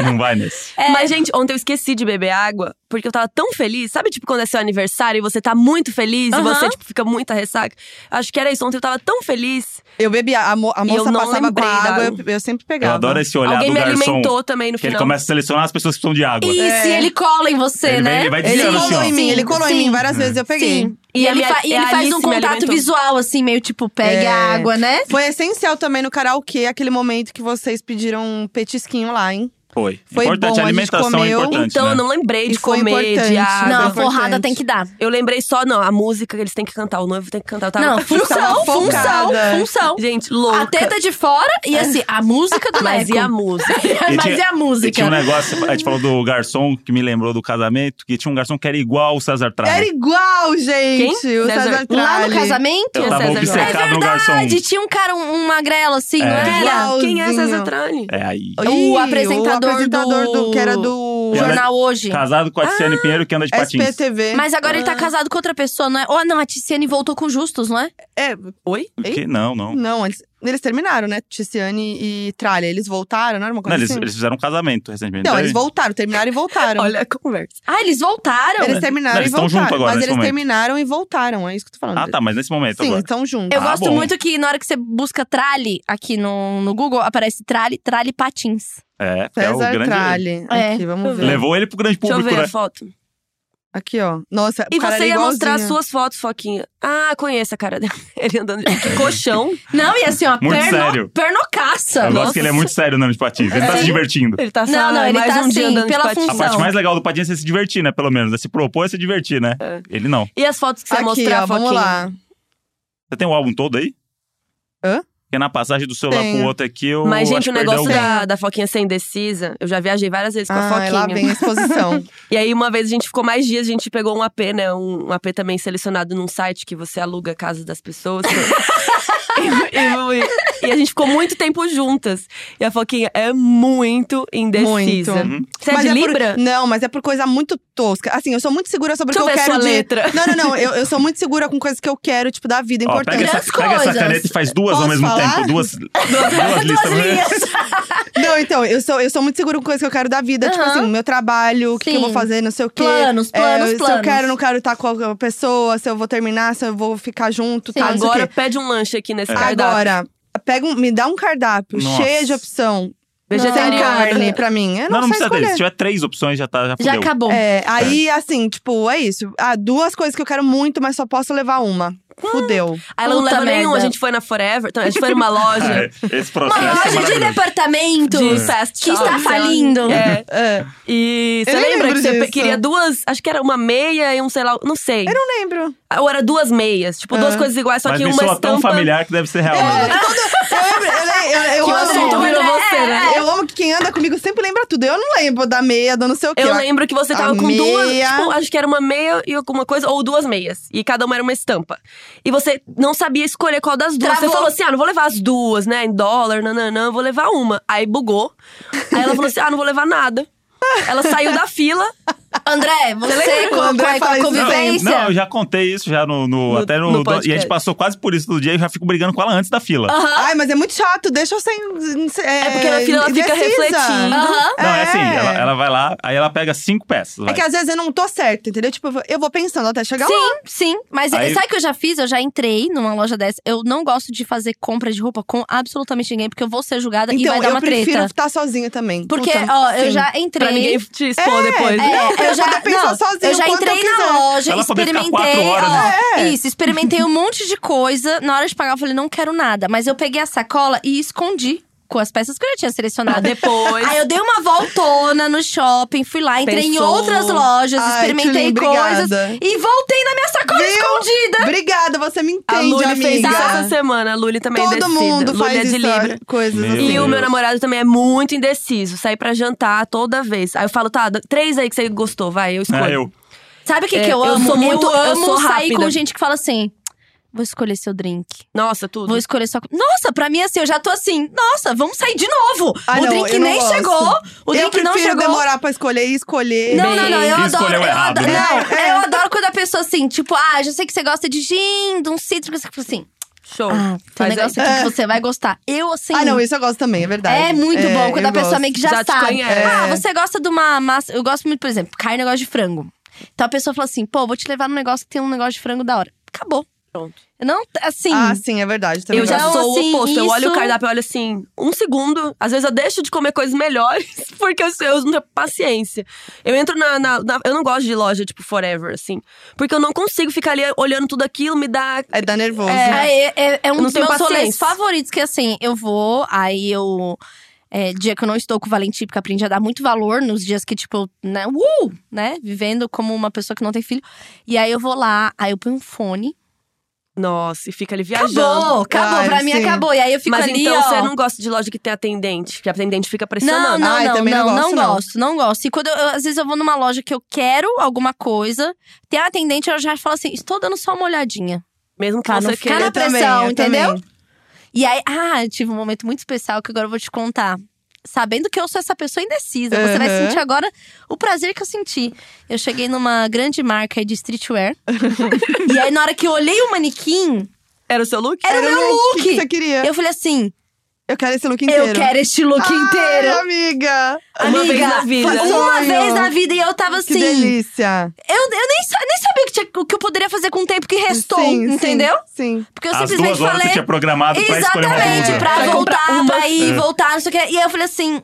Speaker 2: Não vai nesse.
Speaker 1: É.
Speaker 3: Mas, gente, ontem eu esqueci de beber água, porque eu tava tão feliz. Sabe, tipo, quando é seu aniversário e você tá muito feliz e
Speaker 1: Aham.
Speaker 3: você, tipo, fica muita ressaca? Acho que era isso. Ontem eu tava tão feliz.
Speaker 4: Eu bebia, a, mo- a
Speaker 3: E eu
Speaker 4: moça
Speaker 3: não
Speaker 4: passava com
Speaker 3: lembrei
Speaker 4: a
Speaker 3: da
Speaker 4: água, eu,
Speaker 3: água.
Speaker 4: eu sempre
Speaker 2: Eu
Speaker 4: pegava.
Speaker 2: adoro esse olhar
Speaker 3: Alguém
Speaker 2: do
Speaker 3: me
Speaker 2: garçom.
Speaker 3: alimentou também no
Speaker 2: Que ele
Speaker 3: final.
Speaker 2: começa a selecionar as pessoas que precisam de água.
Speaker 1: E se ele cola em você,
Speaker 2: Ele
Speaker 1: né?
Speaker 2: vai- ele vai
Speaker 4: É. Ele
Speaker 2: Esse ano,
Speaker 4: colou
Speaker 2: assim,
Speaker 4: em
Speaker 2: ó.
Speaker 4: mim, ele colou em mim várias
Speaker 2: Sim.
Speaker 4: vezes, eu peguei.
Speaker 1: Sim.
Speaker 3: E
Speaker 1: E,
Speaker 3: a
Speaker 1: ele,
Speaker 3: minha-
Speaker 1: fa- e
Speaker 3: e a
Speaker 1: ele faz
Speaker 3: Alice
Speaker 1: um
Speaker 3: me
Speaker 1: contato
Speaker 3: alimentou.
Speaker 1: visual, assim, meio tipo, pega
Speaker 4: É.
Speaker 1: a água, né?
Speaker 4: Foi essencial também no karaokê, aquele momento que vocês pediram um petisquinho lá, hein?
Speaker 2: Foi.
Speaker 4: Foi
Speaker 2: importante,
Speaker 4: bom,
Speaker 2: a
Speaker 4: a gente
Speaker 2: alimentação é
Speaker 4: comeu.
Speaker 2: importante.
Speaker 3: Então
Speaker 2: né?
Speaker 3: eu não lembrei de
Speaker 4: E foi
Speaker 3: comer, de
Speaker 4: importante.
Speaker 3: água.
Speaker 1: não, a
Speaker 4: é
Speaker 1: forrada
Speaker 4: importante.
Speaker 1: tem que dar.
Speaker 3: Eu lembrei só, não, a música que eles têm que cantar, o noivo tem que cantar. Eu tava
Speaker 1: Não, função,
Speaker 4: Tava
Speaker 1: função,
Speaker 4: focada.
Speaker 1: função.
Speaker 3: Gente, louca.
Speaker 1: A teta de fora e assim, a música do
Speaker 3: Mas
Speaker 1: Neco.
Speaker 3: e a música?
Speaker 2: E
Speaker 1: Mas e
Speaker 2: tinha-
Speaker 1: a
Speaker 2: E tinha um
Speaker 1: música? né?
Speaker 2: negócio, a gente falou do garçom, que me lembrou do casamento, que tinha um garçom que era igual o César Traga.
Speaker 4: Era igual, gente!
Speaker 3: Quem?
Speaker 4: O
Speaker 3: César-
Speaker 4: César
Speaker 1: Lá no
Speaker 4: Tralli.
Speaker 1: casamento?
Speaker 2: Eu
Speaker 3: Tinha
Speaker 2: tava
Speaker 3: César
Speaker 1: É
Speaker 2: obcecado no garçom.
Speaker 1: verdade, tinha um cara, um, um magrelo assim, não
Speaker 2: É.
Speaker 1: era?
Speaker 3: Quem é
Speaker 4: Igualzinho.
Speaker 3: César Trani?
Speaker 2: É aí.
Speaker 1: O
Speaker 4: Ih,
Speaker 1: apresentador
Speaker 4: o apresentador do...
Speaker 1: do-
Speaker 4: que era do
Speaker 1: O jornal hoje.
Speaker 2: Casado com a Tiziane Pinheiro que anda de patins.
Speaker 4: SPTV.
Speaker 1: Mas agora ele tá casado com outra pessoa, não é? Oh, não, a Ticiane voltou com justos, não é?
Speaker 4: É,
Speaker 3: Oi?
Speaker 2: Que? Não, não.
Speaker 4: não, eles, eles terminaram, né? Tiziane e Tralha. Eles voltaram, não era uma
Speaker 2: Não,
Speaker 4: coisa
Speaker 2: eles,
Speaker 4: assim?
Speaker 2: eles fizeram um casamento recentemente.
Speaker 4: Não,
Speaker 2: Daí-
Speaker 4: eles voltaram, terminaram e voltaram.
Speaker 3: Olha a conversa.
Speaker 1: Ah, eles voltaram?
Speaker 4: Eles terminaram
Speaker 2: Não, eles
Speaker 4: e
Speaker 2: tão
Speaker 4: voltaram.
Speaker 2: junto agora,
Speaker 4: mas
Speaker 2: nesse
Speaker 4: eles
Speaker 2: momento.
Speaker 4: terminaram e voltaram, é isso que eu tô falando.
Speaker 2: Ah, tá, mas nesse momento
Speaker 4: Sim,
Speaker 2: agora.
Speaker 4: estão juntos.
Speaker 1: Eu
Speaker 2: Ah,
Speaker 1: gosto
Speaker 2: bom.
Speaker 1: muito que na hora que você busca trale aqui no, no Google, aparece trale, trale patins.
Speaker 2: É, é o
Speaker 4: César
Speaker 2: grande.
Speaker 4: Tralli.
Speaker 1: É.
Speaker 4: Aqui, vamos ver.
Speaker 2: Levou ele pro grande
Speaker 3: Deixa eu
Speaker 2: público,
Speaker 3: ver
Speaker 2: né?
Speaker 3: a foto.
Speaker 4: Aqui, ó. Nossa,
Speaker 3: E
Speaker 4: o cara
Speaker 3: você
Speaker 4: era
Speaker 3: ia mostrar as
Speaker 4: igualzinho.
Speaker 3: suas fotos, Foquinha. Ah, conheço a cara dele. Ele andando de que colchão.
Speaker 1: Não, e assim, ó,
Speaker 2: Muito
Speaker 1: perno,
Speaker 2: sério.
Speaker 1: pernocaça.
Speaker 2: Eu
Speaker 1: Nossa.
Speaker 2: gosto que ele é muito sério andando de patins. Ele tá
Speaker 1: Sim.
Speaker 2: se divertindo.
Speaker 3: Ele tá
Speaker 1: Não,
Speaker 3: só,
Speaker 1: não, ele
Speaker 3: mais
Speaker 1: tá
Speaker 3: um dia
Speaker 1: assim,
Speaker 3: andando de
Speaker 1: pela
Speaker 3: patins.
Speaker 2: A parte
Speaker 1: Não.
Speaker 2: mais legal do patins é se divertir, né? Pelo menos. É se propor é se divertir, né?
Speaker 3: É.
Speaker 2: Ele não.
Speaker 3: E as fotos que você
Speaker 4: Aqui,
Speaker 3: ia mostrar,
Speaker 4: ó,
Speaker 3: Foquinha?
Speaker 4: vamos lá.
Speaker 2: Você tem o álbum todo aí?
Speaker 4: Hã?
Speaker 2: Porque na passagem do celular
Speaker 4: Tenho.
Speaker 2: pro outro aqui, eu
Speaker 3: Mas,
Speaker 2: acho
Speaker 3: gente, o
Speaker 2: que perdi
Speaker 3: negócio
Speaker 2: algum.
Speaker 3: da, da Foquinha ser indecisa, eu já viajei várias vezes com a
Speaker 4: Ah,
Speaker 3: Foquinha.
Speaker 4: lá vem a exposição.
Speaker 3: E aí, uma vez a gente ficou mais dias, a gente pegou um AP, né? Um, um AP também selecionado num site que você aluga a casa das pessoas. E- e, e a gente ficou muito tempo juntas. E a Foquinha é muito indecisa.
Speaker 4: Muito.
Speaker 2: Uhum.
Speaker 3: Você é
Speaker 4: Mas
Speaker 3: de
Speaker 4: por-
Speaker 3: Libra?
Speaker 4: Não, mas é por coisa muito tosca. Assim, eu sou muito segura sobre
Speaker 3: Deixa
Speaker 4: o
Speaker 3: eu
Speaker 4: que eu
Speaker 3: ver
Speaker 4: quero
Speaker 3: sua
Speaker 4: de-
Speaker 3: letra.
Speaker 4: Não, não, não. Eu, eu sou muito segura com coisas que eu quero, tipo, da vida,
Speaker 2: Ó, pega
Speaker 4: importante.
Speaker 2: essa,
Speaker 1: Grandes
Speaker 2: pega essa
Speaker 1: coisas.
Speaker 2: caneta e faz duas
Speaker 4: Posso
Speaker 2: ao mesmo
Speaker 4: falar?
Speaker 2: tempo. Duas, duas listas. né?
Speaker 4: Não, então, eu sou, eu sou muito segura com coisas que eu quero da vida. Tipo
Speaker 1: Aham.
Speaker 4: assim, meu trabalho, o que, que eu vou
Speaker 1: Sim.
Speaker 4: fazer, não sei o quê. É,
Speaker 1: Planos, planos,
Speaker 4: se
Speaker 1: planos.
Speaker 4: eu quero, não quero estar com a pessoa, se eu vou terminar, se eu vou ficar junto,
Speaker 1: Sim.
Speaker 4: tal, não sei o
Speaker 3: Agora
Speaker 4: quê. É.
Speaker 3: pede um lanche aqui nesse cardápio.
Speaker 4: Agora, pega um, me dá um cardápio
Speaker 2: É. Nossa.
Speaker 4: cheio de opção. Sem
Speaker 3: Vegetariano.
Speaker 4: carne pra mim. Eu
Speaker 2: Não, não
Speaker 4: não, sei
Speaker 2: precisa
Speaker 4: escolher.
Speaker 2: dele. Se tiver três opções, já tá. Já,
Speaker 1: Já
Speaker 2: fudeu.
Speaker 1: acabou.
Speaker 4: É, aí, assim, tipo, é isso. Ah, duas coisas que eu quero muito, mas só posso levar uma. Fudeu.
Speaker 3: Aí ela não
Speaker 1: Puta
Speaker 3: leva nenhum,
Speaker 1: merda.
Speaker 3: a gente foi na Forever, então, a gente foi numa loja.
Speaker 2: É, Esse
Speaker 1: Uma
Speaker 2: processo é
Speaker 1: loja de
Speaker 2: maravilhoso.
Speaker 1: departamento.
Speaker 3: De fast
Speaker 1: Que está
Speaker 3: shop, sei lá.
Speaker 1: falindo.
Speaker 3: É.
Speaker 4: É.
Speaker 3: E você
Speaker 4: Eu nem
Speaker 3: lembra que
Speaker 4: lembro
Speaker 3: você
Speaker 4: disso.
Speaker 3: queria duas, acho que era uma meia e um, sei lá, não sei. Ah,
Speaker 4: Eu não lembro.
Speaker 3: Ou era duas meias, tipo, duas
Speaker 4: Ah.
Speaker 3: coisas iguais, só
Speaker 2: Mas
Speaker 3: que
Speaker 2: me
Speaker 3: uma
Speaker 2: soa
Speaker 3: estampa.
Speaker 2: tão
Speaker 3: É,
Speaker 2: familiar que deve ser real. né?
Speaker 4: Eu lembro, eu, le- eu, eu
Speaker 3: Que o assunto
Speaker 4: amo. É,
Speaker 3: virou você, né?
Speaker 4: Eu amo que quem anda comigo sempre lembra tudo. Eu não lembro da meia, do não sei o quê.
Speaker 3: Eu lembro que você
Speaker 4: a
Speaker 3: tava com duas,
Speaker 4: meia.
Speaker 3: tipo, acho que era uma meia e alguma coisa, ou duas meias. E cada uma era uma estampa. E você não sabia escolher qual das duas.
Speaker 1: Travou.
Speaker 3: Você falou assim, ah, não vou levar as duas, né, em dólar, nananã, vou levar uma. Aí bugou. Aí ela falou assim, ah, não vou levar nada. Ela saiu da fila,
Speaker 1: André, você
Speaker 4: lembra
Speaker 1: com,
Speaker 4: quando o André
Speaker 1: com
Speaker 4: fala
Speaker 1: a
Speaker 4: isso?
Speaker 1: convivência.
Speaker 2: Não, eu já contei isso já no. no-
Speaker 3: No-
Speaker 2: até no,
Speaker 3: no
Speaker 2: do- e a
Speaker 3: podcast.
Speaker 2: gente passou quase por isso todo dia e eu já fico brigando com ela antes da fila.
Speaker 4: Ai, mas é muito chato. Deixa eu sem. É,
Speaker 3: É porque na fila ela fica
Speaker 4: indecisa.
Speaker 3: refletindo.
Speaker 1: Aham.
Speaker 2: Não, é assim, ela, ela vai lá, aí ela pega cinco peças.
Speaker 4: É
Speaker 2: vai.
Speaker 4: que às vezes eu não tô certa, entendeu? Tipo, eu vou- eu vou pensando até chegar lá.
Speaker 1: Sim, sim. Mas
Speaker 2: Aí-
Speaker 1: sabe o que eu já fiz? Eu já entrei numa loja dessa. Eu não gosto de fazer compra de roupa com absolutamente ninguém, porque eu vou ser julgada e
Speaker 4: Então,
Speaker 1: vai dar
Speaker 4: eu
Speaker 1: uma
Speaker 4: prefiro
Speaker 1: treta.
Speaker 4: estar sozinha também.
Speaker 1: Porque,
Speaker 4: Puta,
Speaker 1: ó, eu
Speaker 4: sim.
Speaker 1: já entrei.
Speaker 3: pra ninguém te expor
Speaker 4: É,
Speaker 3: depois.
Speaker 1: É,
Speaker 3: né?
Speaker 4: Não,
Speaker 1: eu
Speaker 4: eu
Speaker 1: já
Speaker 4: poder pensar sozinha
Speaker 1: Eu já
Speaker 4: o quanto eu
Speaker 1: entrei na
Speaker 4: quiser.
Speaker 1: loja,
Speaker 2: Ela poder ficar quatro
Speaker 1: experimentei.
Speaker 2: horas, né?
Speaker 1: ó, Isso, experimentei um monte de coisa. Na hora de pagar, eu falei, não quero nada. Mas eu peguei a sacola e escondi com as peças que eu já tinha
Speaker 3: Pra
Speaker 1: selecionado.
Speaker 3: depois.
Speaker 1: Aí eu dei uma voltona no shopping, fui lá, entrei em
Speaker 3: Pensou.
Speaker 1: outras lojas,
Speaker 4: Ai,
Speaker 1: experimentei
Speaker 4: Tulin,
Speaker 1: coisas.
Speaker 4: obrigada.
Speaker 1: E voltei na minha sacola
Speaker 4: Viu?
Speaker 1: escondida.
Speaker 4: Obrigada, você me
Speaker 3: A
Speaker 4: entende,
Speaker 3: Lully fez isso
Speaker 4: amiga.
Speaker 3: essa semana. A Lully também é
Speaker 4: Todo
Speaker 3: indecisa.
Speaker 4: mundo
Speaker 3: Lully
Speaker 4: faz
Speaker 3: é de
Speaker 4: isso,
Speaker 3: Libra.
Speaker 4: coisas
Speaker 2: Meu
Speaker 4: assim.
Speaker 3: E
Speaker 2: Deus.
Speaker 3: o meu namorado também é muito indeciso. Sair pra jantar toda vez. Aí eu falo, tá, d- três aí que você gostou, vai, eu escolho.
Speaker 2: É, eu.
Speaker 1: Sabe o que,
Speaker 3: É,
Speaker 1: que eu
Speaker 3: eu
Speaker 1: amo?
Speaker 3: sou muito- eu
Speaker 1: amo
Speaker 3: sou
Speaker 1: sair com
Speaker 3: rápida.
Speaker 1: gente que fala assim: vou escolher seu drink.
Speaker 3: Nossa, tudo.
Speaker 1: Vou escolher sua. Nossa, pra mim assim, eu já tô assim, nossa, vamos sair de novo.
Speaker 4: Ah,
Speaker 1: o
Speaker 4: não,
Speaker 1: drink
Speaker 4: eu não
Speaker 1: nem
Speaker 4: gosto.
Speaker 1: chegou. O
Speaker 4: eu
Speaker 1: drink
Speaker 4: prefiro
Speaker 1: não chegou.
Speaker 4: demorar pra escolher e escolher.
Speaker 1: Não, não, não, eu
Speaker 2: Quem
Speaker 1: adoro.
Speaker 2: escolheu
Speaker 1: Eu
Speaker 2: errado,
Speaker 1: adoro,
Speaker 2: né?
Speaker 1: não,
Speaker 4: É.
Speaker 1: eu adoro quando a pessoa assim, tipo, ah, já sei que você gosta de gin, de um cítrico, você fala assim.
Speaker 3: Show.
Speaker 1: Ah, tem um
Speaker 3: Faz aí.
Speaker 1: negócio aqui que você vai gostar. Eu assim.
Speaker 4: É. Ah, não, isso eu gosto também, é verdade.
Speaker 1: É muito bom quando
Speaker 4: eu
Speaker 1: a pessoa
Speaker 4: gosto. É.
Speaker 1: meio que já,
Speaker 3: Já te
Speaker 1: sabe.
Speaker 3: conhece.
Speaker 1: Ah, você gosta de uma massa. Eu gosto muito, por exemplo, carne eu gosto de frango. Então a pessoa fala assim: pô, vou te levar num negócio que tem um negócio de frango da hora. Acabou.
Speaker 3: Pronto.
Speaker 1: Eu Não, assim.
Speaker 4: Ah, sim, é verdade. Também
Speaker 3: Eu já
Speaker 1: Então,
Speaker 4: gosto.
Speaker 3: sou
Speaker 1: assim,
Speaker 3: o oposto. Eu olho
Speaker 1: isso-
Speaker 3: o cardápio, eu olho assim, um segundo. Às vezes eu deixo de comer coisas melhores, porque eu, eu não tenho paciência. Eu entro na, na- na- Eu não gosto de loja, tipo, forever, assim. Porque eu não consigo ficar ali olhando tudo aquilo, me dá.
Speaker 4: É dar nervoso.
Speaker 1: É, é, é- é um
Speaker 3: não
Speaker 1: dos
Speaker 3: tenho
Speaker 1: meus rolês
Speaker 3: paciência.
Speaker 1: favoritos, que assim, eu vou, aí eu. é, dia que eu não estou com o Valentim, porque eu aprendi a dar muito valor nos dias que, tipo, né, uh, né? Vivendo como uma pessoa que não tem filho. E aí eu vou lá, aí eu ponho um fone.
Speaker 3: Nossa, e fica ali viajando.
Speaker 1: Acabou, acabou,
Speaker 4: Ai,
Speaker 1: pra mim
Speaker 4: sim.
Speaker 1: acabou. E aí eu fico
Speaker 3: Mas
Speaker 1: ali,
Speaker 3: então
Speaker 1: ó.
Speaker 3: você não gosta de loja que tem atendente, que a atendente fica
Speaker 1: Não,
Speaker 3: pressionando. Ah,
Speaker 1: não,
Speaker 4: Ai,
Speaker 1: não,
Speaker 4: também
Speaker 1: não,
Speaker 4: não
Speaker 1: não
Speaker 4: gosto, não.
Speaker 1: gosto, não gosto. E quando eu, eu- às vezes eu vou numa loja que eu quero alguma coisa, tem a atendente, eu já falo assim, estou dando só uma olhadinha.
Speaker 3: Mesmo que
Speaker 1: Pra não
Speaker 3: você
Speaker 1: ficar
Speaker 3: queira.
Speaker 1: na
Speaker 4: Eu também,
Speaker 1: pressão,
Speaker 4: eu
Speaker 1: entendeu?
Speaker 4: também.
Speaker 1: E aí, ah, eu tive um momento muito especial que agora eu vou te contar. Sabendo que eu sou essa pessoa indecisa, você vai
Speaker 4: Uhum.
Speaker 1: sentir agora o prazer que eu senti. Eu cheguei numa grande marca aí de streetwear. e aí, na hora que eu olhei o manequim,
Speaker 3: Era o seu look?
Speaker 1: era o
Speaker 4: Era
Speaker 1: é meu
Speaker 4: o
Speaker 1: look.
Speaker 4: look que você queria.
Speaker 1: Eu falei assim:
Speaker 4: Eu quero esse look inteiro.
Speaker 1: eu quero este look inteiro. Ah,
Speaker 4: Ai, amiga.
Speaker 3: Uma vez na vida.
Speaker 1: faz
Speaker 4: Sonho.
Speaker 1: Uma vez na vida e eu tava
Speaker 4: Que
Speaker 1: assim.
Speaker 4: delícia.
Speaker 1: Eu, eu nem, sa- nem sabia que tinha- o que eu poderia fazer com o tempo que restou,
Speaker 4: Sim, sim,
Speaker 1: entendeu?
Speaker 4: Sim.
Speaker 1: Porque eu
Speaker 2: As
Speaker 1: simplesmente
Speaker 2: duas horas
Speaker 1: falei.
Speaker 2: você tinha programado pra escolher uma
Speaker 1: Exatamente,
Speaker 2: blusa. É.
Speaker 1: pra,
Speaker 3: Pra comprar
Speaker 1: voltar,
Speaker 3: uma.
Speaker 1: pra ir, voltar, não sei o que. E aí eu falei assim: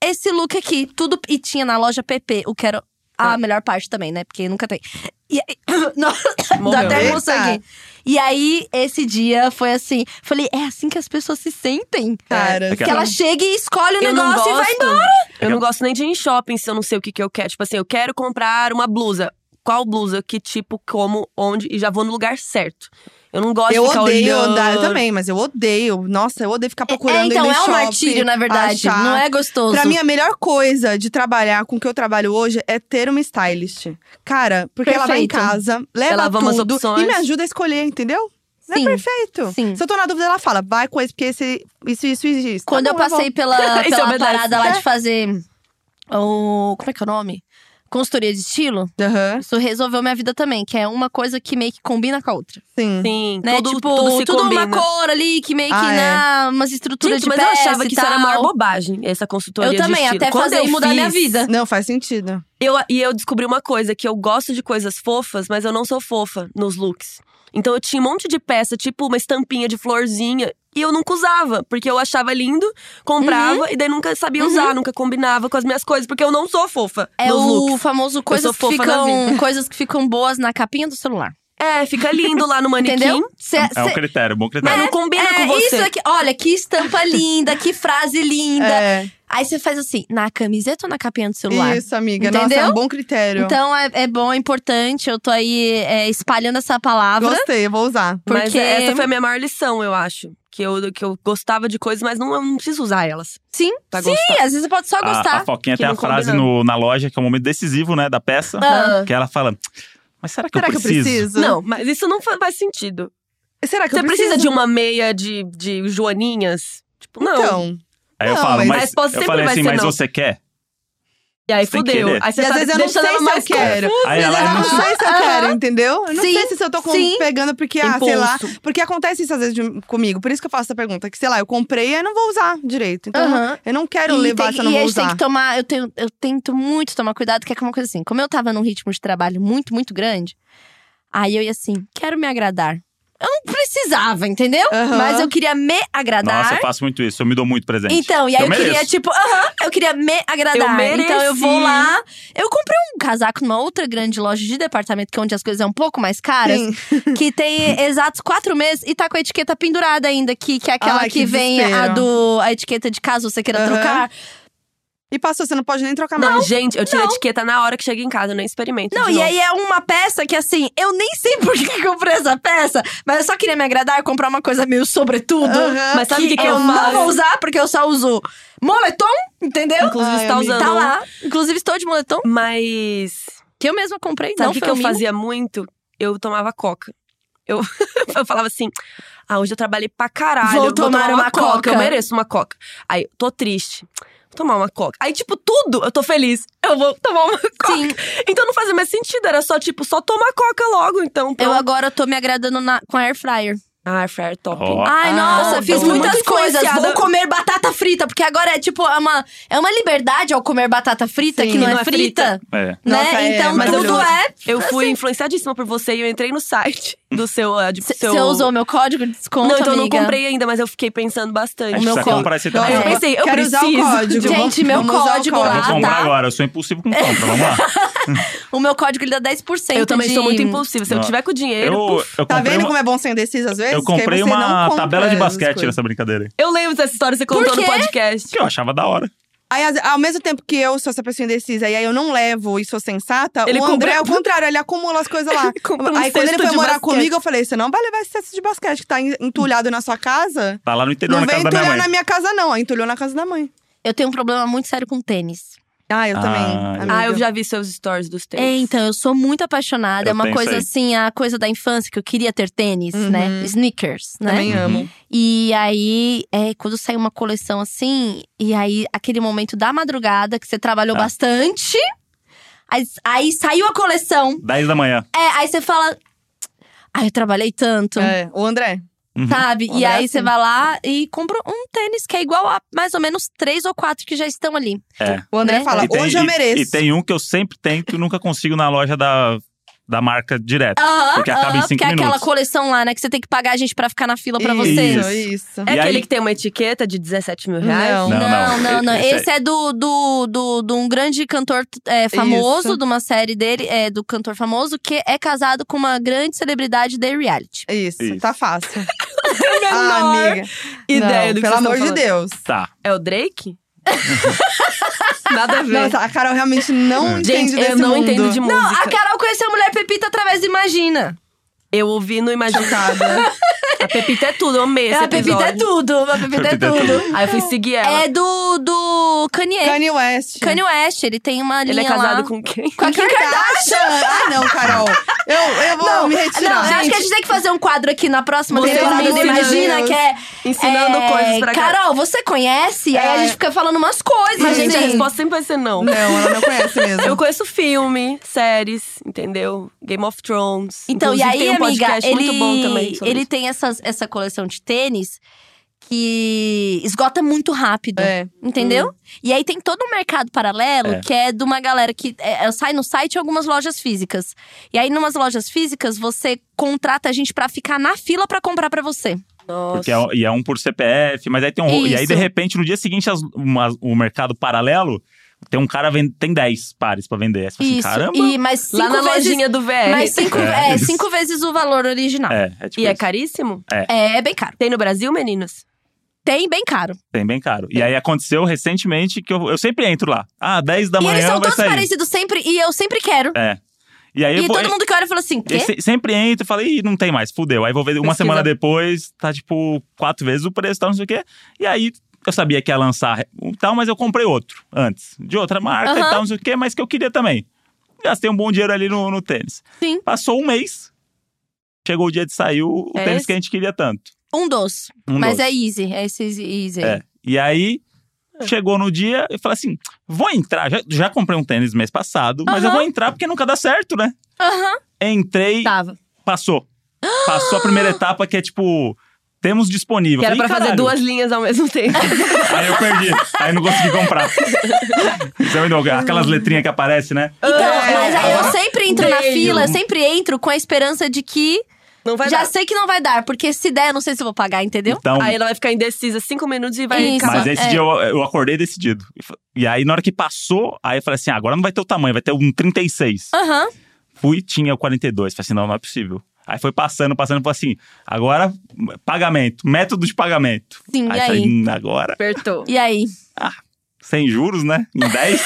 Speaker 1: esse look aqui, tudo. E tinha na loja PP, o que era
Speaker 3: Ah.
Speaker 1: a melhor parte também, né? Porque nunca tem. E aí, Nossa, dá
Speaker 3: Morreu.
Speaker 1: até emoção
Speaker 4: Eita.
Speaker 1: aqui. E aí, esse dia foi assim. Falei, é assim que as pessoas se sentem.
Speaker 4: Cara,
Speaker 1: Que ela chega e escolhe o
Speaker 3: é eu não
Speaker 1: negócio
Speaker 3: gosto,
Speaker 1: e vai embora.
Speaker 3: Eu não gosto nem de ir em shopping se eu não sei o que, que eu quero. Tipo assim, eu quero comprar uma blusa. Qual blusa? Que tipo, como, onde? E já vou no lugar certo. Eu não gosto
Speaker 4: eu
Speaker 3: de ficar
Speaker 4: odeio
Speaker 3: olhando.
Speaker 4: andar, eu também, mas eu odeio. Nossa, eu odeio ficar procurando
Speaker 1: É, então,
Speaker 4: ele
Speaker 1: é
Speaker 4: em
Speaker 1: um
Speaker 4: shopping,
Speaker 1: martírio,
Speaker 3: Ah,
Speaker 1: na verdade.
Speaker 4: achar.
Speaker 1: Não é gostoso.
Speaker 4: Pra mim, a melhor coisa de trabalhar com o que eu trabalho hoje é ter uma stylist. Cara, porque ela vai em
Speaker 1: Perfeito.
Speaker 4: casa, leva
Speaker 3: Ela ama as
Speaker 4: tudo
Speaker 3: opções.
Speaker 4: e me ajuda a escolher, entendeu? É
Speaker 1: Sim.
Speaker 4: perfeito.
Speaker 1: Sim.
Speaker 4: Se eu tô na dúvida, ela fala, vai com esse, porque esse, isso, isso, isso, isso. Tá
Speaker 1: Quando eu
Speaker 4: bom, tá bom.
Speaker 1: passei pela,
Speaker 3: Isso
Speaker 1: pela
Speaker 3: obedece.
Speaker 1: parada lá
Speaker 3: É.
Speaker 1: de fazer o. Como é que é o nome? Consultoria de estilo,
Speaker 4: Aham,
Speaker 1: isso resolveu minha vida também, que é uma coisa que meio que combina com a outra.
Speaker 4: sim.
Speaker 3: Sim,
Speaker 1: Né?
Speaker 3: assim, tudo,
Speaker 1: tipo,
Speaker 3: tudo se combina.
Speaker 1: uma cor ali, que meio que
Speaker 4: Ah, é.
Speaker 1: na, umas estruturas
Speaker 3: Gente,
Speaker 1: de
Speaker 3: mas eu
Speaker 1: peça
Speaker 3: achava
Speaker 1: e
Speaker 3: que isso era a
Speaker 1: tal.
Speaker 3: maior bobagem, essa consultoria
Speaker 1: Eu
Speaker 3: de
Speaker 1: também,
Speaker 3: estilo.
Speaker 1: até
Speaker 3: Quando
Speaker 1: fazer
Speaker 3: eu
Speaker 1: e mudar
Speaker 3: fiz,
Speaker 1: minha vida.
Speaker 4: Não, faz sentido.
Speaker 3: Eu, e eu descobri uma coisa, que eu gosto de coisas fofas, mas eu não sou fofa nos looks. Então eu tinha um monte de peça, tipo uma estampinha de florzinha, e eu nunca usava, porque eu achava lindo, comprava e daí nunca sabia usar, nunca combinava com as minhas coisas, porque eu não sou fofa
Speaker 1: É
Speaker 3: nos
Speaker 1: o
Speaker 3: looks.
Speaker 1: famoso coisas que,
Speaker 3: sou fofa na
Speaker 1: ficam,
Speaker 3: vida.
Speaker 1: coisas que ficam boas na capinha do celular.
Speaker 3: É, fica lindo lá no manequim,
Speaker 1: Entendeu? Cê-
Speaker 2: É um
Speaker 1: cê-
Speaker 2: critério, bom critério.
Speaker 3: mas não combina
Speaker 1: é,
Speaker 3: com você.
Speaker 1: isso aqui. Olha, que estampa linda, que frase linda.
Speaker 4: É,
Speaker 1: Aí você faz assim, na camiseta ou na capinha do celular?
Speaker 4: isso, amiga. Nossa, é
Speaker 1: Entendeu?
Speaker 4: um bom critério.
Speaker 1: Então é, é bom, é importante. Eu tô aí é, espalhando essa palavra.
Speaker 4: Gostei, eu vou usar.
Speaker 1: Porque
Speaker 3: Mas essa foi a minha maior lição, eu acho. Que eu, que eu gostava de coisas, mas não, eu não preciso usar elas
Speaker 1: sim,
Speaker 2: Tá
Speaker 3: pra
Speaker 1: sim.
Speaker 3: gostar.
Speaker 1: Às vezes você pode só
Speaker 2: A-
Speaker 1: gostar.
Speaker 2: A, Foquinha
Speaker 3: que
Speaker 2: tem a
Speaker 3: não
Speaker 2: frase
Speaker 3: combina.
Speaker 2: no- na loja, que é o momento decisivo, né, da peça.
Speaker 1: Ah.
Speaker 2: Que ela fala, mas será que,
Speaker 4: Será
Speaker 2: eu,
Speaker 4: que eu
Speaker 2: preciso?
Speaker 4: preciso?
Speaker 3: Não, mas isso não fa- faz sentido.
Speaker 4: Será Uhum. É que
Speaker 3: Você
Speaker 4: eu preciso?
Speaker 3: precisa de uma meia de, de joaninhas? Tipo,
Speaker 1: um
Speaker 3: não.
Speaker 4: Então.
Speaker 2: Aí eu
Speaker 4: Não,
Speaker 2: falo,
Speaker 4: mas-
Speaker 2: mas,
Speaker 3: Mas pode
Speaker 2: eu
Speaker 3: sempre
Speaker 2: falei
Speaker 3: vai
Speaker 2: assim,
Speaker 3: ser
Speaker 2: mas
Speaker 3: não."
Speaker 2: você quer?
Speaker 3: e aí
Speaker 2: Você tem que
Speaker 3: fudeu.
Speaker 2: querer.
Speaker 3: Aí você
Speaker 4: e às
Speaker 3: tá
Speaker 4: vezes eu não
Speaker 3: deixando
Speaker 4: sei
Speaker 3: ela
Speaker 4: se eu
Speaker 3: mais
Speaker 4: quero.
Speaker 2: Aí
Speaker 4: Mas
Speaker 2: ela
Speaker 4: eu não
Speaker 2: não-
Speaker 4: sei se eu quero, entendeu? Eu não
Speaker 1: Sim,
Speaker 4: sei se eu tô com-
Speaker 1: sim.
Speaker 4: pegando porque, ah, sei
Speaker 3: Impulso.
Speaker 4: lá. Porque acontece isso às vezes de- comigo. Por isso que eu faço essa pergunta. Que, sei lá, eu comprei e eu não vou usar direito. Então,
Speaker 1: Aham.
Speaker 4: eu não quero
Speaker 1: e
Speaker 4: levar
Speaker 1: tem-
Speaker 4: se eu não
Speaker 1: e a
Speaker 4: vou
Speaker 1: gente tem
Speaker 4: usar.
Speaker 1: que tomar, eu, tenho, eu tento muito tomar cuidado, que é uma coisa assim, como eu tava num ritmo de trabalho muito, muito grande, aí eu ia assim, quero me agradar. Eu não precisava, entendeu?
Speaker 4: Aham.
Speaker 1: Mas eu queria me agradar.
Speaker 2: Nossa, eu faço muito isso, eu me dou muito presente.
Speaker 1: Então, e aí eu,
Speaker 2: mereço.
Speaker 1: queria, tipo, aham, eu queria me
Speaker 3: Eu
Speaker 1: agradar.
Speaker 3: mereci.
Speaker 1: então eu vou lá. Eu comprei um casaco numa outra grande loja de departamento, que é onde as coisas são um pouco mais caras,
Speaker 4: Sim.
Speaker 1: que tem exatos quatro meses e tá com a etiqueta pendurada ainda, que, que é aquela
Speaker 4: Ai,
Speaker 1: que,
Speaker 4: que
Speaker 1: vem a
Speaker 4: desespero.
Speaker 1: do a etiqueta de caso você queira
Speaker 4: Aham.
Speaker 1: trocar.
Speaker 4: E passou, você não pode nem trocar
Speaker 3: Não,
Speaker 4: mais.
Speaker 3: gente, eu tiro a etiqueta na hora que chega em casa, eu nem experimento.
Speaker 1: Não,
Speaker 3: de
Speaker 1: e
Speaker 3: novo.
Speaker 1: aí é uma peça que assim, eu nem sei por que que eu comprei essa peça, mas eu só queria me agradar e comprar uma coisa meio sobretudo.
Speaker 4: Aham.
Speaker 3: Mas sabe o que, que eu,
Speaker 1: eu não
Speaker 3: faço?
Speaker 1: vou usar porque eu só uso moletom, entendeu?
Speaker 3: Inclusive,
Speaker 4: Ai,
Speaker 3: você tá
Speaker 4: amiga.
Speaker 3: usando.
Speaker 1: Tá
Speaker 3: um.
Speaker 1: lá. Inclusive, estou de moletom,
Speaker 3: Mas.
Speaker 1: que eu mesma comprei.
Speaker 3: Sabe
Speaker 1: não
Speaker 3: o que,
Speaker 1: foi
Speaker 3: que eu
Speaker 1: um mimo.
Speaker 3: fazia muito? Eu tomava coca. Eu, eu falava assim: ah, hoje eu trabalhei pra caralho.
Speaker 1: Vou
Speaker 3: eu
Speaker 1: tomar uma coca.
Speaker 3: Eu mereço uma coca. Aí, tô triste. Vou tomar uma coca. Aí, tipo, tudo, eu tô feliz. Eu vou tomar uma coca.
Speaker 1: Sim.
Speaker 3: Então não fazia mais sentido. Era só, tipo, só tomar coca logo, então.
Speaker 1: Eu
Speaker 3: pronto.
Speaker 1: agora tô me agradando na- com air fryer. Ah,
Speaker 3: Ah, fryer top.
Speaker 2: Ó.
Speaker 1: Ai, nossa,
Speaker 3: eu
Speaker 1: fiz
Speaker 3: tô
Speaker 1: muitas
Speaker 3: muito
Speaker 1: coisas. Vou
Speaker 3: influenciada.
Speaker 1: comer batata frita, porque agora é tipo é uma, é uma liberdade ao comer batata frita,
Speaker 4: Sim,
Speaker 1: que não,
Speaker 3: não
Speaker 1: é
Speaker 3: é
Speaker 1: frita.
Speaker 2: É.
Speaker 1: Né?
Speaker 4: Nossa, é,
Speaker 1: então
Speaker 4: mas eu
Speaker 1: tudo
Speaker 4: fui-
Speaker 1: é.
Speaker 3: Eu fui influenciadíssima por você e eu entrei no site do seu. eh, de-
Speaker 1: Você
Speaker 3: seu...
Speaker 1: usou meu código de desconto?
Speaker 3: Não, então eu não
Speaker 1: amiga?
Speaker 3: comprei ainda, mas eu fiquei pensando
Speaker 2: A
Speaker 3: bastante.
Speaker 2: gente
Speaker 1: meu
Speaker 2: precisa
Speaker 1: colo.
Speaker 2: comprar esse
Speaker 4: Nossa,
Speaker 3: Aí eu
Speaker 2: também.
Speaker 3: pensei, eu
Speaker 4: quero usar
Speaker 3: preciso.
Speaker 4: o código.
Speaker 1: Gente, meu
Speaker 4: Vamos usar o
Speaker 1: código
Speaker 2: Vou
Speaker 1: lá.
Speaker 4: código.
Speaker 2: comprar
Speaker 1: tá.
Speaker 2: agora, eu sou impulsivo com compra, vamos lá.
Speaker 1: O meu código ele dá 10%.
Speaker 3: Eu também
Speaker 1: de...
Speaker 3: sou muito impulsiva. Se eu
Speaker 2: Não.
Speaker 3: tiver com o dinheiro,
Speaker 2: Eu,
Speaker 3: puf.
Speaker 2: eu
Speaker 4: Tá
Speaker 2: comprei
Speaker 4: vendo
Speaker 2: uma,
Speaker 4: como é bom ser indeciso às vezes?
Speaker 2: eu
Speaker 4: Que aí
Speaker 2: comprei
Speaker 4: você não
Speaker 2: uma
Speaker 4: compra
Speaker 2: tabela de
Speaker 4: essas
Speaker 2: basquete
Speaker 4: coisas.
Speaker 2: nessa brincadeira aí.
Speaker 3: Eu lembro dessa história que você
Speaker 1: Por
Speaker 3: contou no
Speaker 1: quê?
Speaker 3: podcast.
Speaker 2: Que eu achava da hora.
Speaker 4: Aí, às- ao mesmo tempo que eu sou essa pessoa indecisa e aí eu não levo e sou sensata,
Speaker 3: Ele
Speaker 4: o
Speaker 3: compra-
Speaker 4: André
Speaker 3: um-
Speaker 4: é o contrário, ele acumula as coisas lá.
Speaker 3: Ele compra um
Speaker 4: aí quando ele
Speaker 3: cesto
Speaker 4: foi
Speaker 3: de
Speaker 4: morar
Speaker 3: basquete.
Speaker 4: comigo, eu falei: você não vai levar esse cesto de basquete que tá en- entulhado na sua casa?
Speaker 2: Tá lá no interior,
Speaker 4: Não
Speaker 2: na
Speaker 4: vem
Speaker 2: casa da minha
Speaker 4: entulhar
Speaker 2: mãe.
Speaker 4: na minha casa, não. Aí entulhou na casa da mãe.
Speaker 1: Eu tenho um problema muito sério com tênis.
Speaker 4: Ah, eu
Speaker 2: Ah,
Speaker 4: também.
Speaker 2: eu-
Speaker 4: amiga.
Speaker 3: Ah, eu já vi seus stories dos teus.
Speaker 1: É, então, eu sou muito apaixonada.
Speaker 2: Eu
Speaker 1: é uma
Speaker 2: tenho isso
Speaker 1: coisa
Speaker 2: aí.
Speaker 1: assim, a coisa da infância que eu queria ter tênis, né? Sneakers, né?
Speaker 4: Também amo.
Speaker 1: E aí, é, quando sai uma coleção assim, e aí aquele momento da madrugada que você trabalhou
Speaker 2: Tá.
Speaker 1: bastante, aí, aí saiu a coleção.
Speaker 2: 10 da manhã.
Speaker 1: É, aí você fala. Ai, eu trabalhei tanto,
Speaker 3: Então.
Speaker 4: É, o André.
Speaker 1: sabe? E
Speaker 4: Olha
Speaker 1: aí
Speaker 4: assim.
Speaker 1: você vai lá e compra um tênis que é igual a mais ou menos três ou quatro que já estão ali.
Speaker 2: É.
Speaker 4: O André
Speaker 1: Né?
Speaker 4: fala:
Speaker 2: E tem-
Speaker 4: hoje eu
Speaker 2: e-
Speaker 4: mereço.
Speaker 2: E tem um que eu sempre tento e nunca consigo na loja da, da marca direto.
Speaker 1: Aham,
Speaker 2: Porque acaba em
Speaker 1: aham,
Speaker 2: cinco
Speaker 1: porque é aquela
Speaker 2: minutos.
Speaker 1: coleção lá, né? Que você tem que pagar a gente pra ficar na fila pra você.
Speaker 4: Isso, isso.
Speaker 3: É
Speaker 2: E
Speaker 3: aquele
Speaker 2: aí-
Speaker 3: que tem uma etiqueta de 17 mil reais?
Speaker 4: Não.
Speaker 1: Não, não, não.
Speaker 2: Esse
Speaker 1: Esse,
Speaker 2: é-
Speaker 1: é do, do, do, de um grande cantor é, famoso,
Speaker 4: Isso.
Speaker 1: de uma série dele, é, do cantor famoso, que é casado com uma grande celebridade de reality.
Speaker 4: Isso,
Speaker 2: Isso.
Speaker 4: tá fácil.
Speaker 3: É.
Speaker 4: Ah,
Speaker 3: menor
Speaker 4: amiga.
Speaker 3: ideia do
Speaker 4: não,
Speaker 3: que
Speaker 4: Pelo
Speaker 3: vocês
Speaker 4: amor
Speaker 3: estão
Speaker 4: de
Speaker 3: falando.
Speaker 4: Deus.
Speaker 2: Tá.
Speaker 3: É o Drake? Nada a ver.
Speaker 4: Nossa, a Carol realmente
Speaker 2: É.
Speaker 4: não entende
Speaker 3: Gente,
Speaker 4: desse
Speaker 3: eu não
Speaker 4: mundo.
Speaker 3: entendo de música.
Speaker 1: A Carol conheceu a mulher Pepita através do Imagina.
Speaker 3: Eu ouvi no Imaginário. a Pepita é tudo, eu amei esse
Speaker 1: a Pepita é
Speaker 3: episódio.
Speaker 1: tudo, a Pepita,
Speaker 2: Pepita
Speaker 1: é
Speaker 2: é
Speaker 1: tudo.
Speaker 2: tudo.
Speaker 3: Aí eu fui seguir ela.
Speaker 1: É do, do Kanye. Kanye,
Speaker 4: Kanye West.
Speaker 1: West, ele tem uma
Speaker 3: Ele
Speaker 1: linha
Speaker 3: é casado
Speaker 1: lá.
Speaker 3: com quem?
Speaker 1: Com é? a Kim Kardashian.
Speaker 4: Ah, não, Carol. Eu, eu vou me retirar.
Speaker 1: Não, eu acho que a gente tem que fazer um quadro aqui na próxima
Speaker 4: Você
Speaker 1: temporada
Speaker 4: me
Speaker 1: do Imagina,
Speaker 4: ensinando.
Speaker 1: que é.
Speaker 3: Ensinando
Speaker 1: é,
Speaker 3: coisas pra Carol.
Speaker 1: Carol, você conhece? Aí a
Speaker 4: É.
Speaker 1: gente fica falando umas coisas.
Speaker 3: Mas, gente, um a
Speaker 1: assim.
Speaker 3: resposta sempre vai ser não.
Speaker 4: Não, ela não conhece mesmo.
Speaker 3: Eu conheço filme, séries, entendeu? Game of Thrones.
Speaker 1: Então, e
Speaker 3: Inclusive,
Speaker 1: aí,
Speaker 3: tem um
Speaker 1: amiga,
Speaker 3: podcast
Speaker 1: ele,
Speaker 3: muito bom também. sobre
Speaker 1: ele
Speaker 3: isso.
Speaker 1: tem essas, essa coleção de tênis que esgota muito rápido.
Speaker 4: É.
Speaker 1: Entendeu?
Speaker 3: Uhum.
Speaker 1: E aí tem todo um mercado paralelo
Speaker 2: É.
Speaker 1: que é de uma galera que é, é, sai no site e algumas lojas físicas. E aí, numas lojas físicas, você contrata a gente pra ficar na fila pra comprar pra você.
Speaker 2: Porque é, um- e é um por CPF, mas aí tem um. E aí, de
Speaker 1: Isso.
Speaker 2: repente, no dia seguinte, as- umas- o mercado paralelo tem um cara vend, tem 10 pares pra vender. Você fala assim,
Speaker 1: Isso.
Speaker 2: caramba!
Speaker 1: E, mas cinco
Speaker 3: Lá na
Speaker 1: vezes,
Speaker 3: lojinha do VR.
Speaker 1: Mas cinco,
Speaker 2: É,
Speaker 1: é,
Speaker 2: isso.
Speaker 1: cinco vezes o valor original.
Speaker 2: É, é tipo
Speaker 3: E é
Speaker 2: isso.
Speaker 3: caríssimo?
Speaker 1: É. bem caro.
Speaker 3: Tem no Brasil, meninos?
Speaker 1: Tem bem caro.
Speaker 2: Tem bem caro. E aí aconteceu recentemente que eu, eu sempre entro lá. Ah, 10 da
Speaker 1: e
Speaker 2: manhã
Speaker 1: eles são
Speaker 2: vai
Speaker 1: todos
Speaker 2: sair.
Speaker 1: parecidos sempre e eu sempre quero.
Speaker 2: É. E aí eu
Speaker 1: e
Speaker 2: vou, é-
Speaker 1: todo mundo que olha fala assim,
Speaker 2: eu
Speaker 1: quê?
Speaker 2: se- sempre entro e falo, ih, não tem mais, fudeu. Aí vou ver uma
Speaker 3: Pesquisa.
Speaker 2: semana depois, tá tipo quatro vezes o preço, tal, não sei o quê. E aí eu sabia que ia lançar um tal, mas eu comprei outro antes. De outra marca e
Speaker 1: Aham.
Speaker 2: tal, não sei o quê, mas que eu queria também. Gastei um bom dinheiro ali no, no tênis.
Speaker 1: Sim.
Speaker 2: Passou um mês, chegou o dia de sair o
Speaker 3: É
Speaker 2: tênis
Speaker 3: esse?
Speaker 2: que a gente queria tanto.
Speaker 1: Um doce.
Speaker 2: Um
Speaker 1: Mas
Speaker 2: doce.
Speaker 1: é easy, é esse easy- easy. aí.
Speaker 2: É. E aí,
Speaker 1: Ah.
Speaker 2: chegou no dia, eu falei assim: vou entrar. Já, já comprei um tênis mês passado, mas eu
Speaker 1: Aham.
Speaker 2: vou entrar porque nunca dá certo, né?
Speaker 1: Aham.
Speaker 4: É.
Speaker 2: Entrei,
Speaker 3: Tava.
Speaker 2: passou. Passou a primeira etapa que é tipo. Temos disponível.
Speaker 3: Que era
Speaker 2: Falei,
Speaker 3: pra fazer
Speaker 2: "Caralho".
Speaker 3: duas linhas ao mesmo tempo.
Speaker 2: Aí eu perdi. Aí não consegui comprar. Sabe, não, Aquelas letrinhas que aparecem, né?
Speaker 1: Então,
Speaker 4: É.
Speaker 1: mas aí eu
Speaker 2: Aham.
Speaker 1: sempre entro na
Speaker 3: Veio.
Speaker 1: fila, eu sempre entro com a esperança de que
Speaker 3: Não vai
Speaker 1: já
Speaker 3: dar.
Speaker 1: sei que não vai dar, porque se der, eu não sei se eu vou pagar, entendeu?
Speaker 2: Então,
Speaker 3: Aí ela vai ficar indecisa cinco minutos e vai
Speaker 1: Isso.
Speaker 2: mas
Speaker 3: acabar.
Speaker 1: é-
Speaker 2: esse dia eu, eu acordei decidido. E fa- E aí, na hora que passou, aí eu falei assim: ah, agora não vai ter o tamanho, vai ter um 36.
Speaker 1: Aham.
Speaker 2: Fui, tinha o 42. Falei assim, não, não é possível. Aí foi passando, passando, falei assim, agora pagamento, método de pagamento.
Speaker 1: Sim,
Speaker 2: aí
Speaker 1: e
Speaker 2: falei,
Speaker 1: aí?
Speaker 2: hum, agora,
Speaker 3: Apertou.
Speaker 1: E aí?
Speaker 2: sem juros, né? Em 10.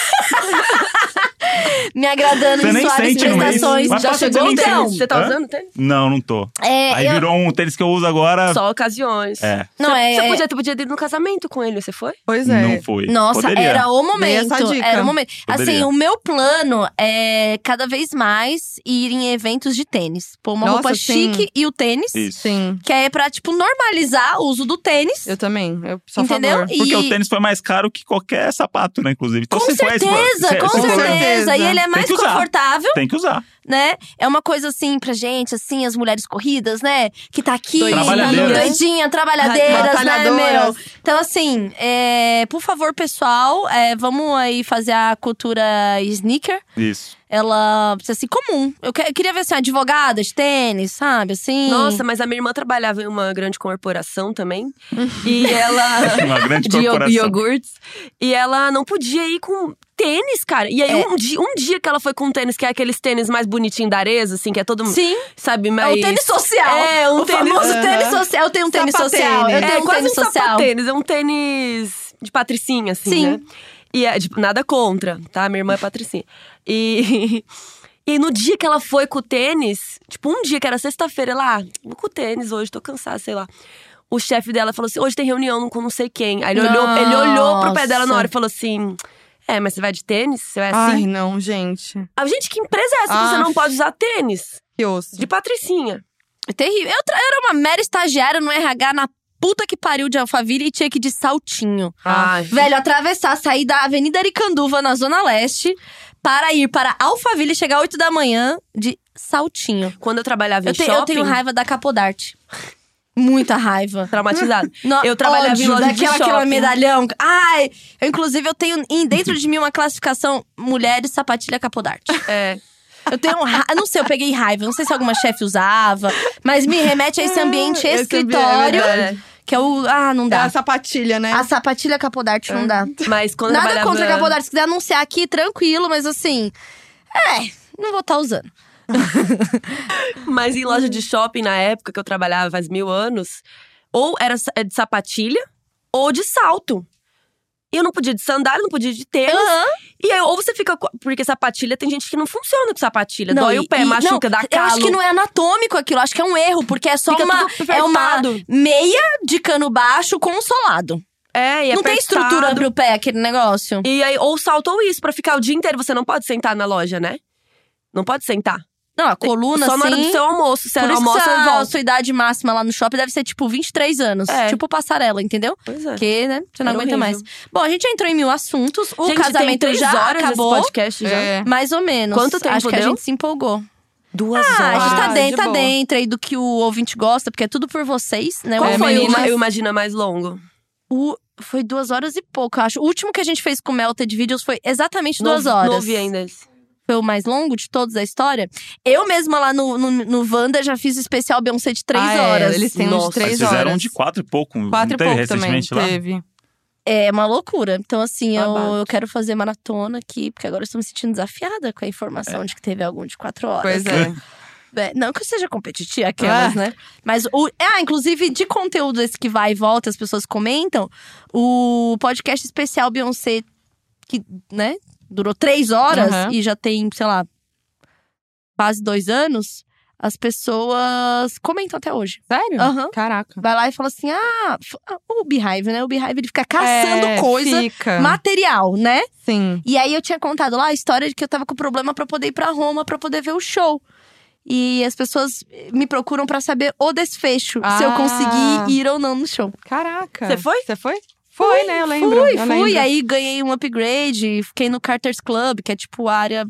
Speaker 1: Me agradando
Speaker 2: Você
Speaker 1: em
Speaker 2: nem
Speaker 1: suaves
Speaker 2: sente no mês,
Speaker 1: prestações.
Speaker 2: mas
Speaker 1: Já
Speaker 2: passa
Speaker 1: chegou
Speaker 2: de
Speaker 1: o
Speaker 2: mim,
Speaker 1: tempo.
Speaker 2: Então.
Speaker 3: Você tá
Speaker 2: Hã?
Speaker 3: usando tênis?
Speaker 2: não, não tô.
Speaker 1: É,
Speaker 2: aí
Speaker 1: eu-
Speaker 2: virou um tênis que eu uso agora.
Speaker 3: Só ocasiões.
Speaker 2: É,
Speaker 1: Não,
Speaker 3: Você-
Speaker 1: é-
Speaker 3: Você podia
Speaker 1: é-
Speaker 3: ter, podia ter ido no casamento com ele, você foi?
Speaker 4: Pois é.
Speaker 2: não foi.
Speaker 1: Nossa,
Speaker 2: Poderia.
Speaker 1: era o
Speaker 4: Dei essa
Speaker 1: momento.
Speaker 4: dica.
Speaker 1: Era o momento. Assim,
Speaker 2: Poderia.
Speaker 1: o meu plano é cada vez mais ir em eventos de tênis. Pôr uma
Speaker 4: Nossa,
Speaker 1: roupa
Speaker 4: sim.
Speaker 1: chique e o tênis.
Speaker 2: Isso.
Speaker 4: Sim,
Speaker 1: Que é pra, tipo, normalizar o uso do tênis.
Speaker 4: eu também. Eu sou a
Speaker 1: entendeu?
Speaker 4: favor.
Speaker 2: Porque
Speaker 1: um E-
Speaker 2: o tênis foi mais caro que qualquer sapato, né? Inclusive. Então,
Speaker 1: Com
Speaker 2: se for esse-
Speaker 1: certeza,
Speaker 2: se-
Speaker 1: com
Speaker 2: se for-
Speaker 1: certeza.
Speaker 4: certeza.
Speaker 1: E ele é mais
Speaker 2: que usar.
Speaker 1: confortável,
Speaker 2: é Tem que usar.
Speaker 1: né? É uma coisa assim pra gente, assim, as mulheres corridas, né? Que tá aqui,
Speaker 2: Trabalhadeiras.
Speaker 1: doidinha, trabalhadeiras, né,
Speaker 4: Batalhadoras.
Speaker 1: meu? Então, assim, é, por favor, pessoal, é, vamos aí fazer a cultura sneaker.
Speaker 2: Isso.
Speaker 1: Ela precisa ser comum. Eu, que- eu queria ver assim, advogada de tênis, sabe? Assim.
Speaker 3: Nossa, mas a minha irmã trabalhava em uma grande corporação também.
Speaker 1: Uhum.
Speaker 3: e ela.
Speaker 2: Uma grande
Speaker 3: de iog-
Speaker 2: corporação.
Speaker 3: iogurtes. E ela não podia ir com tênis, cara. E aí,
Speaker 1: É.
Speaker 3: um, dia, um dia que ela foi com tênis, que é aqueles tênis mais bonitinhos da Arezzo, assim, que é todo mundo.
Speaker 1: Sim.
Speaker 3: Sabe,
Speaker 1: É o
Speaker 3: mas.
Speaker 1: tênis social.
Speaker 3: É, um
Speaker 1: o
Speaker 3: tênis.
Speaker 1: famoso
Speaker 4: Aham.
Speaker 1: tênis social. Eu tenho um tênis
Speaker 4: Sapatênis.
Speaker 1: social. Eu
Speaker 4: É,
Speaker 1: tenho um
Speaker 3: quase
Speaker 1: tênis
Speaker 3: um
Speaker 1: social.
Speaker 3: sapatênis, é um tênis de patricinha, assim,
Speaker 1: Sim.
Speaker 3: né? E é, tipo, nada contra, tá? Minha irmã é patricinha. E... E no dia que ela foi com o tênis, tipo, um dia que era sexta-feira, ela, ah, vou com o tênis hoje, tô cansada, sei lá. O chefe dela falou assim, hoje tem reunião com não sei quem. Aí ele olhou, ele olhou pro pé dela na
Speaker 1: Nossa.
Speaker 3: hora e falou assim, é, mas você vai de tênis? Você
Speaker 1: É
Speaker 3: vai
Speaker 4: Ai,
Speaker 3: assim?
Speaker 4: não, gente.
Speaker 3: Ah, gente, que empresa é essa que você
Speaker 4: Ah.
Speaker 3: não pode usar tênis?
Speaker 4: Que osso.
Speaker 3: De patricinha.
Speaker 1: É terrível. Eu, tra- eu era uma mera estagiária no RH na puta que pariu de Alphaville e tinha que ir de saltinho.
Speaker 3: Ai.
Speaker 1: Velho, atravessar, sair da Avenida Aricanduva, na Zona Leste, para ir para Alphaville e chegar 8 da manhã de saltinho.
Speaker 3: Quando eu trabalhava em
Speaker 1: Eu, te- eu
Speaker 3: shopping…
Speaker 1: tenho raiva da Capodarte. Muita raiva.
Speaker 3: Traumatizada.
Speaker 1: No-
Speaker 3: eu trabalhava
Speaker 1: ódio
Speaker 3: em loja de
Speaker 1: daquela,
Speaker 3: shopping.
Speaker 1: aquela medalhão. Ai, eu, inclusive eu tenho em- dentro de mim uma classificação mulheres sapatilha Capodarte.
Speaker 3: É.
Speaker 1: Eu tenho um ra... eu não sei, eu peguei raiva. eu Não sei se alguma chefe usava, mas me remete a esse ambiente
Speaker 3: é
Speaker 4: Esse
Speaker 1: escritório.
Speaker 4: ambiente,
Speaker 1: que é o. Ah, não
Speaker 4: É
Speaker 1: dá. É.
Speaker 4: a sapatilha, né?
Speaker 1: A sapatilha capodarte não dá.
Speaker 3: Mas quando eu
Speaker 1: Nada
Speaker 3: trabalhava...
Speaker 1: contra capodarte. Se quiser anunciar aqui, tranquilo, mas assim. É, não vou estar usando.
Speaker 3: Mas em loja
Speaker 1: Uhum.
Speaker 3: de shopping, na época que eu trabalhava, faz mil anos, ou era sa- é de sapatilha ou de salto. E eu não podia de sandália, não podia de tênis.
Speaker 1: Aham.
Speaker 3: E aí, ou você fica. co- Porque sapatilha tem gente que não funciona com sapatilha. dói
Speaker 1: e-
Speaker 3: o pé,
Speaker 1: e-
Speaker 3: machuca,
Speaker 1: não,
Speaker 3: dá calo.
Speaker 1: Eu acho que não é anatômico aquilo, acho que é um erro, porque é só
Speaker 3: Fica
Speaker 1: uma.
Speaker 3: tudo
Speaker 1: É uma
Speaker 3: apertado.
Speaker 1: meia de cano baixo com um solado.
Speaker 3: É, e é
Speaker 1: não tem
Speaker 3: apertado.
Speaker 1: estrutura pro pé aquele negócio.
Speaker 3: E aí, ou salto ou isso, pra ficar o dia inteiro. Você não pode sentar na loja, né? Não pode sentar.
Speaker 1: Não, a coluna
Speaker 3: Só
Speaker 1: assim.
Speaker 3: na hora do seu almoço. Se
Speaker 1: Por
Speaker 3: era
Speaker 1: isso
Speaker 3: almoço,
Speaker 1: que
Speaker 3: eu
Speaker 1: a
Speaker 3: volto.
Speaker 1: sua idade máxima lá no shopping deve ser tipo 23 anos.
Speaker 3: É.
Speaker 1: Tipo passarela, entendeu?
Speaker 3: Pois é.
Speaker 1: Porque, né, você não
Speaker 3: Era
Speaker 1: aguenta
Speaker 3: horrível.
Speaker 1: mais. Bom, a gente entrou em mil assuntos. O
Speaker 3: Gente, tem
Speaker 1: casamento
Speaker 3: três
Speaker 1: já
Speaker 3: horas esse
Speaker 1: acabou.
Speaker 3: podcast já.
Speaker 4: É.
Speaker 1: Mais ou menos.
Speaker 3: Quanto tempo
Speaker 1: Acho que a
Speaker 3: deu?
Speaker 1: gente se empolgou.
Speaker 3: Duas
Speaker 1: Ah, a
Speaker 3: horas.
Speaker 1: gente tá
Speaker 4: de
Speaker 1: dentro, tá
Speaker 4: boa.
Speaker 1: dentro aí do que o ouvinte gosta, porque é tudo por vocês, né?
Speaker 3: Qual
Speaker 1: o
Speaker 3: foi o
Speaker 1: meninas?
Speaker 3: ma- um eu imagino é mais longo?
Speaker 1: O- Foi duas horas e pouco, eu acho. O último que a gente fez com o Melted Videos foi exatamente duas
Speaker 3: Não-
Speaker 1: horas.
Speaker 3: Não ouvi ainda esse.
Speaker 1: Foi o mais longo de todos da história. Eu mesma lá no, no, no Wanda já fiz o especial Beyoncé de três
Speaker 4: Ah, é,
Speaker 1: horas.
Speaker 4: eles têm um
Speaker 3: Nossa,
Speaker 4: de três
Speaker 2: Eles fizeram
Speaker 4: horas.
Speaker 2: um de quatro e pouco. não
Speaker 4: Quatro e
Speaker 2: teve
Speaker 4: pouco também.
Speaker 2: recentemente lá?
Speaker 4: Teve.
Speaker 1: É uma loucura. Então, assim, eu,
Speaker 3: Babado.
Speaker 1: eu quero fazer maratona aqui, porque agora eu estou me sentindo desafiada com a informação de que teve algum de quatro horas.
Speaker 4: É. Pois é.
Speaker 1: É, Não que eu seja competitiva, aquelas,
Speaker 4: Ah.
Speaker 1: né? Mas o. Ah, inclusive, de conteúdo esse que vai e volta, as pessoas comentam. O podcast especial Beyoncé, que, né, durou três horas
Speaker 4: Aham.
Speaker 1: e já tem, sei lá, quase dois anos, as pessoas comentam até hoje.
Speaker 4: Sério?
Speaker 1: Aham.
Speaker 4: Caraca.
Speaker 1: Vai lá e fala assim: ah, f- ah, o Beehive, né? O Beehive ele fica caçando
Speaker 4: É,
Speaker 1: coisa,
Speaker 4: Fica.
Speaker 1: material, né?
Speaker 4: Sim.
Speaker 1: E aí eu tinha contado lá a história de que eu tava com problema pra poder ir pra Roma pra poder ver o show. E as pessoas me procuram pra saber o desfecho, se eu
Speaker 4: Ah.
Speaker 1: consegui ir ou não no show.
Speaker 4: Caraca.
Speaker 3: Você foi?
Speaker 4: Você foi? Foi, né? Eu lembro.
Speaker 1: fui,
Speaker 4: eu
Speaker 1: fui.
Speaker 4: lembro.
Speaker 1: Aí ganhei um upgrade, fiquei no Carter's Club, que é tipo área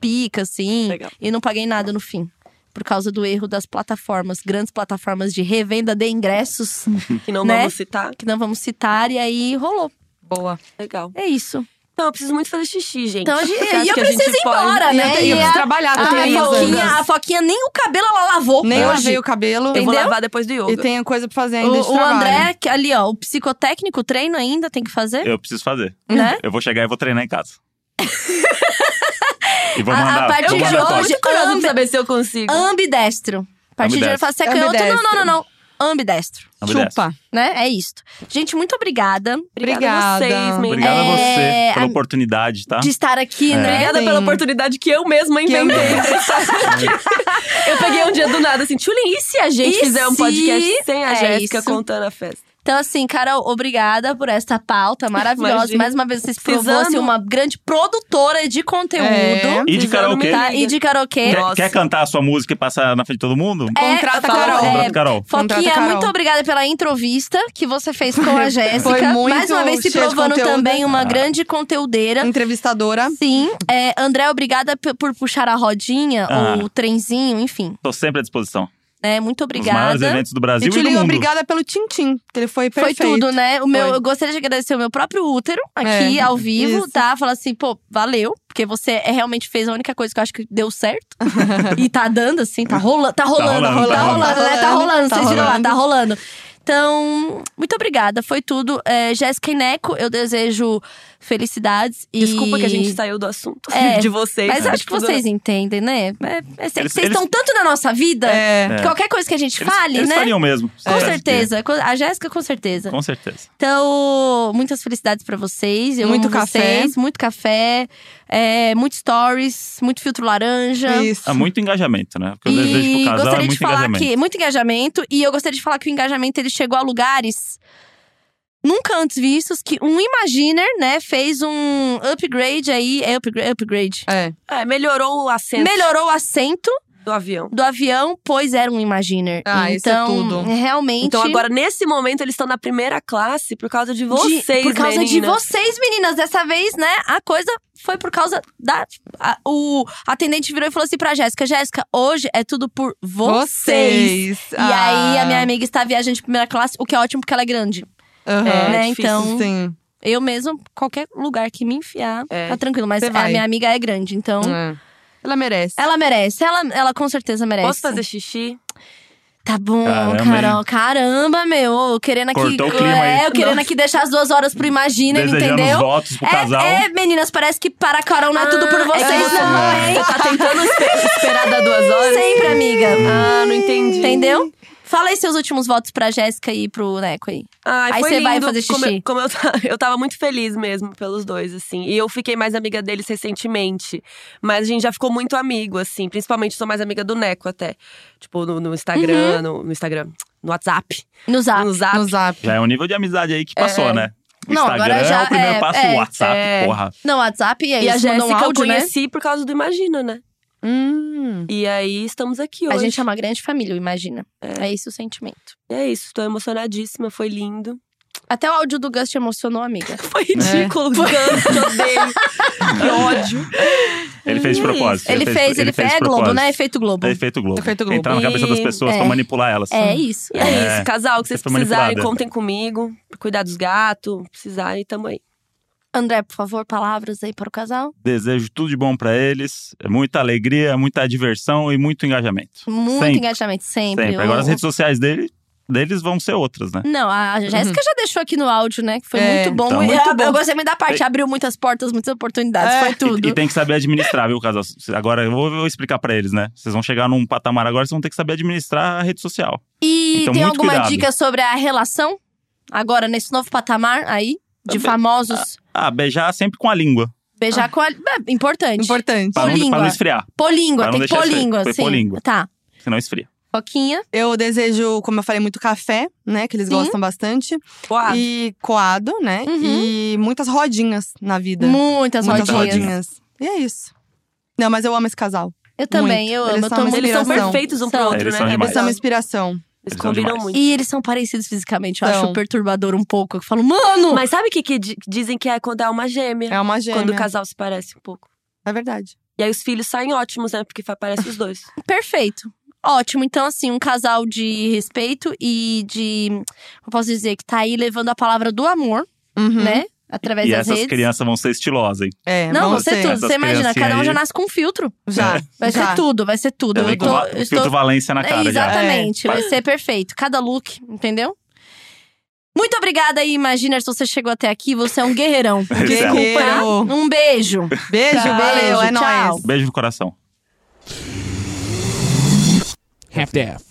Speaker 1: pica, assim.
Speaker 3: Legal.
Speaker 1: E não paguei nada no fim. Por causa do erro das plataformas, grandes plataformas de revenda de ingressos,
Speaker 3: Que não
Speaker 1: Né?
Speaker 3: vamos citar.
Speaker 1: que não vamos citar, e aí rolou.
Speaker 4: Boa.
Speaker 3: Legal.
Speaker 1: É isso.
Speaker 3: Então, eu preciso muito fazer xixi, gente.
Speaker 1: Então, a gente-
Speaker 3: Você acha
Speaker 1: e eu
Speaker 3: que a gente
Speaker 1: preciso ir
Speaker 3: pode?
Speaker 1: embora, né?
Speaker 4: E eu
Speaker 1: E a-
Speaker 4: preciso trabalhar,
Speaker 1: a,
Speaker 4: tô
Speaker 1: minha
Speaker 3: tem isso,
Speaker 1: foquinha,
Speaker 4: precisando.
Speaker 1: a foquinha, nem o cabelo ela lavou.
Speaker 4: Nem
Speaker 1: hoje.
Speaker 4: lavei o cabelo.
Speaker 3: Eu vou
Speaker 1: Entendeu?
Speaker 3: lavar depois do yoga.
Speaker 4: E tenho coisa pra fazer ainda de
Speaker 1: O, o
Speaker 4: trabalho.
Speaker 1: André, é que ali, ó, o psicotécnico, treino ainda tem que fazer,
Speaker 2: Eu preciso fazer.
Speaker 4: Uhum.
Speaker 1: né?
Speaker 2: Eu vou chegar e vou treinar em casa. e vou
Speaker 1: A- a
Speaker 2: mandar.
Speaker 1: partir
Speaker 2: vou
Speaker 1: de hoje-
Speaker 2: mandar foto.
Speaker 3: Tô muito curiosa pra
Speaker 1: ambi-
Speaker 3: saber se eu consigo.
Speaker 4: Uhum.
Speaker 1: Ambidestro. A partir de hoje eu falo, você é canhoto? Não, não, não, não. Ambidestro.
Speaker 2: Obedece.
Speaker 4: Chupa.
Speaker 1: Né? É isto. Gente, muito obrigada
Speaker 3: Obrigada a vocês,
Speaker 4: Obrigada.
Speaker 3: meninas.
Speaker 2: Obrigado a
Speaker 1: É,
Speaker 2: você pela
Speaker 1: a-
Speaker 2: oportunidade, tá?
Speaker 1: de estar
Speaker 4: É.
Speaker 1: aqui, né?
Speaker 3: Obrigada
Speaker 4: Sim.
Speaker 3: pela oportunidade que eu mesma
Speaker 4: eu
Speaker 3: inventei. eu peguei um dia do nada assim, Tchulin, e se a gente
Speaker 1: E
Speaker 3: fizer um
Speaker 1: se-
Speaker 3: podcast sem a
Speaker 1: É
Speaker 3: Jéssica
Speaker 1: isso.
Speaker 3: contando a festa?
Speaker 1: Então, assim, Carol, obrigada por esta pauta maravilhosa.
Speaker 3: Imagina.
Speaker 1: Mais uma vez, vocês provou
Speaker 3: Precisando.
Speaker 1: ser uma grande produtora de conteúdo.
Speaker 4: É.
Speaker 2: E de
Speaker 3: Precisando me
Speaker 2: karaokê?
Speaker 3: dar-
Speaker 1: Tá? E de karaokê.
Speaker 2: Quer,
Speaker 3: Nossa.
Speaker 2: quer cantar a sua música e passar na frente de todo mundo?
Speaker 1: É,
Speaker 4: Contrata a
Speaker 1: fala-
Speaker 4: Carol.
Speaker 1: é,
Speaker 2: Contrata a Carol.
Speaker 1: Foquinha,
Speaker 4: Contrata a Carol.
Speaker 1: muito obrigada pela entrevista que você fez com a Jéssica.
Speaker 4: Foi muito
Speaker 1: Mais uma vez se
Speaker 4: cheia de
Speaker 1: provando
Speaker 4: conteúdo.
Speaker 1: também uma grande conteúdeira.
Speaker 4: Entrevistadora.
Speaker 1: Sim. É, André, obrigada p- por puxar a rodinha,
Speaker 2: Ah.
Speaker 1: ou o trenzinho, enfim.
Speaker 2: Tô sempre à disposição.
Speaker 1: Né? Muito
Speaker 2: Os maiores
Speaker 1: obrigada.
Speaker 2: eventos do Brasil e,
Speaker 4: e
Speaker 2: do
Speaker 4: Tchulin,
Speaker 2: mundo.
Speaker 4: obrigada pelo Tintim, que ele foi
Speaker 1: Foi
Speaker 4: perfeito.
Speaker 1: tudo, né? O meu,
Speaker 4: Foi.
Speaker 1: eu gostaria de agradecer o meu próprio útero aqui
Speaker 4: É,
Speaker 1: ao vivo,
Speaker 4: isso.
Speaker 1: tá? Falar assim, pô, valeu, porque você é- realmente fez a única coisa que eu acho que deu certo. e tá dando, assim, tá rolando, tá rolando, tá rolando,
Speaker 2: rolando,
Speaker 1: tá
Speaker 2: tá
Speaker 1: rolando,
Speaker 4: rolando.
Speaker 1: né? Tá rolando,
Speaker 4: Tá
Speaker 1: vocês viram lá,
Speaker 4: rolando.
Speaker 1: tá rolando. Então, muito obrigada, foi tudo. É, Jéssica e Neco, eu desejo felicidades e.
Speaker 3: Desculpa que a gente tá saiu do assunto
Speaker 1: É,
Speaker 3: de vocês.
Speaker 1: Mas
Speaker 3: né?
Speaker 1: acho que
Speaker 3: Tipo,
Speaker 1: vocês entendem, né? É, é, cê-
Speaker 2: Eles-
Speaker 1: vocês
Speaker 2: eles-
Speaker 1: estão tanto na nossa vida
Speaker 4: É.
Speaker 1: que qualquer coisa que a gente
Speaker 2: Eles,
Speaker 1: fale,
Speaker 2: eles
Speaker 1: né?
Speaker 2: fariam mesmo. É.
Speaker 1: Com certeza. Co- A Jéssica, com certeza.
Speaker 2: Com certeza.
Speaker 1: Então, muitas felicidades pra vocês. Eu
Speaker 4: Muito
Speaker 1: amo vocês. Muito café. É, muito stories. Muito filtro laranja.
Speaker 4: Isso.
Speaker 2: É muito engajamento, né? O que eu desejo pro
Speaker 1: E
Speaker 2: casal é
Speaker 1: gostaria de
Speaker 2: muito
Speaker 1: falar
Speaker 2: engajamento.
Speaker 1: que… Muito engajamento. E eu gostaria de falar que o engajamento, ele chegou a lugares… Nunca antes vistos que um Imaginer, né, fez um upgrade aí. É upgrade? upgrade.
Speaker 4: É.
Speaker 3: É, melhorou o acento
Speaker 1: Melhorou o assento
Speaker 3: do avião.
Speaker 1: do avião, pois era um Imaginer.
Speaker 4: Ah, isso é
Speaker 1: então,
Speaker 4: tudo.
Speaker 1: realmente…
Speaker 3: Então agora, nesse momento, eles estão na primeira classe por causa de vocês,
Speaker 1: De- por causa de
Speaker 3: meninas.
Speaker 1: vocês, meninas. Dessa vez, né, a coisa foi por causa da. a- o atendente virou e falou assim pra Jéssica: Jéssica, hoje é tudo por vocês.
Speaker 4: Vocês. Ah,
Speaker 1: E aí, a
Speaker 3: Ah.
Speaker 1: minha amiga está viajando de primeira classe, o que é ótimo porque ela é grande.
Speaker 3: É,
Speaker 1: né,
Speaker 3: difícil,
Speaker 1: então.
Speaker 4: Sim.
Speaker 1: Eu mesmo, qualquer lugar que me enfiar,
Speaker 3: É.
Speaker 1: tá tranquilo. Mas
Speaker 4: Cê
Speaker 1: a
Speaker 4: vai.
Speaker 1: minha amiga é grande, então.
Speaker 4: É. Ela merece.
Speaker 1: Ela merece, ela, ela com certeza merece.
Speaker 3: Posso fazer xixi?
Speaker 1: Tá bom,
Speaker 2: Caramba,
Speaker 1: Carol. Caramba, meu. Ô, Querendo aqui.
Speaker 2: Cortou o clima aí.
Speaker 1: é, eu querendo aqui deixar as duas horas pro Imagina,
Speaker 2: Desejando os
Speaker 1: entendeu?
Speaker 2: votos pro
Speaker 1: é,
Speaker 2: casal.
Speaker 1: é, meninas, parece que para Carol não é tudo por
Speaker 3: Ah, é
Speaker 1: vocês,
Speaker 3: que você-
Speaker 1: não, hein?
Speaker 3: Você tá tentando espe- esperar dar duas horas?
Speaker 1: Sempre, amiga.
Speaker 3: Ah, não entendi.
Speaker 1: Entendeu? Fala aí seus últimos votos pra Jéssica e pro Neco aí.
Speaker 3: Ai,
Speaker 1: Aí
Speaker 3: foi
Speaker 1: você vai
Speaker 3: lindo.
Speaker 1: fazer
Speaker 3: Como,
Speaker 1: xixi.
Speaker 3: eu, como eu, ta- eu tava muito feliz mesmo pelos dois, assim. E eu fiquei mais amiga deles recentemente. Mas a gente já ficou muito amigo, assim. Principalmente sou mais amiga do Neco até. Tipo, no, no Instagram,
Speaker 1: Uhum.
Speaker 3: no, no Instagram. No WhatsApp.
Speaker 1: No zap.
Speaker 3: No Zap.
Speaker 4: No zap.
Speaker 2: Já é um nível de amizade aí que passou, né? O
Speaker 1: Não,
Speaker 2: Instagram
Speaker 1: agora já
Speaker 2: é o primeiro
Speaker 1: é-
Speaker 2: passo,
Speaker 1: é,
Speaker 2: o WhatsApp,
Speaker 3: é.
Speaker 2: porra.
Speaker 1: Não, WhatsApp, e aí
Speaker 3: E a
Speaker 1: eles mandam
Speaker 3: Jéssica eu
Speaker 1: áudio, né? Uhum.
Speaker 3: conheci por causa do Imagina, né?
Speaker 4: Hum.
Speaker 3: E aí estamos aqui hoje.
Speaker 1: A gente é uma grande família, imagina. É. esse o sentimento.
Speaker 3: E É isso, tô emocionadíssima, foi lindo.
Speaker 1: Até o áudio do Gus te emocionou, amiga.
Speaker 3: Foi ridículo, é. odeio.
Speaker 2: Ah.
Speaker 3: que ódio.
Speaker 2: Ele fez de propósito.
Speaker 1: ele, fez, ele fez.
Speaker 2: de
Speaker 1: É Globo,
Speaker 2: propósito.
Speaker 1: né? Efeito Globo.
Speaker 2: É efeito Globo.
Speaker 4: Efeito Globo.
Speaker 2: Entrar na cabeça das
Speaker 3: E-
Speaker 2: pessoas pra
Speaker 1: é.
Speaker 2: manipular elas.
Speaker 1: É isso.
Speaker 3: E é,
Speaker 2: É.
Speaker 3: isso, casal, o que vocês
Speaker 2: Você foi
Speaker 3: precisarem,
Speaker 2: manipulada.
Speaker 3: contem comigo. Cuidar dos gatos, precisarem, tamo aí.
Speaker 1: André, por favor, palavras aí para o casal.
Speaker 2: Desejo tudo de bom pra eles. É Muita alegria, muita diversão e muito engajamento.
Speaker 1: Muito
Speaker 2: Sempre.
Speaker 1: engajamento, sempre.
Speaker 2: Sempre. Agora
Speaker 1: O-
Speaker 2: as redes sociais dele, deles vão ser outras, né?
Speaker 1: Não, a Jéssica já deixou aqui no áudio, né? Que foi
Speaker 4: É,
Speaker 1: muito bom.
Speaker 2: então.
Speaker 1: muito
Speaker 3: Muito
Speaker 1: eu,
Speaker 3: bom.
Speaker 1: eu gostei muito da
Speaker 2: É.
Speaker 1: parte. Abriu muitas portas, muitas oportunidades.
Speaker 4: É.
Speaker 1: Foi tudo.
Speaker 2: E, e tem que saber administrar, viu, casal? Cê- Agora eu vou, eu vou explicar pra eles, né? Vocês vão chegar num patamar agora, vocês vão ter que saber administrar a rede social.
Speaker 1: E
Speaker 2: Então,
Speaker 1: tem
Speaker 2: muito
Speaker 1: alguma
Speaker 2: cuidado.
Speaker 1: dica sobre a relação? Agora, nesse novo patamar aí, de
Speaker 2: Também.
Speaker 1: famosos.
Speaker 2: Ah, beijar sempre com a língua.
Speaker 1: Beijar com a. É, importante.
Speaker 4: Importante.
Speaker 2: Pra não,
Speaker 1: Políngua.
Speaker 2: pra não esfriar,
Speaker 1: Políngua,
Speaker 2: Pra não
Speaker 1: tem que
Speaker 2: deixar
Speaker 1: políngua,
Speaker 2: esfriar.
Speaker 1: sim.
Speaker 2: Foi políngua.
Speaker 1: Tá.
Speaker 2: senão esfria.
Speaker 1: Foquinha.
Speaker 4: Eu desejo, como eu falei, muito café, né? Que eles
Speaker 1: Sim.
Speaker 4: gostam bastante.
Speaker 3: Uau.
Speaker 4: E coado, né?
Speaker 1: Uhum.
Speaker 4: E muitas rodinhas na vida.
Speaker 1: Muitas,
Speaker 4: muitas
Speaker 1: rodinhas.
Speaker 4: rodinhas. E é isso. Não, mas eu amo esse casal.
Speaker 1: Eu também,
Speaker 4: Muito.
Speaker 1: eu
Speaker 4: Eles
Speaker 1: amo. eu
Speaker 4: são
Speaker 1: tô
Speaker 4: uma
Speaker 1: muito-
Speaker 3: Eles são
Speaker 4: inspiração.
Speaker 3: perfeitos um pro
Speaker 1: São.
Speaker 3: outro,
Speaker 2: Eles
Speaker 3: né?
Speaker 2: são
Speaker 3: É
Speaker 2: demais.
Speaker 4: Eles são uma
Speaker 3: verdade.
Speaker 4: inspiração.
Speaker 3: Eles
Speaker 2: Eles são
Speaker 3: combinam
Speaker 2: demais.
Speaker 3: muito.
Speaker 1: E eles são parecidos fisicamente. Eu acho
Speaker 4: São.
Speaker 1: perturbador um pouco. Eu falo, mano!
Speaker 3: Mas sabe o que, que di- dizem que é quando é uma gêmea?
Speaker 4: É uma gêmea.
Speaker 3: Quando o casal se parece um pouco.
Speaker 4: É verdade.
Speaker 3: E aí os filhos saem ótimos, né? Porque fa- parece os dois.
Speaker 1: Perfeito. Ótimo. Então, assim, um casal de respeito e de. Eu posso dizer que tá aí levando a palavra do amor,
Speaker 4: Uhum.
Speaker 1: né? Através
Speaker 2: e
Speaker 1: das
Speaker 2: essas
Speaker 1: redes.
Speaker 2: crianças vão ser estilosas, hein?
Speaker 4: É,
Speaker 1: Não,
Speaker 4: vão
Speaker 1: você
Speaker 4: ser.
Speaker 1: tudo.
Speaker 2: Essas
Speaker 1: Você imagina, cada um
Speaker 2: criancinhas
Speaker 1: já
Speaker 2: aí.
Speaker 1: nasce com um filtro.
Speaker 4: Já.
Speaker 1: Vai
Speaker 4: já.
Speaker 1: ser tudo, vai ser tudo.
Speaker 2: Eu
Speaker 1: Eu
Speaker 2: vem com
Speaker 1: tô.
Speaker 2: va-
Speaker 1: eu
Speaker 2: o
Speaker 1: estou-
Speaker 2: filtro Valência na
Speaker 1: É,
Speaker 2: cara já.
Speaker 1: exatamente.
Speaker 2: É.
Speaker 1: Vai ser perfeito. Cada look, entendeu? Muito obrigada aí, Imaginer. Se você chegou até aqui, você é um guerreirão.
Speaker 2: Guerreiro.
Speaker 1: Desculpa, tá? Um beijo.
Speaker 4: Beijo,
Speaker 1: Tchau.
Speaker 4: valeu. É
Speaker 1: Beijo,
Speaker 4: nóis.
Speaker 1: tchau.
Speaker 2: Beijo no coração.
Speaker 9: half-daff.